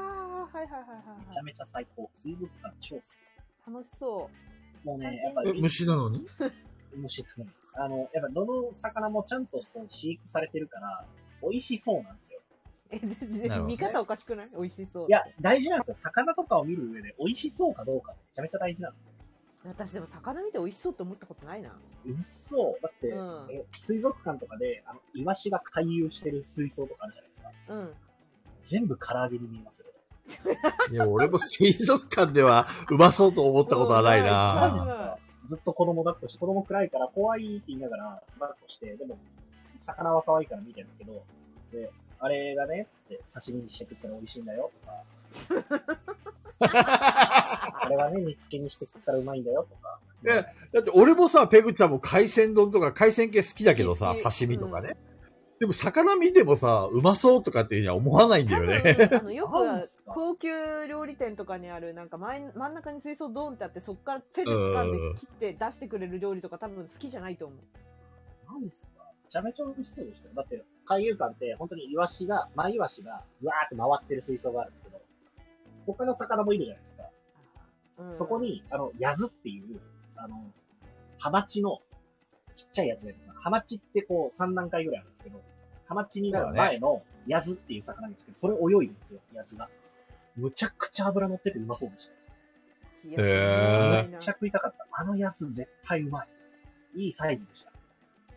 いはいはいめはいちはゃめちゃ最高。水族館超好き。い楽しそもうね、や最っぱ近えり、虫なのに虫ですね。あの、やっぱどの魚もちゃんとその飼育されてるから、美味しそうなんですよ。うえででなるほどね見方おかしくない美味しそういや、大事なんですよ。魚とかを見る上で、美味しそうかどうか、めちゃめちゃ大事なんですよ。私でも魚見て美味しそうって思ったことないなうっそだって、うんえ水族館とかで、あの、イワシが回遊してる水槽とかあるじゃないですか。うん全部唐揚げに見えますよ。いや、俺も水族館ではうまそうと思ったことはないあーマなジっすかずっと子供抱っこして、子供暗いから怖いって言いながら抱っこして、でも、魚は可愛いから見てるんですけど、で、あれがね、つって刺身にして食ったら美味しいんだよ とか、あれはね、煮付けにして食ったらうまいんだよとか、えだって俺もさ、ペグちゃんも海鮮丼とか海鮮系好きだけどさ、好き刺身とかね。でも魚見てもさ、うまそうとかっていうには思わないんだ多よ分ね。 あのよく合うんすか高級料理店とかにあるなんか前真ん中に水槽ドーンってあってそこから手で掴んうんで切って出してくれる料理とか多分好きじゃないと思う何ですかめちゃめちゃ美味しそうでしたよ。だって、海遊館って本当にイワシが、マイワシが、うわーって回ってる水槽があるんですけど、他の魚もいるじゃないですか。うんそこに、あの、ヤズっていう、あの、ハマチの、ちっちゃいやつですか。ハマチってこう、3段階ぐらいあるんですけど、ハマチになる前のヤズっていう魚なんですけど、それ泳いでるんですよ、ヤズが。むちゃくちゃ脂乗っててうまそうでした。いやへめっちゃ食いたかった。あのヤズ絶対うまい。いいサイズでした。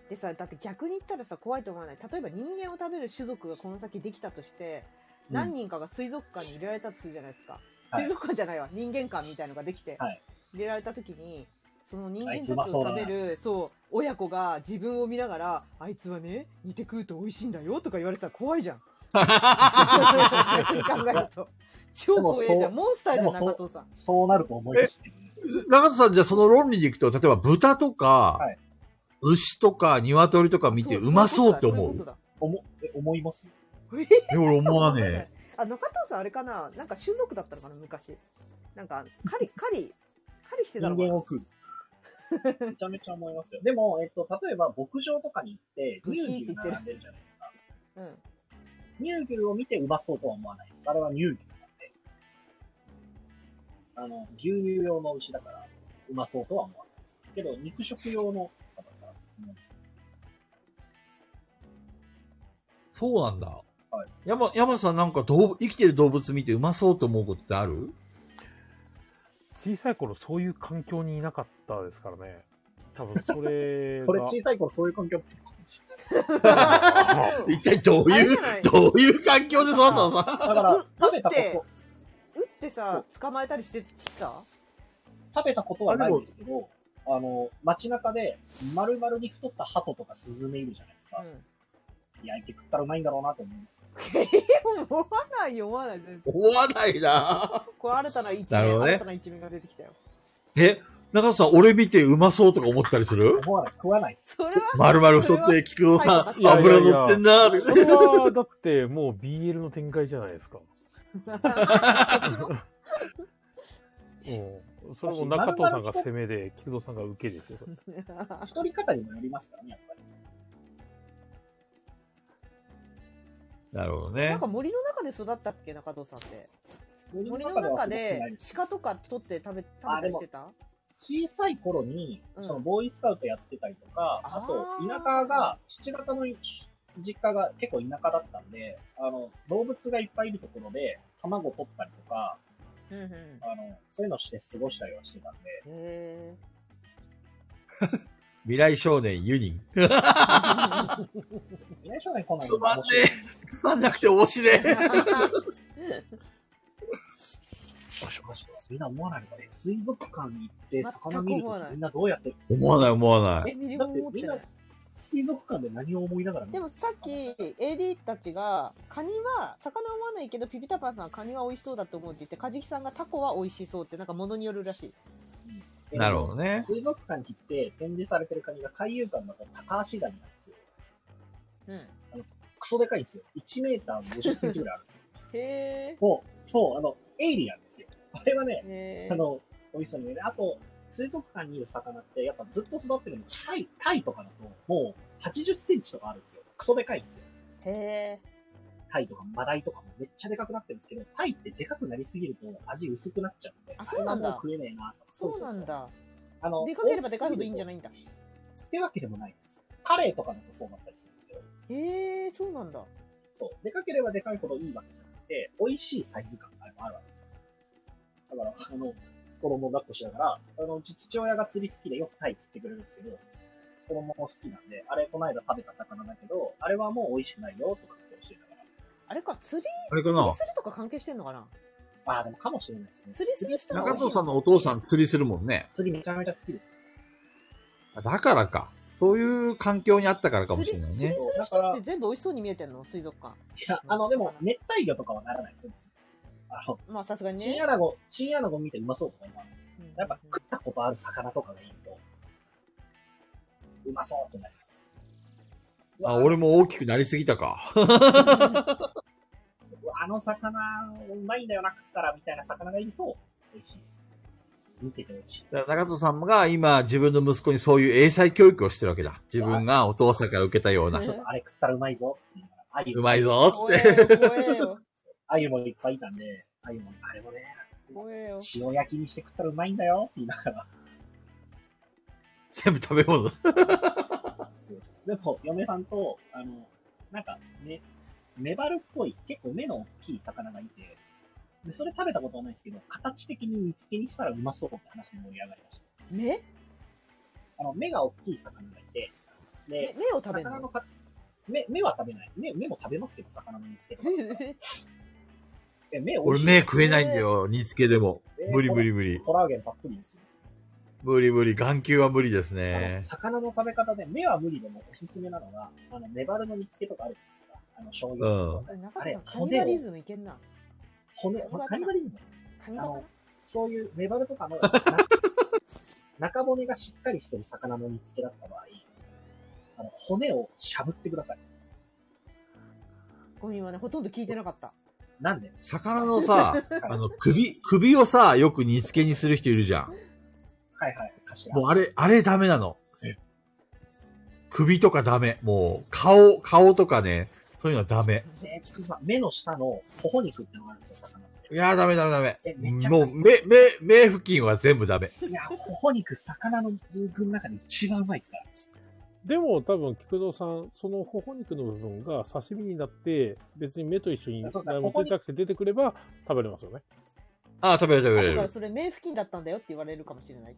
でさだって逆に言ったらさ怖いと思わない例えば人間を食べる種族がこの先できたとしてうん何人かが水族館に入れられたとするじゃないですか、はい水族館じゃないわ人間館みたいのができて、はい入れられた時にその人あ間いたつちうをまそ食うだなべるそう親子が自分を見ながら「あいつはね煮て食うと美味しいんだよ」とか言われてたら怖い じゃん考えると超怖いじでゃもそうんモンスターじゃんでもそう中藤さんそうなると思いますけどね。中田さん、じゃあその論理でいくと、例えば豚とか、はい牛とか鶏とか見てそうまそうって思そういうことう。だ思え思いますよえ、俺思わねそういうことだえ。あ中藤さんあれかななんか種族だったのかな昔なんか狩り狩り狩りしてたの人かな間を 食う。めちゃめちゃ思いますよ。でも、えっと、例えば牧場とかに行って、乳牛並んでるじゃないですか。うん乳牛を見てうまそうとは思わないです。あれは乳牛なんで。あの、牛乳用の牛だから、うまそうとは思わないです。けど、肉食用の方だから、思うんですよ。そうなんだ。はい山、山さんなんか動物、生きてる動物見てうまそうと思うことってある小さい頃そういう環境にいなかったですからね。多分それ が。これ小さい頃そういう環境だったかもしあれ一体どうあいれうじゃない、どういう環境で育ったのさ。ない。だからう、食べたこうと、撃ってさ捕まえたりしてた食べたことはないんですけど、あの、街中で、丸々に太った鳩とかスズメいるじゃないですか。うん焼いて食ったらうまいんだろうなと思うんですよ。思わないよ思わない全然思わない なこれ新たな一なるほどね面、新たな一面が出てきたよえ、中田さん、俺見てうまそうとか思ったりする思わない、食わないです。それはまるまる太って、菊蔵さ いん、やいやいや油乗ってんなーとかそれは、だってもう BL の展開じゃないですか。うん。それも中藤さんが攻めで、菊蔵さんが受けですよ。それ太り方にもよりますからね、やっぱり。なるほどなねんか。森の中で育ったっけ中藤さんって森のは中育ってでないです鹿とか取って食べ食べたりしてた小さい頃に、うんそのボーイスカウトやってたりとか、あーあと、田舎が、父方の実家が結構田舎だったんで、あの、動物がいっぱいいるところで、卵取ったりとか、うんうんへあの、そういうのして過ごしたりはしてたんで、え未来少年ユニン。未来少年こんなつまんね面白いあんなくて面白い。みんな思わないのかね。水族館に行って魚全く見思るとわないきみんなどうやって、思わない思わない。えミリも思ってない水族館で何を思いながら見でるんもですさかっき AD たちがカニは魚は思わないけどピピタパンさんはカニは美味しそうだと思うって言ってカジキさんがタコは美味しそうってなんか物によるらしいなるほどね水族館に行って展示されてるカニが海遊館だと高足ガニなんですよ。うんへクソでかいんですよ。1メーター50センチぐらいあるんですよ。えもう、そう、あの、エイリアンですよ。あれはね、へえあの、美味しそうにね。あと、水族館にいる魚って、やっぱずっと育ってるのが、タイ、タイとかだと、もう80センチとかあるんですよ。クソでかいんですよ。へえタイとかマダイとかもめっちゃでかくなってるんですけど、タイってでかくなりすぎると味薄くなっちゃうんで、あそうなんだれはもう食えねえなとか。そうなん。だあの、でかければでかいほどいいんじゃないないんだってわけでもないです。カレーとかだとそうなったりするんですけど、へえそうなんだそう。でかければでかいほどいいわけじゃなくて、美味しいサイズ感があるわけです。だから、あの、子供を抱っこしながら、あの、うち父親が釣り好きでよくタイ釣ってくれるんですけど、子供も好きなんで、あれこの間食べた魚だけど、あれはもう美味しくないよとかって教えながら。あれか釣りあれか釣りなするとか関係してんのかなああ、でもかもしれないですね。釣り好きな人中藤さんのお父さん釣りするもんね。釣りめちゃめちゃ好きです。だからか。そういう環境にあったからかもしれない釣りね。釣りするだから人って全部美味しそうに見えてんの水族館いや、あの、でも、熱帯魚とかはならないですよ、別にあの、まあさすがにチンねアナゴ、チンアナゴ見てうまそうとか思わないです。うんやっぱ食ったことある魚とかがいると、うまそうってなります。あ、俺も大きくなりすぎたか。うわあの魚、うまいんだよな、食ったら、みたいな魚がいると、美味しいです。見てて美味しい。だから中藤さんが今自分の息子にそういう英才教育をしてるわけだ。自分がお父さんから受けたようなう。そうそう、あれ食ったらうまいぞ、つって言いながら。あゆう、まいぞ怖えよ怖え よあゆもいっぱいいたんで、あゆも、あれもね、怖えよ塩焼きにして食ったらうまいんだよ、って言いながら。全部食べ物だ。そうでも、嫁さんと、あの、なんか、ね、メバルっぽい、結構目の大きい魚がいて、で、それ食べたことはないですけど、形的に煮付けにしたらうまそうって話で盛り上がりました。目あの、目が大きい魚がいて、目で、目を食べる魚ののか、目、目は食べない。目、目も食べますけど、魚の煮付 けとか。え、目美味俺しい目食えないんだよ。煮付けでも。無理無理無理。コラーゲンたっぷりですよ。無理無理、眼球は無理ですあねの。魚の食べ方で目は無理でもおすすめなのが、あの、メバルの煮付けとかあるじゃないですか。あの、醤油とか、中あ田れさん、、カニ骨バをリ、ズムいけんな。骨、カニバリカニバリズムですカニあバのリ、そういうメバルと かの、な中骨がしっかりしてる魚の煮付けだった場合、あの、骨をしゃぶってください。五人はね、ほとんど聞いてなかった。なんで魚のさ、あの、首、首をさ、よく煮付けにする人いるじゃん。はいはい、頭。もうあれ、あれダメなの。首とかダメ。もう、顔、顔とかね、そういうのはダメ。で、菊池さん、目の下の頬肉ってのがあるんですよ、魚。いやーダメダメダえメめ。ちゃくもちゃう、目、目、目付近は全部ダメ。いや、頬肉、魚の肉の中で一番うまいですから。でも多分、菊蔵さん、その頬肉の部分が刺身になって、別に目と一緒にそうそうもついたくて出てくれば食べれますよね。ああ、食べれる食べれだからる。それ、目付近だったんだよって言われるかもしれない。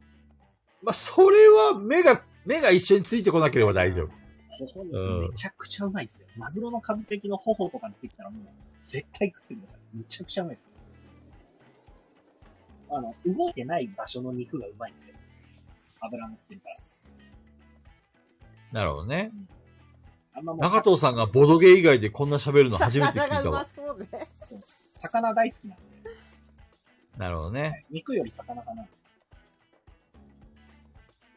まあ、それは目が、目が一緒についてこなければ大丈夫。頬肉めちゃくちゃうまいですよ。マグロの完璧の頬とか出てきたらもう、絶対食ってください。めちゃくちゃうまいですよ。あの、動いてない場所の肉がうまいんですよ。油乗ってるから。なるほどね。あんまもう、中藤さんがボドゲ以外でこんな喋るの初めて聞い魚たがうまわ。そうね。そう魚大好きなんで、なるほどね。肉より魚かな。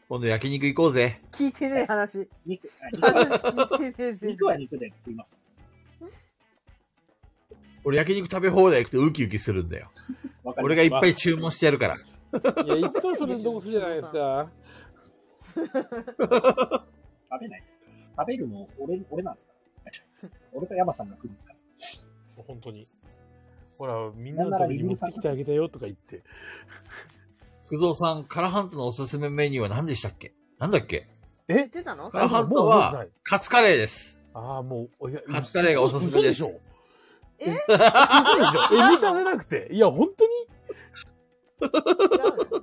今度焼肉行こうぜ。聞いてねえ話。肉、あ肉は、話聞いてねえぜ肉は肉で食います。俺焼肉食べ放題行くとウキウキするんだよ。わかり俺まがいっぱい注文してやるから。いや、一旦それどうすじゃないですか。す食べない。食べるの俺、俺なんですから。 俺と山さんが食うんですから。本当に。ほら、みんなのために持ってきてあげたよとか言って。福蔵さん、カラハントのおすすめメニューは何でしたっけなんだっけ言ってたのカラハントもう覚えてはない、カツカレーです。ああ、もう、おいや、カツカレーがおすすめです嘘ょえ嘘でしょえ、満たせなくて。いや、本当に違うの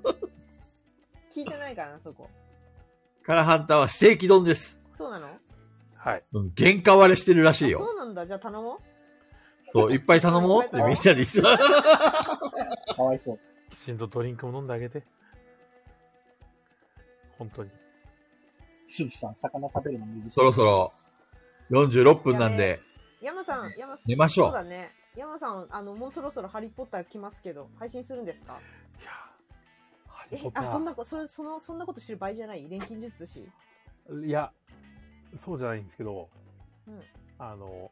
聞いてないかな、そこ。カラハンターはステーキ丼です。そうなのあはい。うん原価割れしてるらしいそよ。うなんだ、じゃあ頼もそう、いっぱい頼もうってみんなで言って た。かわいそう。きちんとドリンクも飲んであげて。本当に。すずさん、魚食べるの難しい。そろそろ、46分なんで、う。山さん、山さん。寝ましょそうう。だね。山さん、あの、もうそろそろハリーポッター来ますけど、配信するんですかいやーハリえーポッ、タあ、そんーなこ、それ、その、そんなこと知る場合じゃない錬金 術師。いや、そうじゃないんですけど、うんあの、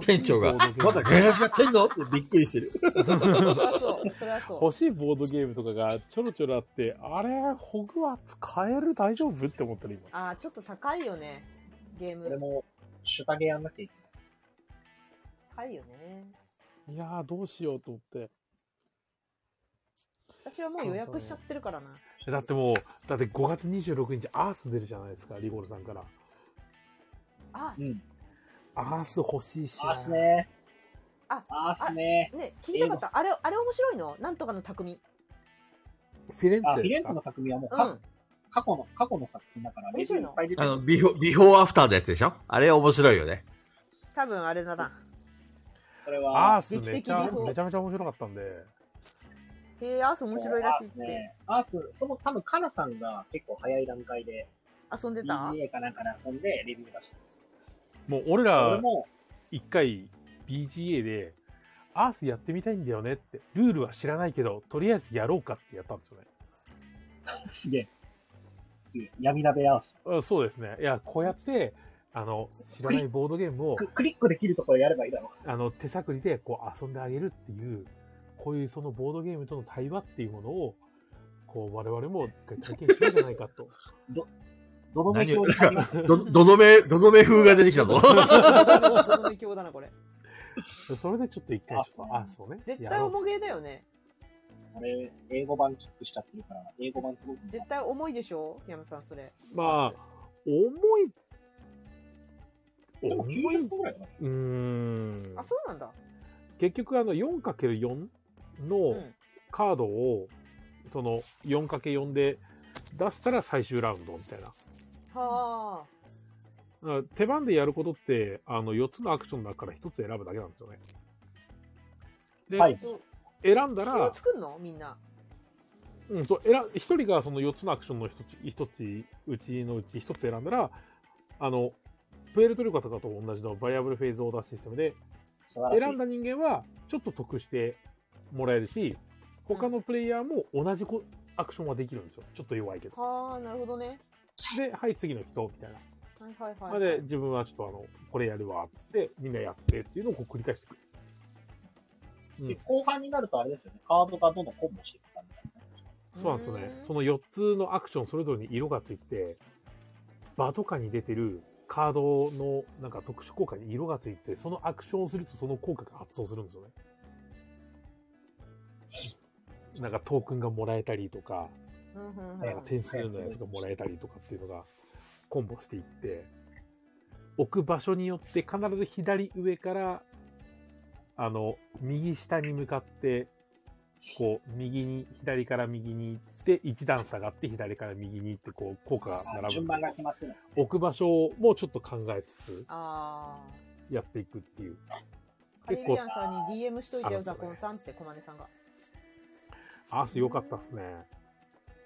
店長が、欲しいまボードゲーだムガイラスやってんのってびっくりしてる。それはそう、それはそう。欲しいボードゲームとかがちょろちょろあって、あれ、ホグワーツ買える大丈夫って思ったら今。あー、ちょっと高いよね。ゲー俺ム。も、シュタゲやんなきゃいけない。高いよね。いやー、どうしようと思って。私はもう予約しちゃってるからな。えだってもう、だって5月26日、アース出るじゃないですか、リゴルさんから。あ、うん。アース欲しいしな。あーっすね。ああーっすね。ね、聞いたかった。あれ、あれ面白いのなんとかの匠。フィレンツあ、ェフィでレすンツェかの匠はもううか、ん。過去の、過去の作品だから、面レビ白いューいのっぱい出てあるの、ビフォー、ビフォーアフターのやつでしょあれ面白いよね。多分あれだな。それアはー、スめちゃ劇的にめちゃめちゃ面白かったんで。へえ、アース面白いらしいっアースて。ね。アース、その、多分カナさんが結構早い段階で、遊んでた BGA かなんかで遊んで、レビュー出したんですよ。もう俺俺ら、も、一回 BGA で、アースやってみたいんだよねって、ルールは知らないけど、とりあえずやろうかってやったんですよね。すげえ。すげえ。闇鍋アース。あそうですね。いや、こうやって、あの、知らないボードゲームをク、クリックできるところやればいいだろう。あの、手探りでこう遊んであげるっていう、こういうそのボードゲームとの対話っていうものを、こう、我々も一回体験しようじゃないかと。 どの目標に入ります ど、どのめ、どのめ風が出てきた ぞ。子供教だな、これ。それでちょっと一回、ああそうそうね。 絶や対ろう重げだよね。俺、英語版キックしちゃってるから、英語版届くの絶対重いでしょ山さん、それ。まあ、重い、でも重90い分、ぐらいかな。うーんあ、。そうなんだ。結局、あの、4×4 うのん。カードを、その、4×4 で出したら最終ラウンドみたいな。はあ。だから手番でやることって、あの、4つのアクションだから1つ選ぶだけなんですよね。サイズ。そ選んだう。ら、作んのみんな。うん、そう、選、一人がその4つのアクションの一つ、一つ、うちのうち一つ選んだら、あの、プエルトリコとかと同じのバリアブルフェーズオーダーシステムで、素晴らしい。選んだ人間はちょっと得してもらえるし、他のプレイヤーも同じこアクションはできるんですよ。ちょっと弱いけど。はあ、なるほどね。で、はい、次の人、みたいな。はいはいはい。まで、自分はちょっとあの、これやるわ、つって、みんなやってっていうのをこう繰り返していく。うんで後半になるとあれですよね、カードがどんどんコンボしていく感じになるそうなんですよねう。んその4つのアクションそれぞれに色がついて、場とかに出てるカードのなんか特殊効果に色がついて、そのアクションをするとその効果が発動するんですよね。なんかトークンがもらえたりとか、うんうんうんなんか点数のやつがもらえたりとかっていうのがコンボしていって、置く場所によって必ず左上から、あの、右下に向かって、こう、右に、左から右に行って、一段下がって、左から右に行って、こう、効果があ並順ぶ番。が決まってるんですね。置く場所もちょっと考えつつ、あやっていくっていう。あ。カリビアンさんに DM しといてあるよ、んですザよねコンさんって、コマネさんが。アース良かったっすね。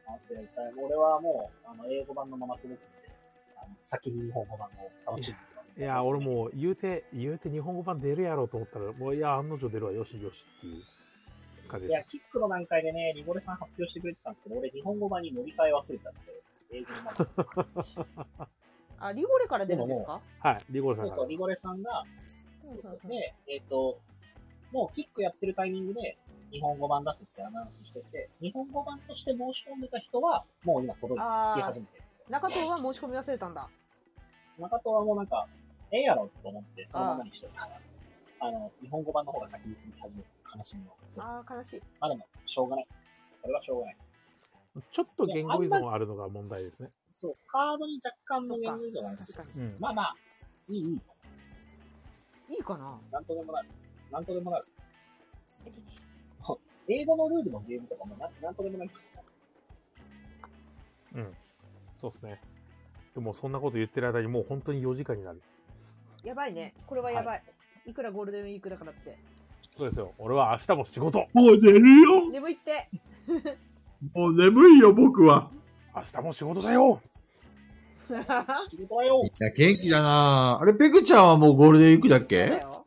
完成いっぱい俺はもう、あの、英語版のまま届くんで、あの先に日本語版を楽しんでくださいやー、俺もう、言うて、言うて日本語版出るやろうと思ったら、もう、いやー、案の定出るわ、よしよしっていう感じいでや、キックの段階でね、リゴレさん発表してくれてたんですけど、俺日本語版に乗り換え忘れちゃって、英語 版に。あ、リゴレから出るんですかはい、リゴルさんそうがそう、リゴレさんが、そうそう。で、えっ、と、もうキックやってるタイミングで、日本語版出すってアナウンスしてて、日本語版として申し込んでた人は、もう今届いて、あー聞き始めてるんですよ。中藤は申し込み忘れたんだ。中藤はもうなんか、ええやろと思って、そのままにしといたら、あの、日本語版の方が先に届き始めて、悲しみを。そうああ、悲しい。まあでも、しょうがない。これはしょうがない。ちょっと言語依存あるのが問題ですね。そう、カードに若干の言語じゃないですけど確かに。うんまあまあ、いい、いい。いいかななんとでもなる。なんとでもなる。英語のルールのゲームとかもななんとでもなりますよ。そうですね。でもそんなこと言ってる間にもう本当に4時間になる。やばいね。これはやばい。いくらゴールデンウィークだからって。そうですよ。俺は明日も仕事もう寝るよ眠いって。もう眠いよ、僕は。明日も仕事だよ仕事だよい。や、元気だなあれ、ペグちゃんはもうゴールデンウィークだっだけよ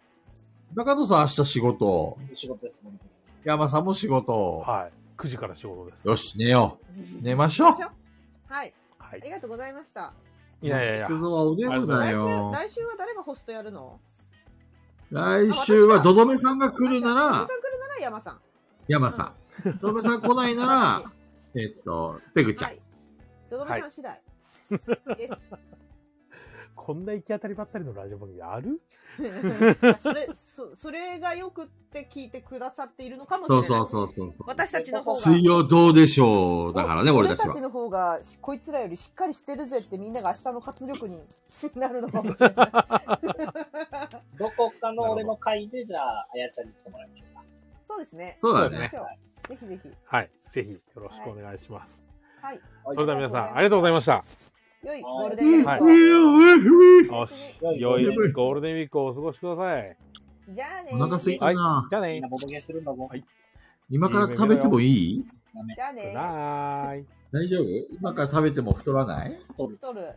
中野さん明日仕事。仕事ですもん。山さんも仕事。はい。9時から仕事です。よし、寝よう。寝ましょう。はい。はありい。がとうございました。いやいやいや菊。蔵はお眠だ来週、よ。来週は誰がホストやるの来週はどどめさんが来るな山さんら来、るなら山さん。山さん。どどめさん来ないなら、 えっと、ペグちゃんは。い。ドドメさん次第。です。こんな行き当たりばったりのラジオ番組ある それ、そ、それがよくって聞いてくださっているのかもしれそなうい。そうそうそう。私たちの方が。水曜どうでしょうだからね、俺たち俺たはち。の方が、しこいつらよりしっかりしてるぜってみんなが明日の活力になるのかもしれない。どこかの俺の会で、じゃあ、あやちゃんに来てもらいましょうか。そうですね。 そうだ行きねま。しょうぜひぜひ。はい。ぜひよろしくお願いします。はい。それでは皆さん、ありりがとうございました。がとうございます。良いはいゴールデンウィークをよし。良良いいゴールデンウィークをお過ごしください。じゃあねお腹すいはたいな。じゃあみんねな。ボトゲするんだぞ。はい今から食べてもいいじゃあグッねドナイト大丈夫今から食べても太らない太る。